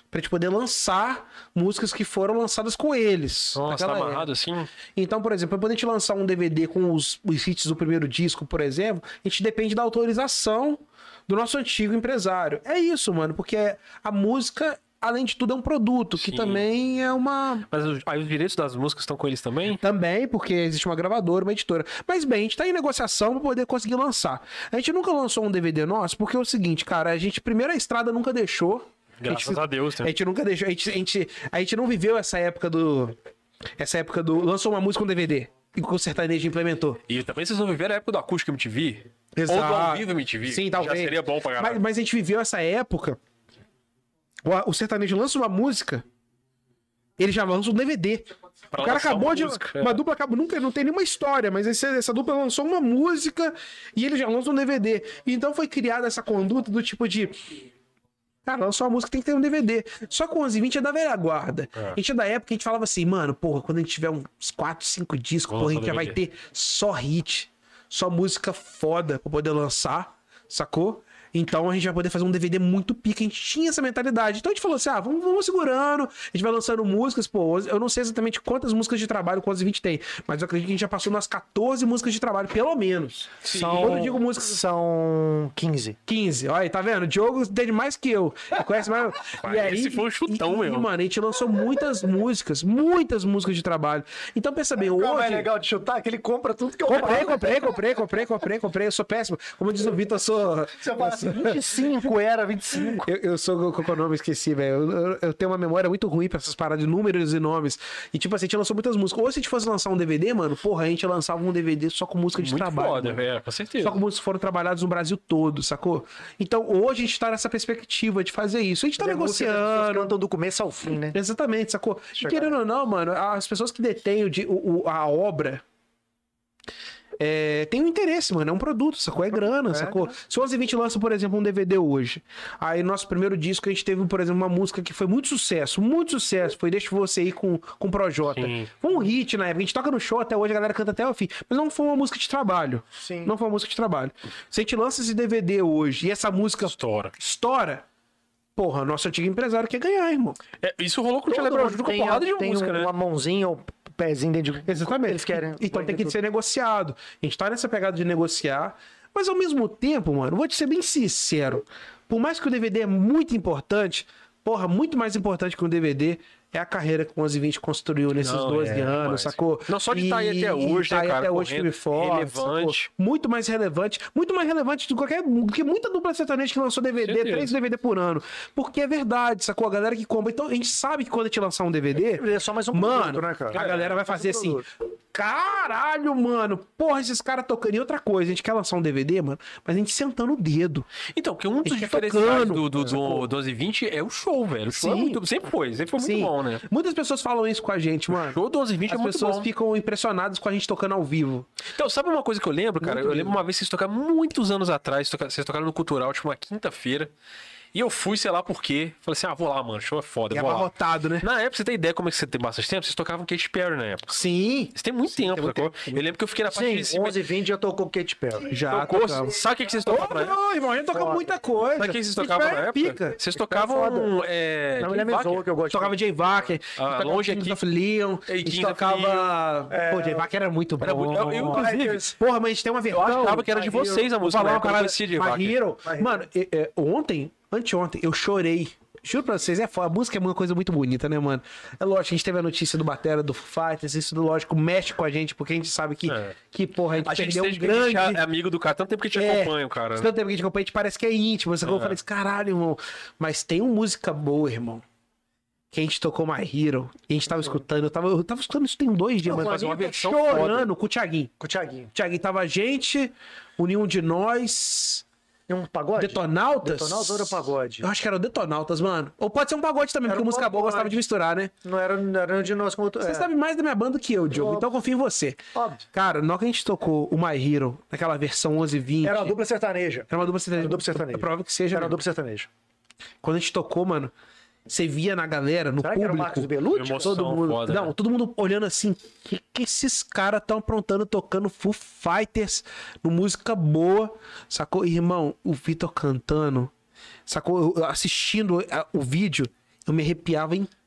pra gente poder lançar músicas que foram lançadas com eles.
Nossa, tá
naquela época.
amarrado assim?
Então, por exemplo, pra poder te lançar um DVD com os, os hits do primeiro disco, por exemplo, a gente depende da autorização do nosso antigo empresário. É isso, mano, porque a música, além de tudo, é um produto, que
Sim.
também é uma.
Mas os- aí os direitos das músicas estão com eles também?
Também, porque existe uma gravadora, uma editora. Mas bem, a gente tá em negociação pra poder conseguir lançar. A gente nunca lançou um DVD nosso, porque é o seguinte, cara, a gente, primeiro a estrada nunca deixou.
Graças
gente,
a Deus, né?
A gente nunca deixou. A gente, a, gente, a gente não viveu essa época do. Essa época do. Lançou uma música um DVD. E o sertanejo implementou.
E também vocês não viveram a época do Acústico MTV? Ou do Ao Vivo MTV?
Sim,
que
talvez.
Já seria bom pra
mas,
caralho.
mas a gente viveu essa época. O, o sertanejo lança uma música, ele já lança um DVD.
Pra
o cara
lançar
acabou
uma
de.
música,
uma
é.
dupla acabou. Nunca, não tem nenhuma história, mas esse- essa dupla lançou uma música e ele já lança um DVD. Então foi criada essa conduta do tipo de. Cara, lançou uma música, tem que ter um DVD. Só que o 11 e 20 é da velha guarda. A gente é da época que a gente falava assim, mano, porra, quando a gente tiver uns 4, 5 discos,
Vou
porra,
lançar um
a gente já vai
DVD.
ter só hit, só música foda pra poder lançar, sacou? Então a gente vai poder fazer um DVD muito pica. A gente tinha essa mentalidade. Então a gente falou assim: ah, vamos, vamos segurando, a gente vai lançando músicas. Pô, hoje- eu não sei exatamente quantas músicas de trabalho, quantas 20 tem, mas eu acredito que a gente já passou umas 14 músicas de trabalho, pelo menos.
São,
Quando eu digo músicas
são 15.
15. Olha, aí, tá vendo? O Diogo entende mais que eu. Ele Conhece mais.
Vai, esse foi um chutão,
e, e,
meu.
mano, a gente lançou muitas músicas, muitas músicas de trabalho. Então, pensa bem, hoje.
O mais legal de chutar é que ele compra tudo que eu
Comprei,
falo.
comprei, comprei, comprei, comprei, comprei. Eu sou péssimo. Como diz o Vitor, eu sou.
Você fala assim, 25 era 25.
Eu, eu sou com o nome, esqueci, velho. Eu, eu- eu tenho uma memória muito ruim pra essas paradas de números e nomes. E, tipo assim, a gente lançou muitas músicas. Ou se a gente fosse lançar um DVD, mano, porra, a gente lançava um DVD só com música de
Muito
trabalho.
foda,
mano.
velho, com certeza.
Só como eles foram trabalhados no Brasil todo, sacou? Então hoje a gente tá nessa perspectiva de fazer isso. A gente tá negociando.
cantam do começo ao fim, né?
Exatamente, sacou? E
Chegar.
querendo ou não, mano, as pessoas que detêm o, di- o- o- a obra. É, tem um interesse, mano. É um produto, sacou? É grana, sacou? Se o 1120 lança, por exemplo, um DVD hoje. Aí, nosso primeiro disco, a gente teve, por exemplo, uma música que foi muito sucesso, muito sucesso. Foi Deixa Você Ir com, com o Projota.
Sim.
Foi um hit na época. A gente toca no show até hoje, a galera canta até o fim. Mas não foi uma música de trabalho.
Sim.
Não foi uma música de trabalho. Se a gente lança esse DVD hoje e essa música
Estoura.
estoura, porra, nosso antigo empresário quer ganhar, irmão.
É, isso rolou com o
Todo
Celebrão
mundo
junto com
tem-
porrada
um-
de
tem
música, né?
uma mãozinha ou um pezinho dentro de...
Exatamente.
Eles querem-
Então
vai
tem que
ter
ser negociado. A gente tá nessa pegada de negociar, mas ao mesmo tempo, mano, vou te ser bem sincero. Por mais que o DVD é muito importante, porra, muito mais importante que um DVD é a carreira que o 1120 construiu nesses
Não,
12
é,
anos,
demais.
sacou?
Não, só de tá aí até hoje,
tá
né,
aí
cara,
até hoje
correndo,
firme e forte,
relevante.
sacou? Muito mais relevante, muito mais relevante do que qualquer, do que muita dupla sertaneja que lançou DVD,
Certeza.
três DVD por ano. Porque é verdade, sacou? A galera que compra. Então a gente sabe que quando a gente lançar um DVD,
É só mais um
Mano,
produto, né, cara?
a galera vai fazer
Mais um
assim. Caralho, mano. Porra, esses caras tocando. E outra coisa, a gente quer lançar um DVD, mano, mas a gente sentando o dedo.
Então, que um dos
Ele quer
diferenciais
tocando.
do, do, do 12 e 20 é o show, velho. O show é
Sim.
muito, sempre foi, sempre foi muito bom, né?
Muitas pessoas falam isso com a gente,
O
mano.
show 12 e 20 é
As
muito
pessoas
bom.
ficam impressionadas com a gente tocando ao vivo.
Então, sabe uma coisa que eu lembro, cara? eu lembro uma vez que vocês tocaram muitos anos atrás, toca- vocês tocaram no Cultural, tipo, uma quinta-feira. E eu fui, sei lá por quê. Falei assim, ah, vou lá, mano, show é foda,
E é
vou lá.
abarrotado, né?
Na época, você tem ideia como é que você tem bastante tempo? Vocês tocavam Katy Perry na época.
Sim.
Isso tem muito tempo, sacou? Eu lembro que eu fiquei na parte de
Sim,
cima.
11 e 20 já tocou Kate Perry.
Já
Tocou,
tocamos.
sabe o que que vocês
Ô,
tocavam? na época?
não, irmão, a gente tá, toca muita coisa.
Sabe o que vocês
A gente
tocavam
vai
na época?
Pica.
Vocês
Perry é
tocavam. É,
foda. Não, ele é
Kim Wagner.
mesou que eu gosto.
Tocava Jay Vacker,
Ah,
a gente tocava
longe aqui.
Kings of Leon,
Ei,
a gente
Kings of
tocava. Pô, Jay Vacker era muito bom.
Era muito- eu- eu, inclusive-
Porra, mas a gente tem uma versão.
Eu achava que era de
My Hero.
vocês a
Vou
música,
falar
né?
uma
Quando eu
parada.
conheci Jay
My
Vacker.
Hero. Mano, é- é, ontem, anteontem, eu chorei. Juro pra vocês, é foda. A música é uma coisa muito bonita, né, mano? É lógico, a gente teve a notícia do Batera, do Foo Fighters, isso, lógico, mexe com a gente, porque a gente sabe que,
É.
que porra, a gente
A gente
perdeu um
desde que a gente
grande...
é amigo do cara, tanto tempo que te
É,
acompanho, cara. né?
Tanto tempo que a gente acompanha, a gente parece que é íntimo. Sacou? Eu falei assim, caralho, irmão. Mas tem uma música boa, irmão. Que a gente tocou My Hero. E a gente tava escutando. Eu tava, eu tava escutando isso tem dois dias,
Não,
mas
mas
mas
uma
eu tava
versão
chorando com o Thiaguinho.
Com o Thiaguinho.
O Thiaguinho tava a gente, o Nenhum de Nós,
É um pagode?
Detonautas.
Detonautas ou era pagode?
Eu acho que era o Detonautas, mano. Ou pode ser um pagode também,
Era
porque
um
música boa eu
pagode.
gostava de misturar, né?
Não era, não era de nós como outro.
Você
é.
sabe mais da minha banda que eu, Diogo, então eu confio em você.
Óbvio.
Cara, na hora que a gente tocou o My Hero, naquela versão 1120.
Era uma dupla sertaneja.
Era uma dupla sertaneja.
Era uma dupla sertaneja.
É provável que seja.
Era uma
mesmo.
dupla sertaneja.
Quando a gente tocou, mano, você via na galera, no
Será que era o Marcos
público.
Belucci?
Emoção
Todo mundo,
foda,
não,
né?
todo mundo olhando assim, que que esses caras estão aprontando tocando Foo Fighters, no música boa, sacou? Irmão, o Vitor cantando, sacou? Eu- eu assistindo a- o vídeo, eu me arrepiava inteiro.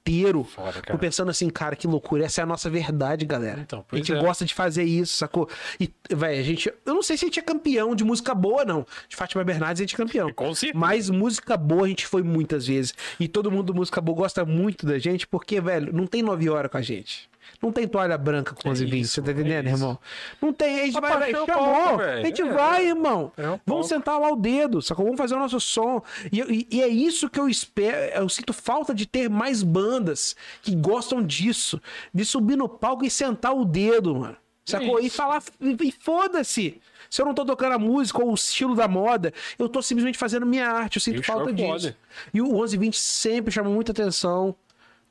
Foda, cara.
eu pensando assim, cara, que loucura, essa é a nossa verdade, galera.
Então,
a
pois
gente
é.
gosta de fazer isso, sacou? E, velho, a gente, eu não sei se a gente é campeão de música boa não. De Fátima Bernardes a gente é campeão.
Com certeza.
Mas música boa a gente foi muitas vezes. E todo mundo do música boa gosta muito da gente, porque, velho, não tem nove horas com a gente. Não tem toalha branca com 11 h
isso,
você tá
é
entendendo,
isso.
irmão? Não tem, a gente vai,
paixão
vai chamou,
palco,
a
velho.
gente
É,
vai, irmão.
É um palco.
Vamos sentar lá o dedo, sacou? Vamos fazer o nosso som. E, e- e é isso que eu espero, eu sinto falta de ter mais bandas que gostam disso, de subir no palco e sentar o dedo, mano. Sacou? E falar, e e foda-se. Se eu não tô tocando a música ou o estilo da moda, eu tô simplesmente fazendo minha arte. Eu sinto
Isso é
falta disso.
foda.
E o 1120 sempre chamou muita atenção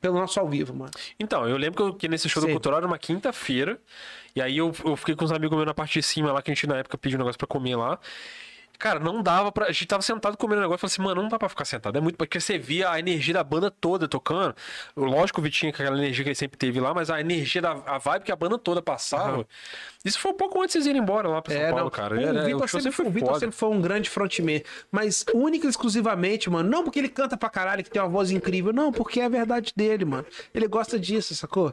pelo nosso ao vivo, mano.
Então, eu lembro que, eu- que nesse show
Sim.
do Cultural era uma quinta-feira. E aí eu, eu fiquei com os amigos meus na parte de cima lá, que a gente na época pediu um negócio pra comer lá. Cara, não dava pra. A gente tava sentado comendo um negócio e falou assim, mano, não dá pra ficar sentado. É muito. Porque você via a energia da banda toda tocando. Lógico o Vitinho com aquela energia que ele sempre teve lá, mas a energia da a vibe que a banda toda passava. Isso foi um pouco antes de vocês irem embora lá pra São Paulo, cara.
É, O
Era-
Vitor,
show
sempre, foi, o Vitor
foda.
sempre foi um grande frontman. Mas única e exclusivamente, mano, não porque ele canta pra caralho que tem uma voz incrível, não, porque é a verdade dele, mano. Ele gosta disso, sacou?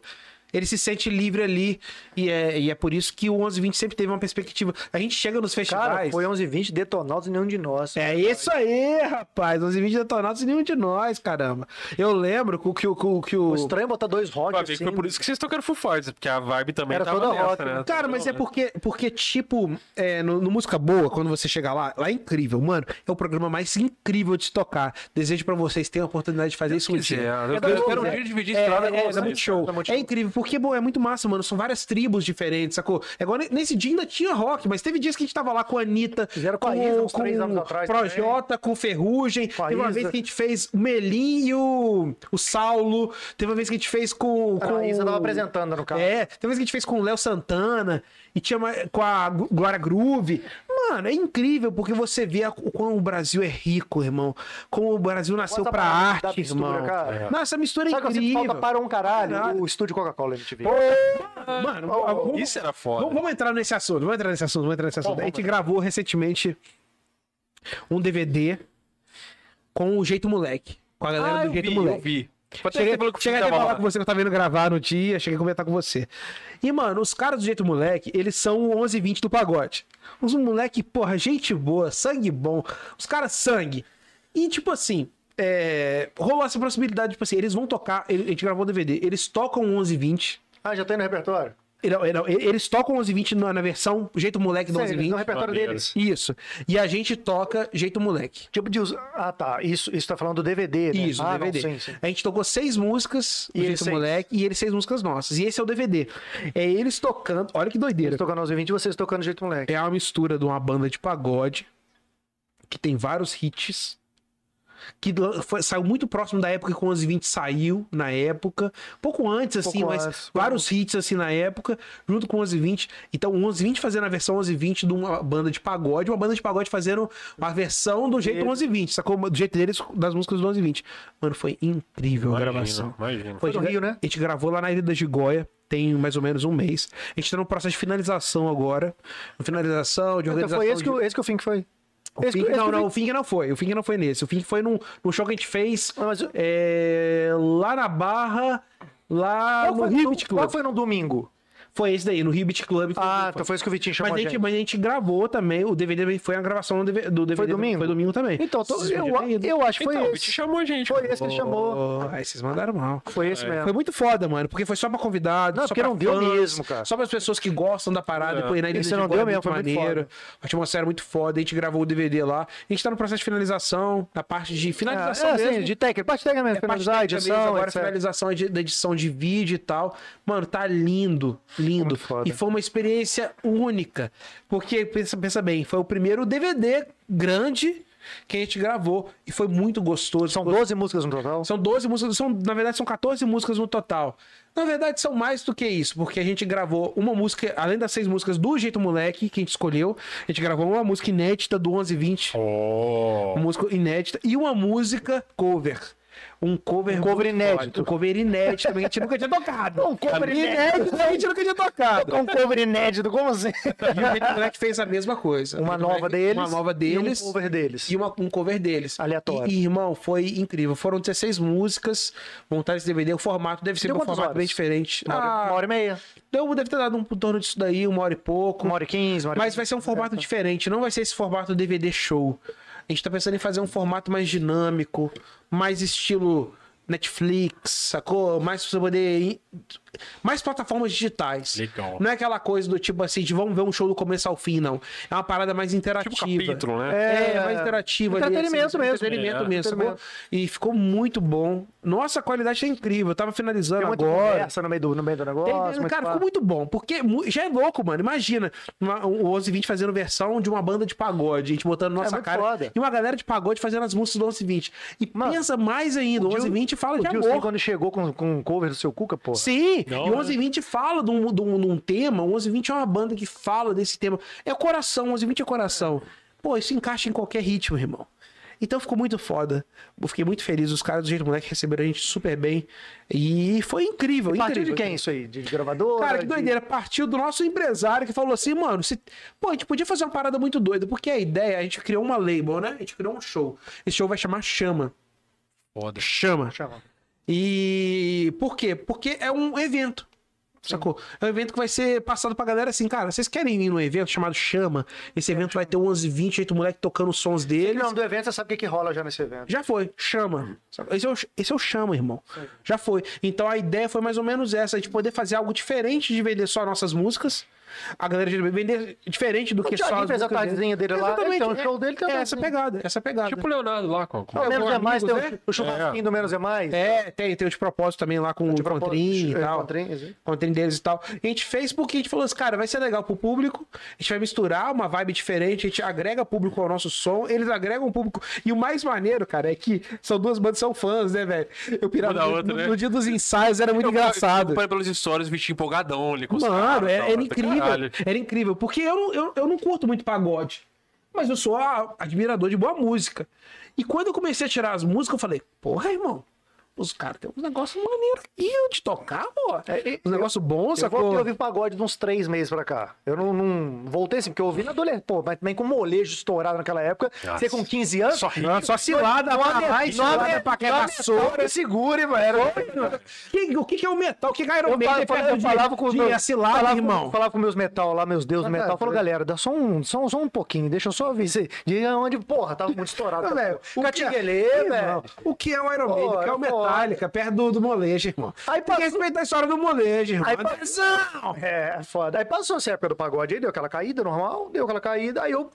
Ele se sente livre ali. E é, e é por isso que o 1120 sempre teve uma perspectiva. A gente chega nos festivais.
Cara, foi 11 h 20 detonados e nenhum de nós.
É isso aí, rapaz. 1120 detonados e nenhum de nós, caramba. Eu lembro que o. Que, o- que, o- que
Foi
o...
estranho é botar dois rock
Pra ver que
assim.
foi por isso que vocês tocaram Full Fighters, porque a vibe também
Era
tava
toda
nessa,
rock,
né?
né?
Cara, mas é porque, porque tipo, é, no, no Música Boa, quando você chegar lá, lá é incrível, mano. É o programa mais incrível de se tocar. Desejo pra vocês terem a oportunidade de fazer isso um
quiser,
dia.
eu
É
quero-
da-
quero um
é-
dia dividir
é,
estrada
é,
com
é,
vocês,
da Multishow.
da Multishow.
É incrível, porque bom, é muito massa, mano. São várias tribos diferentes, sacou? Agora, nesse dia ainda tinha rock, mas teve dias que a gente tava lá com a Anitta,
Fizeram com
com,
a Isa uns
com
três anos
o
atrás
Projota, com o Ferrugem.
Com a
Teve uma
Isa.
vez que a gente fez o Melim e o, o Saulo. Teve uma vez que a gente fez com.
Ah,
com
a Isa
o-
tava apresentando, no caso.
É, tem uma vez que a gente fez com o Léo Santana e tinha uma- com a Gu- Glória Groove. Mano, é incrível porque você vê a- o quão o Brasil é rico, irmão. Como o Brasil nasceu
Quanta
pra
parada da
arte,
mistura,
irmão.
cara.
Nossa, a mistura é
Sabe o que eu sinto
incrível.
falta para um caralho?
Caralho.
O estúdio Coca-Cola MTV.
Mano,
Oh,
algum-
Isso era foda.
Vamos, vamos entrar nesse assunto, vamos entrar nesse assunto, vamos entrar nesse assunto. a gente gravou recentemente um DVD com o Jeito Moleque. Com a galera
Ah,
do
eu
Jeito
vi, eu
Moleque.
vi. Vou até
Cheguei,
ver pelo que
cheguei
você
até
tava
falar
lá.
com você que eu tava indo gravar no dia, cheguei a comentar com você. E, mano, os caras do Jeito Moleque, eles são o 11 e 20 do pagode. Os moleque, porra, gente boa, sangue bom. Os caras, sangue. E, tipo assim, é, rolou essa possibilidade, tipo assim, eles vão tocar, ele- a gente gravou o DVD, eles tocam o 11 e 20.
Ah, já tem no repertório?
Ele- ele- Eles tocam 11 e 20 na, na versão Jeito Moleque É do
Sim,
11 e
no
20.
repertório
Maneiro.
deles.
Isso. E a gente toca Jeito Moleque.
é.
Tipo de. us- Ah, tá. Isso, isso tá falando do DVD, né?
Isso,
ah, não,
DVD.
sim, sim.
A gente tocou seis músicas
E
do
eles
Jeito
seis.
Moleque e eles seis músicas nossas. E esse é o DVD. É eles tocando. Olha que doideira.
Eles tocando aos 20 e vocês tocando do jeito moleque.
É uma mistura de uma banda de pagode que tem vários hits. Que lan- foi- saiu muito próximo da época que o 1120 saiu, na época. Pouco antes, assim,
Pouco
mas
antes.
vários hits, assim, na época, junto com o 1120. Então, o 1120 fazendo a versão 1120 de uma banda de pagode, uma banda de pagode fazendo a versão do jeito 1120, sacou? Do jeito deles, das músicas do 1120. Mano, foi incrível a
Imagina,
gravação.
Imagina.
Foi no
gra-
Rio, né?
A gente gravou lá na Ilha da Gigóia, tem mais ou menos um mês. A gente tá no processo de finalização agora. Finalização, de
Então
organização.
foi esse que,
de...
o- esse que o Fink foi.
O
esse que-
Fink-
esse
não,
que eu
não,
vi-
o Fink não foi. O Fink não foi nesse. O Fink foi num, num show que a gente fez
Ah, mas o-
é, lá na Barra, lá
Qual
no
foi,
Rio Beach
no, qual
Club.
foi no domingo?
Foi esse daí, no Rio Beach Club.
Ah, então foi isso que o Vitinho chamou
Mas a
a
gente,
gente.
mas a gente gravou também, o DVD também foi a gravação do DVD.
Foi domingo?
Foi domingo também.
Então, tô-
Vocês
eu,
podiam ter ido.
eu acho que foi
Então, o Vitinho
esse.
chamou a gente.
Foi
cara.
esse que ele chamou. É.
Oh, aí vocês mandaram mal.
Foi esse
Foi
mesmo.
muito foda, mano, porque foi só pra convidado,
Não,
só
porque
pra
não deu mesmo, cara.
Só para pessoas que gostam da parada,
É.
pô, e na
Isso
Ilha de
não
Goiás
deu mesmo, foi muito
maneiro.
foda.
A atmosfera muito foda, a gente gravou o DVD lá. A gente tá no processo de finalização, na parte de finalização
Ah, é,
mesmo.
assim, de técnica, parte técnica mesmo,
É, parte
finalizar,
técnica mesmo,
edição,
agora
etc.
finalização de- da edição de vídeo e tal. Mano, tá lindo, lindo.
Muito foda.
E foi uma experiência única. Porque, pensa, pensa bem, foi o primeiro DVD grande que a gente gravou. E foi muito gostoso.
São 12 músicas no total.
São 12 músicas, são, na verdade são 14 músicas no total. Na verdade são mais do que isso, porque a gente gravou uma música, além das seis músicas do Jeito Moleque, que a gente escolheu, a gente gravou uma música inédita do 1120,
Oh.
uma música inédita, e uma música cover. Um cover,
Um cover
muito
inédito.
forte, Um cover inédito também, que a gente nunca tinha tocado.
Um cover inédito.
a gente nunca tinha tocado.
um cover inédito, como assim?
E o Jeito Moleque fez a mesma coisa.
Uma
O Jeito
nova
Moleque-
deles.
Uma nova deles
E um cover deles.
e uma- um cover deles.
Aleatório.
E, e, irmão, foi incrível. Foram 16 músicas, montaram esse DVD. O formato deve ser
Deu
um
quantas
formato
horas?
bem diferente.
Uma hora- uma hora e meia.
Então deve ter dado um torno disso daí, uma hora e pouco.
Uma hora e quinze, uma hora e
Mas vai ser um formato diferente, não vai ser esse formato DVD show. A gente tá pensando em fazer um formato mais dinâmico, mais estilo Netflix, sacou? Mais pra você poder. ir- Mais plataformas digitais.
Legal.
Não é aquela coisa do tipo assim, de vamos ver um show do começo ao fim, não. É uma parada mais interativa.
Tipo capítulo, né?
É, mais interativa. ali, assim,
Entretenimento mesmo.
Entretenimento
É.
mesmo. sacou? E ficou muito bom. Nossa, a qualidade tá incrível. Eu tava finalizando
Tem um muita
agora.
conversa no meio do, no meio do
Tem-
negócio. muito
cara,
papo.
ficou muito bom, porque mu- já é louco, mano. Imagina uma, o 1120 fazendo versão de uma banda de pagode, a gente botando nossa
É muito
cara.
foda.
E uma galera de pagode fazendo as músicas do 1120. E
Mano,
pensa mais ainda, o
Gil-
1120 fala
O
de
Gil
amor.
Sim, quando chegou com, com um cover do seu Cuca, pô.
Sim,
Não,
e o
né?
1120 fala de um, de um- de um tema, o 1120 é uma banda que fala desse tema. É coração, o 1120 é coração. Pô, isso encaixa em qualquer ritmo, irmão. Então ficou muito foda. Eu fiquei muito feliz. Os caras do Jeito Moleque receberam a gente super bem. E foi incrível,
Partiu de
incrível.
quem isso aí? De gravador?
Cara, que doideira. Partiu do nosso empresário que falou assim, mano, se... pô, a gente podia fazer uma parada muito doida, porque a ideia, a gente criou uma label, né? A gente criou um show. Esse show vai chamar Chama.
Foda.
Chama.
Chama.
E por quê? Porque é um evento. Sacou? É um evento que vai ser passado pra galera assim, cara, vocês querem ir num evento chamado Chama? Esse evento vai ter 11, 28 moleque tocando os sons
Ele
deles.
não do evento, você sabe o que, que rola já nesse evento.
Já foi, chama. Sacou? Esse eu, esse eu chamo, irmão. Já foi. Então a ideia foi mais ou menos essa, a gente poder fazer algo diferente de vender só nossas músicas. A galera de vender diferente do que
Johnny
só as
fez a
músicas
tardezinha dele lá, ele tem um show dele também,
É essa
né?
pegada, essa pegada.
Tipo o Leonardo lá, com. com...
O
Ah,
Menos
com
é Mais, tem
amigos,
o,
né?
o churrasquinho do Menos é Mais.
É, tem, tem o de propósito também lá com o
propósito,
Contrim e
é,
tal.
Contrim, exato.
Contrim deles e tal. A gente fez porque a gente falou assim, cara, vai ser legal pro público, a gente vai misturar uma vibe diferente, a gente agrega público ao nosso som, eles agregam um público. E o mais maneiro, cara, é que são duas bandas são fãs, né, velho? Eu pirava
Uma da
no-
outra,
no,
né? É
no dia dos ensaios, era muito
Eu-
engraçado.
Eu parei pelos stories, o Vitinho empolgadão ali com os
Mano, é,
caras,
era,
tal,
era
tá
incrível.
caralho.
Era incrível. Porque eu, não- eu, eu não curto muito pagode. Mas eu sou a- admirador de boa música. E quando eu comecei a tirar as músicas, eu falei, porra, irmão, os caras têm uns negócios maneiros aqui de tocar, pô.
É, e-
Uns negócios bons,
Eu voltei a
sacou?
ouvir pagode de uns três meses pra cá. Eu não, não voltei assim, porque eu ouvi na adolescência, pô, mas também com um molejo estourado naquela época.
Nossa.
Você com 15 anos.
Só ri.
Não, Só cilada pra lá e cilada pra cá, vassoura.
Segure, mano.
Que- O que que é o metal? O que que é Iron
Eu,
Maiden
fala- fala-
perto
eu
de-
falava com os
de
meus-
a cilada,
falava,
irmão?
Com, falava com meus metal lá, meus deuses metal. Falou, galera, dá só um, só, um- só um pouquinho, deixa eu só ouvir. isso aí." De onde, porra, tava muito estourado.
Não, velho, o
Catiguelê,
que é-
velho.
Irmão, O que é o Iron Maiden? O que é o
Pô, pô.
Metallica? Perto do, do molejo, irmão.
Aí
Tem que
passou-
respeitar a história do molejo, irmão.
Aí pa-
Atenção!
É, foda. Aí passou essa época do pagode aí, deu aquela caída normal, deu aquela caída, aí eu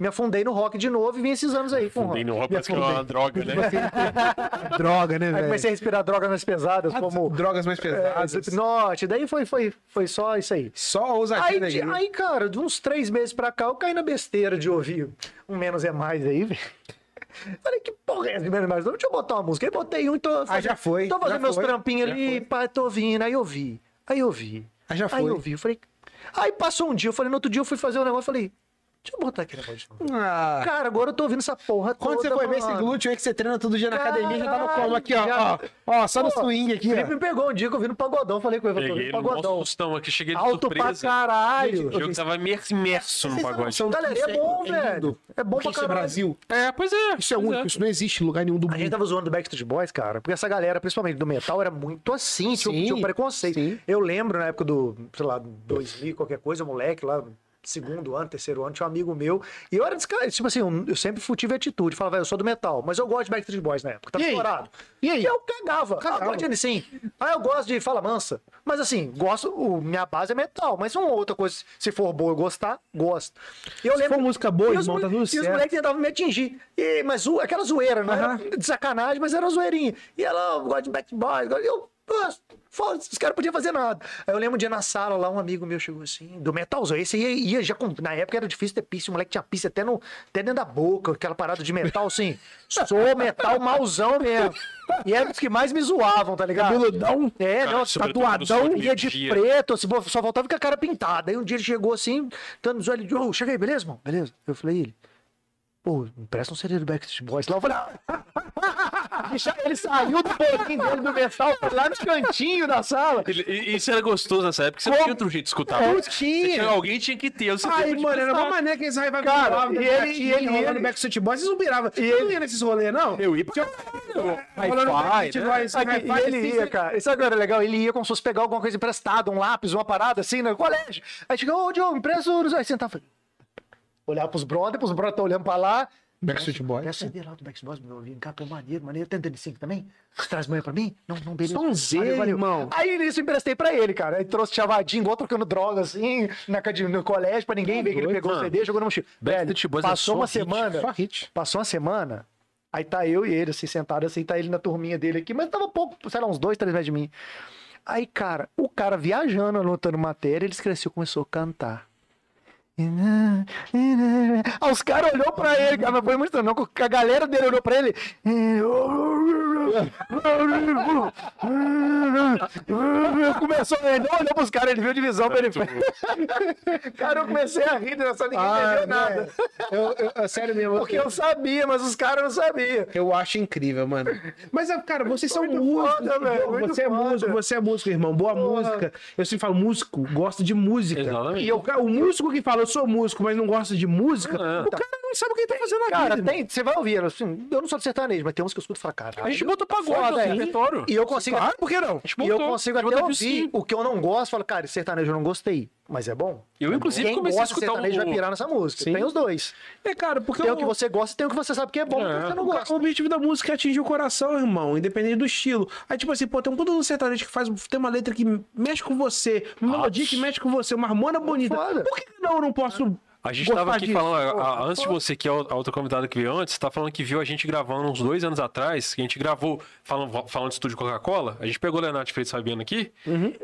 me afundei no rock de novo e vim esses anos aí com
Fundei
rock.
no roupa,
Me
parece que é uma
afundei.
droga, né?
Droga, né,
Aí
velho?
comecei a respirar drogas mais pesadas, como
Ah, Drogas mais pesadas.
hipnote, daí foi, foi, foi só isso aí.
Só ousadia né,
Aí,
da
de-
igreja.
aí, cara, de uns três meses pra cá, eu caí na besteira de ouvir um menos é mais aí, velho. Falei, que porra é essa de menos é mais? Não, Deixa eu botar uma música. Aí botei um e tô. fazendo-
Ah, já foi,
Tô fazendo
já
meus
foi,
trampinhos
já
ali, pá, tô ouvindo. Aí eu vi. Aí eu vi.
Aí já
Aí
foi.
eu vi. Eu falei. Aí passou um dia, eu falei, no outro dia eu fui fazer um negócio, eu falei, deixa eu botar aquele negócio de novo.
Ah,
Cara, agora eu tô ouvindo essa porra
Quando
toda,
você foi ver esse
mano.
glúteo aí que você treina todo dia na academia, já tava como aqui, ó.
Já-
Ó, ó, só no
Pô,
swing aqui,
O Felipe
ó.
me pegou um dia que eu vi no pagodão, falei com ele, eu tô
Peguei
ouvindo
ele no
pagodão.
sustão aqui, cheguei de
Alto pra
surpresa.
caralho.
O jogo tava imer- imerso
Um
no pagode.
São-
Galera,
isso
é bom,
lindo.
velho. É bom
Porque
pra
isso é
caralho.
Brasil.
É, pois é.
Isso é
pois
único, isso não existe em lugar nenhum do
A gente
mundo.
tava zoando do Backstreet Boys, cara, porque essa galera, principalmente do metal, era muito assim, tinha, um-
Sim,
tinha um preconceito.
sim.
Eu lembro na época do, sei lá, 2000, qualquer coisa, moleque lá, segundo ano, terceiro ano, tinha um amigo meu, e eu era, desca- tipo assim, um- eu sempre fui- tive atitude, falava, "Vai, eu sou do metal, mas eu gosto de Backstreet Boys na época, tava
E aí?
estourado.
E aí?
eu cagava.
Cagava.
Ah, eu tinha assim, ah, eu gosto de Fala Mansa, mas assim, gosto, o- minha base é metal, mas uma outra coisa, se for boa eu gostar, gosto. E eu
Se for música boa,
e os
irmão,
mole-
tá tudo
E os
certo.
moleques tentavam me atingir. E, mas o- aquela zoeira, não
Aham.
era de sacanagem, mas era zoeirinha. E ela, eu gosto de Backstreet Boys, gosto- eu... ah, Foda-se, os caras não podiam fazer nada. Aí eu lembro um dia na sala lá, um amigo meu chegou assim, do metalzão. Esse ia, ia já com. Na época era difícil ter pista, o moleque tinha pista até, no, até dentro da boca, aquela parada de metal assim. Sou metal mauzão mesmo. E era os que mais me zoavam, tá ligado?
Cabeludão.
É,
Cara,
não,
sobretudo
tatuadão
no
ia de
meio-dia.
preto, assim, pô, só voltava com a cara pintada. Aí um dia ele chegou assim, dando os olhos, ô, chega aí, beleza, irmão? Beleza. Eu falei, ele, pô, me presta um CD do Backstreet Boys lá. Eu falei, ah. Bicho, ele saiu do bolinho dele do metal, foi lá no cantinho da sala.
Ele- e- Isso era gostoso nessa época, você não
Como?
tinha outro jeito de escutar.
Não
música.
tinha.
Você tinha- Alguém tinha que ter. Você
Ai,
teve tipo de
mano, era uma
prestar.
maneira que eles vai vai-
Cara,
vai-
e
vai-
ele-
vai-
e ele-
rolando
ele-
Backstreet Boys, vocês não piravam. E eu não ia nesses rolês, não.
Eu ia pra
Tinha-
Hi-fi, né?
Rolando Backstreet Boys,
Aqui,
hi-fi,
e ele
assim,
ia, cara. Isso agora é legal. Ele ia como se fosse pegar alguma coisa emprestada, um lápis, uma parada assim, no colégio. Aí chega, ô, John, empresta o. Aí sentava. Olhar pros brothers, pros brothers estão olhando pra lá.
Backstreet Boys.
Peço CD lá do Backstreet Boys, meu ouvindo. Cara, pô, maneiro, maneiro. Tem Dani também? Você traz manhã pra mim? Não, não, beleza.
um
Sonzeiro, irmão.
Aí nisso eu emprestei pra ele, cara. Aí trouxe chavadinho, igual trocando droga, assim, na, academia- no colégio, pra ninguém ver que ele
Tá doido,
pegou o
mano.
CD, jogou no mochila. Velho,
Backstreet Boys é
passou
só
uma
hit,
semana.
Só hit.
Passou uma semana, aí tá eu e ele, assim, sentado, assim, tá ele na turminha dele aqui, mas tava pouco, sei lá, uns dois, três metros de mim. Aí, cara, o cara viajando, anotando matéria, ele esqueceu, começou a cantar. Aí os caras olhou pra ele, cara, mas foi muito não, que a galera dele olhou pra ele. Começou ele, não olhou pros caras, ele viu divisão periférica.
Cara, eu comecei a rir
né?
dessa, ninguém entendeu
né?
nada.
Ah, Eu, eu- eu- sério mesmo.
Porque eu sabia, mas os caras não sabiam.
Eu acho incrível, mano. Mas, é, cara, vocês são
Muito
músicos.
foda, velho,
Diogo,
muito
você é
foda.
músico, você é músico, irmão. Boa música. Eu sempre falo, músico, gosta de música.
Exatamente.
E eu- o músico que fala, eu sou músico, mas não gosta de música,
Ah,
o cara não sabe o que ele tá fazendo na vida,
Cara,
irmão.
tem, você vai ouvir, assim, eu não sou de sertanejo, mas tem uns que eu escuto e falo, cara.
A gente botou pagode
foda,
no
é.
repertório.
E eu consigo.
Claro, por que não?
A gente
E eu
botou.
consigo
A gente
até
botou
ouvir
sim.
o que eu não gosto, falo, cara, esse sertanejo eu não gostei, mas é bom.
Eu, inclusive,
Quem
comecei a
gosta de
escutar
sertanejo
o- Então-
vai pirar nessa música.
Sim.
Tem os dois.
É, cara, porque
Tem
eu-
o que você gosta e tem o que você sabe que é bom,
É.
mas você não
o ca-
gosta.
O objetivo da música é atingir o coração, irmão, independente do estilo. Aí, tipo assim, pô, tem um puto do sertanejo que faz. Tem uma letra que mexe com você, uma melodia que mexe com você, uma harmonia bonita.
foda.
Por que não? Eu não posso.
A gente
gostar
tava aqui
disso?
falando, a- a- antes de você, que é o- a outra convidada que veio antes, tá falando que viu a gente gravando uns dois anos atrás, que a gente gravou, falando, falando de estúdio Coca-Cola, a gente pegou o Leonardo Freitas Fabiano aqui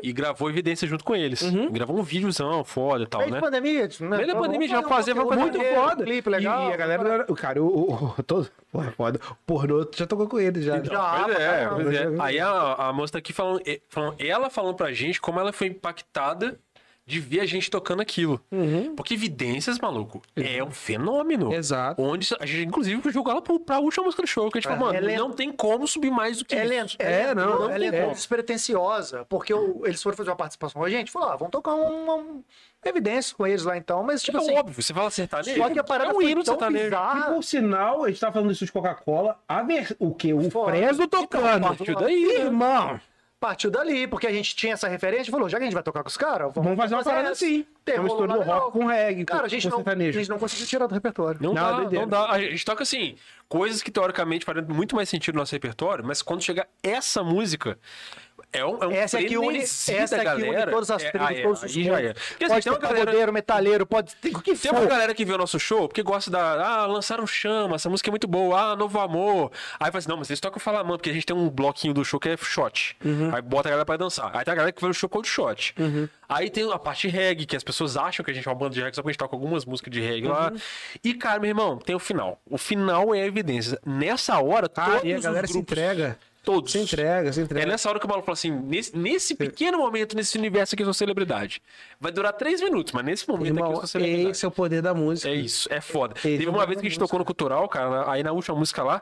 e gravou evidência junto com eles. Gravou um videozão foda e tal,
Meio
né?
de pandemia, né?
Meio da
Tá
Vamos
pandemia, já
um
fazer, vamos
conteúdo
fazer.
maneiro,
Muito foda.
um clipe legal.
E a galera. O cara, o. o, o todo, porra, foda. O pornô já tocou com ele já.
Já,
Pois
pra
é,
caramba.
pois é. Aí a, a moça tá aqui falando, e- falando- ela falando pra gente como ela foi impactada de ver a gente tocando aquilo.
Uhum.
Porque Evidências, maluco, é um fenômeno.
Exato.
Onde a gente, inclusive, jogou ela pro- pra última música do show, que a gente falou, mano,
Ela é-
não tem como subir mais do que
Ela
isso. Tipo
entrou,
É,
ela
não,
entrou,
não
ela
tem
entrou
como.
despretensiosa, porque o- eles foram fazer uma participação com a gente, falou, ah, vamos tocar uma, uma evidência com eles lá então, mas tipo
É
assim,
óbvio, você fala sertanejo.
só que a parada
é um
foi
hino
tão
sertanejo.
E
bizarra,
por sinal, a gente tá falando isso de Coca-Cola, a ver... o que? O
Foda.
Fresno tocando.
partiu daí, né?
Irmão,
partiu dali, porque a gente tinha essa referência, falou, já que a gente vai tocar com os caras,
vamos fazer uma parada
essa.
assim.
Tem
Uma mistura do
rolado
rock
legal.
com reggae,
Cara,
com-
a gente,
com
não, a
sertanejo.
gente não conseguiu tirar do repertório.
Não,
Não,
dá,
doideira.
não dá. A gente toca assim, coisas que teoricamente fariam muito mais sentido no nosso repertório, mas quando chegar essa música. É um, é um
Essa aqui une-
frenesi
essa
da
aqui une
galera.
todas as
É,
tribos,
ah, é,
todos os
aí já
mundos.
é. Porque, assim, tem
Pode ter
uma galera,
pagodeiro, metalheiro, pode ter o que
tem uma
for.
galera que vê o nosso show porque gosta da. Ah, lançaram chama, essa música é muito boa. Ah, novo amor. Aí fala assim: não, mas vocês tocam Falamã, porque a gente tem um bloquinho do show que é shot.
Uhum.
Aí bota a galera pra dançar. Aí tem a galera que vê o show com o shot. Aí tem a parte reggae, que as pessoas acham que a gente é uma banda de reggae, só porque a gente toca algumas músicas de reggae lá.
Uhum.
E, cara, meu irmão, tem o final. O final é a evidência. Nessa hora,
Ah, e a
todos
galera
os grupos,
se entrega.
Todos.
Se entrega, se entrega.
É
É.
nessa hora que o maluco fala assim: nesse, nesse pequeno momento, nesse universo aqui, eu sou celebridade. Vai durar três minutos, mas nesse momento aqui, eu
Irmão,
sou celebridade.
esse é o poder da música.
É isso, é foda.
Ele
Teve uma
mandava
vez que a gente tocou no Cultural, cara, na- aí na última música lá,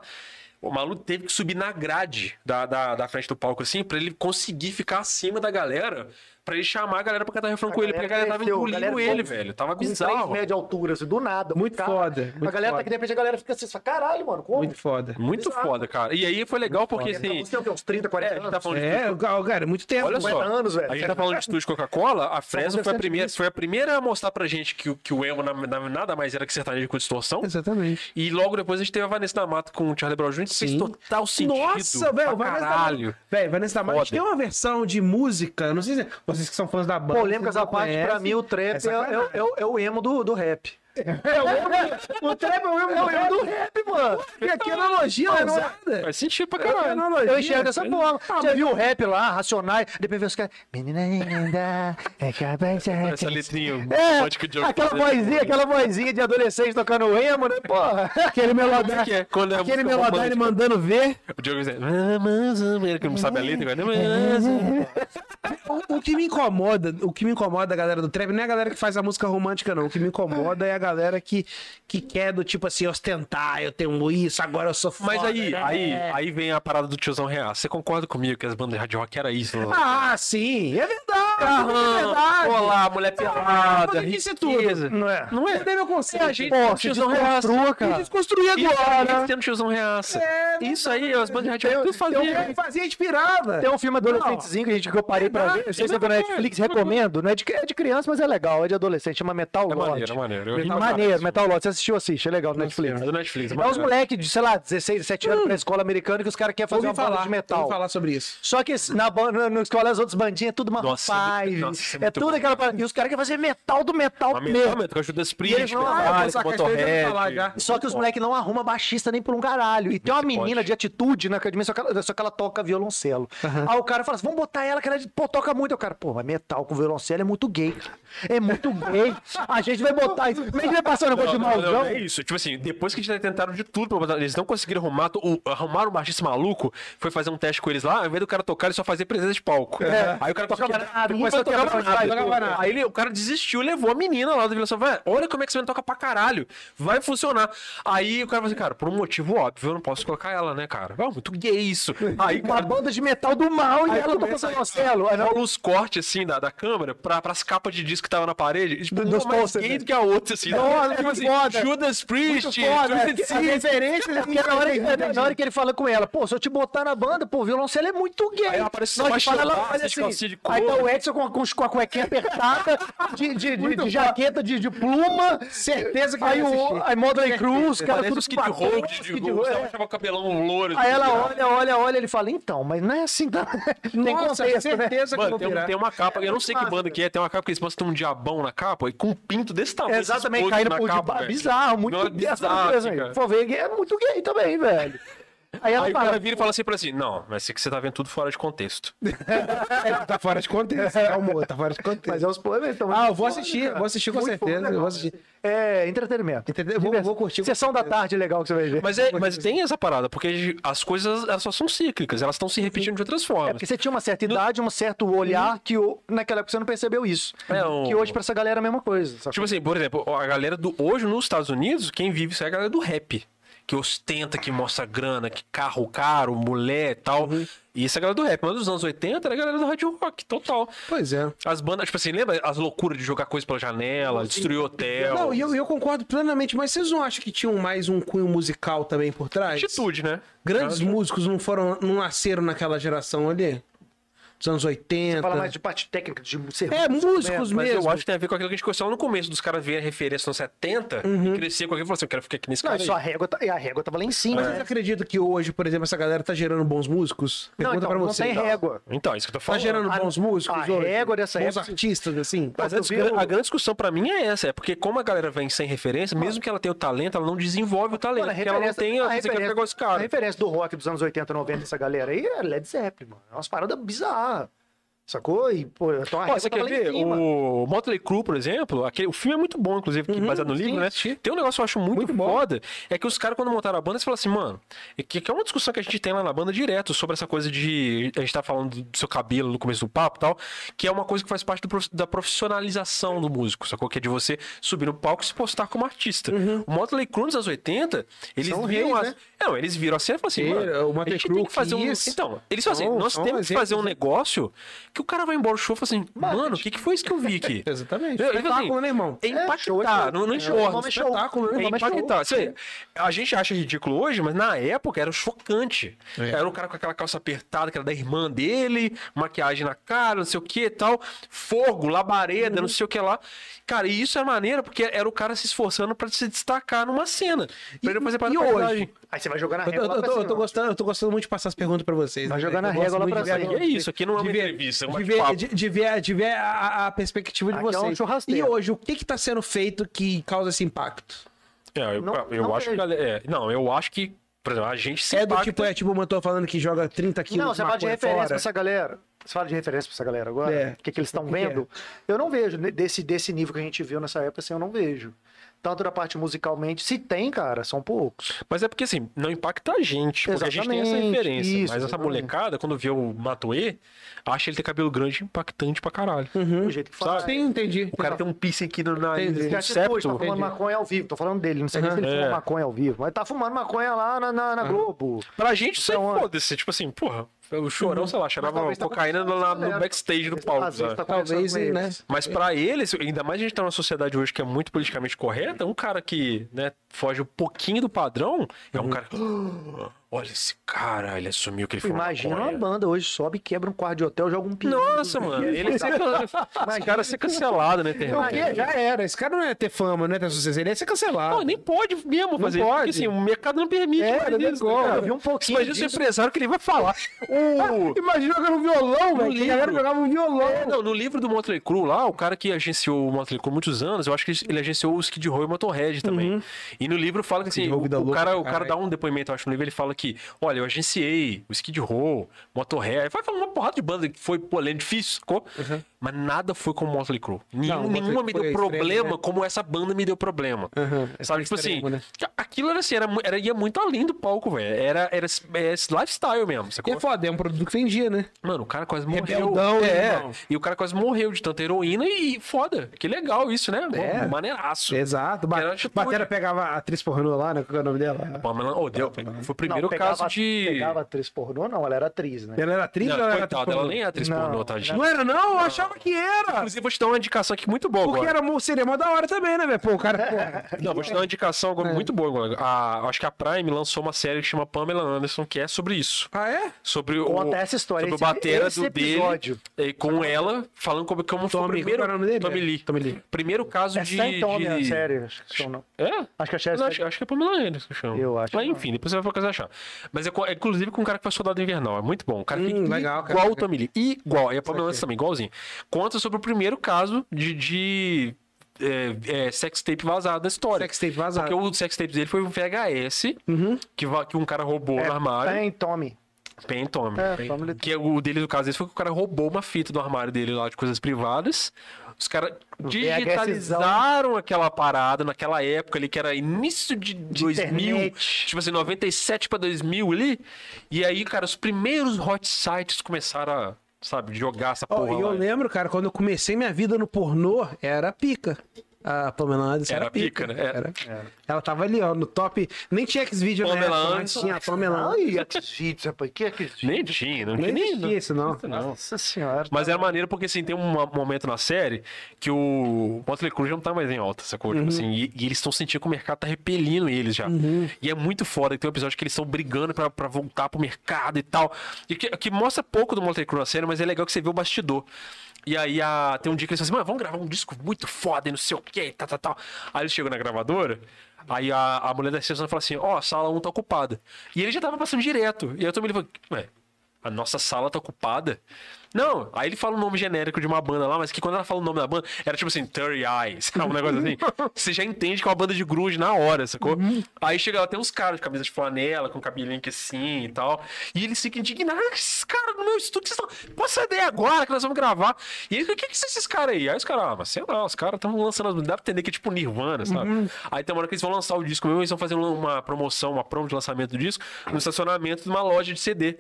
o Malu teve que subir na grade da, da, da frente do palco, assim, pra ele conseguir ficar acima da galera, pra ele chamar a galera pra cantar refrão com ele, porque a galera tava
cresceu,
engolindo
galera
ele,
com-
velho. Tava
com três
bizarro.
metros de altura, assim, do nada.
Muito foda, muito
a galera
foda.
tá aqui, de repente a galera fica assim, você fala, caralho, mano, como?
Muito foda.
Muito
Bizarro. Então,
foda, cara. E aí foi legal, porque assim.
Você tem o quê, uns 30,
é,
40
a gente
anos?
tá falando de
É, cara, muito tempo.
Olha só,
50 anos, velho. Tá
a gente tá falando de estúdio Coca-Cola, a Fresno
deve
foi a,
ser
primeira, foi a primeira a mostrar pra gente que, o- que o emo na- na- nada mais era que sertanejo com distorção.
Exatamente.
E logo depois a gente teve a Vanessa da Mata com o Charlie Brown Jr. que fez
Sim.
total sentido.
Nossa, velho,
pra
Vanessa
caralho.
da Velho, Vanessa da Mata
Foda.
tem uma versão de música, não sei se vocês que são fãs da banda.
Polêmicas
vocês
à
não
parte, pra
conhecem.
mim o trap é,
sacanagem.
é- é o- é o emo do, do rap.
É o emo- o trap é o
É o emo
emo
do rap, Então, mano.
E aqui é analogia
Mas não é-
usada.
Faz sentido pra
É
caralho.
analogia.
Eu enxergo dessa forma. Você viu o rap lá, Racionais, depois vê os caras... Menina linda, é que a banda-
Essa letrinha
É,
pode que o Diogo
aquela
faz,
vozinha, aquela vozinha de adolescente tocando emo, né, porra?
Aquele melodrama.
que é? Quando é a
né? aquele
música
melodrama ele
romântica.
mandando ver.
O Diogo diz, "Ah, mas, ah, mas", que não sabe a letra, agora.
O, o que me incomoda, o que me incomoda da galera do trap não é a galera que faz a música romântica, não. O que me incomoda é a galera que, que quer do tipo assim, ostentar, eu tenho isso, agora eu sou foda.
Mas aí,
né?
aí, aí vem a parada do tiozão real. Você concorda comigo que as bandas de hard rock era isso? Ah,
Ah, sim, é verdade, é verdade. Ah,
Olá, mulher pelada,
fazer isso é tudo.
riqueza.
Não é?
Não é?
Cadê meu conceito?
É, a gente
Pô,
tem um
se
tiozão reaça.
desconstrua, cara.
E desconstruir
Isso aí, a gente
agora. né?
tem um tiozão reaça.
É,
Isso aí, as bandas de hard rock tudo
Eu
faziam.
eu fazia inspirada.
Tem um filme adolescentezinho que, a gente, que eu parei pra ver.
Verdade,
Eu sei se é do Netflix, recomendo. Não é, de, é de criança, mas é legal. É de adolescente, chama Metal
É
Lord.
maneiro, é maneiro. Eu ri pra
Maneiro,
caralho.
Metal Lord. Você assistiu, assiste. É legal no
É
Netflix.
do Netflix.
É uns moleques de, sei lá, 16, 17 anos pra escola americana que os caras querem fazer
Hum. Ouvi
uma banda
falar,
de
ouvi
metal.
falar sobre isso.
Só que esse- na, ban- na, na escola as outras bandinhas é tudo uma
Nossa,
five.
muito- nossa, isso é
é
muito
tudo
bom.
aquela parada. E os caras querem fazer metal do metal
Mas
mesmo.
mesmo, com ajuda
E
sprint,
eles não- Ah, eu vou
metal,
sacar isso daí, eu já ouvi falar já.
Só que os moleques não arrumam baixista nem por um caralho. E tem uma menina
pode.
de atitude na academia, só que ela, só que ela toca violoncelo. Aí o cara fala assim: vamos botar ela, que ela de- pô, toca toca muito. Eu, cara, pô, mas metal com violoncelo é muito gay, cara. É muito gay. A gente vai botar isso. Mas a gente vai passar um negócio de
Não,
maldão.
não, é isso. Tipo assim, depois que eles tentaram de tudo pra botar, eles não conseguiram arrumar, o, arrumaram um baixista maluco, foi fazer um teste com eles lá, ao invés do cara tocar, ele só fazia presença de palco. Aí o cara tocava
Tocava
nada,
É. nada,
começou a tocar
tocava
mais nada.
nada, tocava nada.
Aí ele- o cara desistiu, levou a menina lá do Vila São Vai, olha como é que esse menino toca pra caralho, vai funcionar. Aí o cara falou assim, cara, por um motivo óbvio, eu não posso colocar ela, né, cara? É muito gay isso. Aí,
Uma
cara,
banda de metal do mal e ela toca violoncelo. Aí, não,
rola uns cortes, assim, da, da câmera pra, pras capas de disco que tava na parede. E, tipo,
Dos
uma mais
posters,
gay
né?
do que a outra, assim.
Nossa,
Tipo
que
assim,
foda.
Judas Priest,
Muito foda, é.
Twisted
A é
Sister.
Porque na hora, que, na hora que ele fala com ela, pô, se eu te botar na banda, pô, o violoncelo é muito gay.
Aí ela parece
Na hora que
apaixonada,
fala, ela faz
de calcinha de
Aí tá
couro.
o Edson com, a- com, com a cuequinha apertada, de, de, de, de jaqueta de, de pluma.
Certeza que
aí
vai
o
assistir.
aí Modley Cruz, cara,
Parece
tudo
os Kid
com batom,
Rock de de-
Skid
de-
Row, é.
achava o cabelão louro. assim,
Aí ela
tudo.
olha, olha, olha, ele fala, então, mas não é assim, tá? Tem
Nossa,
contexto, né?
certeza que
Mano,
vão
tem, um-
pirar.
tem uma capa, eu não sei que banda que é, tem uma capa que eles mostram um diabão na capa e com um pinto desse tamanho.
É Exatamente,
esses
caindo
postos
por
na
debaixo.
capa, velho.
Bizarro, né, muito
Não, é
gay. essa
bizarro,
coisa aí.
cara.
For ver, é muito gay também, velho. Aí ela
Aí o
fala,
cara vira e fala assim pra assim, não, mas isso que você tá vendo tudo fora de contexto.
É, tá fora de contexto. Calma, tá fora de contexto.
mas é os poemas, então.
Ah, eu vou assistir, vou assistir com
Muito
certeza.
foda,
eu
cara.
vou assistir.
É, entretenimento.
Entendeu? Vou,
Divers-
vou curtir. com
Sessão da tarde é legal que você vai ver.
Mas, é, mas tem essa parada, porque as coisas elas só são cíclicas, elas estão se repetindo de outras
É
formas.
porque você tinha uma certa idade, um certo
Uhum.
olhar que o- naquela época você não percebeu isso.
É, o-
Que hoje pra essa galera é a mesma coisa. sacou?
Tipo assim, por exemplo, a galera do. Hoje nos Estados Unidos, quem vive isso é a galera do rap. Que ostenta, que mostra grana, que carro caro, mulher e tal.
Uhum.
E isso é a galera do rap. Mas nos anos 80 era a galera do hard rock, total.
Pois é.
As bandas, tipo assim, lembra as loucuras de jogar coisa pela janela, destruir hotel?
Não, e eu, eu concordo plenamente, mas vocês não acham que tinham mais um cunho musical também por trás?
Atitude, né?
Grandes músicos não foram, não nasceram naquela geração ali? Dos anos 80.
Fala mais de parte técnica, de ser
É, músicos
Mas
mesmo.
eu acho que tem a ver com aquilo que a gente conversou lá no começo, dos caras verem a referência nos 70
Uhum.
e crescer com aquilo e falar assim, eu quero ficar aqui nesse
Não,
cara.
isso a
aí.
régua, tá- a régua tava lá em cima.
Mas vocês
né?
acreditam que hoje, por exemplo, essa galera tá gerando bons músicos?
Não,
Pergunta
então,
pra
não
você.
tem régua.
Então, é isso que eu tô
Tá
falando.
gerando
A-
bons músicos
a
hoje?
régua dessa
bons
época-
artistas, assim?
Mas a,
Eu vi o-
discu- a grande discussão pra mim é essa, é porque como a galera vem sem referência, mesmo que ela tenha o talento, ela não desenvolve o talento,
Mano, a
porque ela não
referência-
tem
a
a música que
referência-
pegou esse
A
cara.
referência do rock dos anos 80, 90, essa galera aí é Led Zeppelin, mano. É umas paradas bizarras. Sacou? E, pô, então a
Pô,
régua
você
tava
quer
lá em
ver?
cima.
é O Motley Crue, por exemplo, aquele, o filme é muito bom, inclusive,
Uhum,
que baseado no livro, né? Tem um negócio que eu acho muito, foda, é que os caras, quando montaram a banda, eles falaram assim, mano, é que, que é uma discussão que a gente tem lá na banda direto sobre essa coisa de. A gente tá falando do seu cabelo no começo do papo e tal, que é uma coisa que faz parte do prof- da profissionalização do músico, sacou? Que é de você subir no palco e se postar como artista. O Motley Crue nos anos 80, eles
Uhum. São
viram
reis,
as-
né?
Não, eles viram a cena e falaram assim,
Ele-
mano,
o Motley
a gente
Crue
tem que fazer um.
quis.
Então, eles falaram assim,
São-
nós
são
temos que fazer um
exemplos, né?
negócio que o cara vai embora do show e fala assim, mano, o que, que foi isso que eu vi aqui?
Exatamente.
Eu- eu digo assim,
Espetáculo, né, irmão?
É
É, show é
impactar,
show.
não, não
É,
um
enxorna,
o nome é show.
espetáculo,
O
né?
nome
É
é
impactar. Assim, a gente acha ridículo hoje, mas na época era chocante.
É.
Era um cara com aquela calça apertada, que era da irmã dele, maquiagem na cara, não sei o que e tal, fogo, labareda,
Uhum.
não sei o que lá. Cara, e isso é maneiro porque era o cara se esforçando pra se destacar numa cena. Pra ele fazer parte
e
da
hoje?
paisagem.
Aí você vai jogar na
Eu,
régua
tô-
lá
eu
pra
tô- eu
cima.
tô gostando, eu tô gostando muito de passar as perguntas pra vocês.
Vai
né?
jogar na
Eu gosto
régua lá
muito
pra
de ver-
cima.
E é isso, aqui não é uma
de ver-
entrevista, é um
de
bate-papo.
ver, de, de ver, de ver a, a- a perspectiva de
Aqui é um
vocês. e
churrasqueiro.
hoje, o que que tá sendo feito que causa esse impacto?
É, eu,
Não-
eu
não
acho que.
vejo.
a- é, não, eu acho que. Por exemplo, a gente se
é do
impacta-
tipo, é tipo o Mantua falando que joga 30 quilos
Não, você fala de
maconha
referência
é fora.
pra essa galera. Você fala de referência pra essa galera agora?
É.
O que, que eles estão
que é? que
vendo? Eu não vejo. ne- Desse, desse nível que a gente viu nessa época, assim, eu não vejo. Tanto da parte musicalmente, se tem, cara, são poucos.
Mas é porque assim, não impacta a gente, porque a gente tem essa
Exatamente,
referência.
isso,
mas essa
exatamente.
molecada, quando vê o Matoê, acha ele ter cabelo grande impactante pra caralho.
Do jeito que fala.
Sim, entendi.
O cara tem um piercing aqui no nariz,
Entendi.
um
Tem atitude, tá
septo.
fumando maconha ao vivo. Tô falando dele, não sei nem se ele
É.
fuma maconha ao vivo. Mas tá fumando maconha lá na, na, na Globo.
Pra gente, isso é
Então,
foda-se. Tipo assim, porra, o chorão, sei lá, cheirava
talvez tá
cocaína
conversando
lá
com essa
no
galera.
backstage do
Às
palco.
vezes
sabe?
tá
Talvez,
conversando com
né?
eles.
Mas pra eles, ainda mais a gente tá numa sociedade hoje que é muito politicamente correta, um cara que, né, foge um pouquinho do padrão, é um cara que, "Ah, Olha esse cara, ele assumiu que ele foi
Imagina uma
maconha."
banda hoje sobe, quebra um quarto de hotel, joga um piano.
Nossa, mano, ele ia ser, esse cara ia ser cancelado na internet.
Porque já era. Esse cara não
é
ia ter fama, não ia ter sucesso. Ele ia ser cancelado.
Não, nem pode mesmo fazer isso,
pode.
porque assim, o mercado não permite.
É,
mais
não tem
isso,
como.
cara.
Eu vi um pouquinho
Imagina o
disso.
empresário que ele vai falar. O-
Imagina jogando um violão, velho. que A galera
livro.
jogava um violão.
É, não, no livro do Motley Crue lá, o cara que agenciou o Motley Crue muitos anos, eu acho que ele agenciou o Skid Row e o Motorhead também. E no livro fala que assim,
Skid
o,
Row, Uhum. vida
o
louca
cara,
pra
o cara dá
caralho.
um depoimento, eu acho, no livro, ele fala que, olha, eu agenciei o Skid Row, Motorhead, vai falar uma porrada de banda que foi polêmica, difícil, sacou? Mas nada foi como Motley Crue. Nenhum-
Uhum. Não, o Motley
nenhuma me
Crue
deu
é extremo,
problema
né?
como essa banda me deu problema.
Aham, é
Sabe, tipo
extremo,
assim,
né?
aquilo era assim, era, mu- era- ia muito além do palco, velho. Era, era esse- é esse lifestyle mesmo,
E
sacou?
é foda, é um produto que vendia, né?
Mano, o cara quase morreu.
Rebeldão,
é.
né, irmão.
E o cara quase morreu de tanta heroína e foda. Que legal isso, né?
É.
Maneiraço. Era
Exato. Ba
uma atitude.
Batera pegava a atriz pornô lá, né? Qual é o nome dela?
Pamela, oh, deu, foi o primeiro
Não, pegava-
caso de.
Pegava atriz pornô, não, ela era atriz, né?
Ela era atriz ou
Não,
ela era atriz
coitada, ela
pornô?
nem é atriz
Não,
pornô, tá, gente?
Não era, não? Eu achava que era.
Inclusive, vou te dar uma indicação aqui muito boa
Porque
agora.
era, mo- seria mó da hora também, né, velho? Pô, o cara. pô,
Não, vou te dar uma indicação
É.
agora muito boa agora. A- acho que a Prime lançou uma série que chama Pamela Anderson, que é sobre isso.
Ah, é?
Sobre o,
Conta essa história,
sobre o
esse-
batera
esse
do
episódio.
dele, e com ela, falando como, como foi o
Tommy,
primeiro...
qual era o nome dele?
Tommy Lee.
Tommy Lee.
Primeiro caso
É
de...
Sam Tommy,
de...
a série, acho que são, não.
É?
Acho que a série
Não, acho, acho que é Pamela Anderson que chama.
Eu acho
Mas
que não.
enfim, depois você vai pra achar. Mas é, co- é inclusive com um cara que faz soldado invernal. É muito bom. O cara
Hum,
fica
legal, cara.
igual o Tommy Lee. Igual. E a Pamela Anderson também, igualzinho. Conta sobre o primeiro caso de. de é, é, sex tape vazado da história.
Sex tape vazado.
Porque o sex tape dele foi um VHS que, va- que um cara roubou
Uhum. é,
no armário.
Sam Tommy.
Pen Tommy.
É, Tommy Lee-
Que o dele, no caso, desse foi que o cara roubou uma fita do armário dele lá de coisas privadas. Os caras digitalizaram aquela parada naquela época ali, que era início de, 2000,
internet.
tipo assim, 97 pra 2000 ali. E aí, cara, os primeiros hot sites começaram a, sabe, jogar essa
Ó,
porra.
e eu
lá.
lembro, cara, quando eu comecei minha vida no pornô, era pica. Ah, A Pamela Anderson
Era pica, né? Era.
Era. Ela tava ali, ó, no top. Nem tinha X-Video, né?
Pamela
Mas
Anderson.
tinha a Pamela Anderson.
Ai, aqueles vídeos, rapaz. Que aqueles vídeos?
Nem tinha, não tinha
Nem
nem.
existia isso, não.
Nossa senhora.
Mas era maneiro porque, assim, tem um ma- momento na série que o Motley Crue já não tá mais em alta, sacou? Tipo assim, e, e eles estão sentindo que o mercado tá repelindo eles já. E é muito foda que tem um episódio que eles estão brigando pra, pra voltar pro mercado e tal. E que, que mostra pouco do Motley Crue na série, mas é legal que você vê o bastidor. E aí a- tem um dia que eles falam assim, mano, vamos gravar um disco muito foda e não sei o que, tal, tal, tal. Aí eles chegam na gravadora, aí a, a mulher da recepção fala assim, ó, a sala 1 tá ocupada. E ele já tava passando direto. E aí eu também falei, ué, a nossa sala tá ocupada. Não, aí ele fala o nome genérico de uma banda lá, mas que quando ela fala o nome da banda, era tipo assim, Terry Eyes, um negócio assim. Você já entende que é uma banda de grunge na hora, sacou? Aí chega lá, tem uns caras de camisa de flanela, com cabelinho que assim e tal. E eles ficam indignados, "Ah, esses caras no meu estúdio, vocês estão... Posso ideia agora que nós vamos gravar? E aí, o que que são esses caras aí? Aí os caras, ah, mas sei lá, os caras estão lançando as dá pra entender que é tipo Nirvana, sabe?
Uhum.
Aí tem uma hora que eles vão lançar o disco mesmo, eles vão fazer uma promoção, uma promo de lançamento do disco, no estacionamento de uma loja de CD.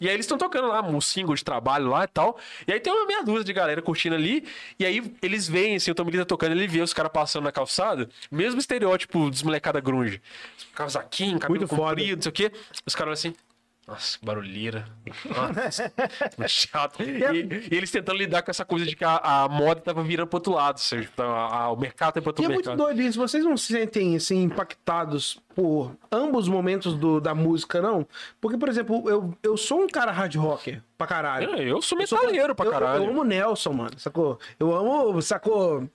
E aí eles estão tocando lá um single de trabalho lá e tal. E aí tem uma meia dúzia de galera curtindo ali. E aí eles veem, assim, o Tommy Lee tá tocando, ele vê os caras passando na calçada. Mesmo estereótipo dos molecada grunge. Casaquinho, cabelo
Muito foda.
comprido, não sei o quê. Os caras olham assim... Nossa, que barulheira. Nossa, que É chato. E, e eles tentando lidar com essa coisa de que a, a moda tava virando pro outro lado. Ou seja, tá- a- a- o mercado é pro outro
E é muito
mercado.
doido isso. Vocês não se sentem assim, impactados por ambos os momentos do- da música, não? Porque, por exemplo, eu, eu sou um cara hard rocker pra caralho.
É, eu sou metaleiro pra
Eu- eu-
caralho.
Eu, amo Nelson, mano, sacou? Eu amo, sacou?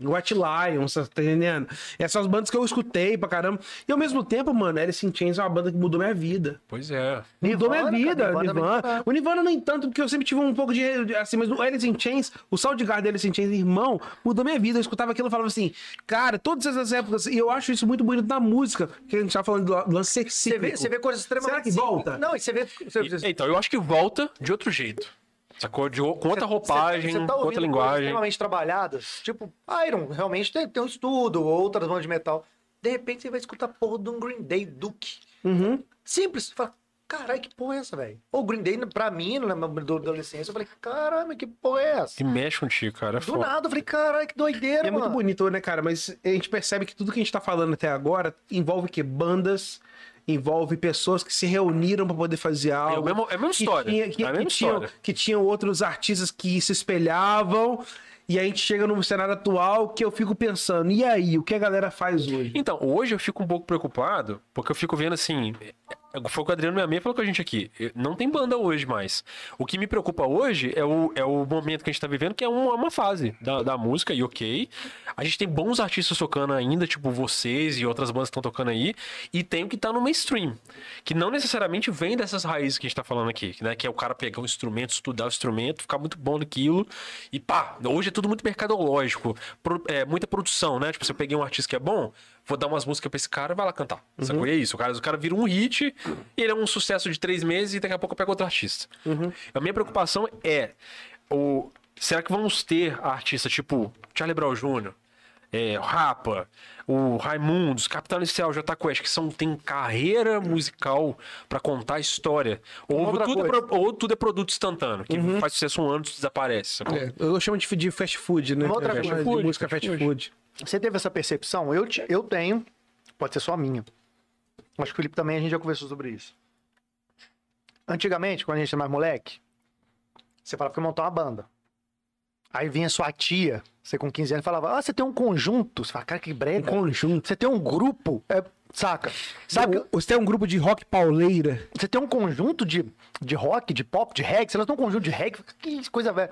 White Lion, você tá entendendo? Essas bandas que eu escutei pra caramba. E ao mesmo tempo, mano, Alice in Chains é uma banda que mudou minha vida.
Pois é.
Mudou
Nirvana,
minha vida,
cara, Nirvana é
Nirvana.
também.
O Nirvana nem tanto, porque eu sempre tive um pouco de... de- Assim, mas o Alice in Chains, o Soundgarden do Alice in Chains, irmão, mudou minha vida. Eu escutava aquilo e falava assim, cara, todas essas épocas... E eu acho isso muito bonito na música, que a gente tava falando do do lance ser
Você
cíclico.
vê, você vê coisas extremamente.
Será que
simples.
volta?
Não, e você vê. Você,
E- Então, eu acho que volta de outro jeito. Sacou? De, o- com outra roupagem,
você
com
tá ouvindo
outra
coisas
linguagem.
extremamente trabalhadas. Tipo, Iron, realmente tem, tem um estudo, outras bandas de metal. De repente você vai escutar porra de um Green Day Duke.
Uhum.
Simples. Você fala, caralho, que porra é essa, velho? Ou Green Day, pra mim, na minha do- adolescência, eu falei, caramba, que porra é essa?
Que mexe contigo, cara. É
Do
foda.
nada, eu falei, caralho, que
E
doideira,
É
mano.
muito bonito, né, cara? Mas a gente percebe que tudo que a gente tá falando até agora envolve que bandas, envolve pessoas que se reuniram pra poder fazer algo.
o mesmo- é a mesma
que
história.
tinha- que,
É a mesma
que tinham-
história.
que tinham outros artistas que se espelhavam. E a gente chega num cenário atual que eu fico pensando, e aí, o que a galera faz hoje?
Então, hoje eu fico um pouco preocupado, porque eu fico vendo assim. é, Foi o que o Adriano Miami falou com a gente aqui. eu- Não tem banda hoje mais. O que me preocupa hoje é o, é o momento que a gente tá vivendo, que é uma, uma fase da, da música, e ok. A gente tem bons artistas tocando ainda, tipo vocês e outras bandas que estão tocando aí, e tem o que tá no mainstream. Que não necessariamente vem dessas raízes que a gente tá falando aqui, né? Que é o cara pegar um instrumento, estudar o instrumento, ficar muito bom naquilo, e pá, hoje é tudo muito mercadológico, pro- é, muita produção,
Uhum.
né? Tipo, se eu peguei um artista que é bom, vou dar umas músicas pra esse cara e vai lá cantar. Sacou? E é isso. O cara, o cara vira um hit e ele é um sucesso de três meses e daqui a pouco pega outro artista.
Uhum.
A minha preocupação é: o, será que vamos ter artistas tipo Charlie Brown Jr., é, o Rapa, o Raimundos, Capitão Inicial, Jota Quest, que são, tem carreira musical pra contar história. Ou
outra
tudo, é
coisa. Uhum.
pro- ou tudo é produto instantâneo, que faz sucesso um ano e desaparece. sacou?
É, eu chamo de, de fast food, né?
Uma outra
É,
coisa.
de
Food,
música fast food.
Você teve essa percepção? Eu, te- eu tenho. Pode ser só minha. Acho que o Felipe também, a gente já conversou sobre isso. Antigamente, quando a gente era mais moleque, você falava que ia montar uma banda. Aí vinha sua tia, você com 15 anos, e falava, ah, você tem um conjunto. Você fala, cara, que
Um
brega.
conjunto.
Você tem um grupo, é, saca? Sabe,
Você tem um grupo de rock pauleira.
você tem um conjunto de, de rock, de pop, de reggae, você não tem um conjunto de reggae, que coisa velha.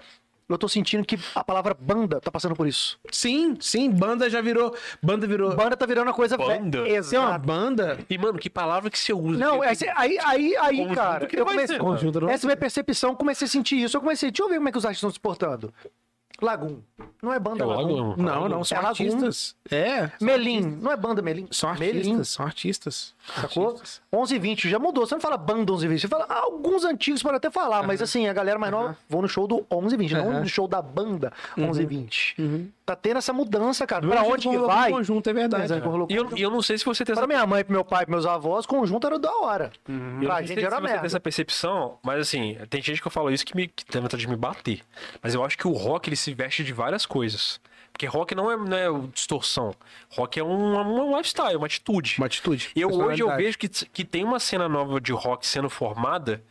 Eu tô sentindo que a palavra banda tá passando por isso.
Sim, sim, banda já virou. Banda virou.
Banda tá virando uma coisa
Banda?
velha.
Você é uma
Exato.
banda?
E, mano, que palavra que você usa?
Não, é assim,
Que-
aí, cê- aí, aí, aí,
Conjunto
cara,
que
eu
vai
comecei.
ser, né?
Conjunto não vai
Essa é minha percepção, comecei a sentir isso. Eu comecei, deixa eu ver como é que os artistas estão se portando. Lagum. Não é banda
É o
Lagum.
Lagum.
Não, não, são
Ela
artistas. É.
Melim, não é banda Melim.
São artistas,
Melim,
são artistas.
sacou?
Artistas.
11 e 20 já mudou. Você não fala banda 11 e 20, você fala ah, alguns antigos podem até falar, mas assim, a galera mais nova vão no show do 11 e 20, não
Aham.
no show da banda
Uhum.
11 e 20 Tá tendo essa mudança, cara.
Do
Pra
mesmo
onde
jeito
que
rolou com
vai?
o conjunto, é verdade.
Exato,
cara.
rolou com
E eu, e eu não sei se você tem essa
Pra minha mãe, pro meu pai, pros meus avós, conjunto era da hora.
Uhum. Eu
Pra
não
gente
sei se
era
você
merda.
tem essa percepção, mas assim, tem gente que eu falo isso que, me, que tem vontade de me bater. Mas eu acho que o rock ele se veste de várias coisas. Porque rock não é, não é o distorção. Rock é um, um lifestyle, uma atitude.
Uma atitude,
E eu, hoje eu
personalidade.
vejo que, que tem uma cena nova de rock sendo formada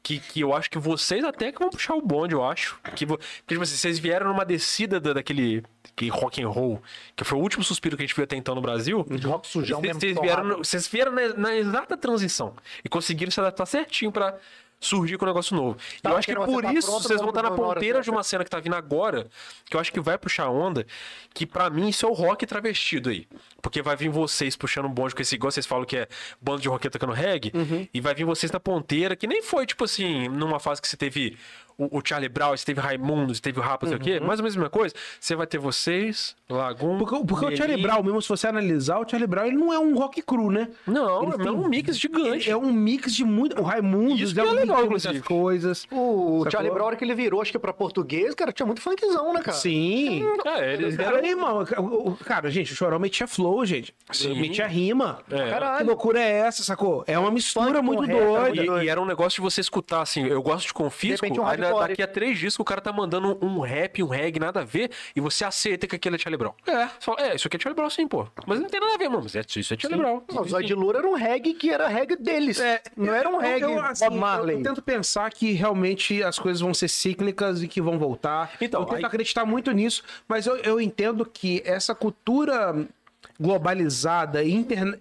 que, que eu acho que vocês até que vão puxar o bonde, eu acho. Que, vo- que tipo assim, vocês vieram numa descida da- daquele que rock and roll, que foi o último suspiro que a gente viu até então no Brasil.
Uhum.
De rock sujão
Vocês-
mesmo.
Vocês
torrado.
vieram, no- vocês vieram na, na exata transição e conseguiram se adaptar certinho pra surgir com um negócio novo. E
Tá,
eu acho que
porque não,
por
você tá
isso
pronto,
vocês vão
não-
estar na
não- na hora
ponteira de
certa.
uma cena que tá vindo agora, que eu acho que vai puxar onda, que pra mim isso é o rock travestido aí. Porque vai vir vocês puxando um bonde com esse igual vocês falam que é bando de roqueta tocando reggae,
Uhum.
e vai vir vocês na ponteira, que nem foi, tipo assim, numa fase que você teve o, o Charlie Brown, você teve Raimundo, você teve o Rapa, não sei o
Uhum.
quê, mais ou menos a mesma coisa, você vai ter vocês, Lagoon...
Porque, porque o Charlie
Melim.
Brown, mesmo se você analisar, o Charlie Brown ele não é um rock cru, né?
Não,
Ele
é
tem-
um mix gigante.
É um mix de muito. O um Raimundo
Isso que é legal, inclusive.
coisas.
O
Sacou?
Charlie Brown, a hora que ele virou, acho que pra português, cara, tinha muito funkzão, né, cara?
Sim.
É, eles
Cara,
deram...
irmão, o- o- cara, gente, o Chorão metia flow, gente.
Sim.
Metia rima.
É.
Caralho.
Que loucura é essa, sacou? É uma mistura
com
muito
rap,
doida.
E, e era um negócio de você escutar, assim, eu gosto de confisco,
De repente, um
aí na-
hardcore.
daqui a três dias o cara tá mandando um rap, um reggae, nada a ver, e você aceita que aquele é Charlie Brown. É. Você fala, é, isso aqui é Charlie Brown sim, pô. Mas não tem nada a ver, mano, mas é- isso é Charlie Brown.
Não, o Zóio de Loura era um reggae que era reggae deles.
É.
não
Então,
era um
eu-
reggae
eu, assim,
Bob Marley.
Eu, eu tento pensar que realmente as coisas vão ser cíclicas e que vão voltar.
Então,
eu tento
aí-
acreditar muito nisso, mas eu, eu entendo que essa cultura globalizada, é internet,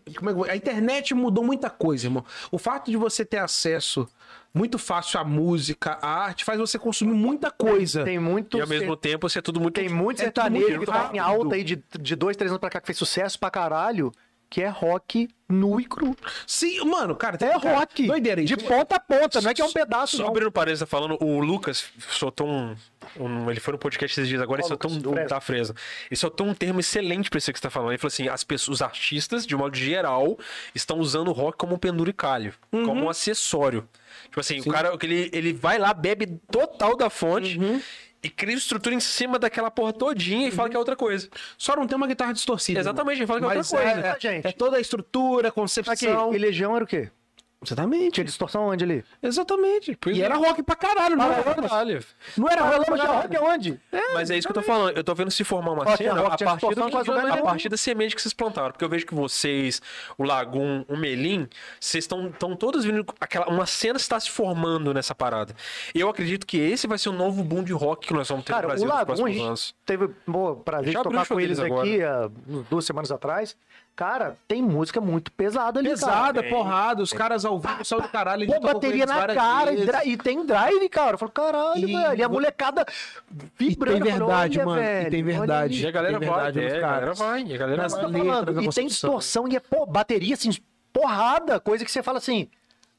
a internet mudou muita coisa, irmão. O fato de você ter acesso muito fácil à música, à arte, faz você consumir muita coisa.
Tem muito.
E ao mesmo tempo você é tudo muito...
Tem muito
é
sertanejo
tudo
que
muito
tá em
rápido.
alta aí de, de dois, três anos pra cá, que fez sucesso pra caralho, que é rock nu e cru.
Sim, mano, cara, tem
É
cara,
rock.
Doideira Tipo, isso.
De ponta a ponta, não é que é um pedaço.
Só
não.
abrindo parênteses, tá falando, o Lucas soltou um, um- Ele foi no podcast esses dias agora e
Qual
soltou
Lucas?
um.
Fresno.
Tá Fresno. Ele soltou um termo excelente pra isso que você tá falando. Ele falou assim: as pessoas, os artistas, de modo geral, estão usando o rock como um penduricalho,
Uhum.
como um acessório. Tipo assim, o cara, ele, ele vai lá, bebe total da fonte.
Uhum.
E cria estrutura em cima daquela porra todinha e fala que é outra coisa.
Só não tem uma guitarra distorcida.
Exatamente, ele fala que é
irmão.
outra
Mas
coisa.
né, gente?
É, é toda a estrutura, a
Tá Aqui,
concepção.
e Legião era o quê?
Exatamente.
Tinha distorção onde ali?
Exatamente.
Pois
e
é.
era rock pra caralho, não era rock.
Caralho.
Não era rock pra
Mas tinha rock
caralho.
aonde?
Mas é isso que eu tô falando. Eu tô vendo se formar uma
Ó, tinha
cena
rock,
a
tinha um
partir, do
distorção,
que-
quase não era
a
nenhum.
partir da semente que vocês plantaram. Porque eu vejo que vocês, o Lagum, o Melim, vocês estão todos vindo. com Aquela, uma cena está se formando nessa parada. E eu acredito que esse vai ser o novo boom de rock que nós vamos ter
Cara,
no
o
Brasil nos
Lagum, a
próximos
gente
anos.
teve pô, prazer
Já
de
abriu o
tocar
show
com eles
deles
aqui há uns duas semanas atrás. Cara, tem música muito pesada ali, cara.
Pesada, porrada, os caras ao vivo saiu do caralho. a gente
Pô,
tocou com
bateria
eles
na
várias
cara e,
vezes.
dra- e tem drive, cara. Eu falo, caralho,
E-
velho. E a molecada
E
vibrando.
tem
eu falo,
verdade,
olha,
mano. e tem
olha
verdade.
E a galera
tem
vai,
verdade
né,
nos
é, a
caras.
galera vai, e a galera
Nas
vai.
isso que eu tô
letras, na
falando. E tem
construção.
distorção e é pô, bateria, assim, porrada. Coisa que você fala assim,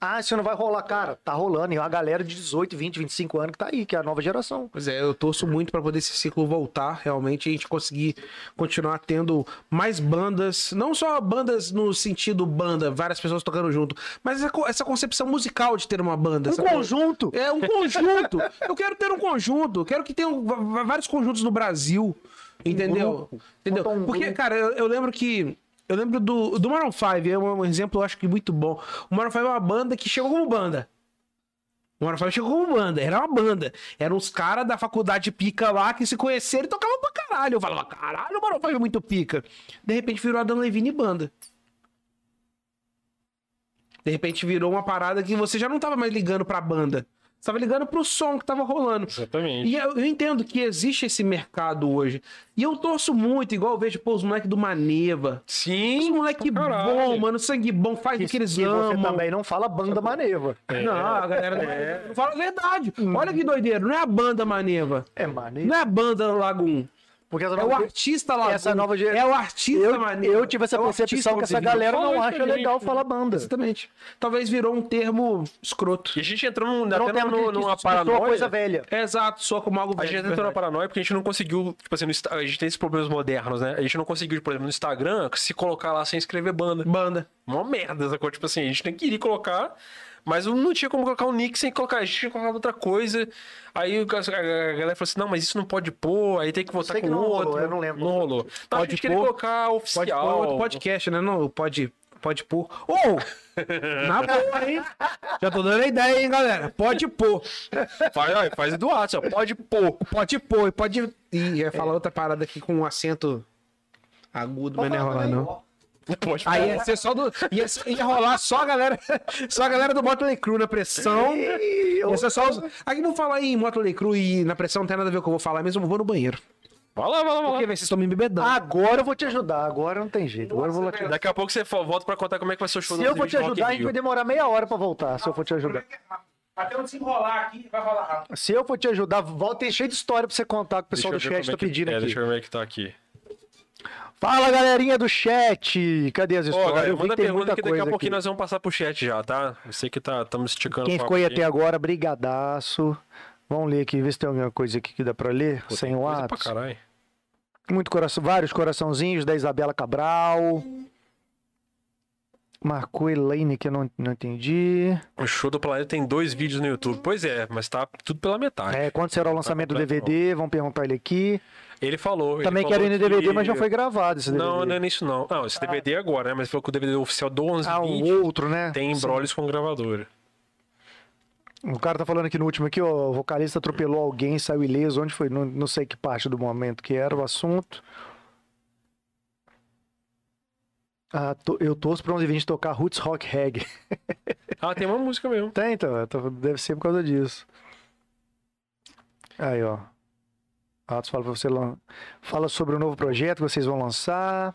Ah, isso não vai rolar, cara. Tá rolando. E uma galera de 18, 20, 25 anos que tá aí, que é a nova geração.
Pois é, eu torço muito pra poder esse ciclo voltar, realmente, e a gente conseguir continuar tendo mais bandas, não só bandas no sentido banda, várias pessoas tocando junto, mas essa, co- essa concepção musical de ter uma banda.
Um
essa coisa.
conjunto.
É um conjunto. Eu quero ter um conjunto. Eu quero que tenha um, va- va- vários conjuntos no Brasil. Entendeu?
grupo.
Entendeu?
Montar um
Porque,
grupo.
cara, eu, eu lembro que. Eu lembro do, do Maroon 5, é um exemplo, eu acho que muito bom. O Maroon 5 é uma banda que chegou como banda. O Maroon 5 chegou como banda, era uma banda. Eram os caras da faculdade pica lá que se conheceram e tocavam pra caralho. Eu falava, caralho, o Maroon 5 é muito pica. De repente virou a Dan Levine banda. De repente virou uma parada que você já não tava mais ligando pra banda. Você tava ligando pro som que tava rolando.
Exatamente.
E eu, eu entendo que existe esse mercado hoje. E eu torço muito, igual eu vejo, pô, os moleques do Maneva. Os
Sim.
moleque
pra caralho.
bom, mano, sangue bom, faz o que eles
e
amam.
você tá também não fala banda maneva.
Não, a galera do
É.
Maneva não fala a verdade.
Hum.
Olha que doideiro, não é a banda Maneva.
É maneva.
Não é a banda Lagoon.
Porque essa
É o artista Lagoon.
Essa nova gera-
É o artista
eu,
Maneva.
eu tive essa
É o artista
percepção que essa
Observino.
galera
Falou
não
isso
acha
pra gente,
legal
né?
falar banda.
Exatamente. Talvez virou um termo escroto.
E a gente entrou num,
Não
até
tem
num-
uma
numa
uma
paranoia.
coisa velha. né?
Exato, só como algo
A gente
velho,
entrou na
verdade.
paranoia porque a gente não conseguiu, tipo assim, no Insta- a gente tem esses problemas modernos, né? A gente não conseguiu, por exemplo, no Instagram, se colocar lá sem escrever banda.
Banda.
Uma merda essa coisa, tipo assim, a gente nem queria colocar, mas não tinha como colocar o nick sem colocar, a gente tinha colocado outra coisa. Aí o ca- a galera falou assim: não, mas isso não pode pôr, aí tem que votar
sei
com
que não rolou,
outro.
eu não lembro.
Não rolou. Então
Pode
a gente queria
pôr,
colocar
Pode
oficial.
pôr outro podcast, né? Não, pode, pode pôr. Ou, na boa, hein? Já tô dando a ideia, hein, galera? Pode pôr.
Faz, ó, faz do Watson, ó, pode pôr.
Pode pôr. e Pode... Ih, ia
É.
falar outra parada aqui com um acento agudo, mas não ia rolar, não.
Pode pôr.
Aí ia ser só do... Ia, ser- ia rolar só a galera... Só a galera do Motley Crue na pressão. Ia ser só os... Aqui vou falar em Motley Crue e na pressão não tem nada a ver com o que eu vou falar mesmo. Eu vou no banheiro.
Vai lá, vai lá, vai
Porque,
lá.
velho, vocês estão me embebedando.
Agora eu vou te ajudar. Agora não tem jeito. Agora eu vou lá te ajudar.
Daqui a pouco você fo- volta pra contar como é que vai ser o show
Se
do
eu vou te
Rock in
ajudar, a gente
Rio.
vai demorar meia hora pra voltar, se eu for te ajudar.
Até eu desenrolar aqui, vai rolar rápido.
Se eu for te ajudar, volta tem cheio de história pra você contar que o
Deixa
pessoal
eu
do
ver
chat
como é
tá
que-
pedindo
é,
aqui.
Deixa eu ver como é que tá aqui.
Fala, galerinha do chat! Cadê as
Ó,
histórias?
galera,
eu vi
manda
que tem
pergunta
muita
que daqui a
coisa
pouquinho
aqui.
nós vamos passar pro chat já, tá? Eu sei que tá, estamos esticando
Quem
o papo
ficou aí
aqui.
até agora, brigadaço. Vamos ler aqui, ver se tem alguma coisa aqui que dá pra ler, sem o
Coisa pra
ato.
caralho.
Muito coração, vários coraçãozinhos da Isabela Cabral. Marcou Elaine, que eu não, não entendi.
O show do Planeta tem dois vídeos no YouTube. Pois é, mas tá tudo pela metade.
É, quando será o lançamento do
completo,
DVD? Vamos perguntar ele aqui.
Ele falou. ele
Também
falou
quero ir no
que-
DVD, mas já foi gravado esse DVD.
Não, não é nisso não. Não, esse DVD é agora, né? Mas falou que o DVD oficial do 11
Ah, um outro, né?
tem embrólios com gravadora.
O cara tá falando aqui no último aqui, ó, o vocalista atropelou alguém, saiu ileso, onde foi? Não, não sei que parte do momento que era o assunto. Ah, to- eu torço pra 11h20 tocar Roots Rock Reggae.
Ah, tem uma música mesmo.
Tem, então, é, tá- deve ser por causa disso. Aí, ó. Atos fala pra você lan- fala sobre o novo projeto que vocês vão lançar.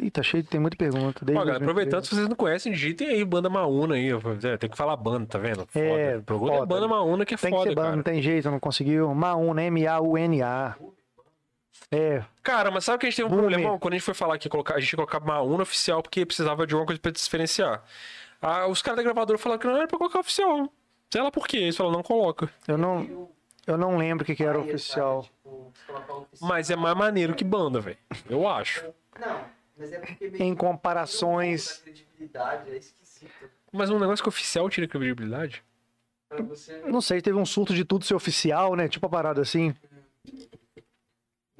Ih, tá cheio, tem muita pergunta. desde
Ó, galera,
2013.
aproveitando, se vocês não conhecem, digitem aí Banda Maúna aí. ó. É, tem que falar banda, tá vendo? Foda.
É,
Procura
foda.
Banda Maúna que é
Tem que
foda,
ser banda,
cara.
não tem jeito, não conseguiu. Mauna, M-A-U-N-A. É,
Cara, mas sabe que a gente teve um
Boomer.
problema quando a gente foi falar que colocar, a gente colocava uma UNA oficial porque precisava de alguma coisa pra diferenciar. Ah, os caras da gravadora falaram que não era pra colocar oficial. Sei lá por quê, eles falaram, não coloca.
eu não, eu não lembro o que, que era o oficial.
Mas é mais maneiro que banda, velho. Eu acho.
Não, mas é porque meio
Em
que
comparações-
da credibilidade, é esquisito
Mas um negócio que oficial tira credibilidade.
pra você
Não sei, teve um surto de tudo ser oficial, né? Tipo a parada assim.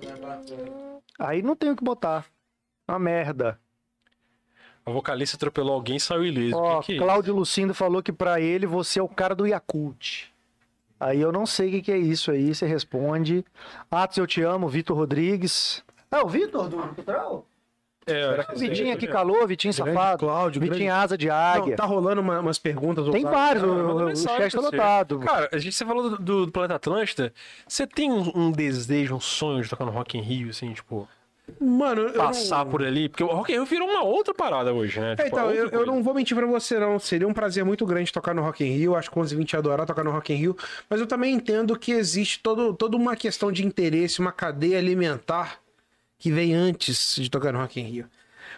levar. é,
Aí não tem o que botar. Uma merda.
A vocalista atropelou alguém e saiu ileso.
Ó,
O que que é isso?
Cláudio Lucindo falou que pra ele você é o cara do Yakult. Aí eu não sei o que, que é isso aí, você responde. Atos, eu te amo, Vitor Rodrigues. Ah, o Vitor do Cultural?
É, era que-
Vitinho aqui calou, Vitinho
Grande
safado.
Cláudio,
Vitinho
grande-
asa de
Não,
águia.
tá rolando uma- umas perguntas.
Tem
ousadas.
vários,
Cara, manda
o, o
mensagem
chat tá
pra você.
lotado.
Cara, a gente, você falou do, do Planeta Atlântida. Você tem um, um desejo, um sonho de tocar no Rock in Rio, assim, tipo,
Mano, eu não-
passar por ali? Porque o Rock in Rio virou uma outra parada hoje, né?
É,
Tipo, é
então,
outra
eu, eu
coisa.
não vou mentir pra você, não. Seria um prazer muito grande tocar no Rock in Rio. Acho que 11 20 ia adorar tocar no Rock in Rio. Mas eu também entendo que existe todo, toda uma questão de interesse, uma cadeia alimentar que vem antes de tocar no Rock in Rio.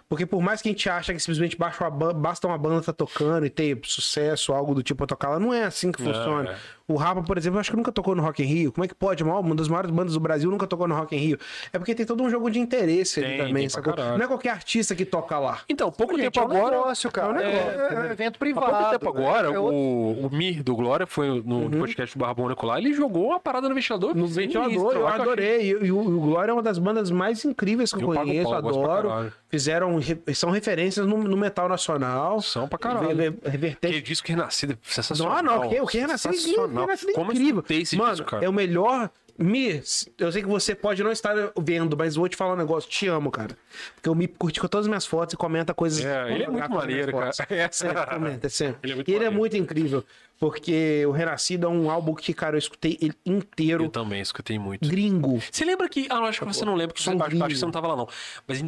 Porque por mais que a gente acha que simplesmente baixa uma ba- basta uma banda tá tocando e ter sucesso, algo do tipo pra tocar lá, não é assim que
Não,
funciona.
é.
O Rapa, por exemplo, eu acho que nunca tocou no Rock in Rio. Como é que pode? Uma uma das maiores bandas do Brasil nunca tocou no Rock in Rio. É porque tem todo um jogo de interesse ali
Tem,
também.
tem pra
sacou?
caralho.
Não é qualquer artista que toca lá.
Então, pouco
Gente,
tempo
é um
agora.
negócio, cara. É um,
negócio,
evento
Há
privado.
pouco tempo
né?
agora,
É outro- Uhum.
o, o Mir do Glória foi no podcast do Barbônico lá, ele jogou uma parada no ventilador.
No
sinistra
ventilador, eu
lá, que achei-
adorei. E, e o, e o Glória é uma das bandas mais incríveis que eu,
Eu pago
conheço,
pau, eu gosto pra
adoro.
caralho.
Fizeram, re- são referências no, no metal nacional.
São pra caralho.
Re- re- Revertente Ah,
Que disco renascido, sensacional.
Ah,
Não, não, o que, o que renasceu é incrível. o que renasceu é
Como eu
incrível.
escutei esse
Mano,
disco, cara.
é o melhor. Mir, eu sei que você pode não estar vendo, mas vou te falar um negócio. Te amo, cara. Porque o Mir curte com todas as minhas fotos e comenta coisas.
É, ele é muito maneiro,
Minhas
cara.
fotos. É, Sempre comenta, sempre.
Ele é muito
e ele é
maneiro.
muito incrível. Porque o Renascido é um álbum que, cara, eu escutei ele inteiro.
Eu também escutei muito.
Gringo.
Você lembra que. Ah, eu acho que você não lembra, porque você,
São
acho, acho que
Vinho.
você não tava lá, não. Mas em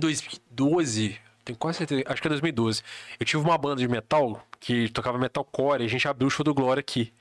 2012, tenho quase certeza, acho que é 2012, eu tive uma banda de metal que tocava metalcore e a gente abriu o show do Glória aqui.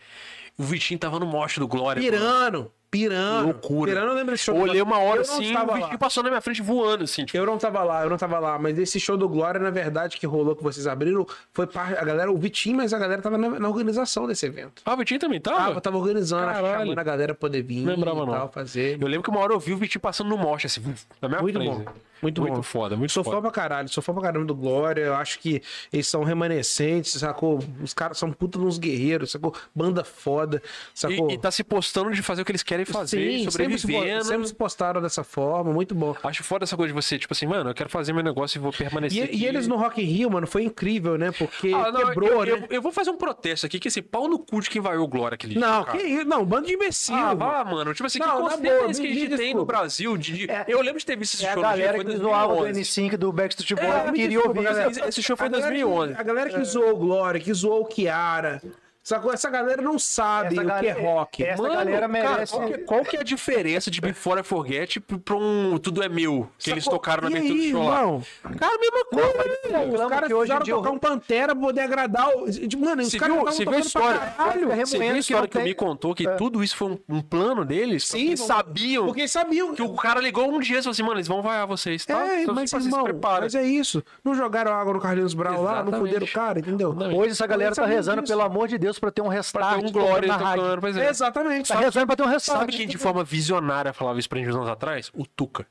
O Vitinho tava no mote do Glória. mano.
Pirano. Pirano.
Loucura.
Pirano, eu lembro desse show.
Eu olhei uma hora
Eu não
assim,
estava
o
lá.
Vitinho passou na minha frente voando, assim, tipo.
Eu não tava lá, eu não tava lá, mas esse show do Glória, na verdade, que rolou, que vocês abriram, foi par- a galera, o Vitinho, mas a galera tava na, na organização desse evento.
Ah, o Vitinho também
Tava,
tava?
tava organizando,
Caralho.
chamando a galera poder vir
Lembrava
e
não.
tal, fazer.
Eu lembro que uma hora eu vi o Vitinho passando no moche, assim, na minha
Muito
frente.
bom. Muito, bom.
foda, muito
sou
foda.
fã pra caralho, sou fã pra caramba do Glória. Eu acho que eles são remanescentes, sacou? Os caras são puta de uns guerreiros, sacou? Banda foda, sacou?
E, e tá se postando de fazer o que eles querem fazer,
Sim, sempre se, po-
sobrevivendo.
sempre se postaram dessa forma, muito bom.
Acho foda essa coisa de você, tipo assim, mano, eu quero fazer meu negócio e vou
E,
permanecer.
e
aqui.
eles no Rock in Rio, mano, foi incrível, né? Porque
Ah, não,
quebrou,
eu,
né?
eu- eu vou fazer um protesto aqui que esse pau no cu de quem vaiou o Glória aquele
Não,
dia. cara.
que isso? Não, um bando de imbecil.
Ah,
mano.
vá, mano. Tipo assim,
Não,
que
na
conceito
boa,
é esse que a
me-
gente
me
tem
desculpa.
no Brasil? de- de-
É-
eu lembro de ter visto esse
É a
show no dia,
galera
foi
que zoava do
2011.
N5 do Backstreet Boys.
É,
não
me
queria
desculpa,
ouvir.
galera.
né?
Esse- esse show foi
A
em
galera que-
2011.
A galera que zoou o Glória, que zoou o Kiara. Sacou? Essa galera não sabe
Essa
o que é
galera-
rock.
essa
Mano,
galera
cara,
merece.
qual, que, qual que é a diferença de Before I Forget pro- pra um Tudo é Meu que eles
Sacou?
tocaram na
E
abertura do
aí,
show
irmão?
lá? Cara, mesma coisa.
Os
reclama
caras
que hoje em
precisaram
dia o
tocar
rock-
um Pantera pra poder agradar o... de- Mano, os
Você
caras
viu,
tavam
você viu a
tocando
história?
pra caralho.
Fica
Você viu a
remoendo que
história
não
que, o
tem-
me contou que tudo isso foi um, um plano deles?
É. Sim,
porque eles sabiam
Porque sabiam.
que o cara ligou um dia e falou assim, mano, eles vão vaiar vocês, tá?
É,
Então,
mas
tipo assim,
irmão,
se prepara.
mas é isso. Não jogaram água no Carlinhos Brau lá, não
Exatamente.
fuderam o cara, entendeu?
Hoje essa galera tá
Sabiam
rezando,
disso.
pelo amor de Deus, pra ter um
Pra
restart
tá
ter um
tocando
Glória
na rádio.
tocando, pois é.
Exatamente.
Tá rezando pra ter um restart.
Sabe quem de forma visionária falava isso pra gente uns anos atrás? O Tuca.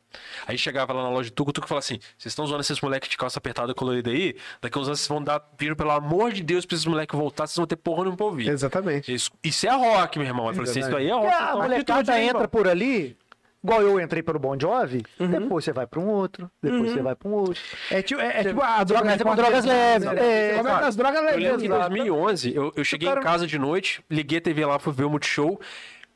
Aí chegava lá na loja do Tuca, o Tuca falava assim: vocês estão zoando esses moleques de calça apertada colorida aí, daqui a uns anos vocês vão dar tiro, pelo amor de Deus, pra esses moleques voltar, vocês vão ter porra nenhuma pra ouvir.
Exatamente.
Isso, isso é rock, meu irmão. Eu falei assim, isso aí é rock.
Porque a
atitude,
Ah, molecada
né,
entra
irmão?
por ali, igual eu entrei pelo Bon Jovi,
Uhum.
depois você vai pra um outro, depois você vai pra um outro.
É tipo, é, é tipo a droga
Você com drogas leves. É,
Como é
sabe?
que as drogas
Eu lembro
leves?
que em
lá?
2011, eu, eu cheguei em casa de noite, liguei a TV lá, fui ver o Multishow.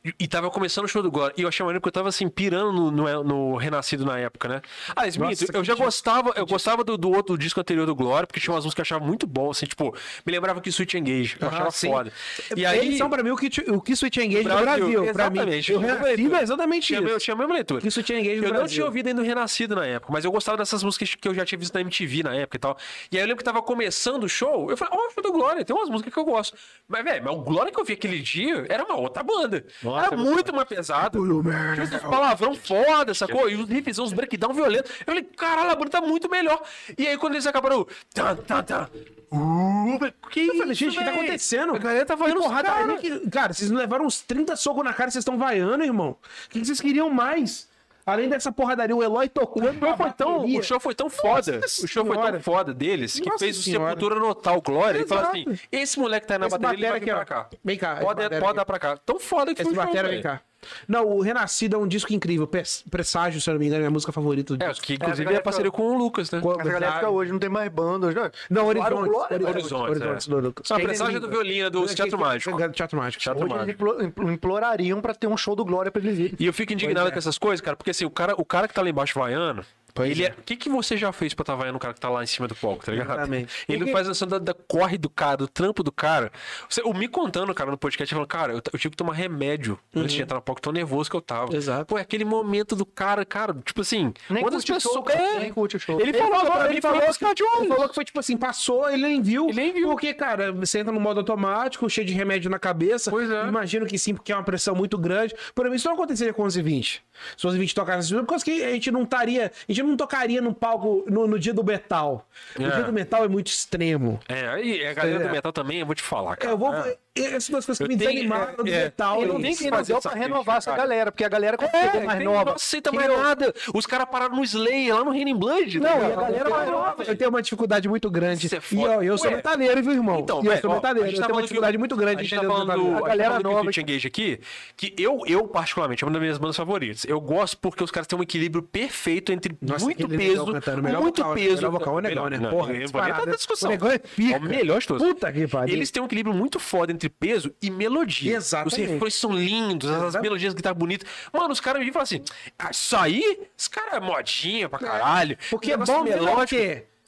E, e tava começando o show do Glória. E eu achei maneiro porque eu tava assim, pirando no, no, no Renascido na época, né? Ah, esse
Nossa,
mito, eu
que
já
disco,
gostava, eu gostava do, do outro disco anterior do Glória, porque tinha umas músicas que eu achava muito bom, assim, tipo, me lembrava que Switch Engage, eu
Ah,
achava
sim.
foda. E
Eles
aí.
são pra mim o que, o que Switch Engage do
Brasil,
Brasil. Pra mim.
exatamente.
Eu recebo exatamente
Tinha,
isso.
a me- tinha a mesma leitura.
Que Switch Engage do
Eu não
Brasil.
tinha ouvido ainda o Renascido na época, mas eu gostava dessas músicas que eu já tinha visto na MTV na época e tal. E aí eu lembro que tava começando o show, eu falei, ó, show do Glória, tem umas músicas que eu gosto. Mas, velho, mas o Glória que eu vi aquele dia era uma outra banda.
é
era muito mais pesado.
Tipo,
Tinha esses palavrão foda, sacou? E os riffs, uns breakdown violentos. Eu falei, caralho, a banda tá muito melhor. E aí quando eles acabaram, o tan, tan, tan, uh, eu falei, que
Eu falei, gente, o que tá acontecendo?
A galera tá fazendo
Porrada,
porrada.
cara. que- cara, vocês levaram uns 30 socos na cara e vocês estão vaiando, irmão. O que que vocês queriam mais? Além dessa porradaria, o Eloy tocando.
O show Então foi tão,
bateria.
o show foi tão foda.
Nossa
o show foi
Senhora.
tão foda deles que
Nossa
fez o
Senhora.
Sepultura notar o Glória e falar
Exato.
assim: esse moleque tá aí na
Esse
bateria, ele vai
batera
vir pra
aqui, ó.
cá.
Vem cá, esse
Pode,
batera
pode
aqui.
dar pra cá. Tão foda que foi
Esse
o show,
batera, vem
velho.
cá. Não, o Renascido é um disco incrível. Pres- Presságio, se eu não me engano, é a minha música favorita do
É,
disco.
que
essa
inclusive é,
galera
parceria com o Lucas, né?
Co-
Essa galera fica hoje, não tem mais banda. hoje, né?
Não,
Claro,
Horizonte.
Glória,
Horizonte,
Horizonte,
Horizonte,
é.
do Lucas.
Não, a presságio do violino, É
É
do Teatro Mágico.
Teatro Mágico.
Teatro
Hoje eles
Mágico.
implo- impl- implorariam pra ter um show do Glória pra eles irem.
E eu fico
é.
indignado com essas coisas, cara, porque assim, o cara, o cara que tá lá embaixo vaiando.
Pois
ele
é.
é- O que, que você já fez pra tá vaiando o cara que tá lá em cima do palco, tá ligado?
Exatamente.
Ele
Porque-
faz a noção da, da corre do cara, do trampo do cara. Você, o me contando, cara, no podcast, ele falou, cara, eu, t- eu tive que tomar remédio antes
Uhum.
de entrar no palco, tão nervoso que eu tava.
Exato.
Pô, é aquele momento do cara, cara, tipo assim,
Nem
quantas
curte o show,
pessoas.
cara,
é.
nem curte o show.
Ele falou,
falou pra
agora,
mim,
ele
falou
falou,
que-
os caras de
Ele
olho.
falou que foi tipo assim, passou, ele nem viu.
Ele nem viu.
Porque, cara, você entra no modo automático, cheio de remédio na cabeça.
Pois é.
Imagino que sim, porque é uma pressão muito grande. Por mim, isso não aconteceria com 11 h 20. Se 11 h 20 tocasse assim, por causa que a gente não estaria. A gente não tocaria no palco no, no dia do metal. O
É.
dia do metal é muito extremo.
É, aí a galera do metal também, eu vou te falar, cara.
Eu vou.
É.
Essas duas coisas que
Eu
me
tenho-
desanimaram do
é, é.
metal.
Eu
é
não tenho
isso.
que
Mas deu pra
essa
renovar
crítica,
essa
cara.
galera, porque a galera quando
É,
chegou mais
tem-
nova.
Não aceita
que
mais
eu-
nada. Os caras pararam no Slay, lá no Raining Blood. tá
Não, e a
ligado?
galera mais nova.
Eu tenho uma dificuldade muito grande.
Isso é
e
foda.
ó, eu sou
Ué.
metaleiro, viu, irmão?
Então,
e eu
velho,
sou
ó,
metaleiro.
a gente
Eu
tá
tenho uma
falando
dificuldade
que-
muito grande
A
de
gente tá
entender o
falando do,
A
metaleiro.
a
galera
galera do
nova
Christian Gage aqui, que eu, eu particularmente, é uma das minhas bandas favoritas. Eu gosto porque os caras têm um equilíbrio perfeito entre
Nossa,
muito
aquele
peso,
Negão cantando, melhor
muito
vocal,
peso.
melhor vocal é o Negão, né?
Não,
Porra,
eu- eu-
disparado,
tá na
né?
discussão.
O Negão é pica.
o melhor de todos.
Puta que pariu.
Eles têm um equilíbrio muito foda entre peso e melodia.
Exatamente.
Os refrões são lindos, as- as
Exatamente.
melodias de guitarra bonitas. Mano, os caras me falam assim, "Ah, isso aí, esse cara é modinha pra caralho. Um
Porque é
negócio
bom melódico.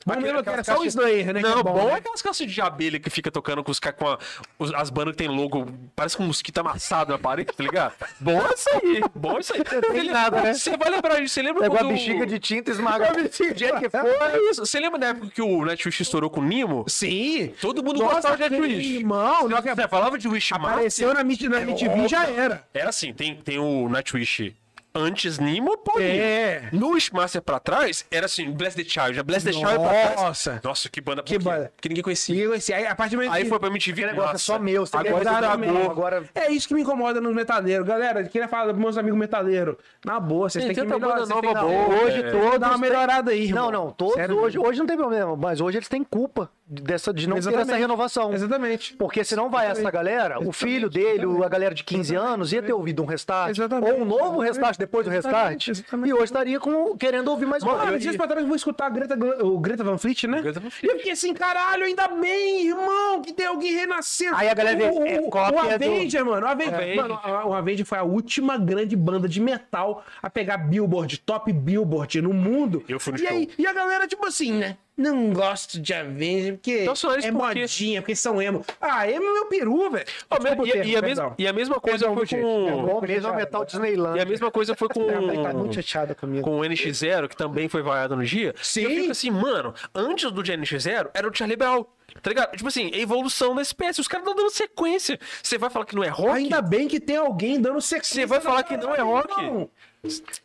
Bom
Aquela-
melódico era
aquelas
só o
caixas-
Slayer, né? que
Não,
é
bom,
né?
é aquelas calças de abelha que fica tocando com os caras com a- os- as bandas que tem logo, parece com um mosquito amassado na parede, tá ligado? Bom é isso aí, bom é isso aí.
tem
Você-
nada, né?
Você vai lembrar disso, você lembra
Pegou a
quando-
bexiga de tinta e esmagou. Do jeito que foi.
É isso, você lembra da época que o Nightwish estourou com o Nimo?
Sim.
Todo mundo gostava de
aquele
Nightwish.
Irmão, não
Você falava de Wish
apareceu na MTV, na MTV já era.
É assim, tem, tem o Nightwish antes Nimo, pô.
É.
No Wishmaster pra trás, era assim, Bless the Child. A Bless the Child pra
Nossa.
trás. Nossa, que banda. por
Que
quê?
banda.
Porque ninguém conhecia.
E esse, aí, a parte do
Aí foi pra MTV,
O negócio é só meu, você
Agora
quer
tá
dar
bom.
mesmo, agora.
É isso que me incomoda nos metaleiros. Galera, eu queria falar dos meus amigos metaleiros. Na boa, vocês
Tem
têm que
tanta
melhorar.
banda
vocês têm
nova
que-
boa,
hoje
é.
todo dá uma melhorada aí, irmão.
Não, não, todos
Sério,
hoje, hoje não tem problema, mas hoje eles têm culpa dessa, de não ter essa
Exatamente.
renovação.
Exatamente.
Porque se não vai essa galera, o filho dele, o- a galera de 15 anos, ia ter ouvido um restart.
Exatamente.
Ou um novo restart depois do restart.
Exatamente, exatamente.
E hoje estaria com, querendo ouvir mais
Mano,
coisa.
esses dias pra trás eu vou escutar a Greta, Gl- o Greta Van Fleet, né?
Greta Van
E eu fiquei assim, caralho, ainda bem, irmão, que tem alguém renascendo.
Aí a galera vê,
o,
é
o,
cópia
o Avenger, mano. O Avenger,
É.
mano, a- o Avenger foi a última grande banda de metal a pegar Billboard, top Billboard no mundo.
Eu fui no
e
show.
aí, E a galera, tipo assim, né? Não gosto de Avenger, porque
Então são eles
é
por quê?
modinha, porque são emo. Ah, emo é meu peru, velho.
Ó,
Desculpa o
e,
termo,
e a
perdão.
mesma, e a mesma coisa
Perdão,
foi
gente.
com.
Bom mesmo é o metal Disneyland.
E a mesma coisa foi com.
Minha mãe tá muito chateada comigo.
Com o NX0, que também foi vaiado no dia.
Sim.
E Eu fico assim, mano, antes do NX0 era o Charlie Brown. Tá ligado? Tipo assim, a evolução da espécie. Os caras estão dando sequência. Você vai falar que não é rock?
Ainda bem que tem alguém dando sexo.
Você vai falar que não é rock?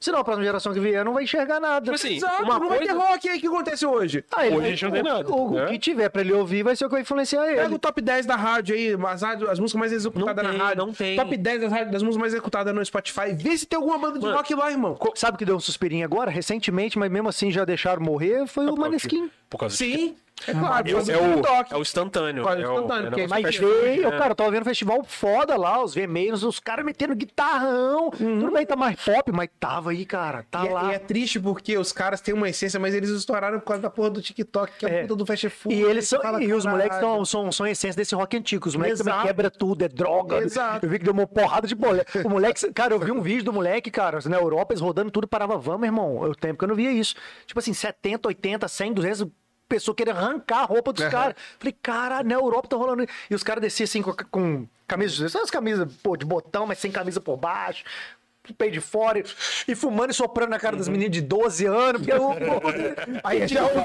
Senão a próxima geração que vier não vai enxergar nada.
Tipo assim,
Exato,
uma
não vai ter
coisa.
rock aí que acontece hoje.
Ah, ele-
Hoje a gente não tem
o-
nada,
O, o
né?
que tiver pra ele ouvir vai ser o que vai influenciar
Pega
ele.
o top 10 da rádio aí, as, rádio- as músicas mais executadas
Não tem,
na rádio.
não tem.
Top 10 das, rádio- das músicas mais executadas no Spotify. Vê se tem alguma banda de
Mano,
rock lá, irmão.
Sabe que deu um suspirinho agora, recentemente, mas mesmo assim já deixaram morrer? Foi o Maneskin.
Por causa de-
Sim, é claro.
Eu-
por causa
é,
do
o,
TikTok.
é o instantâneo.
Por causa do
é o-
instantâneo,
é o
porque
negócio
Mas
que pega.
veio, cara, eu tava vendo um festival foda lá, os VMAs, os caras metendo guitarrão. Tudo bem, tá mais pop, mas tava aí, cara, tá
E é,
lá.
e é triste porque os caras têm uma essência, mas eles estouraram por causa da porra do TikTok, que é,
É.
a puta do fast food.
E eles são,
Fala,
e os
caralho.
moleques são, são, são a essência desse rock antigo. Os moleques também
Exato.
quebra tudo, é droga.
Exato.
Eu vi que deu uma porrada de moleque. O moleque, cara, eu vi um vídeo do moleque, cara, na Europa, eles rodando tudo, parava van, meu irmão. Eu tempo que eu não via isso. Tipo assim, 70, 80, 100, 200 pessoas querendo arrancar a roupa dos caras. Falei, cara, na Europa tá rolando. isso. E os caras desciam assim com, com camisa, sabe as camisas, pô, de botão, mas sem camisa por baixo. Peito de fora e- e fumando e soprando na
Uhum.
cara das meninas de 12 anos. Porque eu,
é
aí tirar um,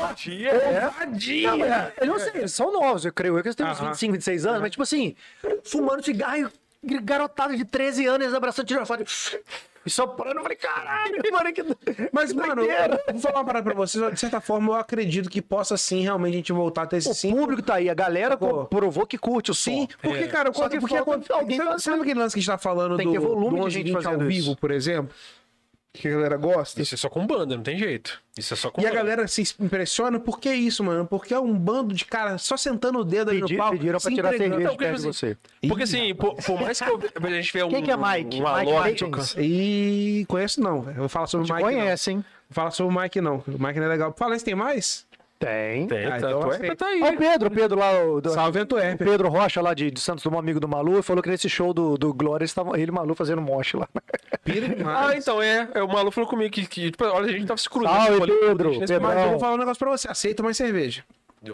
não,
Ousadia!
mas eu não sei, eles são novos, eu creio eu, que eles têm uns
Aham.
25, 26 anos, mas tipo assim, fumando cigarro, e garotada de 13 anos, eles abraçando, tirando foto, e soprando, eu falei, caralho, mano, que...
Mas,
que
mano,
doideira."
eu vou falar uma parada pra vocês. ó, De certa forma, eu acredito que possa sim realmente a gente voltar a ter esse
o
sim.
público tá aí, a galera
Pô.
co- provou que curte o
Sim,
som. É.
porque, cara,
Só que
porque
falta
acontece-
alguém assim,
sabe,
fazendo.
sabe aquele lance que a gente tá falando
Tem
do,
que ter volume
do
de
11,
gente
20 ao
fazendo
vivo,
isso.
por exemplo? Que a galera gosta.
Isso é só com banda, não tem jeito. Isso é só com
E a
banda.
galera se impressiona, por que isso, mano? Porque é um bando de cara só sentando o dedo aí no
Pedi-
pau.
pediram pra tirar cerveja de
porque,
perto de
tipo assim,
você.
Porque assim, por, por mais que eu, a gente vê um.
Quem que é Mike?
Um
Mike
Alok
Matheus?
tocando-
E conheço não, velho. eu vou falar sobre o
Te
Mike.
conhece, hein?
Não. Vou falar sobre o Mike, não. O Mike não é legal. Fala, esse tem mais?
Tem.
Tem,
Ah,
tá,
então
tu é-
aceito.
tá aí.
Olha o Pedro, o Pedro lá, o, do-
Salve, é.
o
Antuérpia.
Pedro Rocha lá de, de Santos Dumont, amigo do Malu, falou que nesse show do, do Glória, eles tavam- ele e o Malu fazendo moche lá.
Pira demais.
Ah, então é. é, O Malu falou comigo que, que, tipo, olha, a gente tava se cruzando.
Salve,
tipo, ali,
Pedro.
nesse-
Pedrão.
Mas eu vou falar um negócio pra você. Aceita mais cerveja.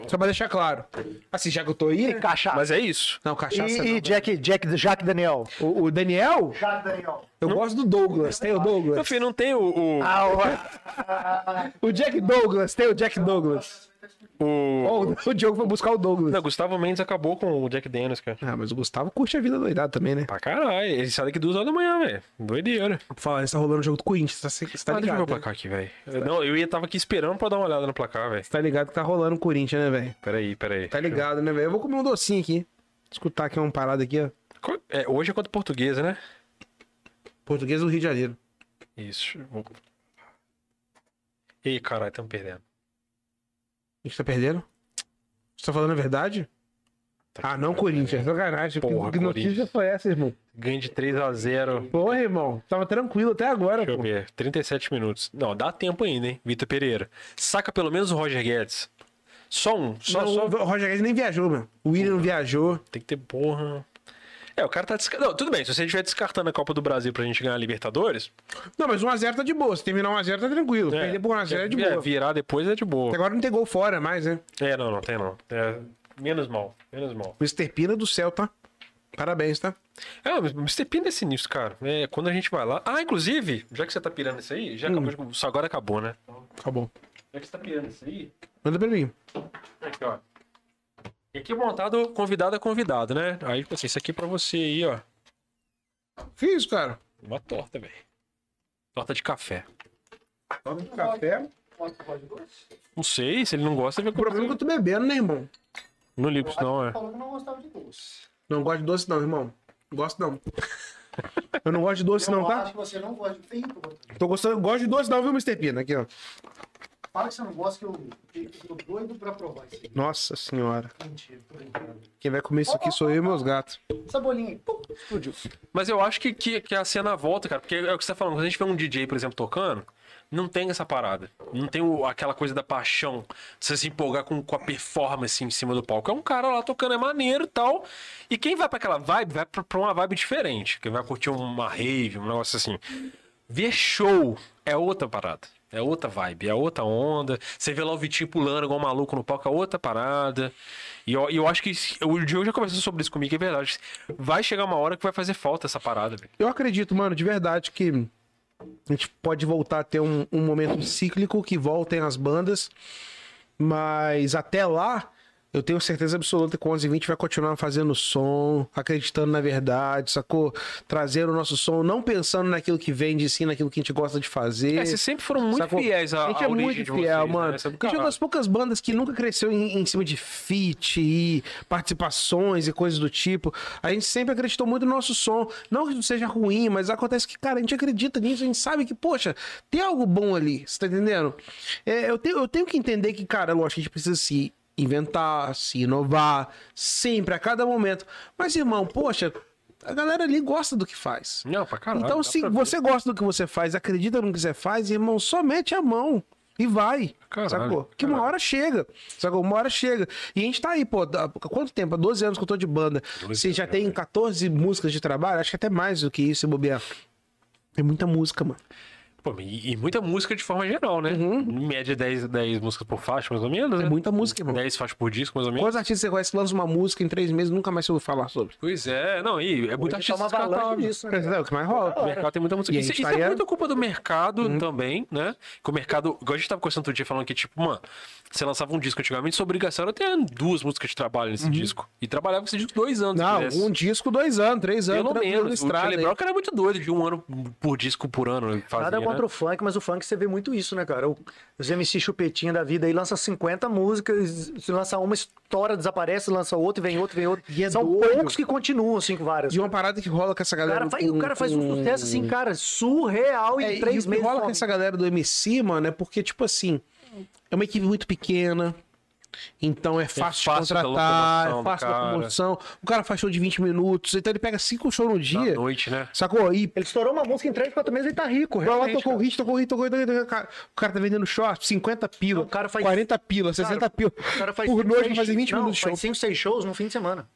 Só pra deixar claro. Assim, já que eu tô aí... né?
Cachaça.
Mas é isso.
Não, cachaça
e,
não. né?
e Jack, Jack, Jack Daniel.
O, o Daniel?
Jack Daniel.
Eu gosto do Douglas. Tem o
Meu
Douglas. Ah,
filho, não tem o. o-
Ah, o-
O Jack Douglas. Tem o Jack Douglas.
O...
Ó, o Diogo foi buscar o Douglas.
Não, né, Gustavo Mendes acabou com o Jack Daniels, cara.
Ah, mas o Gustavo curte a vida doidada também, né?
Pra caralho, ele sai daqui duas horas da manhã, velho. Doideira.
Por falar, tá rolando o jogo do Corinthians, tá, você tá
Ah, deixa eu ver
ligado?
o
né?
placar aqui, velho. Não, eu ia tava aqui esperando pra dar uma olhada no placar, velho.
Você tá ligado que tá rolando o Corinthians, né, velho?
Peraí, peraí.
Tá ligado, né, velho? Eu vou comer um docinho aqui. Escutar aqui uma parada aqui, ó.
Co- é, hoje é contra o português, né?
Português do Rio de Janeiro.
Isso. Vou... Ih, caralho, tamo perdendo.
A gente tá perdendo? Você tá falando a verdade?
Tá
Ah,
aqui,
não,
cara.
Corinthians. Sacanagem.
Porra,
que notícia
Corinthians.
foi essa, irmão?
Ganho de 3x0.
Porra, irmão. Tava tranquilo até agora,
Deixa eu
pô.
ver. 37 minutos. Não, dá tempo ainda, hein? Vitor Pereira. Saca pelo menos o Roger Guedes. Só um. Só,
Não,
só.
O Roger Guedes nem viajou, mano. O William não viajou.
Tem que ter porra. É, o cara tá descartando. Não, tudo bem. Se você estiver descartando a Copa do Brasil pra gente ganhar a Libertadores. né,
Não, mas 1x0 tá de boa. Se terminar 1x0 tá tranquilo. Perder por 1x0 é de boa.
virar depois é de boa.
Até agora não tem gol fora mais, né?
É, não, não tem não. É, menos mal. Menos mal.
O Esterpina do céu, tá? Parabéns, tá?
É, o Mr. Pina é sinistro, cara. É, quando a gente vai lá. Ah, inclusive, já que você tá pirando isso aí, já
Hum.
acabou. de- Só agora acabou, né?
Tá bom.
Já que você tá pirando isso aí.
Manda pra mim.
Aqui, ó. E aqui montado convidado a convidado, né? Aí, tipo assim, isso aqui pra você aí, ó.
Que isso, cara?
Uma torta, velho. Torta de café.
Toma um café.
Não sei, se ele não gosta, ele
O
vai
problema é que eu tô bebendo, né, irmão?
Não ligo pra isso, não, é.
Falou que não gostava de doce.
Não gosto de doce, não, irmão. Gosto não. Eu não gosto de doce,
eu
não, tá?
acho que você não gosta de ferrito. Rodrigo.
Tô gostando. Gosto de doce, não, viu, Mr. Pina? Aqui, ó.
Fala que você não gosta que eu eu tô doido pra provar isso aí.
Nossa senhora.
Mentira, tô brincando.
Quem vai comer isso aqui sou eu e meus gatos.
Essa bolinha aí, pum, explodiu.
Mas eu acho que, que, que a cena volta, cara, porque é o que você tá falando, quando a gente vê um DJ, por exemplo, tocando, não tem essa parada. Não tem o- aquela coisa da paixão, você se empolgar com, com a performance em cima do palco. É um cara lá tocando, é maneiro e tal. E quem vai pra aquela vibe, vai pra, pra uma vibe diferente. Quem vai curtir uma rave, um negócio assim. Ver show é outra parada. É outra vibe, é outra onda. Você vê lá o Vitinho pulando igual um maluco no palco, é outra parada. E eu, e eu acho que isso- o Diogo já conversou sobre isso comigo, é verdade. Vai chegar uma hora que vai fazer falta essa parada, velho.
Eu acredito, mano, de verdade, que a gente pode voltar a ter um, um momento cíclico que voltem as bandas. Mas até lá, eu tenho certeza absoluta que o 1120 vai continuar fazendo som, acreditando na verdade, sacou? Trazendo o nosso som, não pensando naquilo que vende, sim naquilo que a gente gosta de fazer.
É, vocês sempre foram muito
Sacou?
fiéis à,
A gente
à
é
origem
muito
de
fiel,
vocês,
mano.
Né? Isso é do
a gente é uma
caralho.
das poucas bandas que nunca cresceu em, em cima de feat e participações e coisas do tipo. A gente sempre acreditou muito no nosso som. Não que seja ruim, mas acontece que, cara, a gente acredita nisso, a gente sabe que, poxa, tem algo bom ali, você tá entendendo? É, eu, tenho, eu tenho que entender que, cara, lógico, a gente precisa se inventar, se inovar, sempre, a cada momento. Mas, irmão, poxa, a galera ali gosta do que faz.
Não, pra caralho.
Então,
dá
se
pra ver.
você gosta do que você faz, acredita no que você faz, irmão, só mete a mão e vai.
Caralho,
sacou? Que uma
caralho.
hora chega. Sacou? Uma hora chega. E a gente tá aí, pô, há quanto tempo? Há 12 anos que eu tô de banda.
12
Você já
anos, né,
tem
velho.
14 músicas de trabalho? Acho que até mais do que isso, se bobear. Tem muita música, mano.
Pô, e, e muita música de forma geral, né? Em média 10, 10 músicas por faixa, mais ou menos.
Uhum. É
né?
muita música, irmão.
10 faixas por disco, mais ou menos.
Quantos artistas você conhece que lançam uma música em três meses nunca mais se ouve falar sobre?
Pois é, não, e é muito
Hoje tá
artista
uma avalanche
descartável.
disso, né?
É o que mais rola.
O mercado tem muita música.
E a
Isso,
gente Hum.
isso
tá aí,
é
é?
muito culpa do mercado também, né? Que o mercado. Igual a gente tava conversando outro dia falando que, tipo, mano, você lançava um disco antigamente, sua obrigação era ter duas músicas de trabalho nesse disco. E trabalhava com esse disco dois anos. se
Uhum. Não,
quisesse.
um disco, dois anos, três anos,
é. Pelo
tranquilo,
menos. O
estrada
Charlie
aí.
Brown, que era muito doido, de um ano por disco por ano. ele Fazia,
Nada contra
né?
o funk, mas o funk você vê muito isso, né, cara? O- Os MC chupetinha da vida aí lança 50 músicas, se lança uma, estoura, desaparece, lança outra, vem outra, vem outra.
E é
São
doido.
poucos que continuam, assim, com várias.
E uma parada que rola com essa
O
galera.
cara, faz, o
com-
cara faz um
com-
sucesso, assim, cara, surreal
É,
em
e
três
o que
meses.
rola
some.
com essa galera do MC, mano, é porque, tipo assim, é uma equipe muito pequena. Então é fácil, de
fácil da
contratar, é
locomoção do
fácil da
cara.
locomoção. O cara faz show de 20 minutos, então ele pega cinco shows no
Da
dia.
noite, né?
Sacou? E
Ele estourou uma música em três, quatro meses, ele tá rico,
vai lá,
realmente,
tocou o
cara.
hit, tocou o hit, tocou o hit, tocou o hit. cara. O cara tá vendendo short, 50 pila,
Não, o cara faz-
40 pila, 60
Cara,
pila.
O cara faz
Por
cinco,
noite
seis-
vai fazer 20
não,
minutos de show.
Faz 5, 6 shows no fim de semana.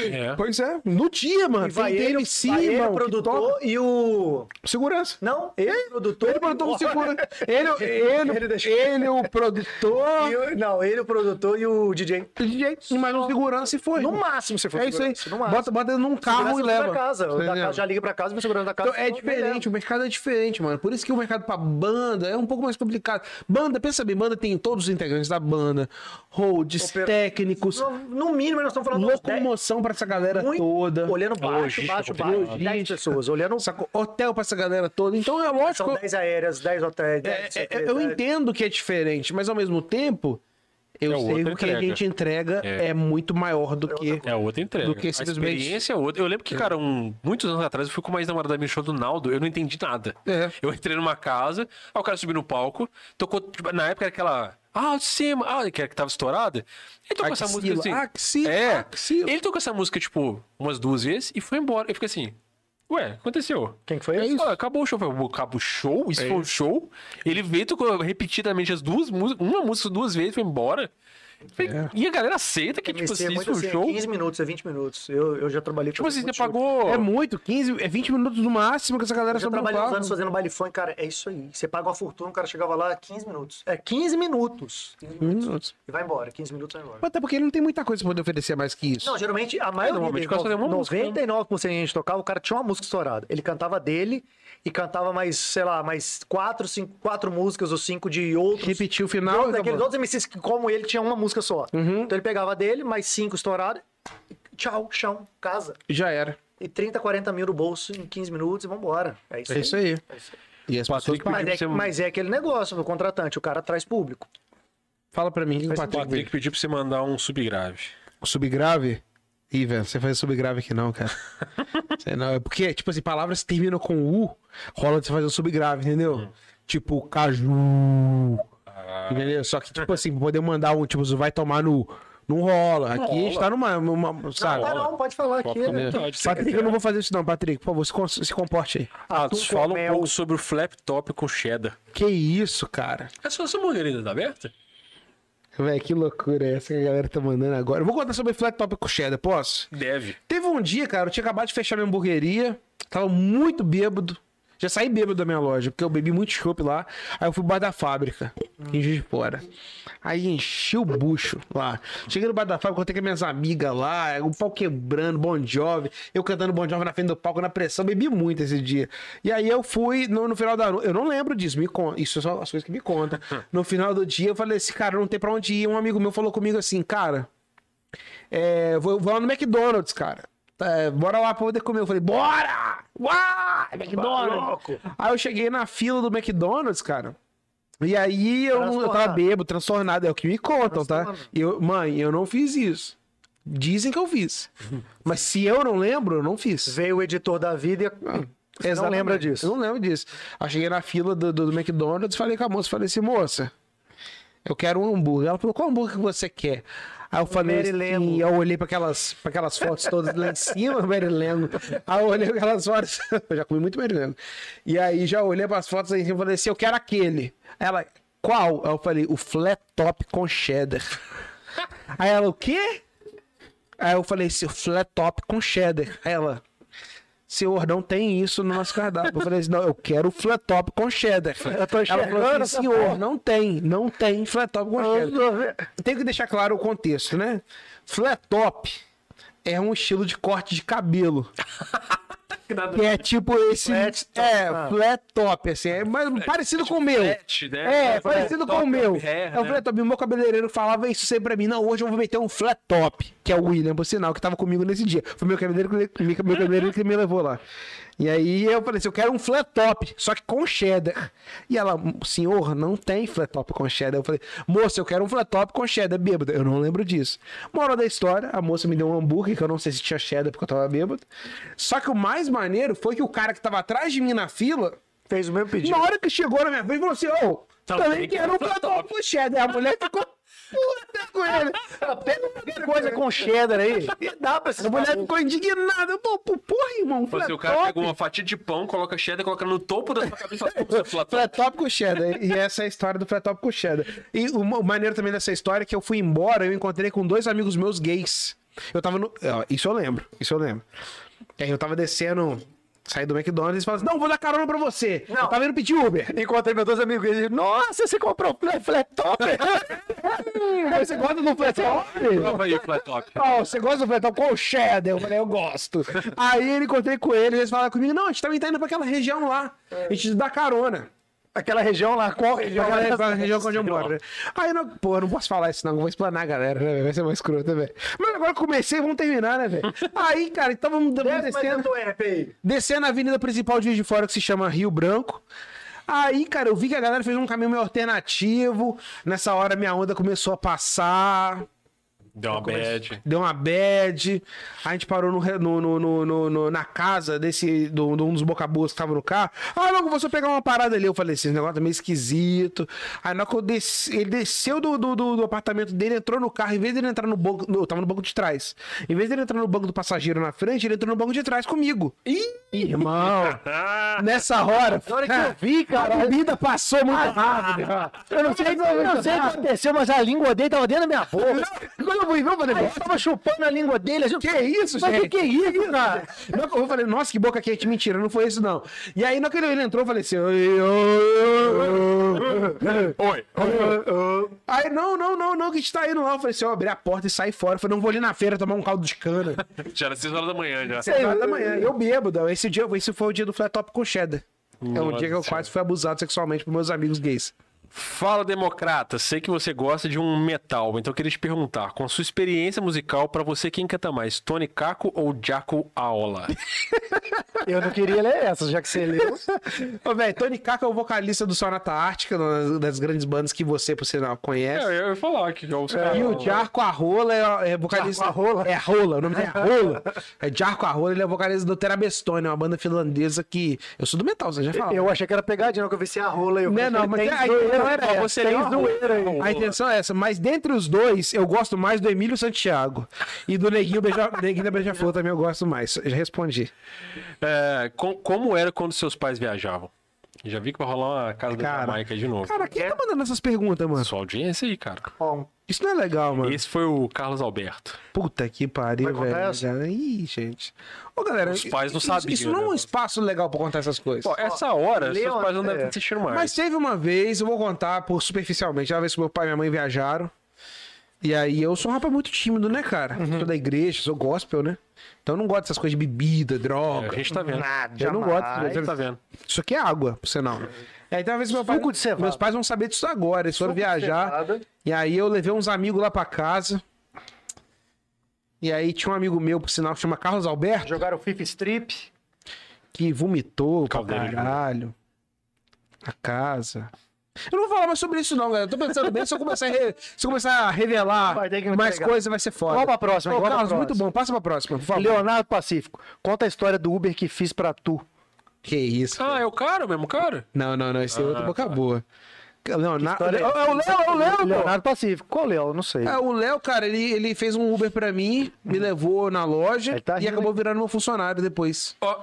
É.
Pois é, no dia, mano.
E
Tem
vai ele,
DMC,
vai ele, o
mano. que
produtor e o...
toca. Segurança.
Não, ele, o produtor...
Ele produtor com
Ó,
segurança. Ele, ele,
Ele
ele,
deixou-
o
e
produtor.
o- Não, ele, o produtor e o DJ.
Gente, mas o segurança e foi.
No máximo, se for
É isso aí.
segurança, no máximo.
Bota, bota num carro e
Segurança
leva.
Da casa. O da
Entendeu?
casa já liga pra casa, o segurança da casa...
Então é diferente, o mercado é diferente, mano. Por isso que o mercado pra banda é um pouco mais complicado. Banda, pensa bem, banda tem todos os integrantes da banda, holds,
Opera-
técnicos,
No, no mínimo, nós estamos falando... de uns
locomoção pra essa galera
10, muito-
toda.
Olhando baixo,
Logística,
baixo, baixo. 10
logística.
pessoas. Olhando...
Sacou? Hotel pra essa galera toda. Então é lógico.
São 10 aéreas, 10 hotéis,
É,
10...
é, é, eu entendo que é diferente, mas ao mesmo tempo, eu
É
sei
outra
o que a
entrega.
gente entrega é,
É.
muito maior do que.
É outra entrega.
Do que simplesmente-
A experiência é outra. Eu lembro que, cara, um- muitos anos atrás eu fui com mais namorada minha no show do Naldo, eu não entendi nada.
É.
Eu entrei numa casa, aí o cara subiu no palco, tocou. tipo, na época era aquela. Ah, de cima, ah, que era que tava estourada. Ele tocou essa
Axila,
música assim.
axila,
é.
axila.
Ele tocou essa música, tipo, umas duas vezes e foi embora. Eu fiquei assim. Ué, o que aconteceu?
Quem que foi
É
esse?
isso. acabou o show. Eu falei, acabou o show?
É
Isso foi um show? Ele veio, tocou repetidamente as duas músicas, uma música duas vezes, foi embora. Eu falei,
É.
E a galera aceita que, tipo
MC
assim,
é
isso
muito
foi um
assim,
show?
15 minutos, é 20 minutos. Eu, eu já trabalhei
Tipo assim, você
muito show.
pagou.
É muito, 15, é 20 minutos no máximo que essa galera
Eu já
sobe no
trabalhei uns
carro.
anos fazendo baile funk, cara, é isso aí. Você paga uma fortuna, o cara chegava lá 15 minutos. É 15 minutos. 15 minutos.
minutos.
E vai embora, 15 minutos vai embora.
Até porque ele não tem muita coisa pra poder oferecer mais que isso.
Não, geralmente a maioria.
normalmente
deles,
o cara só tem uma
no-
música, né?
99% que a gente tocava, o cara tinha uma música estourada. Ele cantava dele e cantava mais, sei lá, mais quatro, cinco, quatro músicas ou cinco de outros.
Repetir o
de
final.
outros- daqueles
acabou.
outros MCs que, como ele, tinha uma música só. Então ele pegava dele, mais cinco estouradas, tchau, chão, casa.
Já era.
E 30, 40 mil no bolso em 15 minutos e vambora. É isso
É isso aí. E as pessoas
Patrick-
pediram.
Mas é,
Você-
mas é aquele negócio do contratante, o cara traz público.
Fala pra mim, o que que o
O
Patrick
Patrick pediu pra você mandar um subgrave.
Subgrave? Ih, velho, você faz subgrave aqui não, cara. Sei não, é porque, tipo assim, palavras que terminam com U, rola de você fazer um subgrave, entendeu? Tipo, caju. Entendeu? Só que, tipo assim, pra poder mandar um, tipo, vai tomar no. Não rola. Aqui a gente tá numa. numa- sabe?
Ah, não, pode falar aqui.
Qual-
né?
Não, pode ser que
Patrick, eu
quiser.
não vou fazer isso não, Patrick. Por favor, se, con- se comporte aí.
Ah,
Atum com
fala um
mel.
pouco sobre o flap top com cheddar.
Que isso, cara?
A sua hamburgueria ainda tá aberta?
Véi, que loucura é essa que a galera tá mandando agora. Eu vou contar sobre flat top com cheddar, posso?
Deve.
Teve um dia, cara, eu tinha acabado de fechar minha hamburgueria, tava muito bêbado. Já saí bêbado da minha loja, porque eu bebi muito chopp lá. Aí eu fui pro bar da fábrica, em Juiz de Fora. Aí enchi o bucho lá. Cheguei no bar da fábrica, contei com minhas amigas lá, o pau quebrando, Bon Jovi. Eu cantando Bon Jovi na frente do palco, na pressão. Bebi muito esse dia. E aí eu fui, no, no final da noite, eu não lembro disso, me conta. Isso são as coisas que me contam. No final do dia, eu falei assim, cara, não tem pra onde ir. Um amigo meu falou comigo assim, cara... É, vou, vou lá no McDonald's, cara. É, bora lá pra poder comer. Eu falei, bora! Uau! McDonald's! Aí eu cheguei na fila do McDonald's, cara. E aí eu, eu tava
Transtornado.
bêbado, transtornado, é o que me contam, tá?
Transtornado.
Eu, mãe, eu não fiz isso. Dizem que eu fiz. Mas se eu não lembro, eu não fiz.
Veio o editor da vida e. Você não
Exatamente.
lembra disso?
Eu não lembro disso. Aí cheguei na fila do, do, do McDonald's, falei com a moça, falei assim, moça, eu quero um hambúrguer. Ela falou, qual hambúrguer que você quer? Aí eu falei
Mary
assim,
Lemo.
eu olhei para aquelas, pra aquelas fotos todas lá em cima, Mary Lemo. Aí eu olhei pra aquelas fotos, eu já comi muito Mary Lemo. E aí já olhei para as fotos lá em cima e falei assim, eu quero aquele. Ela, qual? Aí eu falei, o flat top com cheddar. Aí ela, o quê? Aí eu falei assim, flat top com cheddar. Aí ela, senhor, não tem isso no nosso cardápio. Eu falei assim, não, eu quero flat top com cheddar.
Eu tô
Ela falou
enxergando
assim,
essa
senhor,
porra.
não tem, não tem flat top com
Eu
cheddar.
tô vendo.
Tem que deixar claro o contexto, né? Flat top é um estilo de corte de cabelo. Que é tipo esse.
Flat top,
é,
ah.
flat top, assim. É mais parecido com o meu.
flat, né?
É,
É,
parecido
flat
com o
top,
meu.
hair,
é o
né?
flat top. O meu cabeleireiro falava isso sempre pra mim. Não, hoje eu vou meter um flat top. Que é o William, por sinal, que tava comigo nesse dia. Foi meu cabeleireiro, que- meu cabeleireiro que me levou lá. E aí eu falei assim: eu quero um flat top, só que com cheddar. E ela, senhor, não tem flat top com cheddar. Eu falei, moça, eu quero um flat top com cheddar bêbada. Eu não lembro disso. Moral da história, a moça me deu um hambúrguer, que eu não sei se tinha cheddar porque eu tava bêbado. Só que o mais maneiro foi que o cara que tava atrás de mim na fila.
Fez o mesmo pedido.
Na hora que chegou na minha frente, falou assim: Ô,
Tá
também
bem,
quero um platão pro cheddar. A mulher ficou puta com ele. Ela pega
Que coisa com cheddar aí. Dá pra esses
A mulher
malucos.
ficou indignada. Eu tô, pô, porra, irmão. é
Mas assim, o
flat
cara
top.
pegou uma fatia de pão, coloca cheddar, coloca no topo da sua cabeça e fala, "Flat top".
Flat top com cheddar. E essa é a história do flat top com cheddar. E o ma- o maneiro também dessa história é que eu fui embora, eu encontrei com dois amigos meus gays. Eu tava no. ó, Isso eu lembro, isso eu lembro. E aí eu tava descendo, saí do McDonald's e falei assim: não, vou dar carona pra você. Eu tava indo pedir Uber.
Encontrei meus dois amigos e eles, nossa, você comprou um flat top?
Aí você gosta do flat top?
Prova aí o flat top.
Ó, você gosta do flat top? Qual o cheddar? Eu falei, eu gosto. Aí eu encontrei com eles, eles falaram comigo, não, a gente também tá indo pra aquela região lá. A gente dá carona.
Aquela região lá, qual região?
Aquela região- aquela região onde eu moro, né? Aí, não, pô, eu não posso falar isso, não. eu Vou explanar a galera, né? velho? Vai ser mais escrota, velho. Mas agora eu comecei, vamos terminar, né, velho? Aí, cara, então vamos
Tá
descendo, descendo a avenida principal de Juiz de Fora, que se chama Rio Branco. Aí, cara, eu vi que a galera fez um caminho meio alternativo. Nessa hora, minha onda começou a passar.
Deu uma bad.
Deu uma bad. A gente parou no, re- no- no- no- no- no- na casa desse do, do um dos bocaboas que tava no carro. Ah, não, vou só pegar uma parada ali. Eu falei assim, esse negócio tá meio esquisito. Aí na hora que eu desci, ele desceu do, do- do- do apartamento dele, entrou no carro. Em vez dele entrar no banco. Eu tava no banco de trás. Em vez dele entrar no banco do passageiro na frente, ele entrou no banco de trás comigo. Ih, irmão!
Ah,
Nessa hora.
Na hora que eu vi, cara, Ah,
A bebida passou muito rápido.
eu não sei, eu não sei o que aconteceu, mas a língua dele tava dentro da minha boca.
Quando eu fui ver, eu falei,
Aí eu tava chupando a língua dele, a gente...
assim, Que isso,
Mas
gente?
que que é isso, cara?
Não, eu falei, nossa, que boca quente, mentira, não foi isso não. E aí, naquele ele entrou, eu falei assim. "Oi, ô, ô, ô, ô".
oi.
Aí, não, não, não, não, que a gente tá indo lá. Eu falei assim, ó, abri a porta e saí fora. Eu falei, não vou ali na feira tomar um caldo de cana.
Já era 6 horas da manhã já.
Seis horas da manhã, eu bêbado. Esse dia, esse foi o dia do flat top com cheddar. É o
Nossa
dia que eu quase fui abusado sexualmente por meus amigos gays.
Fala, democrata. Sei que você gosta de um metal, então eu queria te perguntar: com a sua experiência musical, pra você quem canta mais, Tony Caco ou Jaco Aola?
Eu não queria ler essa, já que você leu.
Ô, velho, Tony Kaka é o vocalista do Sonata Ártica, uma das grandes bandas que você, por sinal, conhece.
É, eu É, ia falar que os caras.
E o Jarco Arrola é, é vocalista.
Jarco Arrola?
É Rola, o nome dele é Rola. É Jarco Arrola, ele é vocalista do Terabestone, é uma banda finlandesa que. Eu sou do metal, você já falou.
Eu achei que era pegadinha, que eu vi se a rola aí. eu
Não,
falei,
não, mas
tem
a
zoeira, é,
intenção era
tem
essa.
Você leu a rola.
zoeira aí.
A intenção é essa, mas dentre os dois, eu gosto mais do Emílio Santiago. E do Neguinho, Beija, Neguinho da Beija-Flor também eu gosto mais. Já respondi.
É, com- como era quando seus pais viajavam? Já vi que vai rolar uma casa da
Cara.
Jamaica de novo.
Cara, quem tá mandando essas perguntas, mano?
Sua audiência aí, cara.
Isso não é legal, mano.
Esse foi o Carlos Alberto.
Puta que pariu,
contar
velho.
essa?
Já- Ih, gente. Ô, galera,
Os pais não
isso-
sabiam,
Isso não é
né?
um espaço legal pra contar essas coisas.
Pô, é essa hora,
Leon-
seus pais não
é.
devem estar assistindo mais.
Mas teve uma vez, eu vou contar por superficialmente, uma vez que meu pai e minha mãe viajaram. E aí eu sou um rapaz muito tímido, né, cara?
Uhum.
Sou da igreja, sou gospel, né? Então eu não gosto dessas coisas de bebida, droga.
a gente tá vendo.
Nada,
Eu não gosto.
A gente tá vendo.
Isso aqui é água, por sinal. E aí talvez meu pai.
Suco de cevada.
meus pais vão saber disso agora. Eles foram viajar.
cevada.
E aí eu levei uns amigos lá pra casa. E aí tinha um amigo meu, por sinal, que chama Carlos Alberto.
Jogaram Fifa Strip.
que vomitou pra
Caldeira de
caralho a casa. Eu não vou falar mais sobre isso, não, galera. Eu tô pensando bem, se eu começar a, re- se eu começar a revelar
Vai ter que me
mais
entregar.
coisa, vai ser foda.
Vamos pra próxima,
Ô,
vamos pra
Carlos,
próxima.
muito bom. Passa pra próxima, por favor.
Leonardo Pacífico, conta a história do Uber que fiz pra tu.
Que isso.
Ah, é o cara mesmo, cara?
Não, não, não. Esse é outro boca boa. Não, na...
Ah, tá. História-
É o Léo, é o Léo, pô.
Leonardo Pacífico. Qual Léo? Eu Não sei.
É, o Léo, cara, ele, ele fez um Uber pra mim, me levou na loja
Ele tá
e
rindo
acabou virando meu funcionário depois.
Ó,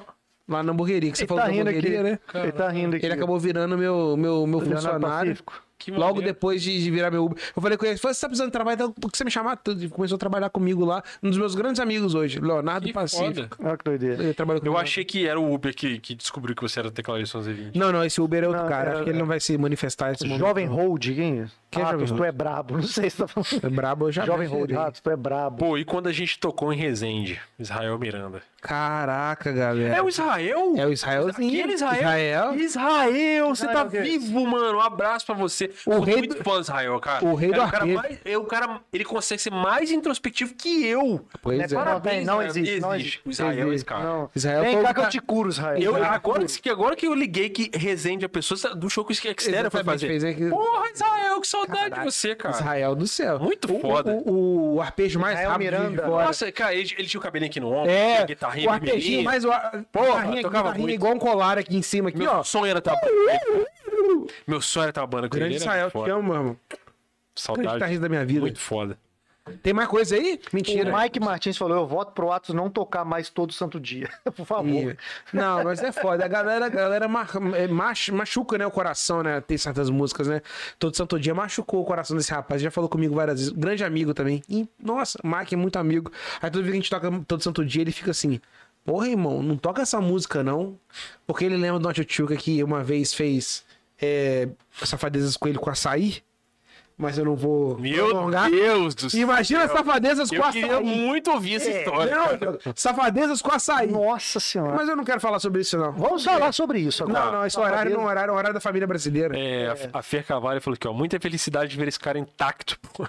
Lá na hamburgueria, que você
Ele
falou
tá
da
rindo aqui.
hamburgueria, né?
Ele tá rindo aqui.
Ele acabou virando meu, meu, meu
Leonardo
funcionário.
Pacífico.
que
Logo
maneiro.
depois de, de virar meu Uber. Eu falei com ele, ele falou, você tá precisando de trabalho, então por que você me chamar? Ele começou a trabalhar comigo lá, um dos meus grandes amigos hoje, Leonardo
Que
Pacífico.
foda.
Olha que doideira.
Ele trabalhou
Eu
comigo.
achei que era o Uber que, que descobriu que você era teclado de São Z20.
Não, não, esse Uber é outro
Não,
cara,
era-
acho que ele não vai se manifestar esse momento.
então.
Jovem Hold, quem é?
Ah,
Quem é
Ratos,
Jovem
tu é brabo. Não sei se tá falando.
É brabo, eu já
Jovem Hold,
percebi.
Ratos, tu é brabo.
Pô, e quando a gente tocou em Resende, Israel Miranda?
Caraca, galera.
É o Israel?
É o Israelzinho.
Aquele Israel?
Israel.
Israel, você tá
o quê?
vivo, mano. Um abraço pra você. O
rei
muito
do-
fã do Israel, cara.
o rei
cara,
do
o cara
arreio.
mais, é o cara, ele consegue ser mais introspectivo que eu.
Pois é.
Não, tem, não
Israel.
existe, não existe.
O Israel, é esse cara.
Não.
Israel foi
Vem
o
cá que eu
cara-
te curo, Israel.
é
Eu, agora, que, agora que eu liguei que Resende a pessoa tá do show que o Exterior foi
Exatamente,
fazer.
fez aqui-
Porra, Israel, que saudade de você, cara.
Israel do céu.
Muito
O-
foda.
O, o- o arpejo mais
Israel
rápido de
Miranda.
fora.
Nossa, cara, ele, ele tinha o cabelinho aqui no ombro, tinha
É,
a guitarrinha
o arpejinho
vermelhinha.
mais... o ar- guitarrinha,
tocava
guitarrinha
muito.
igual um colar aqui em cima, aqui,
Meu
ó.
sonho era tá Meu sonho era tá banda com
Grande
ele. era
Israel, te
foda.
amo, meu irmão.
Saudade.
guitarrista da minha vida.
Muito foda.
Tem mais coisa aí? Mentira.
O Mike Martins falou: eu voto pro Atos não tocar mais todo santo dia. Por favor.
Ih, Não, mas é foda. A galera, a galera ma- é, mach- machuca, né, o coração, né? Tem certas músicas, né? Todo santo dia machucou o coração desse rapaz. Já falou comigo várias vezes. Grande amigo também. E, nossa, Mike é muito amigo. Aí toda vez que a gente toca todo santo dia, ele fica assim. Porra, irmão, não toca essa música, não. Porque ele lembra do Nacho Chuca que uma vez fez é, safadezas com ele com açaí. Mas eu não vou
Meu
prolongar.
Deus do céu.
Imagina safadezas com
Eu queria
açaí.
muito ouvir essa história.
Não,
cara.
safadezas com açaí.
Nossa senhora.
Mas eu não quero falar sobre isso, não.
Vamos falar sobre isso agora.
Não, não, esse horário não é horário, é horário da família brasileira.
É, a- A Fer Carvalho falou que, ó, muita felicidade de ver esse cara intacto, pô.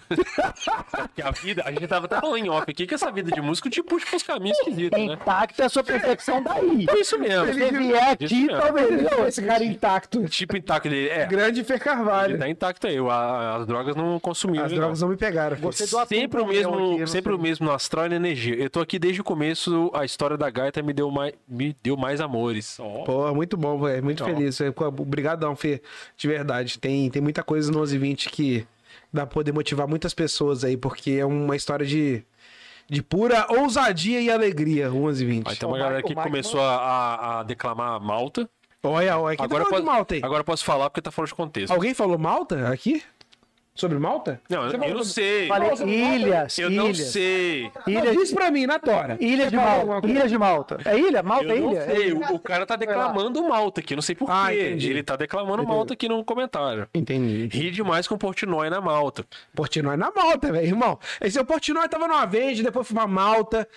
Porque a vida, a gente tava até falando em off aqui que essa vida de músico te puxa pros caminhos esquisitos, né?
Intacto é a sua percepção daí.
É Isso mesmo.
Se vier aqui,
Isso mesmo.
então
talvez.
Não, esse cara intacto.
Tipo intacto dele. É,
Grande Fer
ele
Carvalho.
tá né? intacto aí. a- As drogas não consumiram.
As
ele,
drogas não me pegaram. filho.
Você doa
Sempre o
tudo pra eu
mesmo,
aqui, eu não
sempre
sei.
o mesmo no astral e na energia. Eu tô aqui desde o começo, a história da gaita me deu mais, me deu mais amores. Ó.
Pô, muito bom, velho. Muito feliz. Fê. Pô, Obrigadão, Fê. De verdade. Tem, tem muita coisa no 1120 que dá pra poder motivar muitas pessoas aí, porque é uma história de, de pura ousadia e alegria, o 1120.
Aí tem uma
O
galera
Mike-
que
o Mike
começou a, a- a declamar malta.
Olha, olha, aqui
Agora,
tá falando
pode,
de Malta aí.
agora eu posso falar porque tá fora de contexto.
Alguém falou Malta aqui? Sobre Malta?
Não, eu,
Você
eu
falou-
não sei.
Falei, ilhas,
Eu não
ilhas.
sei.
Não,
Ilhas,
diz pra mim, na tora.
ilhas de Malta. Ilhas de Malta. É ilha? Malta é
Eu não
ilha?
sei. O, o cara tá declamando malta aqui. eu Não sei porquê.
Ah, entendi.
Ele tá declamando malta aqui no comentário.
Entendi.
Ri demais com Portnoy na malta.
Portinoy na malta, velho, irmão. Esse é o Portinoy tava numa verde, depois foi pra malta.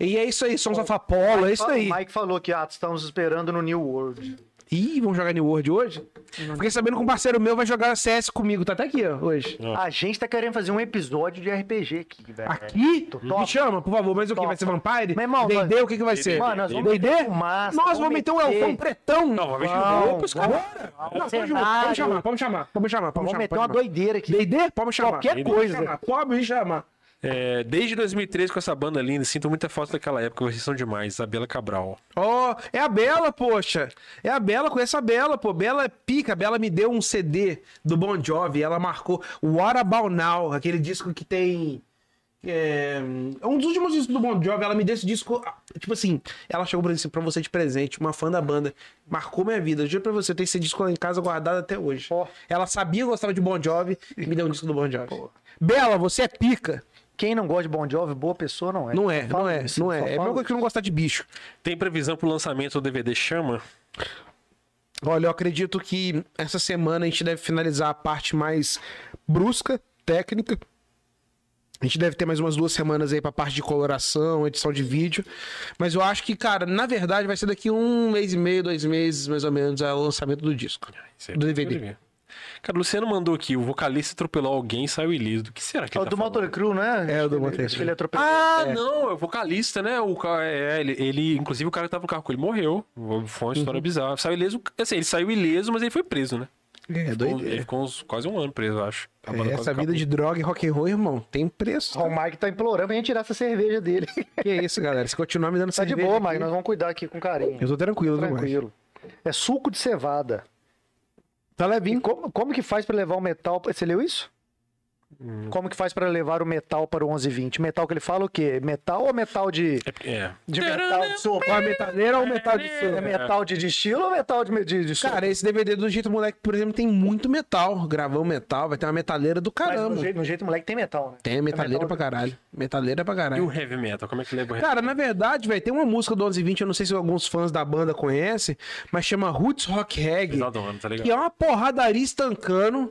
E é isso aí, somos Alfa Polo, é isso aí.
O Mike falou que ah, estamos esperando no New World.
Ih, vamos jogar New World hoje? Fiquei sabendo que um parceiro meu vai jogar CS comigo, tá até aqui, ó, hoje.
É.
A gente tá querendo fazer um episódio de RPG aqui, velho.
Aqui? Me
Top.
chama, por favor, mas o que?
Top.
Vai ser Vampire?
Meu irmão,
D&D,
nós-
o que que vai ser?
Mano, nós vamos
D&D?
meter fumaça,
Nós vamos
vamos
meter um
meter-
elfão pretão.
Não, vamos um vestir
Não,
roupas, cara.
Não, pode
cenário.
chamar, pode chamar, pode chamar, pode chamar. Pode
Vamos
chamar,
meter
pode
uma
chamar.
doideira aqui.
D&D? Pode me chamar.
Qualquer
Pode me
coisa.
chamar, Pode me chamar.
É, desde 2013 com essa banda linda, sinto muita falta daquela época, vocês são demais. Isabela Cabral.
Ó, é a Bela, poxa. É a Bela, conheço a Bela, pô. Bela é pica. A Bela me deu um CD do Bon Jovi. Ela marcou o What About Now, aquele disco que tem. É é um dos últimos discos do Bon Jovi. Ela me deu esse disco. ah, Tipo assim, ela chegou pra, pra você de presente, uma fã da banda. Marcou minha vida. Eu Juro pra você, eu tenho esse disco lá em casa guardado até hoje.
Ó.
Ela sabia que eu gostava de Bon Jovi e me deu um disco do Bon Jovi. Bela, você é pica.
Quem não gosta de Bon Jovi, boa pessoa não é.
Não é, não
Fala
é,
isso,
não
só
é. É a
fala
mesma coisa
isso.
que eu não gostar de bicho.
Tem previsão pro lançamento do DVD Chama?
Olha, eu acredito que essa semana a gente deve finalizar a parte mais brusca, técnica. A gente deve ter mais umas duas semanas aí pra parte de coloração, edição de vídeo. Mas eu acho que, cara, na verdade vai ser daqui um mês e meio, dois meses, mais ou menos, é o lançamento do disco.
Isso aí
Do
eu
DVD.
quero ver. Cara, o Luciano mandou aqui, o vocalista atropelou alguém e saiu ileso. Do que será que
É
ele
o
tá
do
falando?
Motor Crew, né?
É, o do Motor
Acho
Crew.
que ele atropelou.
Ah, não, é o vocalista, né? O, ca- é, ele, ele- inclusive, o cara que tava no carro com ele morreu. Foi uma
Uhum.
história bizarra. Saiu ileso, assim, ele saiu ileso, mas ele foi preso, né?
É,
Ficou- ele ficou uns- quase um ano preso, eu acho. A banda quase
essa vida
acabou.
de droga e rock and roll, irmão, tem preço.
Ó, O Mike tá implorando pra gente tirar essa cerveja dele.
que é isso, galera? Se continuar me dando
Tá de
cerveja
boa,
aqui,
Mike. Nós vamos cuidar aqui com carinho.
Eu tô tranquilo, viu, Mike?
Tranquilo. É suco de cevada.
Tá
E
levinho.
como, como que faz pra levar o metal? pra- Você leu isso?
Hum.
Como que faz pra levar o metal para o 1120? Metal que ele fala o quê? Metal ou metal de
É.
de metal de sopa?
Ou é metaleira ou metal de
É
feira?
metal de, de estilo ou metal de, de, de sopa?
Cara, esse DVD do Jeito Moleque, por exemplo, tem muito metal. Gravão metal, vai ter uma metaleira do
Mas
caramba.
no jeito, no jeito moleque tem metal, né?
Tem metaleira pra caralho. Metaleira pra
E
caralho.
o heavy metal, como é que leva o heavy
Cara, na verdade, velho, tem uma música do 1120, eu não sei se alguns fãs da banda conhecem, mas chama Roots Rock Reggae,
metal? Tá ligado?
que é uma porradaria estancando,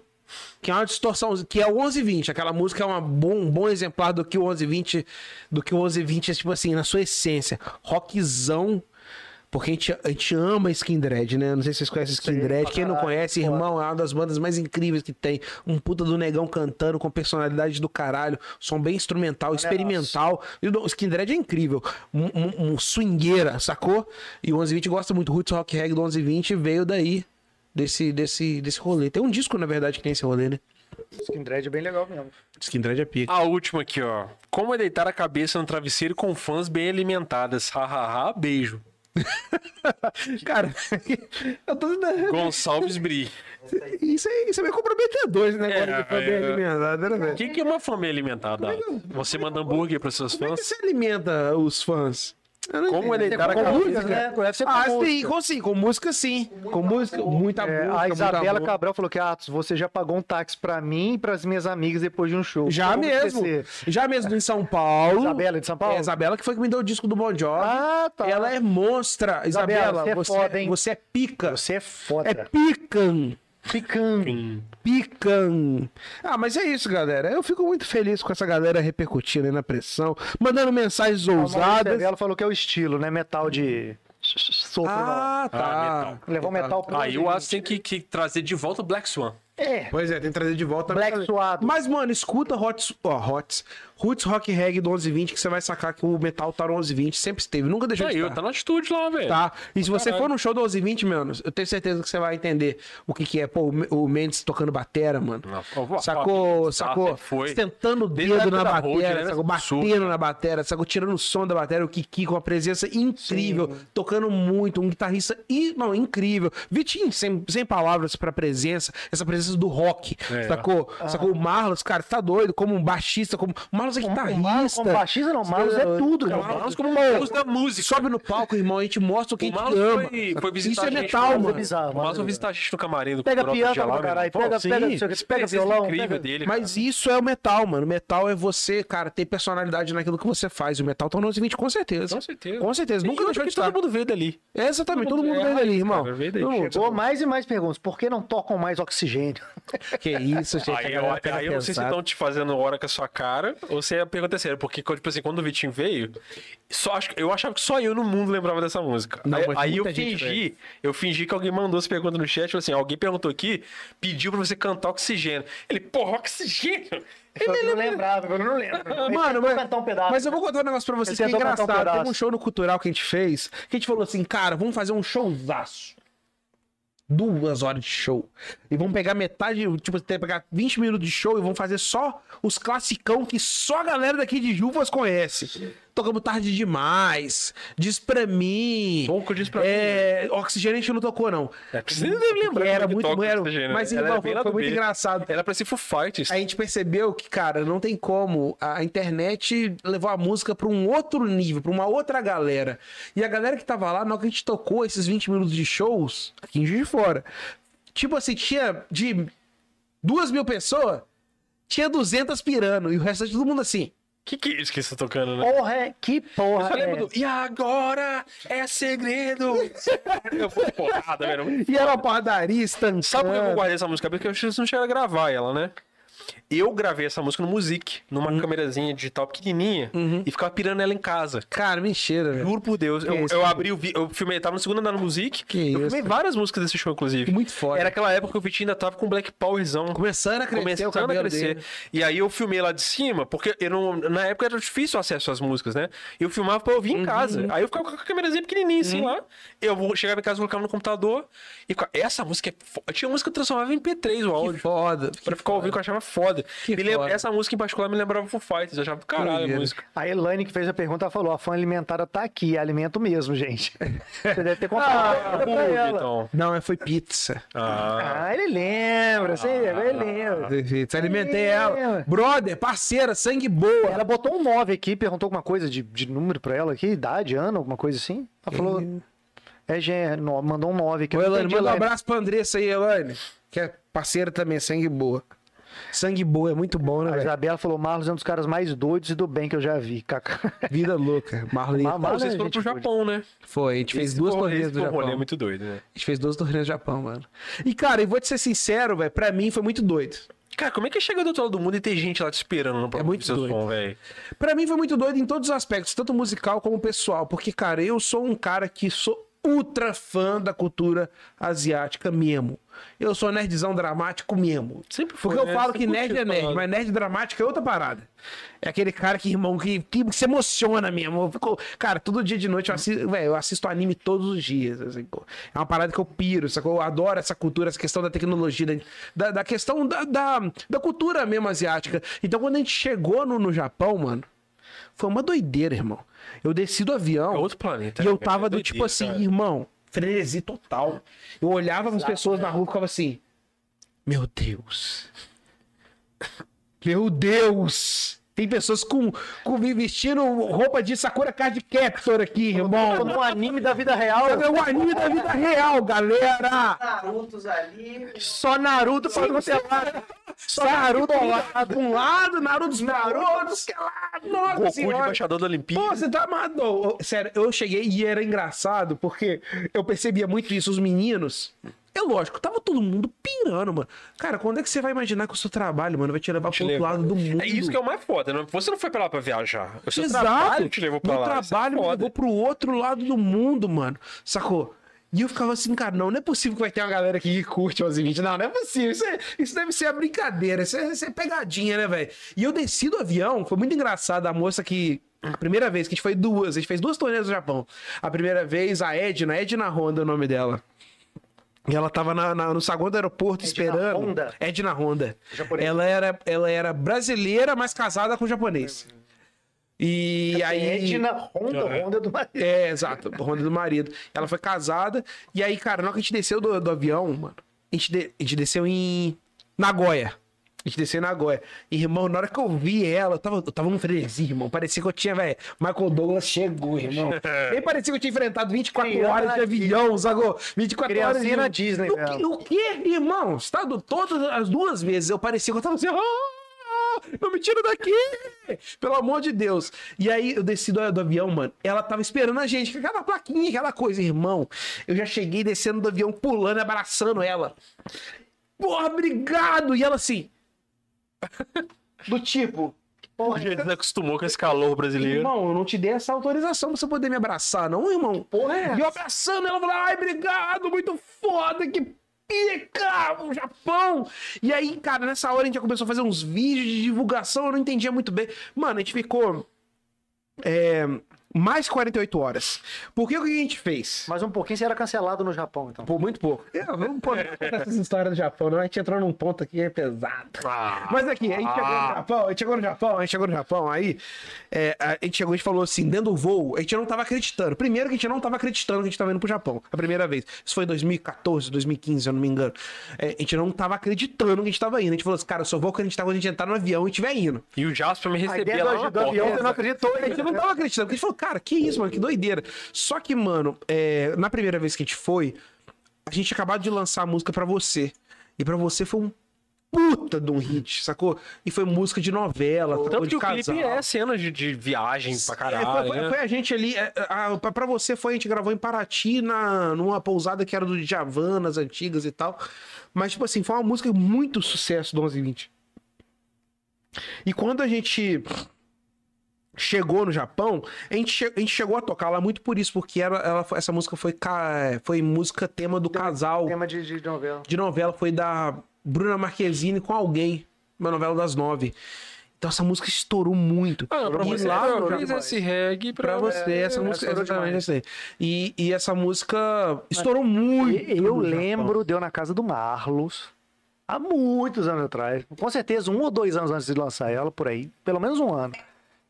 que é uma distorção, que é o 1120. Aquela música é uma bom- um bom exemplar do que o 1120, do que o 1120 é, tipo assim, na sua essência. Rockzão. Porque a gente, a gente ama Skin Dread, né? Não sei se vocês conhecem Skin Dread. Quem não conhece, irmão, é uma das bandas mais incríveis que tem. Um puta do negão cantando com personalidade do caralho. Som bem instrumental, experimental. E o Skin Dread é incrível. Um, um, um swingueira, sacou? E o 1120 gosta muito. Roots Rock Reggae do 1120 veio daí. Desse, desse, desse rolê. Tem um disco, na verdade, que tem esse rolê, né?
Skin Dread é bem legal mesmo.
Skin Dread é pica.
A última aqui, ó. Como é deitar a cabeça no travesseiro com fãs bem alimentadas? Hahaha, beijo.
Cara, eu tô.
Gonçalves Bri.
Isso é, isso é meio comprometedor, esse negócio
É,
de poder
é.
alimentado, né,
O
velho?
que, que é uma família alimentada?
é
Você manda hambúrguer para seus
Como é que
fãs?
se alimenta os fãs? Eu não
Como
entendo.
ele dá na
com
cabeça,
música,
né? Deve ser com
ah,
música.
sim, com, sim, com música sim. Com música, muita
É,
música.
a
muito
Isabela
amor.
Cabral falou que, Atos, você já pagou um táxi pra mim e pras minhas amigas depois de um show.
Já
Como
mesmo.
esquecer?
Já mesmo em São Paulo.
Isabela, de São Paulo?
É, Isabela que foi que me deu o disco do Bon Jovi.
Ah, tá.
Ela é monstra. Isabela,
Isabela, você é
você,
foda, hein?
você é pica.
Você é foda.
É pican.
picante.
Pican. Ah, mas é isso, galera. Eu fico muito feliz com essa galera repercutindo aí na pressão, mandando mensagens ousadas.
Ela falou que é o estilo, né? Metal de sopro.
Ah,
Ah,
tá.
metal.
não. Levar um metal pro.
Aí o Aço tem que, que trazer de volta o Black Swan.
É.
Pois é, tem que trazer de volta.
Black Suado.
Mas, tá mano, escuta Hots, ó, Hots, Roots Rock Reg do 1120 que você vai sacar que o metal tá no 1120, sempre esteve, nunca deixou
Aí,
de
eu
estar.
tá na atitude lá, velho.
Tá? E se você
Caralho.
for no show do 1120, mano, eu tenho certeza que você vai entender o que que é, pô, o M- o Mendes tocando batera, mano.
Não, ó, ó,
Sacou,
ó,
sacou?
tá, foi.
Sentando o
Desde a
dedo na
época da Road,
batera,
né?
sacou? Batendo
Absurdo.
na batera, sacou? Tirando o som da batera, o Kiki com uma presença incrível, tocando muito, um guitarrista in- não, incrível. Vitinho, sem, sem palavras pra presença, essa presença do rock,
É.
sacou? Sacou? O Marlos, cara, tá doido, como um baixista, como... O Marlos é
um
guitarrista.
Marlos como baixista, não, o Marlos é tudo,
Cara,
cara.
o Marlos como
Deus da música.
Sobe no palco, irmão, a gente mostra o que
O
a gente
Marlos
ama.
foi, foi visitar
Isso é
a gente. né?
metal,
Marlos
é
mano.
bizarro,
O Marlos
Marlos é
foi visitar a gente no camarim do
Pega
Europa
piano
de lá,
pra
meu
caralho.
irmão.
Pega,
Pô,
pega,
sim.
pega, pega
Presença
violão.
incrível
pega-
dele, cara.
Mas isso é o metal, mano. Metal é você, cara, ter personalidade naquilo que você faz. O metal tá no 20, com certeza.
Com certeza.
Com certeza.
E
Nunca
outra
deixou de
que todo
estar.
mundo veio dali.
É, Exatamente. Todo
todo
mundo
mundo-
veio
é
dali,
raiz,
irmão.
cara, veio daí.
Todo mundo.
Chegou mais e mais perguntas. Por que não tocam mais oxigênio?
Que isso, gente.
Aí, eu, aí eu não sei se estão te fazendo hora com a sua cara ou se é a pergunta é séria. Porque, tipo assim, quando o Vitinho veio, só acho, que- eu achava que só eu no mundo lembrava dessa música.
Não,
aí
mas
aí eu
muita gente
fingi, eu fingi que alguém mandou essa pergunta no chat. Tipo assim, alguém perguntou aqui, pediu pra você cantar oxigênio. Ele, porra, oxigênio?
Eu não lembrava, eu não lembro.
Mano, mas,
cantar um pedaço.
mas eu vou contar um negócio pra vocês que
Ele
é
tentou cantar um
engraçado. Teve um
pedaço.
show no Cultural que a gente fez, que a gente falou assim, cara, vamos fazer um showzaço. Duas horas de show. E vamos pegar metade, tipo, tem que pegar 20 minutos de show e vamos fazer só os classicão que só a galera daqui de Juvas conhece. Tocamos tarde demais. Diz pra mim.
Pouco Diz Pra Mim. né?
É, Oxigênio a gente não tocou, não.
É, porque você não deve lembrar
Era
como que
muito.
toca
Era,
Oxigênio,
mas
né? Ela
então,
é bem
foi muito
lado B.
engraçado
Era pra ser Foo Fighters.
a gente percebeu que, cara, não tem como. A a internet levou a música pra um outro nível, pra uma outra galera. E a galera que tava lá, na hora que a gente tocou esses 20 minutos de shows, aqui em Juiz de Fora, tipo assim, tinha de duas mil pessoas, tinha 200 pirando. E o restante todo mundo assim.
Que que é isso que você tá tocando, né?
Porra, é- que porra.
Eu só lembro
é
do. E agora é segredo! eu fui porrada, velho.
E era uma padaria, estancando.
Sabe por que eu guardei essa música? Porque eu não cheguei a gravar ela, né? Eu gravei essa música no Music, numa
Uhum.
câmerazinha digital pequenininha, e ficava pirando ela em casa.
Cara, mentira, velho.
Juro por Deus. Eu,
isso,
eu
cara?
abri o vídeo, eu filmei, tava no segundo andar no Music.
Que
eu
isso,
filmei várias músicas desse show, inclusive.
Muito foda.
Era aquela época que o Vitinho ainda tava com Black Powerzão.
Começando a crescer o
Começando a
cabelo
crescer.
dele.
E aí eu filmei lá de cima, porque eu não, na época era difícil o acesso às músicas, né? Eu filmava pra ouvir em
Uhum.
casa. Aí eu ficava com a câmerazinha pequenininha assim lá. Eu vou- chegava em casa, colocava no computador. E co- essa música é foda. Tinha música que eu transformava em MP3 o
Que
áudio.
foda.
Pra ficar ouvindo, que eu achava foda.
Que
Me lembra-
foda.
Essa música em particular me lembrava Foo Fighters. Eu achava do caralho a
Doideira.
música. é
A Elaine que fez a pergunta, ela falou: a fã alimentada tá aqui, é alimento mesmo, gente. Você deve ter
Ah,
contado. pra
bug,
ela.
então.
Não, foi pizza.
Ah,
Ah, ele lembra, você ele lembra.
Perfeito. Alimentei ela. Brother, parceira, sangue boa.
Ela botou um 9 aqui, perguntou alguma coisa de, de número pra ela aqui, idade, ano, alguma coisa assim. Ela falou. É, gen- no- mandou um 9 aqui.
Ô,
eu não
Elane,
entendi,
manda um
Elaine.
abraço pra Andressa aí, Elane. Que é parceira também, sangue boa. Sangue boa, é muito bom, né,
Ah,
A
velho?
Isabela falou: Marlos é um dos caras mais doidos e do bem que eu já vi, Kaká.
Vida louca. Marlene.
Mas- mas-
vocês
né,
foram pro
gente,
Japão, né?
Foi, a gente fez duas
Porra,
torneiras
esse
do
foi um rolê
Japão.
muito doido, né?
A gente fez duas torneiras do Japão, mano. E, cara, eu vou te ser sincero, velho, pra mim foi muito doido.
Cara, como é que chega do outro lado do mundo e tem gente lá te esperando pra
É muito
seu
doido.
som, velho?
Pra mim foi muito doido em todos os aspectos, tanto musical como pessoal, porque, cara, eu sou um cara que sou ultra fã da cultura asiática mesmo. Eu sou nerdzão dramático mesmo.
Sempre foi,
Porque eu
né?
falo
Sempre
que nerd
curti
é
essa
nerd,
parada.
mas nerd dramático é outra parada. É aquele cara que, irmão, que, que se emociona mesmo. Eu fico- cara, todo dia de noite eu assisto, véio, eu assisto anime todos os dias. assim, pô. é uma parada que eu piro, sacou? Eu adoro essa cultura, essa questão da tecnologia, da- da, da questão da, da, da cultura mesmo asiática. Então, quando a gente chegou no, no Japão, mano, foi uma doideira, irmão. Eu desci do avião.
É outro planeta,
E
né,
eu
cara?
tava
É
do
doideira,
tipo assim,
cara.
irmão, frenesi total. Eu olhava as pessoas na rua e ficava assim: Meu Deus. Meu Deus. Tem pessoas com, com vestindo roupa de Sakura Card Captor aqui,
Tô
irmão.
no anime da vida real.
É o anime da vida real, galera.
Narutos ali.
Só Naruto pra não ter lado.
Só Naruto de um lado, Naruto dos Narutos, que lá, nossa
Goku
assim,
de
senhora.
embaixador da Olimpíada.
Pô, você tá amado. Ô, Sério, eu cheguei e era engraçado, porque eu percebia muito isso, os meninos. É lógico, tava todo mundo pirando, mano. Cara, quando é que você vai imaginar que o seu trabalho, mano, vai te levar pro outro lado do mundo?
É isso que é o mais foda, né? Você não foi pra lá pra viajar. é O seu
Exato.
trabalho te levou pra
Meu
lá. Isso é
trabalho me
foda.
levou pro outro lado do mundo, mano. Sacou? E eu ficava assim, cara, não, não é possível que vai ter uma galera aqui que curte 11 e 20. Não, não é possível. Isso, é- isso deve ser a brincadeira. Isso é, isso é pegadinha, né, velho? E eu desci do avião, foi muito engraçado. A moça que. A primeira vez, que a gente foi duas, a gente fez duas torneiras no Japão. A primeira vez, a Edna, Edna Honda é o nome dela. E ela tava na- na- no saguão do aeroporto esperando.
Honda?
Edna Honda.
Japonesa.
Ela era, ela era brasileira, mas casada com japonês.
É
E aí.
Edna Honda, Honda do marido.
É, exato, Honda do marido. Ela foi casada. E aí, cara, na hora que a gente desceu do, do avião, mano, a gente, de- a gente desceu em Nagoya. A gente desceu em Nagoya. Irmão, na hora que eu vi ela, eu tava, eu tava num frenesi, irmão. Parecia que eu tinha, velho. Michael Douglas chegou, irmão. Nem parecia que eu tinha enfrentado 24
Criança
horas de
na
avião, sagou? 24 horas.
Criancinha
de-
na Disney,
O
velho.
que, o quê, irmão? Estado todas as duas vezes eu parecia que eu tava assim. "Ah, não me tira daqui! Pelo amor de Deus. E aí eu desci do, do avião, mano. Ela tava esperando a gente, com aquela plaquinha, aquela coisa, irmão. Eu já cheguei descendo do avião, pulando, abraçando ela. Porra, obrigado! E ela assim. do tipo.
A gente se acostumou com esse calor brasileiro.
Irmão, eu não te dei essa autorização pra você poder me abraçar, não, irmão. Porra, é. E eu abraçando ela, falando, ai, obrigado, muito foda, que pica, o Japão. E aí, cara, nessa hora a gente já começou a fazer uns vídeos de divulgação, eu não entendia muito bem. Mano, a gente ficou. É, mais 48 horas. Porque o que a gente fez?
Mas um pouquinho você era cancelado no Japão, então.
Por muito pouco. É, vamos pôr essas histórias do Japão, não. A gente entrou num ponto aqui é pesado.
Ah,
Mas aqui, a gente chegou no Japão, a gente chegou no Japão, a gente chegou no Japão, aí é, a gente chegou e falou assim, dentro do voo, a gente não tava acreditando. Primeiro que a gente não tava acreditando que a gente tava indo pro Japão, a primeira vez. Isso foi em 2014, 2015, se eu não me engano. É, a gente não tava acreditando que a gente tava indo. A gente falou assim, cara, eu só vou acreditar quando a gente entrar no avião e estiver indo.
E o Jasper me
Aí
recebia
dentro
lá na
do, do avião
porta.
tá
você não acreditou.
A gente não tava acreditando, porque a gente falou, cara, que isso, mano, que doideira. Só que, mano, é, na primeira vez que a gente foi, a gente acabou de lançar a música pra você. E pra você foi um puta de um hit, sacou? E foi música de novela, sacou?
Tanto
de
que o clipe
casal.
é cenas de, de viagem pra
É,
caralho.
foi, foi-
né?
foi a gente ali. é, a- pra- pra você foi, a gente gravou em Paraty, na, numa pousada que era do Javanas antigas e tal. Mas, tipo assim, foi uma música muito sucesso do 11 e 20. E quando a gente chegou no Japão, a gente, che- a gente chegou a tocar lá muito por isso, porque era, ela foi- essa música foi, ca- foi música tema do casal
Tema de, de novela.
de novela foi da Bruna Marquezine com alguém, uma novela das nove. Então essa música estourou muito.
Ah, pra
E
você,
lá no
eu
Japão-
fiz esse reggae pra,
né,
é
Pra você, essa música.
é, estourou
Exatamente essa aí. E, e essa música estourou muito.
E- Eu
no Japão.
lembro, deu na casa do Marlos. Há muitos anos atrás. Com certeza, um ou dois anos antes de lançar ela, por aí. Pelo menos um ano.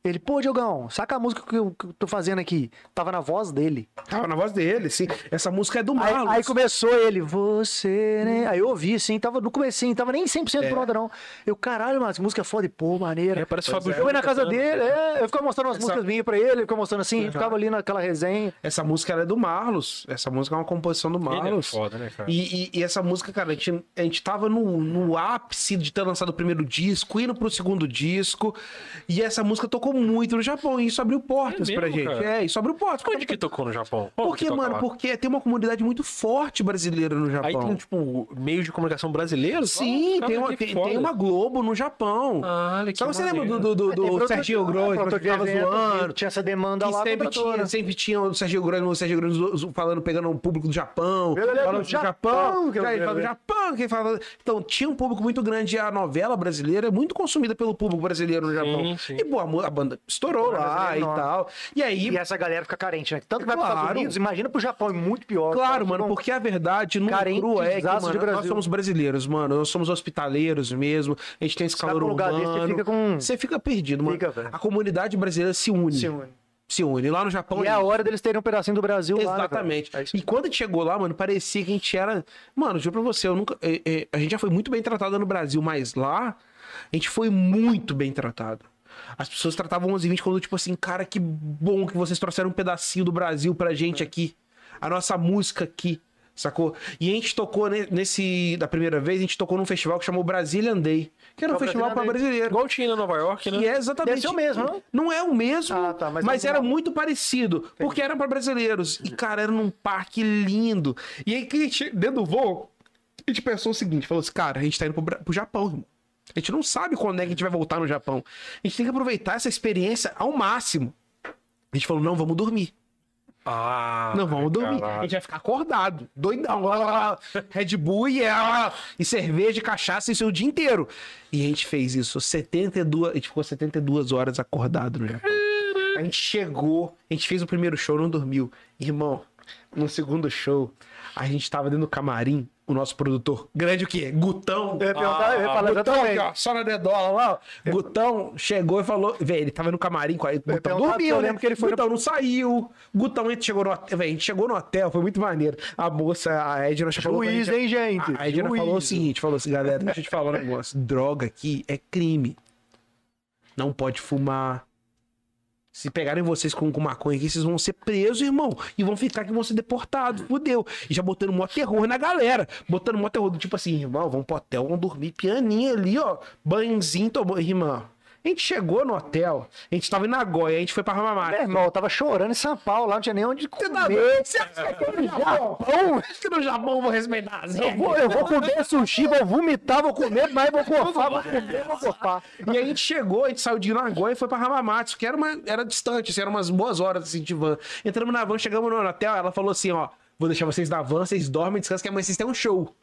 Ele, pô, Diogão, saca a música que eu, que eu tô fazendo aqui. Tava na voz dele.
Tava na voz dele, sim. Essa música é do
Aí,
Marlos.
aí começou ele, você, né? Aí eu ouvi, assim, tava no comecinho, tava nem
É.
100% pronta, não. Eu, caralho, mano, que música foda, e, pô, maneira.
É, parece o Fábio
Eu ia
Júnior
na casa
cantando.
dele, é, eu ficava mostrando umas
Essa-
músicas minhas pra ele, ele ficava mostrando assim, ficava ali naquela resenha.
Essa música ela é do Marlos. Essa música é uma composição do
Ele é
Marlos.
foda, né, cara?
E, e- e essa música, cara, a gente, a gente tava no, no ápice de ter lançado o primeiro disco, indo pro segundo disco. E essa música tocou muito no Japão. E isso abriu portas
É
pra
mesmo,
gente.
cara?
É, isso abriu portas.
Onde que tocou no Japão? Onde
Porque,
que toca
mano,
lá?
porque tem uma comunidade muito forte brasileira no
Aí
Japão.
tem, tipo, meio de comunicação brasileiro?
Sim,
Nossa,
tem,
cara,
uma,
que
tem,
foda.
tem uma Globo no Japão.
Ah, olha que
Só que É, você
maneiro.
lembra do, do, do, do
Tem produtor-
Serginho Grosso,
produtor
que
de
ficava
evento,
zoando. um
Tinha essa demanda
Que
lá né?
sempre,
toda
tinha,
hora.
sempre tinha o Sergio Grande, o Sergio Grande zo- zo- falando, pegando um público do Japão,
Eu lembro,
falando do Japão,
Japão, que eu
aí ele fala do
lembro.
Japão, que ele fala... Então, tinha um público muito grande, e a novela brasileira é muito consumida pelo público brasileiro no Japão.
sim.
E, pô, a, mu- a banda estourou
A banda
lá
brasileira é
e
enorme.
tal. E aí,
E essa galera fica carente, né? Tanto que vai para os
Claro.
Estados Unidos, imagina pro Japão, é muito pior.
Claro, mano,
Bom,
porque a verdade no
Carente
cru é que,
desastre
mano,
de
nós
Brasil.
somos brasileiros, mano. Nós somos hospitaleiros mesmo. A gente tem esse
vai
calor
pra um lugar
urbano.
desse, você fica com-
Você fica perdido, mano.
Fica, velho.
a comunidade brasileira se une.
Sim, mano.
se une. Lá no Japão.
E é a hora deles terem um pedacinho do Brasil lá. né, velho?
Exatamente.
É isso.
e quando a gente chegou lá, mano, parecia que a gente era. Mano, juro pra você, eu nunca. é, é, a gente já foi muito bem tratado no Brasil, mas lá a gente foi muito bem tratado. As pessoas tratavam 11 e 20 quando, tipo assim, cara, que bom que vocês trouxeram um pedacinho do Brasil pra
É.
gente aqui. A nossa música aqui, sacou? E a gente tocou ne- nesse. Da primeira vez, a gente tocou num festival que chamou Brazilian Day, que era um
É o
festival pra
Brazilian Day.
brasileiro.
Igual tinha em Nova York, né?
E é exatamente.
Deve ser o mesmo, não?
Não é o mesmo,
Ah, tá,
mas,
mas é um-
era muito parecido. Porque era pra brasileiros. E, cara, era num parque lindo. E aí, que a gente, dentro do voo, a gente pensou o seguinte: falou assim, cara, a gente tá indo pro, Bra- pro Japão, irmão. A gente não sabe quando é que a gente vai voltar no Japão. A gente tem que aproveitar essa experiência ao máximo. A gente falou, não, vamos dormir.
Ah,
Não, vamos dormir. A
caralho.
gente vai ficar acordado, doidão. Lá, lá, lá, Red Bull e, ah, e cerveja e cachaça, isso o dia inteiro. E a gente fez isso. 72, a gente ficou 72 horas acordado no Japão. A gente chegou, a gente fez o primeiro show, não dormiu. Irmão, no segundo show, a gente tava dentro do camarim, o nosso produtor, grande o quê? Gutão.
Eu ia perguntar, eu ia falar
Gutão,
exatamente.
aqui, ó, só na dedola lá, ó. Gutão chegou e falou. Véi, ele tava no camarim com a. Gutão
perguntar,
dormiu,
eu
né?
lembro que ele foi no-
Gutão não saiu. Gutão, a gente chegou no hotel. Véi, a gente chegou no hotel, foi muito maneiro. A moça, então, a Edna falou. pra
Juiz,
gente-
hein, gente?
A Edna
Juiz.
falou o seguinte: falou assim, galera, deixa eu te falar um negócio. Droga aqui é crime. Não pode fumar. Se pegarem vocês com, com maconha aqui, vocês vão ser presos, irmão. E vão ficar que vão ser deportados. Fudeu. E já botando mó terror na galera. Botando mó terror. do Tipo assim, irmão, vamos pro hotel, vamos dormir pianinho ali, ó. Banhozinho, tomou. Irmão. A gente chegou no hotel, a gente tava em Nagoya, a gente foi pra Hamamatsu.
Meu irmão, eu tava chorando em São Paulo, lá não tinha nem onde
Você tá
comer.
doido? Você acha que no Japão? Acha que no Japão eu vou respeitar as
Eu vou, eu vou comer sushi, vou vomitar, vou comer, mas vou corfar, vou comer, vou corfar.
E aí a gente chegou, a gente saiu de Nagoya e foi pra Hamamatsu, que era, uma, era distante, assim, eram umas boas horas assim, de van. Entramos na van, chegamos no hotel, ela falou assim: ó, vou deixar vocês na van, vocês dormem, descansam, que amanhã vocês têm um show.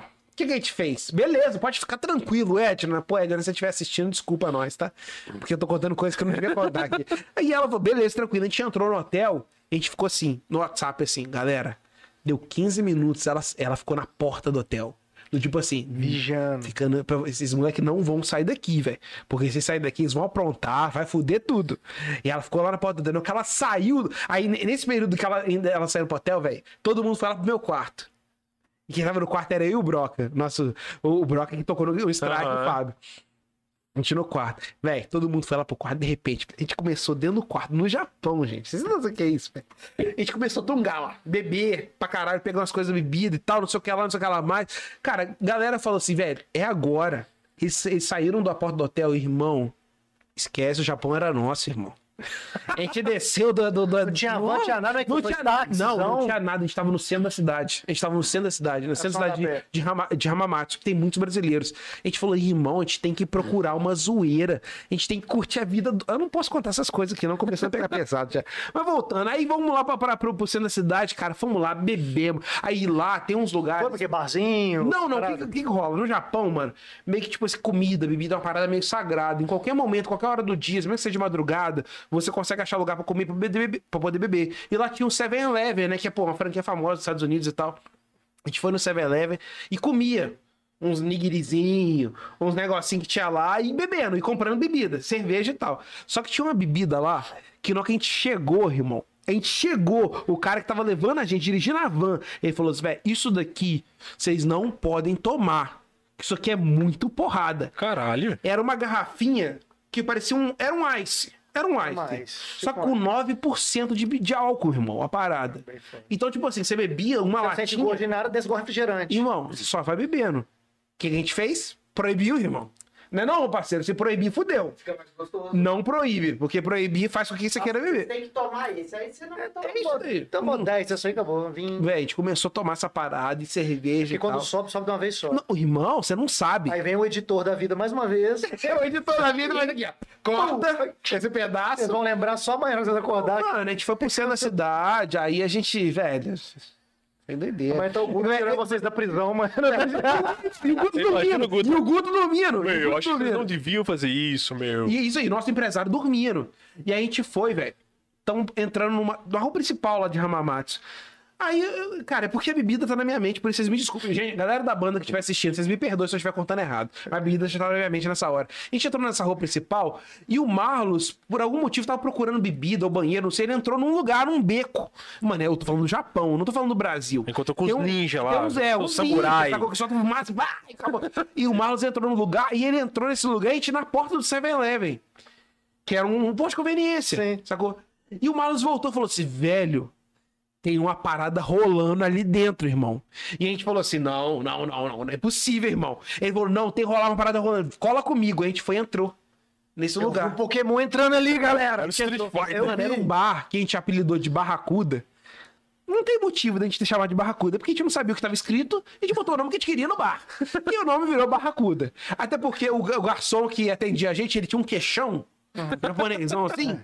O que, que a gente fez? Beleza, pode ficar tranquilo, Edna. Pô, Edna, se você estiver assistindo, desculpa nós, tá? Porque eu tô contando coisas que eu não devia contar aqui. Aí ela falou, beleza, tranquilo. A gente entrou no hotel, a gente ficou assim, no WhatsApp, assim, galera. Deu 15 minutos, ela, ela ficou na porta do hotel. Do tipo assim,
Vigiando.
Ficando, pra- esses moleques não vão sair daqui, velho. Porque se sair daqui, eles vão aprontar, vai fuder tudo. E ela ficou lá na porta do hotel. que ela saiu. Aí, ne- nesse período que ela, ainda- ela saiu pro hotel, velho, todo mundo foi lá pro meu quarto. E quem tava no quarto era eu e o Broca. Nosso, o, o Broca que tocou no, no strike do
Aham.
Fábio. A gente no quarto. Véi, todo mundo foi lá pro quarto, de repente, a gente começou dentro do quarto, no Japão, gente. Vocês não sabem o que é isso, velho. A gente começou a tungar lá, beber pra caralho, pegar umas coisas bebida e tal, não sei o que lá, não sei o que lá mais. Cara, a galera falou assim, velho, é agora. Eles, eles saíram da porta do hotel, irmão. Esquece, o Japão era nosso, irmão. A gente desceu do. do, do-
Não tinha van, não tinha nada, né, que
não
foi
tinha
táxi,
Não, não
não. É
tinha nada. A gente tava no centro da cidade. A gente tava no centro da cidade, no centro da
só
cidade
na
de,
pé.
de, Hama- de Hamamatsu, que tem muitos brasileiros. A gente falou, irmão, a gente tem que procurar uma zoeira. A gente tem que curtir a vida. do- Eu não posso contar essas coisas aqui, não. Começando a pegar pesado já. Mas voltando, aí vamos lá pra, pra, pro, pro centro da cidade, cara. Vamos lá, bebemos. Aí lá tem uns lugares.
Foi porque é barzinho.
Não, não, o que, é
parada.
o que que rola? No Japão, mano, meio que tipo assim, comida, bebida é uma parada meio sagrada. Em qualquer momento, qualquer hora do dia, mesmo que seja de madrugada, você consegue achar lugar pra comer, pra, beber, pra poder beber. E lá tinha o 7-Eleven, né? Que é, pô, uma franquia famosa dos Estados Unidos e tal. A gente foi no 7-Eleven e comia uns nigirizinho, uns negocinhos que tinha lá e bebendo, e comprando bebida, cerveja e tal. Só que tinha uma bebida lá que na hora que a gente chegou, irmão, a gente chegou, o cara que tava levando a gente, dirigindo a van, ele falou assim, velho, isso daqui vocês não podem tomar, que isso aqui é muito porrada.
Caralho.
Era uma garrafinha que parecia um... era um ice. Era um ice.
um ice.
Só com 9% de, de álcool, irmão, a parada. Então, tipo assim, você bebia uma
Não sente
latinha...
gosto de nada, desgosta de refrigerante.
Irmão, você só vai bebendo. O que a gente fez? Proibiu, irmão. Não é não, parceiro? Se proibir, fudeu.
Fica mais gostoso.
Não proíbe, porque proibir faz com que você queira
Você
beber.
tem que tomar isso, aí você não vai tomar.
É isso daí.
Tamo 10, isso aí acabou. Vim.
Véi, a gente começou a tomar essa parada e cerveja
Porque
e tal.
quando sobe, sobe de uma vez só.
Não, irmão, você não sabe.
Aí vem o editor da vida mais uma vez. Vocês
Eu editor da vida, mas aqui, ó. Corta esse pedaço.
vão lembrar só amanhã quando vocês acordarem.
Mano, a gente foi pro centro da cidade, aí a gente, velho... É doideira.
Mas então o Guto tirou vocês da prisão, é mano.
E o Guto
Imagina o
dormindo.
Guto.
E o Guto dormindo.
Meu,
E o
eu
Guto
acho que vocês
dormindo.
não deviam fazer isso, meu.
E é isso aí, nosso empresário dormindo. E aí a gente foi, velho. Tão entrando numa, na rua principal lá de Hamamatsu. Aí, eu- cara, é porque a bebida tá na minha mente, por isso vocês me desculpem. Gente, galera da banda que estiver assistindo, vocês me perdoem se eu estiver contando errado. Mas A bebida já tava na minha mente nessa hora. A gente entrou nessa rua principal e o Marlos, por algum motivo, tava procurando bebida ou banheiro, não sei, ele entrou num lugar, num beco. Mano, eu tô falando do Japão, não tô falando do Brasil.
Encontrou com os
Tem um-
ninja lá,
Tem uns, é,
com
uns
os samurai.
ninja, tá com- que só tava massa, vai, acabou. E o Marlos entrou no lugar, e ele entrou nesse lugar e a gente na porta do 7-Eleven. Que era um, um posto de conveniência. Sacou? E o Marlos voltou e falou assim, velho, tem uma parada rolando ali dentro, irmão. E a gente falou assim: não, não, não, não, não é possível, irmão. Ele falou: não, tem rolar uma parada rolando, cola comigo. A gente foi e entrou nesse
O
lugar.
Pokémon entrando ali, galera.
É
Era o Street Fighter.
Mano, era um bar que a gente apelidou de Barracuda. Não tem motivo da gente ter chamado de Barracuda, porque a gente não sabia o que estava escrito, a gente botou o nome que a gente queria no bar. E o nome virou Barracuda. Até porque o ga- o garçom que atendia a gente, ele tinha um queixão, japonesão assim.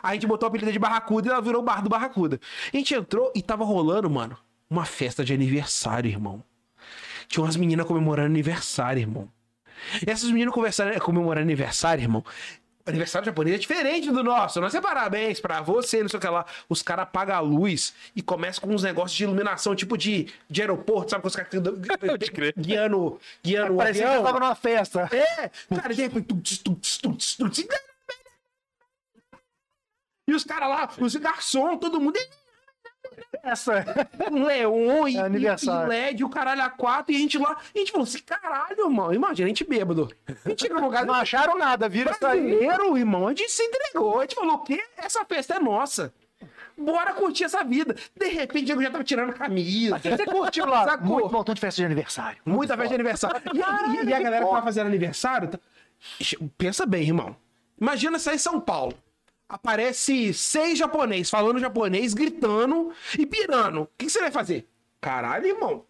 A gente botou a apelida de Barracuda e ela virou o bar do Barracuda. A gente entrou e tava rolando, mano, uma festa de aniversário, irmão. Tinha umas meninas comemorando aniversário, irmão. E essas meninas conversaram, comemorando aniversário, irmão. Aniversário japonês é diferente do nosso. Nós é parabéns pra você, não sei o que lá. Os caras apagam a luz e começam com uns negócios de iluminação, tipo de, de aeroporto, sabe? Com os caras que-
Pode crer.
guiando, guiando o
Parecia que eu
avião.
tava numa festa.
É! Cara, de repente. tum, tss, tum, tss, tum, tss, tum, tss, E os caras lá, os garçom, todo mundo.
Essa.
Um leão e,
É aniversário.
e LED, o caralho a quatro, e a gente lá. E a gente falou assim: caralho, irmão, imagina, a gente bêbado. A gente chega no lugar.
Não acharam nada, vira isso aí.
Brasileiro, irmão, a gente se entregou. A gente falou: o quê? Essa festa é nossa. Bora curtir essa vida. De repente, o Diego já tava tirando a camisa.
Você curtiu lá?
Sacou?
Muito montão de festa de aniversário.
Muita festa de aniversário. E, a- e a galera que tava fazendo aniversário. tá- Pensa bem, irmão. Imagina sair em São Paulo. Aparece seis japonês falando japonês, gritando e pirando. O que, que você vai fazer? Caralho, irmão. O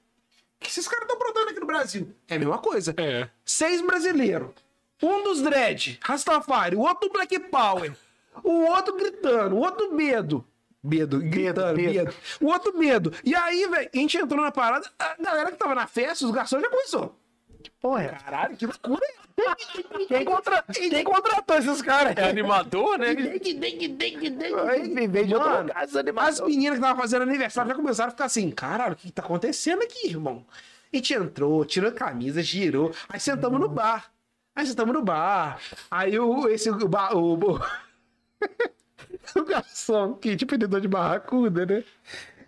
que esses caras estão aprontando aqui no Brasil? É a mesma coisa.
É.
Seis brasileiros. Um dos dread, Rastafari. O outro do Black Power. O outro gritando. O outro medo. Medo, gritando,
medo.
medo. O outro medo. E aí, velho, a gente entrou na parada, a galera que tava na festa, os garçons já começou.
Porra. é.
Caralho, que loucura.
Quem, contra... Quem contratou esses caras?
É animador, né?
Vivei de outra
Mano,
casa
as
animação.
meninas que estavam fazendo aniversário já começaram a ficar assim, caralho, o que que tá acontecendo aqui, irmão? A gente entrou, tirou a camisa, girou, aí sentamos no bar. Aí sentamos no bar. Aí o, esse, o, ba- o, o, o garçom, que tipo vendedor de barracuda, né?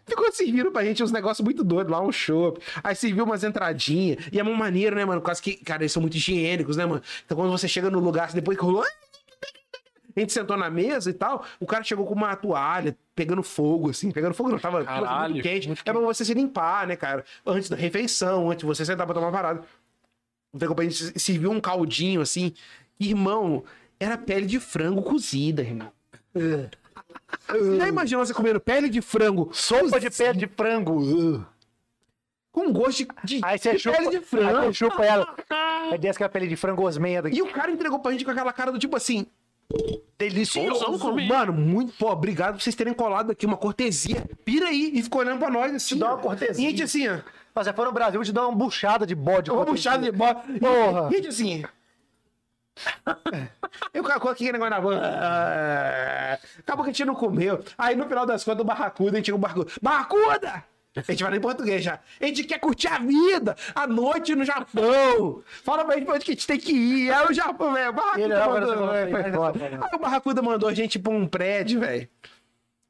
Ficou servindo pra gente uns negócios muito doidos lá, um show. Aí serviu umas entradinhas. E é uma maneira, né, mano? Quase que, cara, eles são muito higiênicos, né, mano? Então quando você chega no lugar, depois que rolou. A gente sentou na mesa e tal, o cara chegou com uma toalha, pegando fogo, assim, pegando fogo, não, tava
Caralho,
muito quente. É pra você se limpar, né, cara? Antes da refeição, antes de você sentar pra tomar uma parada. Pegou pra gente, serviu um caldinho, assim. Irmão, era pele de frango cozida, irmão. Você já imaginou você comendo pele de frango
Sopa de pé de frango. Uh.
com gosto de, de,
Aí você
de
chupa.
pele de frango?
Aí você chupa ela. Aí desce aquela pele de frango osmeia daqui.
E o cara entregou pra gente com aquela cara do tipo assim,
Bonzão
Delicioso,
comigo.
mano. Muito, pô, obrigado por vocês terem colado aqui uma cortesia. Pira aí e ficou olhando pra nós assim.
dá
ó.
uma cortesia.
E a gente assim, ó.
Mas se for no Brasil, eu te dou uma buchada de bode.
Uma puxada de bola.
Porra.
E a gente assim. Eu com aquele negócio na van. Ah, Acabou que a gente não comeu. Aí no final das contas, o Barracuda, a gente chega o Barracuda. Barracuda! A gente fala em português já. A gente quer curtir a vida, a noite no Japão. Fala pra gente pra onde que a gente tem que ir. Aí o Japão, velho. o Barracuda
Ele, agora você
mandou-
falou, assim,
é, foi
vai,
foda.
vai, vai.
Aí o Barracuda mandou a gente pra um prédio, velho.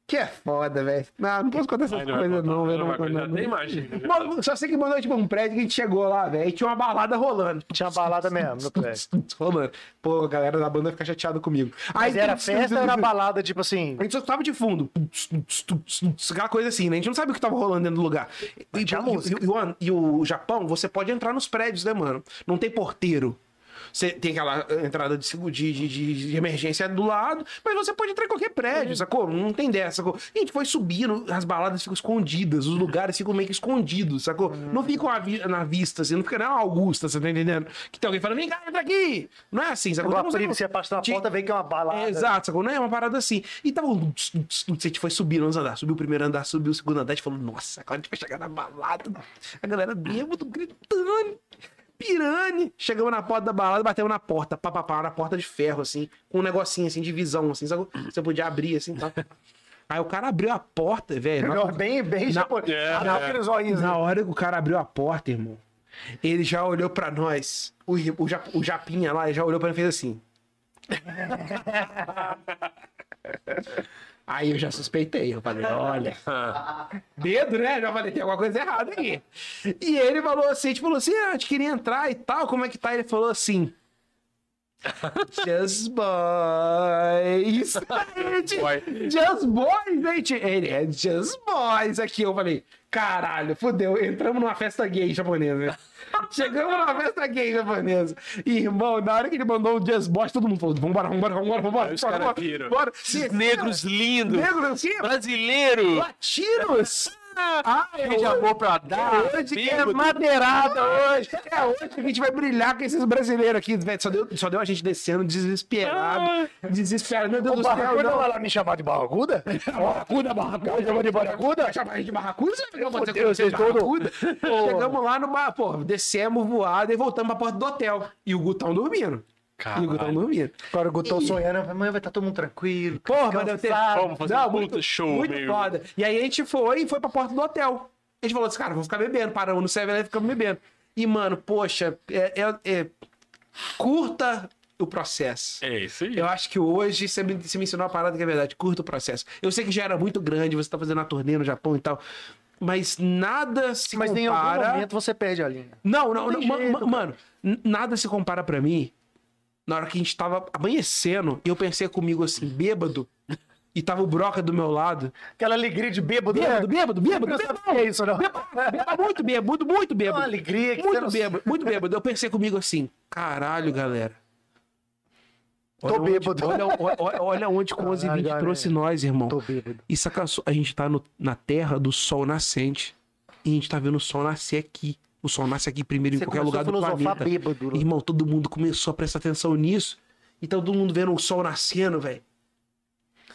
Que é foda, velho. Não, não posso contar essas
Aí não vai
coisas,
contar,
não,
não
velho.
vai
Não,
contar,
não, não.
nem imagina.
Mano, Só sei que mandou tipo um prédio que a gente chegou lá, velho, e tinha uma balada rolando.
Tinha uma balada mesmo no prédio.
Rolando. Pô, a galera da banda fica chateada comigo. Aí um
Mas era festa ou era balada, tipo assim?
A gente só tava de fundo. Aquela coisa assim, né? A gente não sabia o que tava rolando dentro do lugar. E,
tinha
e-
música.
e- e o- e o Japão, você pode entrar nos prédios, né, mano? Não tem porteiro. Você tem aquela entrada de, segu- de, de- de- de emergência do lado, mas você pode entrar em qualquer
Uhum.
prédio, sacou? Não tem dessa, sacou? E a gente foi subindo, as baladas ficam escondidas, os lugares ficam meio que escondidos, sacou?
Uhum.
Não ficam à vi- na vista, assim, não fica na Augusta, você tá entendendo? Que tem alguém falando, vem cá, entra aqui! Não é assim, sacou?
Agora,
Então,
por aí,
não-
você passa na
Tinha-
porta, vê que é uma balada.
é, exato, sacou? Não é uma parada assim. E tava um... tss, tss, tss, A gente foi subindo uns andar, subiu o primeiro andar, subiu o segundo andar, a gente falou, nossa, agora a gente vai chegar na balada. A galera bêbado, gritando, pirane. Chegamos na porta da balada, batemos na porta, papapá, na porta de ferro, assim, com um negocinho assim de visão, assim, sacou? Você podia abrir, assim, tá? Aí o cara abriu a porta, velho. na-
Bem, bem
Na-
japonês.
É,
Ah, não,
é.
aqueles olhinhos, né?
Na hora que o cara abriu a porta, irmão, ele já olhou pra nós. O, o, Ja- o Japinha lá ele já olhou pra nós e fez assim. Aí eu já suspeitei. Eu falei, olha. Medo, né? Já falei, tem alguma coisa errada aí. E ele falou assim: a gente falou assim, ah, a gente queria entrar e tal, como é que tá? Ele falou assim. Just boys.
Boy.
just boys, gente. Ele é just boys aqui. Eu falei, caralho, fodeu. Entramos numa festa gay japonesa. Chegamos numa festa gay japonesa. E, irmão, na hora que ele mandou o just boys, todo mundo falou, vambora, vambora, vambora, vambora.
Aí os
bora,
caras
bora,
viram.
bora.
Esses negros lindos.
Negros, assim,
Brasileiro.
latinos. Ah,
Cheio de amor pra dar.
é hoje que é
bêbado.
madeirada hoje. É hoje que a gente vai brilhar com esses brasileiros aqui, velho. Só deu, só deu a gente descendo desesperado. Desesperado. Meu Deus do céu,
Barracuda,
não.
vai lá me chamar de barracuda?
Barracuda, barracuda. Chamou de barracuda? Vai chamar a gente de barracuda? Você vai fazer com
Deus,
vocês
vocês todo-
barracuda? Chegamos lá no bar, pô, descemos voado e voltamos pra porta do hotel. E o Gutão dormindo. E o Gutão dormindo.
Agora o Gutão
Ih.
sonhando, amanhã vai estar todo mundo tranquilo.
Porra, mas deu tempo.
Vamos fazer um puta show,
Muito
meio-
foda. E aí a gente foi e foi pra porta do hotel. A gente falou assim, cara, vamos ficar bebendo. Paramos no 7 e ficamos bebendo. E, mano, poxa, é, é- é- curta o processo.
É isso aí.
Eu acho que hoje você me, você me ensinou uma parada que é verdade. Curta o processo. Eu sei que já era muito grande, você tá fazendo a turnê no Japão e tal. Mas nada se
Mas em algum
compara...
momento você perde a linha.
Não, não, não,
tem
ma-
jeito,
ma-
cara.
mano, n- nada se compara pra mim. Na hora que a gente tava amanhecendo, eu pensei comigo assim, bêbado, e tava o Broca do meu lado.
Aquela alegria de bêbado.
Bêbado,
né?
bêbado, bêbado,
Eu
bêbado.
sabia que é isso, não.
Bêbado, muito bêbado, muito bêbado.
uma alegria que você
muito
não-
bêbado, muito bêbado. Eu pensei comigo assim, caralho, galera.
Tô
Olha
bêbado.
Onde, olha, olha, olha onde com 11 e 20
Caralho,
trouxe
galera.
nós, irmão.
Tô bêbado.
E saca só, a gente tá no- na terra do sol nascente. E a gente tá vendo o sol nascer aqui. O sol nasce aqui primeiro em
Você
qualquer
começou
lugar
a
do
filosofar
planeta.
bêbado, né?
Irmão, todo mundo começou a prestar atenção nisso. E tá todo mundo vendo o sol nascendo, velho.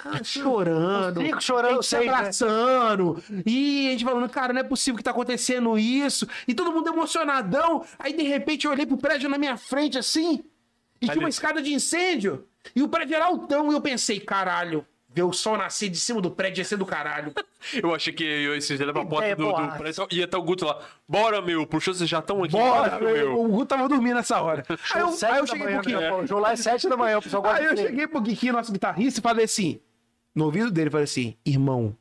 Ah, chorando.
Os cinco chorando,
a gente se
seis, né?
abraçando. E a gente falando, cara, não é possível que tá acontecendo isso. E todo mundo emocionadão. Aí, de repente, eu olhei pro prédio na minha frente, assim. E tinha uma escada de incêndio. E o prédio era altão. E eu pensei, caralho, ver o sol nascer de cima do prédio ia ser do caralho.
Eu achei que eu esses dias pra
Ideia
porta do,
boa.
do prédio e ia até o Guto lá. Bora, meu, puxou, vocês já estão aqui.
Bora, meu.
meu.
O Gu tava dormindo nessa hora. Aí eu,
Sete
aí eu
da
cheguei
manhã,
pro Kiki.
né? O jogo lá é sete da manhã, o pessoal gosta
Aí eu
de
cheguei pro Kiki, é nosso guitarrista, e falei assim, no ouvido dele, falei assim, irmão,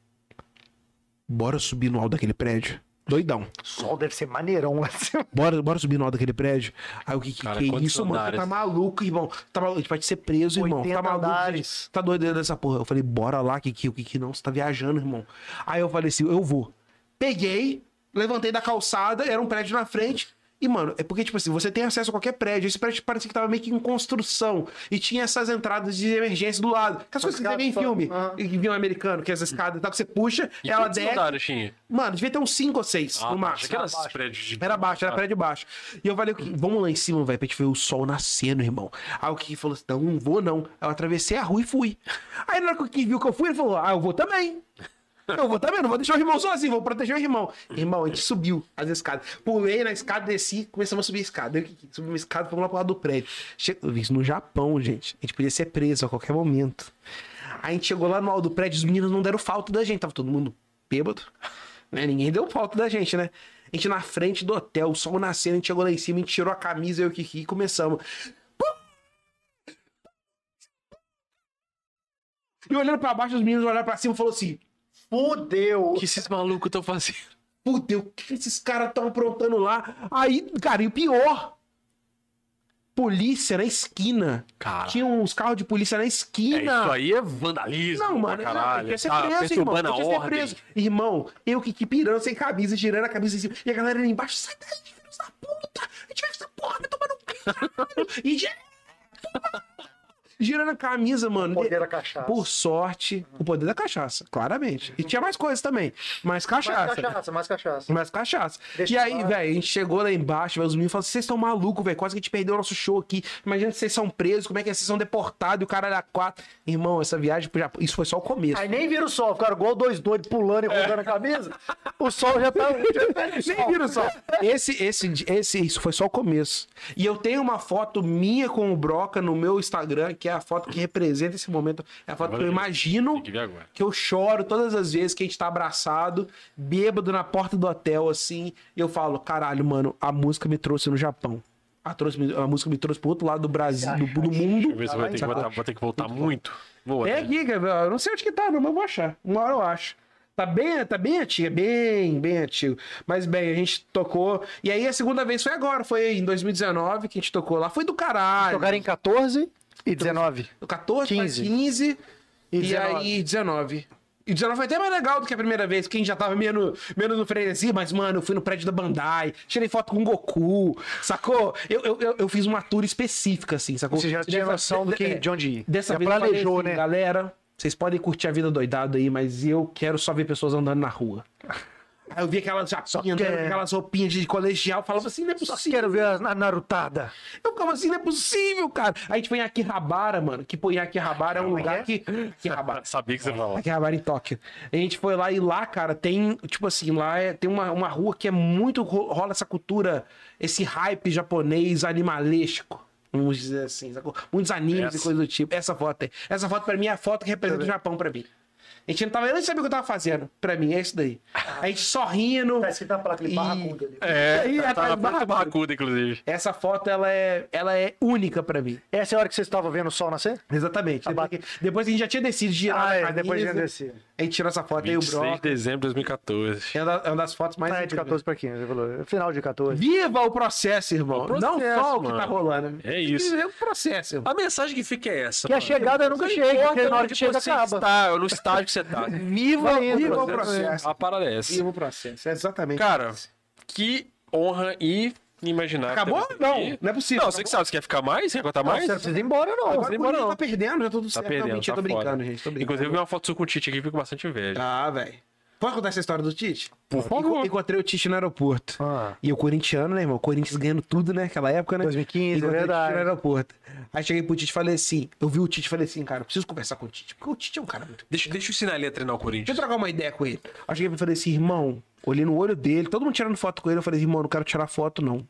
bora subir no alto daquele prédio. Doidão.
O sol deve ser maneirão né? lá.
Bora, bora subir no alto daquele prédio. Aí o Kiki,
Cara,
que
quantos
isso, mano? Você tá
andares?
maluco, irmão. Tá maluco, a gente pode ser preso, irmão. Tá
80
maluco,
andares.
gente. Tá doido dessa porra. Eu falei, bora lá, Kiki. O Kiki, não, você tá viajando, irmão. Aí eu falei assim, eu vou. Peguei, levantei da calçada, era um prédio na frente. E, mano, é porque, tipo assim, você tem acesso a qualquer prédio. Esse prédio parecia que tava meio que em construção. E tinha essas entradas de emergência do lado. Aquelas coisas que você vê em filme. E que viu um americano, que é essa escada e tal, que você puxa,
E
ela
quantos
desce.
andares tinha?
Mano, devia ter uns 5 ou 6
Ah,
no
tá, achei
máximo.
que era esses prédios de... Ah.
Era baixo, era prédio baixo. E eu falei, o Kiki, vamos lá em cima, velho, pra gente ver o sol nascendo, irmão. Aí o Kiki falou assim, não, não vou não. Aí eu atravessei a rua e fui. Aí na hora que o Kiki viu que eu fui, ele falou, ah, eu vou também. Eu vou também, não vou deixar o irmão sozinho, vou proteger o irmão. Irmão, a gente subiu as escadas. Pulei na escada, desci, começamos a subir a escada. Eu e o Kiki subimos a escada, fomos lá pro lado do prédio. Che... Eu vi isso no Japão, gente. A gente podia ser preso a qualquer momento. Aí a gente chegou lá no alto do prédio, os meninos não deram falta da gente, tava todo mundo bêbado. Né? Ninguém deu falta da gente, né? A gente na frente do hotel, o sol nascendo, a gente chegou lá em cima, a gente tirou a camisa, eu e o Kiki, e começamos. E olhando pra baixo, os meninos olharam pra cima e falaram assim:
Fudeu.
O que esses malucos estão fazendo?
Fudeu, o que esses caras estão aprontando lá? Aí, cara, e o pior: polícia na esquina.
Cara.
Tinha uns carros de polícia na
É, isso
esquina.
aí é vandalismo.
não, mano,
pra
não,
caralho.
ele quer ser
Tá
preso, irmão.
perturbando
Ele
a
quer ser
ordem.
preso. Irmão, eu que, que pirando sem camisa, girando a camisa em cima. E a galera ali embaixo, sai daí, filhos da puta! A gente vai essa porra, vai tomar no cu, caralho! E gi- girando a camisa, mano.
Poder da cachaça.
Por sorte, o poder da cachaça, claramente. E tinha mais coisas também. Mais cachaça.
Mais cachaça, mais cachaça.
Mais cachaça.
Deixa
e aí,
eu-
velho, a gente chegou lá embaixo, velho, os meninos falaram, vocês estão malucos, velho, quase que a gente perdeu o nosso show aqui. Imagina se vocês são presos, como é que é, vocês são deportados e o cara era quatro. Irmão, essa viagem pro Japão, isso foi só o começo.
Aí nem vira o sol, ficaram igual dois doidos pulando e
É.
rodando a camisa. O sol já tá. Já tá no
Nem
sol.
viram só. Esse, esse, esse, isso foi só o começo. E eu tenho uma foto minha com o Broca no meu Instagram, aqui é a foto que representa esse momento. É a foto que eu
Maravilha.
imagino
Tem que ver agora.
que eu choro todas as vezes que a gente tá abraçado, bêbado na porta do hotel, assim, e eu falo, caralho, mano, a música me trouxe no Japão. A, trouxe, a música me trouxe pro outro lado do Brasil, do, do
Deixa
mundo.
eu ver se eu vou ter que voltar, vou ter que voltar muito. Vou,
É
né?
aqui, cara. Eu não sei onde que tá, não, mas eu vou achar. Uma hora eu acho. Tá bem, tá bem antigo, é bem, bem antigo. Mas bem, a gente tocou. E aí a segunda vez foi agora, foi em 2019 que a gente tocou lá. Foi do caralho.
Jogaram em 14 e 19.
14, 15.
15.
15 e,
E 19.
aí 19. E 19 foi até mais legal do que a primeira vez, porque a gente já tava menos, menos no frenesi, mas, mano, eu fui no prédio da Bandai, tirei foto com o Goku, sacou? Eu, eu, eu, eu fiz uma tour específica, assim, sacou?
Você já tinha
Dessa- é,
noção do que- de onde ir.
Dessa
Já
vez eu falei
planejou,
assim,
né?
Galera, vocês podem curtir a vida doidada aí, mas eu quero só ver pessoas andando na rua. Aí eu vi aquelas japinhas, andando
quero.
com aquelas roupinhas de colegial, falava assim, não é
Só
possível.
quero ver a a narutada.
Eu ficava assim, não é possível, cara. A gente foi em Akihabara, mano. Que pô, em Akihabara é um lugar que. Akihabara.
Sabia que você ia falar.
Akihabara em Tóquio. A gente foi lá e lá, cara, tem, tipo assim, lá é- tem uma, uma rua que é muito. ro- rola essa cultura, esse hype japonês animalístico. Vamos dizer assim, sacou? Muitos animes
Essa.
e coisas do tipo. Essa foto aí. Essa foto pra mim é a foto que representa o Japão pra mim. A gente não tava nem sabia o que eu tava fazendo. Pra mim, é isso daí. A gente sorrindo.
Tá escrito na placa ali,
E-
barracuda ali.
Aí,
É, tá,
atrás
tá na
do
frente do
barracuda.
barracuda, inclusive.
Essa foto, ela é, ela é única pra mim.
Essa é a hora que vocês estavam vendo o sol nascer?
Exatamente. Depois,
ba-
que- depois a gente já tinha decidido girar.
Ah,
na
é,
camisa,
depois a gente decidiu.
A gente tirou essa foto aí, o
26 de
Broca.
dezembro de 2014.
É uma da- é uma das fotos mais.
Ah, é de
incríveis.
14 pra 15, você falou. É Final de 14.
Viva o processo, irmão.
O processo,
Não só o que
mano.
tá rolando.
É isso.
Viva o processo, irmão.
A mensagem que fica é essa.
Que a
mano.
chegada nunca chega, porque na hora
onde
que chega
você
acaba.
Está, no estágio que você tá.
Viva,
Viva o
ainda.
processo.
A parada é essa.
Viva o processo. É exatamente.
Cara, que honra e imaginar.
Acabou? Não, não é possível.
Não, você que sabe, você quer ficar mais? Você quer contar mais?
Você não precisa ir embora, não.
Agora o
embora,
Corinthians
não.
tá perdendo, já tudo
Tá
certo.
perdendo,
não, mentira,
tá
tô brincando,
foda.
gente. Tô brincando.
Inclusive, eu vi uma foto sua com o Tite aqui, fico com bastante inveja.
Ah, velho. Pode contar essa história do Tite?
Por favor.
Encontrei o Tite no aeroporto.
Ah.
E o corintiano, né, irmão? O Corinthians ganhando tudo, né? Aquela época, né?
2015,
Encontrei
é
O Tite
verdade.
no aeroporto. Aí cheguei pro Tite e falei assim: eu vi o Tite e falei assim, cara, eu preciso conversar com o Tite. Porque o Tite é um cara muito.
Deixa, deixa eu ensinar ele a treinar o
Deixa eu
Corinthians.
trocar uma ideia com ele. Aí cheguei pra ele e falei assim, irmão, olhei no olho dele, todo mundo tirando foto com ele. Eu falei assim, irmão, não quero tirar foto, não.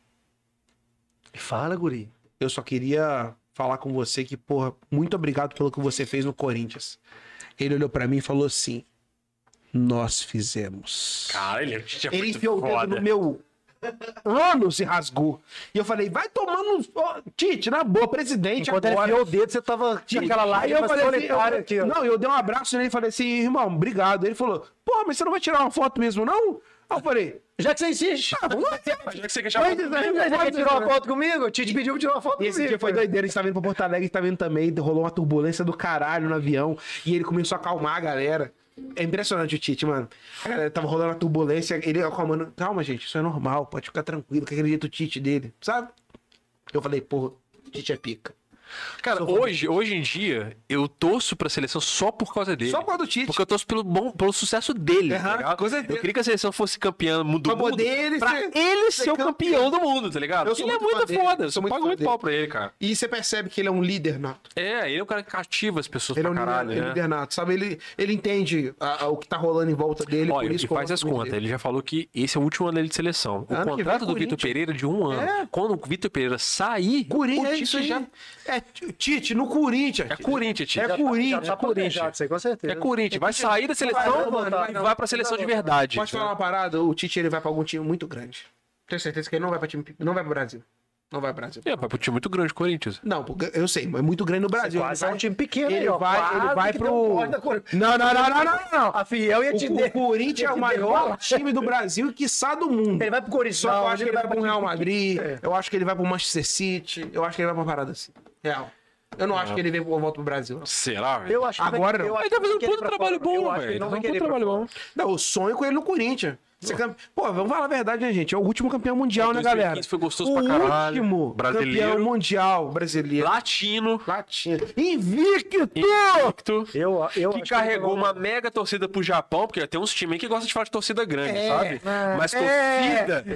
Fala, guri.
Eu só queria falar com você que, porra, muito obrigado pelo que você fez no Corinthians. Ele olhou pra mim e falou assim: Nós fizemos.
Cara, ele é, o Tite é
Ele
muito
enfiou o dedo
foda.
no meu ânus e rasgou. E eu falei, vai tomando. um- Ó, Tite, na boa, presidente.
Enquanto ele
agora.
enfiou o dedo, você tava tinha aquela
Aí eu
lágrima
falei assim,
solitária
eu-
é aqui, ó.
Não, eu dei um abraço nele e falei assim, irmão, obrigado. Ele falou, pô, mas você não vai tirar uma foto mesmo, não? Aí eu falei,
Já que você insiste.
ah, vamos lá.
Já que você quer
Pois
chamar.
né,
é, Você quer tirar uma foto comigo? O Tite pediu pra tirar uma foto
E né." esse
comigo.
dia foi doideira, a gente tá vindo pra Porto Alegre, a gente tá vindo também, rolou uma turbulência do caralho no avião, e ele começou a acalmar a galera. É impressionante o Tite, mano. A galera tava rolando uma turbulência, ele acalmando, calma gente, isso é normal, pode ficar tranquilo, que acredita o Tite dele, sabe? Eu falei, porra, o Tite é pica.
Cara, hoje, hoje em dia, eu torço pra seleção só por causa dele.
Só por causa do Tite.
Porque eu torço pelo, bom, pelo sucesso dele.
Aham,
tá ligado?
com certeza.
Eu queria que a seleção fosse campeã do mundo.
Pra poder ele
pra
ser-
ele
ser
ser o campeão do mundo, tá ligado?
Eu sou
ele é
muito fã
muito
dele,
foda.
eu
Eu só
sou muito
pago
fã
muito
dele.
pau pra ele, cara.
E você percebe que ele é um líder nato.
É, ele é um cara que cativa as pessoas
Ele é
pra
um
caralho,
líder,
né?
líder nato, sabe? Ele, ele entende a- a- o que tá rolando em volta dele,
Olha, e
que eu
faz
gosto
as
muito
contas.
dele.
Ele já falou que esse é o último ano dele de seleção. O
Ano que vem,
contrato do Vitor
Corinthians.
Pereira é de um ano.
É.
Quando o Vitor Pereira sair,
Corinthians,
o
é
Tite
isso aí.
já...
É, Tite, no Corinthians.
É Corinthians, Tite.
É
Já
Corinthians,
tá
é Corinthians.
planejado isso aí, com certeza.
É Corinthians. Vai sair da
vai
seleção
voltar,
e
não.
vai pra seleção de verdade.
Pode falar uma parada? O Tite ele vai pra algum time muito grande. Tenho certeza que ele não vai pra time. Não vai pro Brasil. Não vai pro Brasil.
É, vai pro time muito grande, Corinthians.
Não, porque- eu sei, mas é muito grande no Brasil.
Quase
Ele
é um
vai-
time pequeno,
Ele
aí, ó.
vai, ele
Quase
vai
que deu um
pro.
corte na Cor-
Não, não, não, não, não, não.
A Fiel ia te
O, o
der.
Corinthians é o
Ele
maior
derruba.
time do Brasil e quiçá do mundo.
Ele vai pro Corinthians,
Só que eu
não,
acho que
ele
ele vai
vai
pro
pra-
Real Madrid, eu acho que ele vai pro Manchester City, eu acho que ele vai pra uma parada assim. Real. Eu não acho que ele vem volta pro Brasil. não.
Será, velho?
Eu acho que
Agora não.
eu acho
Ele
que
tá fazendo um
querer
puto
pra
trabalho
fora. Eu
bom,
acho que
velho.
ele
Tá fazendo
não vai
um
querer
puto
pra
trabalho
fora.
bom.
Não, eu sonho com ele no Corinthians. Ser campe- Pô, vamos falar a verdade, né, gente? É o último campeão mundial, né,
2015
galera?
foi gostoso
o
pra caralho.
último
Brasileiro.
campeão mundial brasileiro.
Latino.
Latino. Invicto!
Invicto.
Eu, eu
que
acho
carregou uma mega torcida pro Japão, porque tem uns times aí que gostam de falar de torcida grande,
É,
sabe? Mas torcida que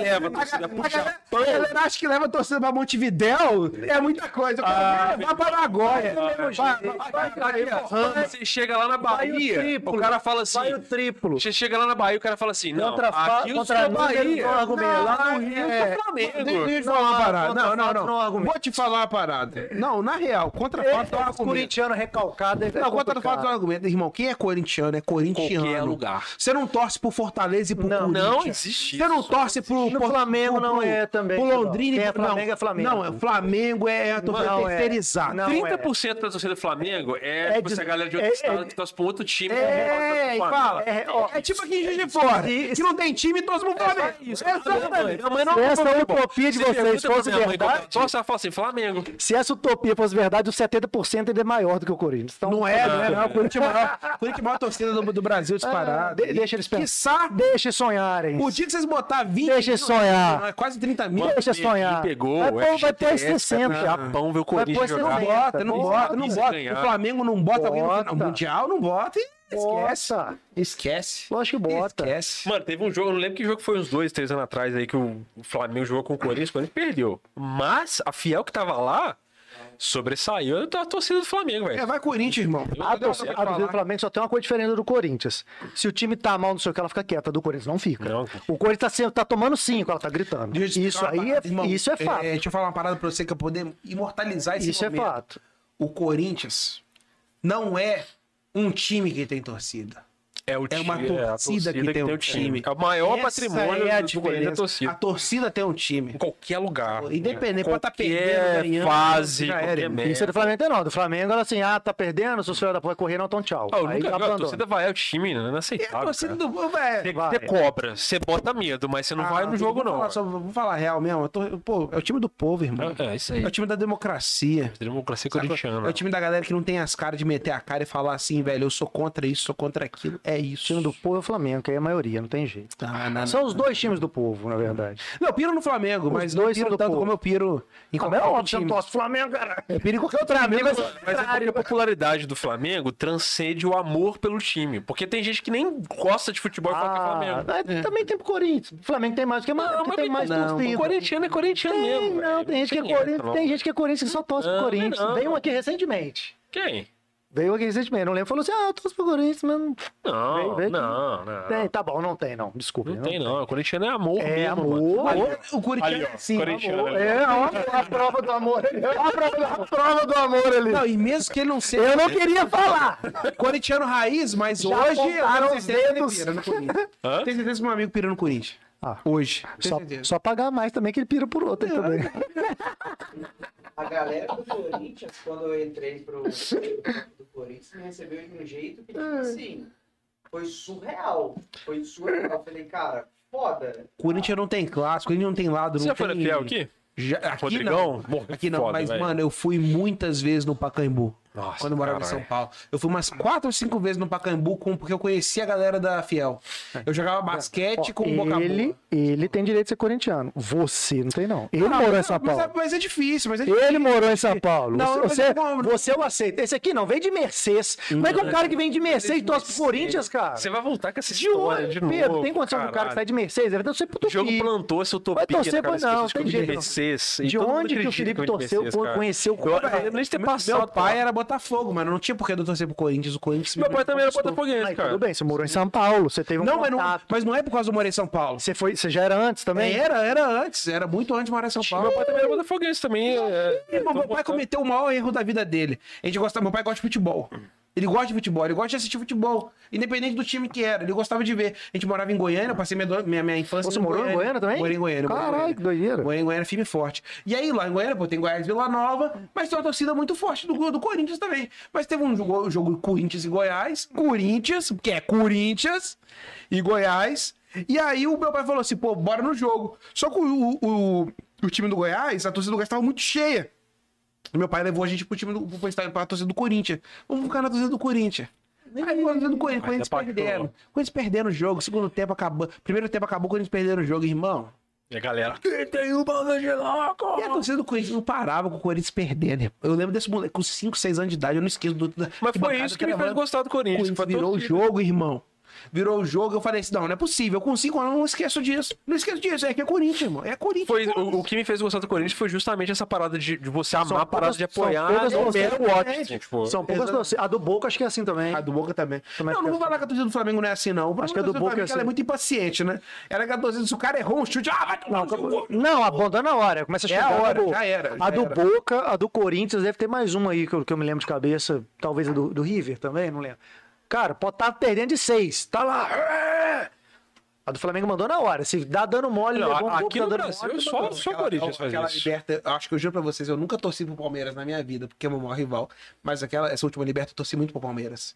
leva a torcida pro Japão.
A galera acha que leva a torcida pra Montevidéu é muita coisa. Eu quero levar pra Nagoya.
Você chega lá na
Vai o
Bahia, o,
triplo.
cara fala assim.
Vai o triplo.
Você chega lá na Bahia, o cara fala assim: assim, não.
Contra, fa-
aqui
contra
os
número,
Bahia-
não é. argumenta. Lá no Rio,
é,
sou Flamengo.
Deixa eu te falar uma parada.
contra
Não, não,
fato
não.
não é argumento.
Vou te falar uma parada. Não, na real, contra fato é um
Os
argumento.
corintianos recalcados.
Não, contra fato é um argumento. Irmão, quem é corintiano é corintiano.
Qualquer lugar.
Você não torce pro Fortaleza e pro
Não,
Corinthians.
não existe
Você não
isso.
torce pro...
No
pro-
Flamengo não é também,
Pro Londrina e
não. Quem é
pro- não.
Flamengo é Flamengo.
Não, é Flamengo é, é a torcida
Não, é.
terceirizada.
Não,
30% da torcida do Flamengo é,
É
tipo,
de-
essa galera de outro
é-
estado
é-
que torce pra um outro time.
É, e fala.
É,
É,
ó,
tipo aqui em Juiz de Fora,
se-
que não tem time e todos mundo Flamengo.
isso.
É exatamente.
Se essa é utopia de vocês fosse verdade,
Nossa, é ela fala assim, Flamengo.
se essa utopia fosse verdade, os 70% ainda é maior do que o Corinthians. Então,
Não é, não é, não. O Corinthians é a maior- o Corinthians é a maior torcida do, do Brasil
Ah,
disparada.
de- deixa eles pensar.
Quiçá,
Deixa eles sonharem.
o dia que vocês botar 20
Deixa eu sonhar.
não, é quase 30 mil.
Deixa
Quem
sonhar.
pegou
é
vai,
o
pôr- vai ter
FGTS,
né?
60.
Japão, vê o Corinthians
pôr
jogar.
60.
Bota, não bota, não
Se
bota.
ganhar.
O Flamengo não bota, alguém no final.
Bota.
Mundial não bota e esquece.
Bota.
Esquece.
Lógico que bota.
Esquece.
Mano, teve um jogo, eu não lembro que jogo foi uns dois, três anos atrás aí que o Flamengo jogou com o Corinthians, o Corinthians perdeu. Mas a Fiel que tava lá sobressaiu da torcida do Flamengo,
É,
velho.
vai Corinthians, irmão.
A
Entendeu?
torcida,
Você
a torcida do Flamengo só tem uma coisa diferente do Corinthians. Se o time tá mal, não sei o que, ela fica quieta. Do Corinthians não fica.
Não.
O Corinthians tá, sendo- tá tomando 5, ela tá gritando.
Deixa eu te explicar
Isso
uma
aí é,
parada, irmão.
isso é fato.
tipo
deixa eu falar uma parada pra você que eu poder imortalizar esse
isso é
momento.
fato.
O Corinthians não é um time que tem torcida.
É, o
É uma
time- é a
torcida que tem um
o
time.
É o maior
Essa
patrimônio
é a
do Corinthians é a
diferença. A
torcida.
torcida tem um time.
Em qualquer lugar.
Independente, pode
qualquer
tá perdendo, ganhando,
fase,
já era,
qualquer
irmão.
merda.
Isso é do Flamengo não. Do Flamengo, ela assim, ah, tá perdendo, se os filhos da porra correr, não, então tchau.
Ah, eu
aí
nunca vi, a
abandona.
torcida vai, é o time, né? não é
É tá a
aceitável.
torcida
cara.
do. Véio,
Tem que
Vai.
ter cobra, você bota medo, mas você não vai no jogo, não.
Falar, só, Ah, vou falar real mesmo. eu tô- pô, é o time do povo, irmão.
É, é isso aí. Tá
É o time da democracia.
Democracia
sacou?
corintiana.
É o time da galera que não tem as caras de meter a cara e falar assim, velho, eu sou contra isso, sou contra aquilo. É isso.
time do povo é o Flamengo, que aí é a maioria, não tem jeito.
Ah, não,
São
não.
os dois times do povo, na verdade.
Não, eu piro no Flamengo, mas não
dois são
piro
do
tanto
povo.
como eu piro em
Então,
Como é óbvio,
qualquer outro
você não
time.
torce pro Flamengo, cara.
É
Eu piro em qualquer outro time.
Mas, mas é porque a popularidade do Flamengo transcende o amor pelo time. Porque tem gente que nem gosta de futebol e fala que é Flamengo.
Ah, mas também tem pro Corinthians. O Flamengo tem mais, que é mais,
Não,
que
mas
tem
tem-
mais
não,
torcida.
O corintiano é corintiano
Tem,
mesmo.
não,
velho. tá
tem gente, que é
essa,
Corinthians,
não.
tem gente que é Corinthians que só torce
Não,
pro Corinthians.
não.
Veio um aqui recentemente.
Quem?
Veio aqui recentemente, não lembro. Falou assim: ah, eu torço pro Corinthians, mas não Vem,
Não,
vem aqui.
não, não.
tem. Tá bom, não tem, não. Desculpa.
Ah. Não tem, não. O corintiano é amor
É
mesmo,
amor.
mano.
Mas-
Amor.
O Corinthians
Ali,
é
ó,
assim.
corintiano. né? ali, ó.
É, ó, a prova do amor. Ó, a prova, a prova do amor ali.
Não, e mesmo que ele não seja
eu não queria falar.
corintiano raiz, mas
Já
hoje
apontaram
tenho
os
certeza que ele
dedos.
pira no Corinthians.
Hã?
Tem certeza que meu amigo pira no Corinthians.
Ah.
Hoje.
Só,
Tem certeza.
só pagar mais também, que ele pira por outro também.
A galera do Corinthians, quando eu entrei pro do Corinthians, me recebeu de um jeito que, tipo assim, foi surreal. Foi surreal. Eu falei, cara, foda.
Corinthians não tem clássico, Corinthians não tem lado,
Você
não
já foi na
tem...
Fiel aqui?
Já- aqui
Rodrigão?
não.
Bom,
aqui não,
foda,
mas,
velho.
mano, eu fui muitas vezes no Pacaembu.
Nossa,
quando eu morava em
caralho.
São Paulo. Eu fui umas quatro ou cinco vezes no Pacaembu, com, porque eu conhecia a galera da Fiel. Eu jogava basquete com o Boca a
É. ele,
Boca.
ele tem direito de ser corintiano. Você não tem, não. Ele
Ah,
morou em
mas-
São
mas-
Paulo.
Mas é difícil, mas é difícil.
Ele morou em São Paulo.
Não, mas
você,
como-
você eu aceito. Esse aqui não, vem de Mercedes. Como é que é um cara que vem de Mercedes e torce pro Corinthians, cara?
Você vai voltar com essa
de
história de
olho,
novo.
Pedro, tem condição de um cara que
caralho.
sai de Mercedes? Deve ser pro
O jogo
Tupi.
plantou essa utopia
Vai torcer,
na cabeça
pois não,
das pessoas que
tem
eu
jeito,
me
não.
Mercedes, e
De
todo mundo
onde que o
acredita
Felipe
eu me
torceu
Mercedes,
quando
cara.
conheceu o
Eu-
Corinthians?
Eu nem sei ter passado.
Meu pai era Botafogo, mano. Não tinha por que eu torcer pro Corinthians. O Corinthians
é Meu pai também era
conquistou.
botafoguense,
Aí, tudo
cara.
bem, você morou em São Paulo, você teve um
Não, mas
contato. É.
não, mas não é por causa do morar em São Paulo.
Você, foi, você já era antes também?
Era, era antes. Era muito antes de morar em São Paulo.
Meu pai também era botafoguense também. é- é-
Irmão, meu pai
botando-
cometeu o maior erro da vida dele. A gente gosta, meu pai gosta de futebol. Ele gosta de futebol, ele gosta de assistir futebol. Independente do time que era, ele gostava de ver. A gente morava em Goiânia, eu passei minha, do- minha, minha infância
Você morou em Goiânia também?
Morei em Goiânia. morei em
Caralho,
Goiânia.
que doideira.
Morei em Goiânia, é firme e forte. E aí, lá em Goiânia, pô, tem Goiás e Vila Nova, mas tem uma torcida muito forte do, do Corinthians também. Mas teve um jogo, jogo Corinthians e Goiás, Corinthians, que é Corinthians e Goiás. E aí o meu pai falou assim, pô, bora no jogo. Só que o, o, o- o time do Goiás, a torcida do Goiás tava muito cheia. E Meu pai levou a gente pro time do, pro estádio, pra torcida do Corinthians. Vamos ficar na torcida do Corinthians. Aí foi a torcida do Corinthians, Corinthians
apaixonou.
perdendo. Corinthians perdendo o jogo, segundo tempo acabou. Primeiro tempo acabou, Corinthians perdendo o jogo, irmão.
E a galera. "Que Tem um bando de louco!
E a torcida do Corinthians não parava com o Corinthians perdendo. irmão. Eu lembro desse moleque com 5, 6 anos de idade, eu não esqueço do. da-
Mas foi
bancada
isso que me
era,
fez
mano.
gostar do
O
Corinthians.
Corinthians
foi a
virou o
torcida.
jogo, irmão. Virou o jogo, eu falei assim: não, não é possível. Com cinco anos eu não esqueço disso. Não esqueço disso. É que é Corinthians, irmão. É Corinthians.
Foi,
pô.
o, o que me fez gostar do Corinthians foi justamente essa parada de, de você amar a é parada
poucas-
de
são
apoiar
poucas
o
torcidas-
mero ódio, assim, tipo,
São poucas
Exato.
torcidas. A do Boca acho que é assim também. é
A do Boca também.
Também
não, não
fica-
vou falar que a torcida do Flamengo não é assim, não. O problema
Acho que a do
torcida
Boca é
Flamengo, que ela é
assim.
muito impaciente, né? Ela é que a torcida, se o cara errou um chute, ah, vai tomar
Não,
no seu cu.
não, abandona na hora. Começa a
É a
chegar.
hora,
acabou.
já era, já
a do
era.
Boca, a do Corinthians, deve ter mais uma aí que eu, que eu me lembro de cabeça. Talvez a do, do River também, não lembro. Cara, pode estar perdendo de seis. Tá lá. A do Flamengo mandou na hora. Se dá dano mole,
Não,
levou um pouco,
aqui
tá
no
dando
Brasil,
mole,
só-
mandou.
só- o Corinthians faz
aquela
isso.
Liberta, eu acho que eu juro pra vocês, eu nunca torci pro Palmeiras na minha vida, porque é o meu maior rival. Mas aquela, essa última liberta eu torci muito pro Palmeiras.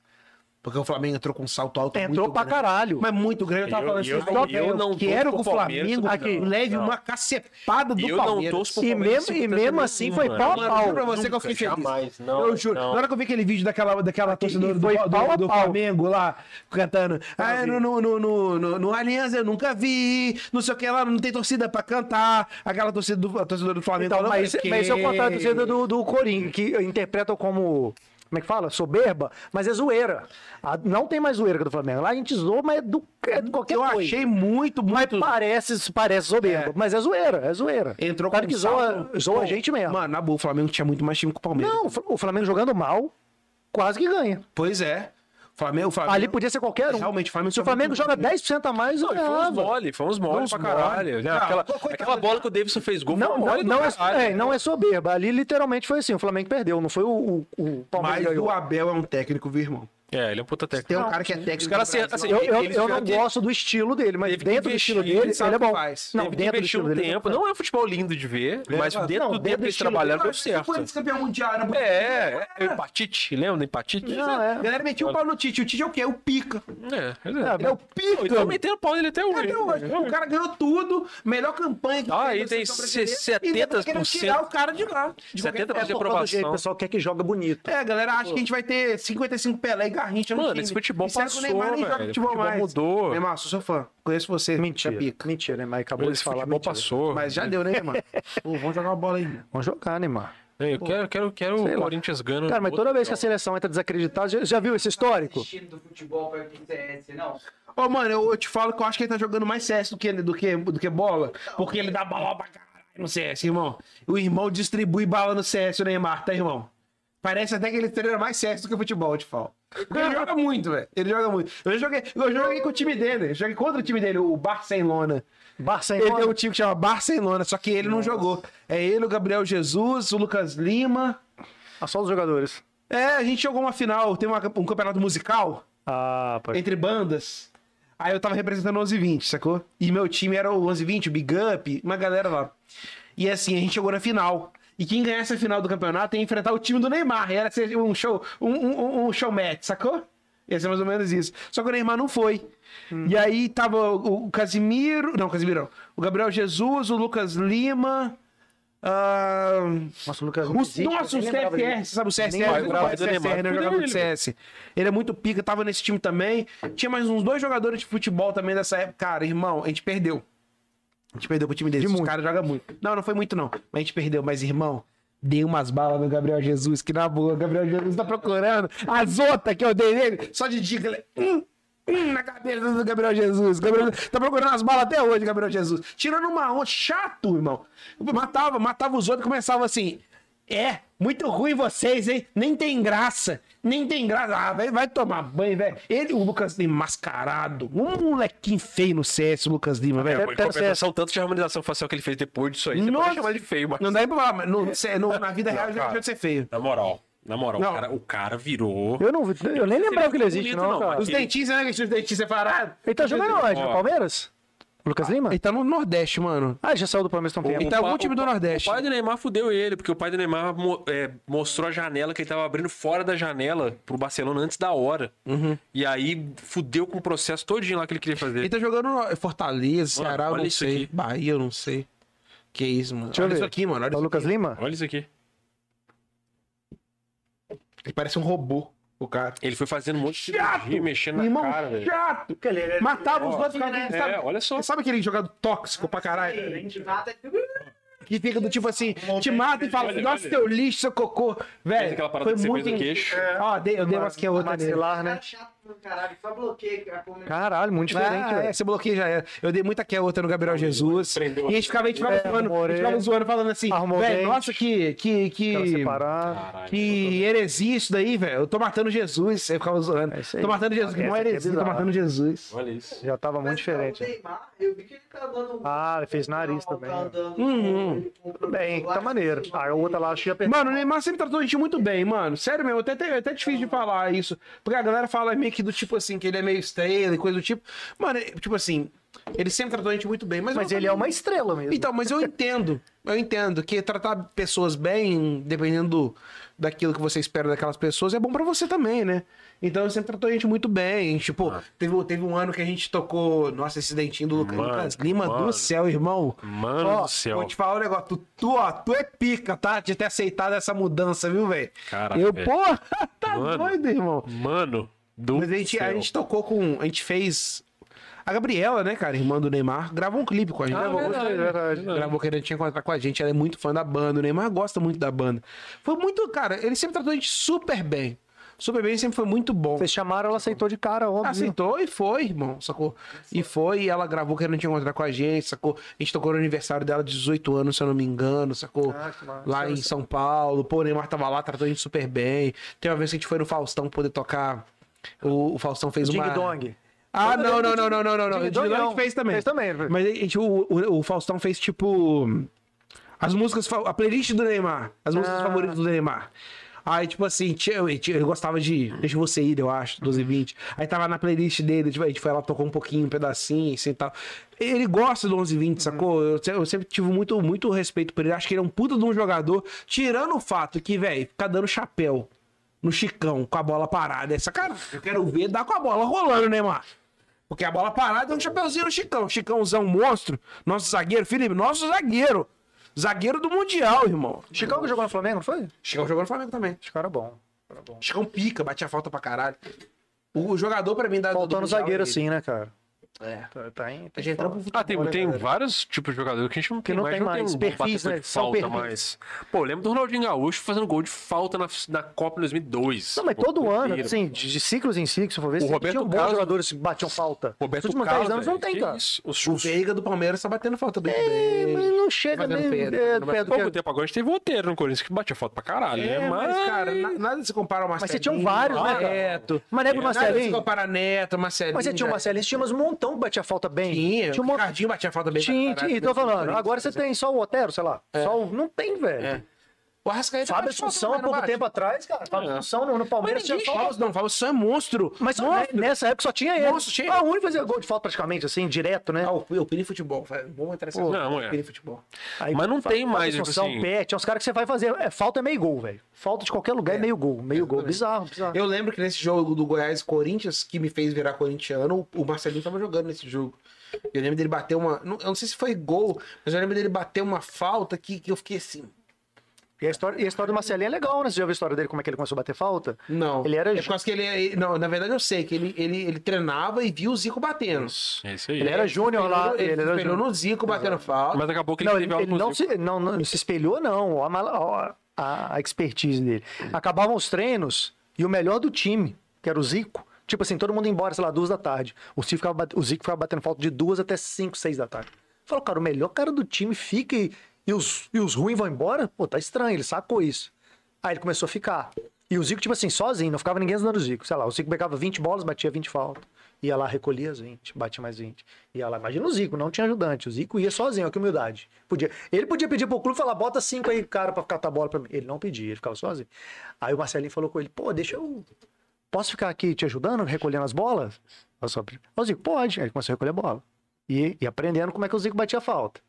Porque o Flamengo entrou com um salto alto
Entrou
muito
pra
grande.
caralho.
Mas muito grande, eu tava
Eu-
falando
eu
assim,
não-
velho,
eu não
quero
torço
que o
pro Palmeiras,
Flamengo
aqui,
leve
não.
uma cacetada do
E eu não
Palmeiras.
torço pro
E
Palmeiras
mesmo-
sem
e
pretensão
mesmo assim foi
nenhuma,
pau
né?
a
Mano, eu juro pra você
Nunca,
que eu fiquei feliz.
jamais, não,
eu juro.
não.
Na hora que eu vi aquele vídeo daquela, daquela torcedora do,
foi
do-
pau a
do
pau.
Flamengo lá, cantando. Ah,
vi.
no, no, no, no, no, no Allianz eu nunca vi. Não sei o que lá, não tem torcida pra cantar. Aquela torcida do, a torcedora do Flamengo.
Então,
lá, eu
mas,
falei,
mas isso é o
"Que
contrário da torcida do, do Corinthians, que interpretam como. Como é que fala? Soberba, mas é zoeira. A- não tem mais zoeira que a do Flamengo. Lá a gente zoa, mas é do, é de qualquer
Eu
coisa.
achei muito, muito.
Parece, parece soberba,
É.
mas é zoeira, é zoeira.
Entrou
Claro
com
que
um
zoa,
salto-
zoa a gente mesmo.
Mano, na boa, o Flamengo tinha muito mais time que o Palmeiras.
Não, o Fla- o Flamengo jogando mal, quase que ganha.
Pois é. Flamengo, Flamengo.
Ali podia ser qualquer um.
Realmente, o Flamengo
Se o
tinha
Flamengo
muito-
joga 10% a mais, eu
Foi uns
ganhava.
mole, foi uns mole
Foi uns
pra caralho.
mole.
né?
Ah,
aquela,
coitado.
aquela bola que o Davidson fez gol foi
Não,
um
não,
mole do
não, é,
caralho.
é, não é soberba. Ali literalmente foi assim: o Flamengo perdeu, não foi o, o, o Palmeiras
Mas
ganhou.
o Abel é um técnico, viu, irmão?
É, ele é um puta técnico.
Tem um cara que é técnico.
Os caras,
do
assim,
Brasil.
assim,
Eu, eu,
eles
eu
tiveram
não
que-
gosto do estilo dele, mas
Teve que
dentro do estilo
investir,
dele,
ele sabe
ele é
o que
bom.
faz.
Não,
Teve que
dentro do
investir
estilo
um
dele.
tempo. Não é um futebol lindo de ver, mas dentro
Não,
do
dentro
tempo
do
que eles
estilo
trabalharam
dele, é
deu certo.
mas Foi campeão mundial, era bonito.
É, é, empatite, lembra do empatite?
Não,
A
é.
galera metia o pau no Tite. O Tite é o quê? É O pica.
É,
É o
Ele tá
pica.
metendo pau nele até hoje. É.
Até hoje. O cara ganhou tudo, melhor campanha que
Ah,
teve
aí
no
tem
setor brasileiro,
70%
e ainda tá querendo tirar o cara de lá. De qualquer
70%
forma.
de
é Por causa do jeito,
é aprovação.
O pessoal quer que joga bonito.
É, a galera acha que a gente vai ter 55 Pelé e Garrincha no
Mano,
time.
esse futebol
E será que
passou,
o Neymar nem joga
velho.
futebol,
Futebol
mais?
mudou.
Neymar, sou seu fã. Conheço você.
Mentira.
É pica.
Mentira, Neymar. Acabou de
Esse
falar.
futebol
Mentira.
passou.
Mas já deu, né, Neymar? Pô, vamos jogar uma bola aí.
Vamos jogar, Neymar.
É, Eu quero, quero, quero
Sei
o
lá.
Corinthians
Hum,
ganhando.
Cara, mas toda vez que a seleção entra desacreditada, já, já viu esse histórico?
assistindo do futebol para o CS, não.
Ô, mano, eu, eu te falo que eu acho que ele tá jogando mais CS do que, do que, do que bola. Porque ele dá bala pra caralho no CS, irmão. O irmão distribui bala no CS, o Neymar, tá, irmão? Parece até que ele treina mais CS do que futebol, eu te falo. Porque ele joga muito, velho. Ele joga muito. Eu joguei, eu joguei com o time dele. Eu joguei contra o time dele, o Barcelona. Ele
Barcelona.
tem um time que chama Barcelona, só que ele não jogou. É ele, o Gabriel Jesus, o Lucas Lima.
Ah, Só os jogadores.
É, a gente jogou uma final, tem uma- um campeonato musical
Ah, pode.
entre bandas. Aí eu tava representando o 1120, sacou? E meu time era o 1120, o Big Up, uma galera lá. E assim, a gente chegou na final. E quem ganhasse a final do campeonato ia enfrentar o time do Neymar. Era ser um show, um, um, um show match, sacou? Ia ser mais ou menos isso. Só que o Neymar não foi. E aí tava o o Casimiro. Não, o Casimiro não. O Gabriel Jesus, o Lucas Lima. ah,
Nossa, o Lucas
o-
não existe,
nossa,
eu
o
nem lembrava
CFR, você sabe o CSR?
Nem
o
lembrava
CSR,
do Neymar.
né, eu jogava no CS. Ele é muito pica, tava nesse time também. Tinha mais uns dois jogadores de futebol também dessa época. Cara, irmão, a gente perdeu. A gente perdeu pro time deles. Os caras jogam muito. Não, não foi muito, não. Mas a gente perdeu. Mas, irmão, dei umas balas no Gabriel Jesus, que na boa, o Gabriel Jesus tá procurando. As outras que eu dei nele, só de dica. ele- Hum, hum, na cabeça do Gabriel Jesus. Gabriel... Tá procurando as balas até hoje, Gabriel Jesus. Tirando uma onda. Chato, irmão. Matava, matava os outros e começava assim. É, muito ruim vocês, hein? Nem tem graça. Nem tem graça. Ah, vai, vai tomar banho, velho. Ele, o Lucas Lima, mascarado. Um molequinho feio no CS, o Lucas Lima, velho.
Em compensação, tanto de harmonização facial que ele fez depois disso aí. Você pode chamar ele de feio, mas.
Não dá nem pra falar, mas no- cê- no- na vida real
Não,
já deixou
cara.
de ser feio.
Na moral, na moral,
Não.
O, cara, o cara virou.
Eu, não, vi- eu nem lembrava que ele existe,
bonito,
não,
não,
cara.
mas-
Os dentistas, né? que Os dentistas separados.
Ele tá jogando onde? No
Ó.
Palmeiras? O Lucas Lima?
Ele tá no Nordeste, mano.
Ah, já saiu do Palmeiras há um tempo.
Ele tá
pa-
algum time do
pa-
Nordeste.
O pai do Neymar fudeu ele, porque o pai do Neymar mo- é, mostrou a janela que ele tava abrindo fora da janela pro Barcelona antes da hora.
Uhum.
E aí fudeu com o processo todinho lá que ele queria fazer.
Ele tá jogando no Fortaleza,
Mano,
Ceará, eu
olha
não
isso
sei.
aqui.
Bahia, eu não sei. Que isso, mano.
Deixa eu
olha
ver.
isso aqui, mano. Olha
É o
isso
Lucas
aqui.
Lima?
Olha isso aqui.
Ele parece um robô, o cara.
Ele foi fazendo um monte de cirurgia, mexendo na
Irmão,
cara, velho.
chato. Matava os dois caras.
É,
sabe?
olha só.
Sabe aquele jogador tóxico pra
é
caralho?
Gente, nada
né?"
Que fica do tipo assim, te mata e fala,
Olha,
nossa,
olha.
seu lixo, seu cocô. Velho,
aquela parada
é,
que
foi
você
muito...
fez no
en-
queixo.
Ó, dei- eu dei umas que é outra nele.
Maxilar, né?
tá chato Caralho, só bloqueei a comunicação.
Caralho, muito diferente,
Ah,
velho.
é, você bloqueia já era. Eu dei muita que outra no Gabriel Jesus.
prendeu
E a gente ficava, a gente ficava,
É,
zoando, a gente
amorei.
ficava zoando, falando assim,
Arrumou
velho,
dente.
nossa, que. que,
Quero
que...
separar.
Caralho,
Que heresia isso daí, velho. Eu tô matando Jesus. Eu ficava zoando.
É isso aí.
Tô matando Jesus.
Essa
Que mó
aqui é
heresia, tô
bizarra.
matando Jesus.
Olha isso.
Já tava muito
Mas, cara,
diferente. né?
O Neymar, eu vi que ele tá dando um.
Ah, ele fez nariz
tá
também.
andando
Uhum.
com- com-
Tudo bem,
lá,
tá maneiro.
um assim,
A outra lá, achei apertada.
Mano, o Neymar sempre tratou a gente muito bem, mano. Sério mesmo, até, até, até difícil de falar isso. Porque a galera fala meio que do tipo assim, que ele é meio estrela e coisa do tipo. Mano, é- tipo assim, ele sempre tratou a gente muito bem. Mas,
Mas
eu-
ele é uma estrela mesmo.
Então, mas eu entendo. Eu entendo que tratar pessoas bem, dependendo do- daquilo que você espera daquelas pessoas, é bom pra você também, né? Então, ele sempre tratou a gente muito bem. Tipo,
Ah.
teve, teve um ano que a gente tocou. Nossa, esse dentinho do Luca-
Mano,
Lucas Lima
mano.
do céu, irmão.
Mano
Ó,
do céu.
Vou te falar um negócio. Tu, tu, ó, tu é pica, tá? De ter aceitado essa mudança, viu, velho?
Caraca,
Eu,
velho.
porra, tá
Mano.
doido, irmão.
é. Mano do
Mas a gente, a
céu.
gente tocou com. A gente fez. A Gabriela, né, cara, irmã do Neymar, gravou um clipe com a gente.
é
gravou,
verdade, verdade.
gravou querendo te encontrar com a gente. Ela é muito fã da banda. O Neymar gosta muito da banda. Foi muito, cara, ele sempre tratou a gente super bem. Super bem, sempre foi muito bom.
Vocês chamaram, ela aceitou de cara, óbvio.
Aceitou e foi, irmão, sacou? E foi, e ela gravou querendo te encontrar com a gente, sacou? A gente tocou no aniversário dela, 18 anos, se eu não me engano, sacou?
Ah, que massa.
lá em São Paulo. Pô, o Neymar tava lá, tratou a gente super bem. Tem uma vez que a gente foi no Faustão poder tocar. O, o Faustão fez
Ding
uma.
Dong.
Ah, não, não, não, não, não, não. não.
Ding
O
Dong
Ding Dong
não.
fez também.
Fez também, velho.
Mas a gente- o, o, o Faustão fez tipo. As músicas. fa- A playlist do Neymar. As músicas
Ah.
favoritas do Neymar. Aí, tipo assim, tinha, eu, eu gostava de Deixa Você Ir, eu acho, 12 e 20. Aí tava na playlist dele, tipo, a gente foi lá, tocou um pouquinho, um pedacinho, assim e tal. Ele gosta do 11 e 20, sacou?
Uhum.
Eu, se- eu sempre tive muito, muito respeito por ele. Acho que ele é um puta de um jogador, tirando o fato que, velho, ficar dando chapéu no Chicão com a bola parada. Essa cara, eu quero ver dar com a bola rolando, Neymar. Porque a bola parada é um chapeuzinho no Chicão. Chicãozão monstro. Nosso zagueiro, Felipe, nosso zagueiro. Zagueiro do Mundial, irmão.
Chicão que jogou no Flamengo, não foi?
Chicão jogou no Flamengo também.
Esse cara é bom.
Chicão pica, batia falta pra caralho. O o jogador, pra mim, da do
Faltando
Mundial
zagueiro
é ele.
assim, né, cara?
É.
Tá, tá em.
A gente entra pro futebol,
Ah, tem,
né,
tem
galera?
vários tipos de jogador que a gente não tem,
não
mais,
tem
não tem
mais
um
perfis,
batedor
né?
de
São
falta
perfis.
mais. Pô, eu lembro do Ronaldinho Gaúcho fazendo gol de falta na, na Copa em 2002.
Não, mas
Pô,
todo ano,
primeiro.
assim, de de ciclos em ciclos, se for ver,
O
sempre
Roberto
tinham bons
Carlos-
jogadores que batiam falta. Nos
Roberto
últimos
Carlos,
10 anos
velho,
não tem,
que
cara.
Isso, os,
O
os,
Veiga do Palmeiras tá batendo falta bem.
É, mas não chega
Fazendo
nem é,
pedra, fazendo
perto do
pouco
que...
tempo agora a gente teve o Otero no Corinthians que batia falta pra caralho, né?
É,
Mas,
mas, cara, na- nada se compara ao
Mas
Marcelinho.
você tinha vários, né, cara?
Neto.
Mas lembra o
Nada se
Marcelinho?
compara a Neto, Marcelinho.
Mas você tinha o
já-
Marcelinho, você tinha mais um montão que batia falta bem.
Tinha,
tinha
o
um montão.
Ricardinho batia falta bem pra
Tinha,
caralho. né,
né?
tinha. Então falando, agora você tem só o Otero, sei lá.
É.
Só o... Não tem, velho.
É. O Arrascaeta
Fábio
bate falta
Assunção, há
também, não
pouco
bate?
tempo atrás, cara. Fábio Assunção no, no Palmeiras
Mas
tinha
ninguém
só.
fala, não, fala, isso é monstro.
Mas só-
monstro.
nessa época só tinha ele.
Monstro, tinha.
Ah, o único que fazia gol de falta praticamente, assim, direto, né?
Ah, o, o Pini Futebol, velho. Vamos entrar nessa
Pô,
coisa,
não, é.
Pini Futebol.
Aí,
Mas não
Fábio
tem mais, tipo
Assunção,
assim.
Pet, é uns caras que você vai fazer. É, falta é meio gol, velho. Falta de qualquer lugar é, meio gol. Meio gol. Bizarro, bizarro.
Eu lembro que nesse jogo do Goiás e Corinthians, que me fez virar corintiano, o Marcelinho tava jogando nesse jogo. Eu lembro dele bater uma. não- Eu não sei se foi gol, mas eu lembro dele bater uma falta que, que eu fiquei assim.
E, a história, e a história do Marcelinho é legal, né? Você já viu a história dele, como é que ele começou a bater falta?
Não.
Ele era
É por causa que ele, ele- Não, na verdade eu sei que ele, ele, ele treinava e via o Zico batendo.
é isso aí.
Ele era júnior lá.
Ele,
Ele era
esperou
júnior.
no Zico batendo falta.
Mas daqui a pouco ele um
Não,
teve
ele,
aula
ele
com o
não,
Zico.
se, não, não se espelhou, não. A, mala- ó, a- a expertise dele. Acabavam os treinos e o melhor do time, que era o Zico. Tipo assim, todo mundo ia embora, sei lá, duas da tarde. O Zico ficava, bate- o Zico ficava batendo falta de duas até cinco, seis da tarde. Falou, cara, o melhor cara do time fica e, e os, e os ruins vão embora? Pô, tá estranho, ele sacou isso. Aí ele começou a ficar. E o Zico, tipo assim, sozinho, não ficava ninguém ajudando o Zico. Sei lá, o Zico pegava 20 bolas, batia 20 faltas. Ia lá, recolhia as 20, batia mais 20. Ia lá, imagina o Zico, não tinha ajudante. O Zico ia sozinho, olha que humildade. Podia, ele podia pedir pro clube e falar, bota 5 aí, cara, pra catar a bola pra mim. Ele não pedia, ele ficava sozinho. Aí o Marcelinho falou com ele, pô, deixa eu... Posso ficar aqui te ajudando, recolhendo as bolas? Aí O Zico, pode. Aí ele começou a recolher a bola. E, e aprendendo como é que o Zico batia falta.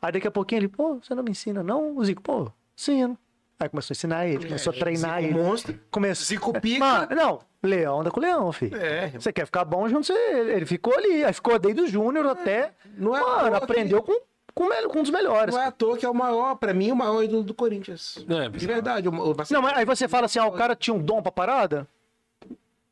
Aí daqui a pouquinho ele, pô, você não me ensina não? O Zico, pô, ensino. Aí começou a ensinar ele, começou a treinar
É, Zico
ele.
monstro.
Começou.
Zico pica.
Mano, não, leão anda com leão, filho.
É, irmão.
Você quer ficar bom junto, você, ele ele ficou ali. Aí ficou desde o Júnior até.
não é à
mano,
toa que-
aprendeu com, com, o mel- com um dos melhores.
Não é à toa que é o maior, pra mim, o maior ídolo do Corinthians.
É,
De verdade. O, o
Não,
Marcelinho
mas aí você fala assim, ah, o cara tinha um dom pra parada?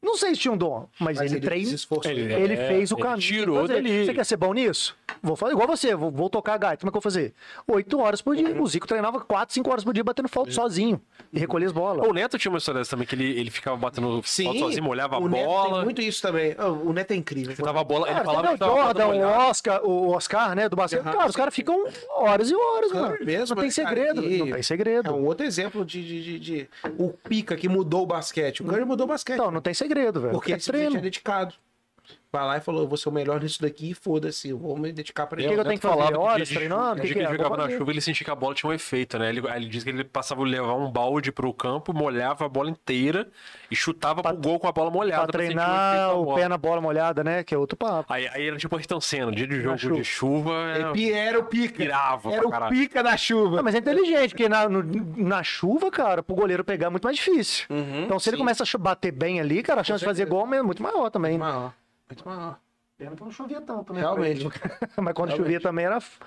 Não Não sei se tinha um dom, mas,
Mas
ele, treina.
se esforçou.
Ele-
Ele
É,
fez o
ele
caminho.
tirou
Fazer.
dali.
Você quer ser bom nisso? Vou fazer igual você, vou, vou tocar gaita. Como é que eu vou fazer? Oito horas por dia. O Zico treinava quatro, cinco horas por dia batendo falta sozinho e recolher as bolas.
O Neto tinha uma história dessa também, que ele, ele ficava batendo falta sozinho, molhava a
o Neto
bola.
tem muito isso também. Ah, O Neto é incrível.
Você tava a bola, ele
Cara,
falava
você
que
vê o
tava a bola
Jordan, o
molhada.
Oscar, o Oscar, né, do basquete.
Aham.
Cara, os caras ficam horas e horas,
Claro
mano.
É
mesmo,
não ah, tem
mas,
tá
cara,
segredo,
que-
não tem
É
segredo.
um outro exemplo de, de, de, de- o Pica que mudou o basquete. O Cândido mudou o basquete.
Então, não tem segredo, velho.
porque
é
ele simplesmente é
treino.
dedicado. Vai lá e falou, eu vou ser o melhor nisso daqui e foda-se, eu vou me dedicar pra
O que,
ele.
que eu tenho que
né? Falava
fazer?
que
Horas
de- de-
treinando? O
de
que,
que
que é?
ele
Vou
jogava na
fazer.
chuva, ele sentia que a bola tinha um efeito, né? Ele, ele diz que ele passava a levar um balde pro campo, molhava a bola inteira e chutava pro gol com a bola molhada.
Pra
pra sentir efeito
treinar
da
o
bola.
pé na bola molhada, né? Que é outro papo.
Aí, aí era tipo Ayrton Senna, dia de jogo
chuva.
de chuva,
Ele
era-
pi- Era o Pica.
Pirava
era
pra
É o
caralho.
Pica da chuva.
Ah, mas é inteligente, porque na, no- na chuva, cara, pro goleiro pegar é muito mais difícil.
Uhum,
então, se ele
sim.
começa a chu- bater bem ali, cara, a chance de fazer gol é muito maior também. né?
Maior. Muito maior.
Pena que não chovia tanto, né?
Realmente.
Mas quando chovia também era. f-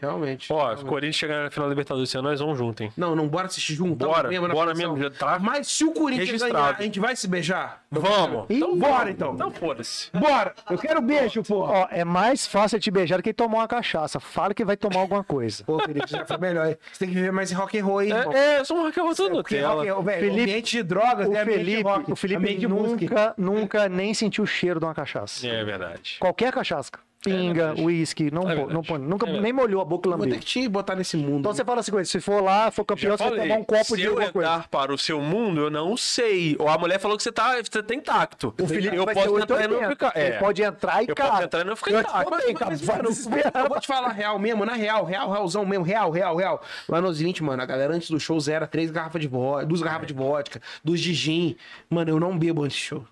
Realmente.
Ó, se o
realmente.
Corinthians chegar na final da Libertadores esse ano, nós vamos junto, hein?
Não, não, bora assistir junto. tá
Bora,
mesmo na
bora
pressão.
mesmo, já tá.
Mas se o Corinthians
Registrado.
ganhar, a gente vai se beijar?
Vamos!
Ih,
Então,
Bora, então.
então foda-se.
Bora! Eu quero beijo, porra.
Ó, é mais fácil te beijar do que tomar uma cachaça. Fala que vai tomar alguma coisa.
Pô, Felipe, já foi melhor. hein? Você tem que viver mais em rock and roll, hein? irmão?
É, é só um raquel todo
Porque
Nutella.
rock
é
and roll, velho,
Felipe-
ambiente de drogas,
O
né? Ambiente de
Felipe,
rock,
o Felipe é
ambiente de música.
nunca, nunca nem sentiu o cheiro de uma cachaça.
É verdade.
Qualquer cachaça.
É,
Pinga,
verdade.
uísque, não,
É
pô- não
verdade.
põe-
É
nunca
verdade.
nem molhou a boca e
Vou
lambeu.
ter que te botar nesse mundo.
Então você fala assim, coisa, se for lá, for campeão,
Já
você vai
falei,
tomar um copo
se
de
eu
alguma
entrar
coisa.
para o seu mundo, eu não sei. Ou a mulher falou que você, tá, você tá intacto.
O Felipe
eu
vai
posso
ser
entrar e não
880.
ficar. É.
Ele pode entrar e,
Eu
cara...
posso entrar e não ficar
eu
intacto.
te contei, cara, vai
mano,
desesperar.
eu vou te falar real mesmo, na real, real, realzão mesmo, real, real, real. Lá nos 20, mano, a galera antes do show zera três garrafas de vodka, duas garrafas de vodka, dos de gin. Mano, eu não bebo antes do show.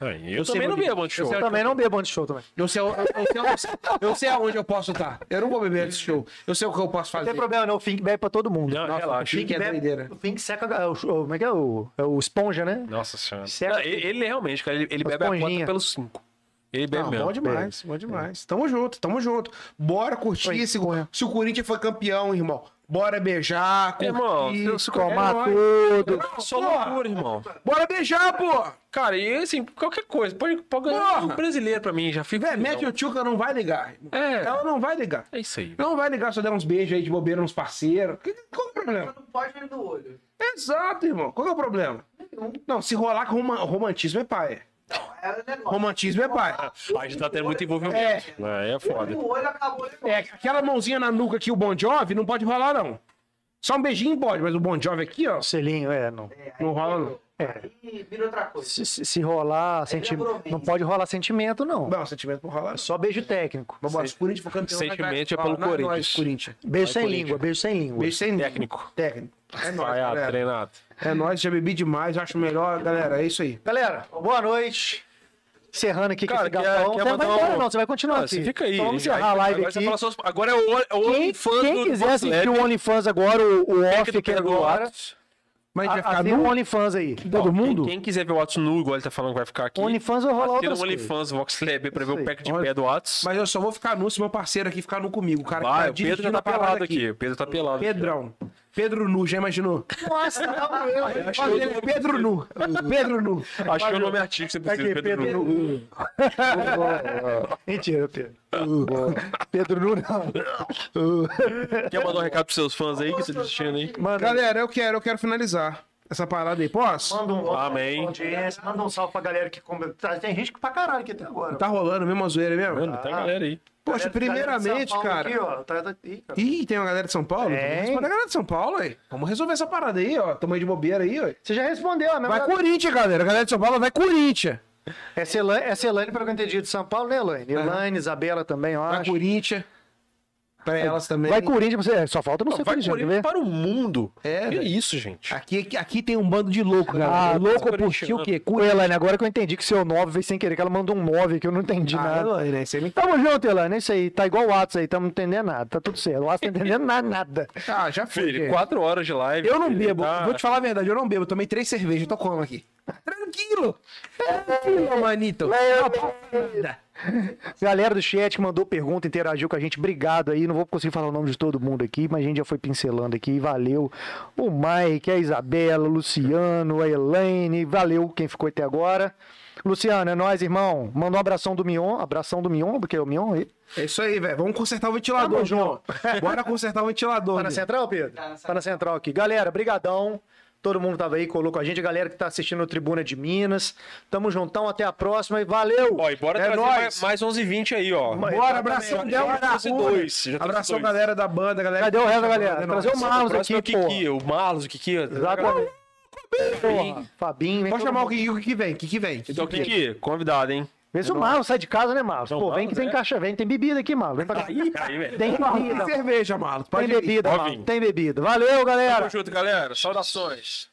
Aí, eu,
Eu sei
também não
onde-
bebo antes de
eu
show.
Eu também não bebo antes de show também.
Eu sei, eu, eu sei, eu sei- eu sei aonde eu posso estar. Eu não vou beber antes do show. Eu sei o que eu posso
Não
fazer.
tem problema não, o Fink bebe pra todo mundo.
Não, relaxa.
Fique é
bebe-
doideira.
O Fink seca... é o- Como é que é o... É o esponja, né?
tá- Nossa senhora.
Certo.
Não, ele, ele realmente, cara, ele, ele bebe a
esponjinha.
conta pelos cinco. Ele bebe
Não,
mesmo.
bom demais, bom demais. Tamo junto, tamo junto. Bora curtir
Oi,
esse
porra.
Se o Corinthians for campeão, irmão, bora beijar, curtir.
Irmão, é se- se-
Tomar
nóis.
tudo.
Não,
Só
porra,
loucura, irmão.
Bora beijar, pô!
Cara, e assim, qualquer coisa. Pode, pode ganhar
Porra!
um brasileiro pra mim, já fico.
Véi, mete
felizão.
o Tchuca não vai ligar. irmão.
É.
Ela não vai ligar.
É isso aí.
Não vai ligar se eu der uns beijos aí de bobeira nos parceiros. Que- Qual que é o
Ela
problema?
não pode ver no olho.
Exato, irmão. Qual que é o problema? Não, se rolar com roma- romantismo é pai.
Não, ela é negócio.
Romantismo é pai.
A gente tá tendo muito envolvimento. É, é foda.
No olho acabou o negócio.
É, aquela mãozinha na nuca aqui, o Bon Jovi, não pode rolar, não. Só um beijinho pode, mas o Bon Jovi aqui, ó.
O selinho, é, não...
Não rola, não.
Aí vira outra coisa.
Se, se- se rolar sentimento...
província.
Não pode rolar sentimento, não.
Não, sentimento por rolar.
Só beijo técnico.
Mas bora, se o Corinthians for campeão,
Sentimento
vai-
é
ó,
pelo
não nóis,
Corinthians.
Corinthians.
Beijo sem
Corinthians.
língua, beijo sem língua.
Beijo sem
Técnico. ah,
Técnico. É nóis,
Ensaiado,
galera.
treinado.
É nóis, já bebi demais, acho melhor, galera. É isso aí.
Galera, boa noite. Encerrando aqui
Cara,
com
quer-
esse gafão.
quer
Você não
mandar
vai embora,
um-
não. Você vai continuar
Ah,
aqui.
você fica aí.
Então vamos
Aí,
encerrar a live
agora
aqui.
você fala só- agora é o, o
Quem,
OnlyFans
quem
do- do
quiser
Box Lab,
assistir o Onifans agora, o, o
tem
off
do
que é
Pedro
agora,
Atos.
Mas a
a-
gente vai ficar
assim,
assina o
nu?
OnlyFans aí.
Ó,
Todo
quem-
mundo?
Quem quiser ver o Atos nu, igual ele tá falando que vai ficar aqui.
OnlyFans vai rolar
assina
outras
o
coisas.
OnlyFans do Vox Lab pra ver o
aí.
pack de
Olha-
pé do Atos.
Mas eu só vou ficar nu se meu parceiro aqui ficar nu comigo. O cara
Vai,
que
o Pedro já
dirigindo a
tá
parada
pelado aqui. O Pedro tá pelado.
Pedrão. Pedro nu, já imaginou?
Nossa, não, eu.
Olha, ele é Pedro nu. Pedro nu.
Achei o nome artigo que você precisa,
Aqui,
Pedro,
Pedro.
Nu.
Mentira, Pedro. Pedro Nuno, não.
Quer mandar um recado pros seus fãs aí que estão assistindo aí?
Manda,
Galera, eu quero, eu quero finalizar essa parada aí. Posso?
manda um
Amém.
audiência, manda um salve pra galera que come. tá- Tem gente pra caralho aqui até agora.
Tá rolando mesmo a zoeira mesmo?
Mano, tá a galera aí.
Poxa,
Galera de São
primeiramente,
Paulo
cara.
Aqui, ó, tá- tá- Ih, cara.
Ih, tem uma galera de São Paulo?
Tem.
Vamos responder a galera de São Paulo aí. Vamos resolver essa parada aí, ó. Tamo aí de bobeira aí, ó.
Você já respondeu, né? a mesma
Vai Corinthians, galera. A galera de São Paulo vai Corinthians.
Essa Elaine, essa Elaine, pelo que é eu entendi, de São Paulo, né, Elaine? Elaine, Isabela também, eu
Vai
acho.
Corinthians. né? Pra elas também.
Vai Corinthians, você... só falta não ser
Vai
corintiano, quer
Corinthians
ver?
para o mundo.
É,
Que
velho.
isso, gente.
Aqui, aqui, aqui tem um bando de louco, né? galera.
Ah, louco por
corintiano.
ti o quê? Cu- Elaine, agora que eu entendi que seu 9 veio sem querer, que ela mandou um 9 que eu não entendi nada.
Ah, né? Você me...
Tamo junto, Elaine, é isso aí. Tá igual o Atos aí, tamo não entendendo nada. Tá tudo certo. O Atos não tá entendendo na- nada.
ah, já foi.
Filho,
gente.
quatro horas de live.
Eu não
Ele
bebo.
tá-
Vou te falar a verdade, eu não bebo. Eu tomei três Tá
Tá
cervejas, eu tô como aqui. Tranquilo. Tranquilo, manito. Não, passa nada.
Galera do chat que mandou pergunta, interagiu com a gente, obrigado aí. Não vou conseguir falar o nome de todo mundo aqui, mas a gente já foi pincelando aqui. Valeu o Mike, a Isabela, o Luciano, a Elaine. Valeu quem ficou até agora. Luciano, é nóis, irmão. Mandou um abração do Mion. Abração do Mion, porque é o Mion aí.
É isso aí, velho. Vamos consertar o ventilador,
Tamo
Tá João. Bora consertar o ventilador.
Tá
né?
na
meu.
central, Pedro?
Tá na central.
Tá na central aqui. Galera, brigadão. Todo mundo tava aí, colou com a gente. A galera que tá assistindo o Tribuna de Minas. Tamo juntão, até a próxima e valeu!
Ó, e bora
é
trazer mais,
nóis.
mais 11h20 aí, ó.
Bora, abração,
um
Já
Del
trouxe dois, já trouxe
Abração,
dois.
galera da banda, galera.
Cadê o resto da galera?
É
Trazer o
nóis.
O
Marlos
próximo
aqui,
é o
pô.
Kiki, o Marlos, o Kiki.
Exatamente. Porra, Fabinho, vem
Pode
todo
chamar o
mundo.
que, o que vem, o que vem.
Então, Kiki, convidado, hein?
Vê se o Marlos sai de casa, né, Marlos?
Não,
Pô, vem que
Marlos,
tem
é.
caixa, vem, tem bebida aqui, Marlos. Vem pra cá.
Aí, velho.
Tem bebida,
Cerveja, Marlos.
tem
Pode vir.
bebida,
Pode
Marlos.
vir.
Tem bebida. Valeu, galera!
Tamo junto, galera. Saudações.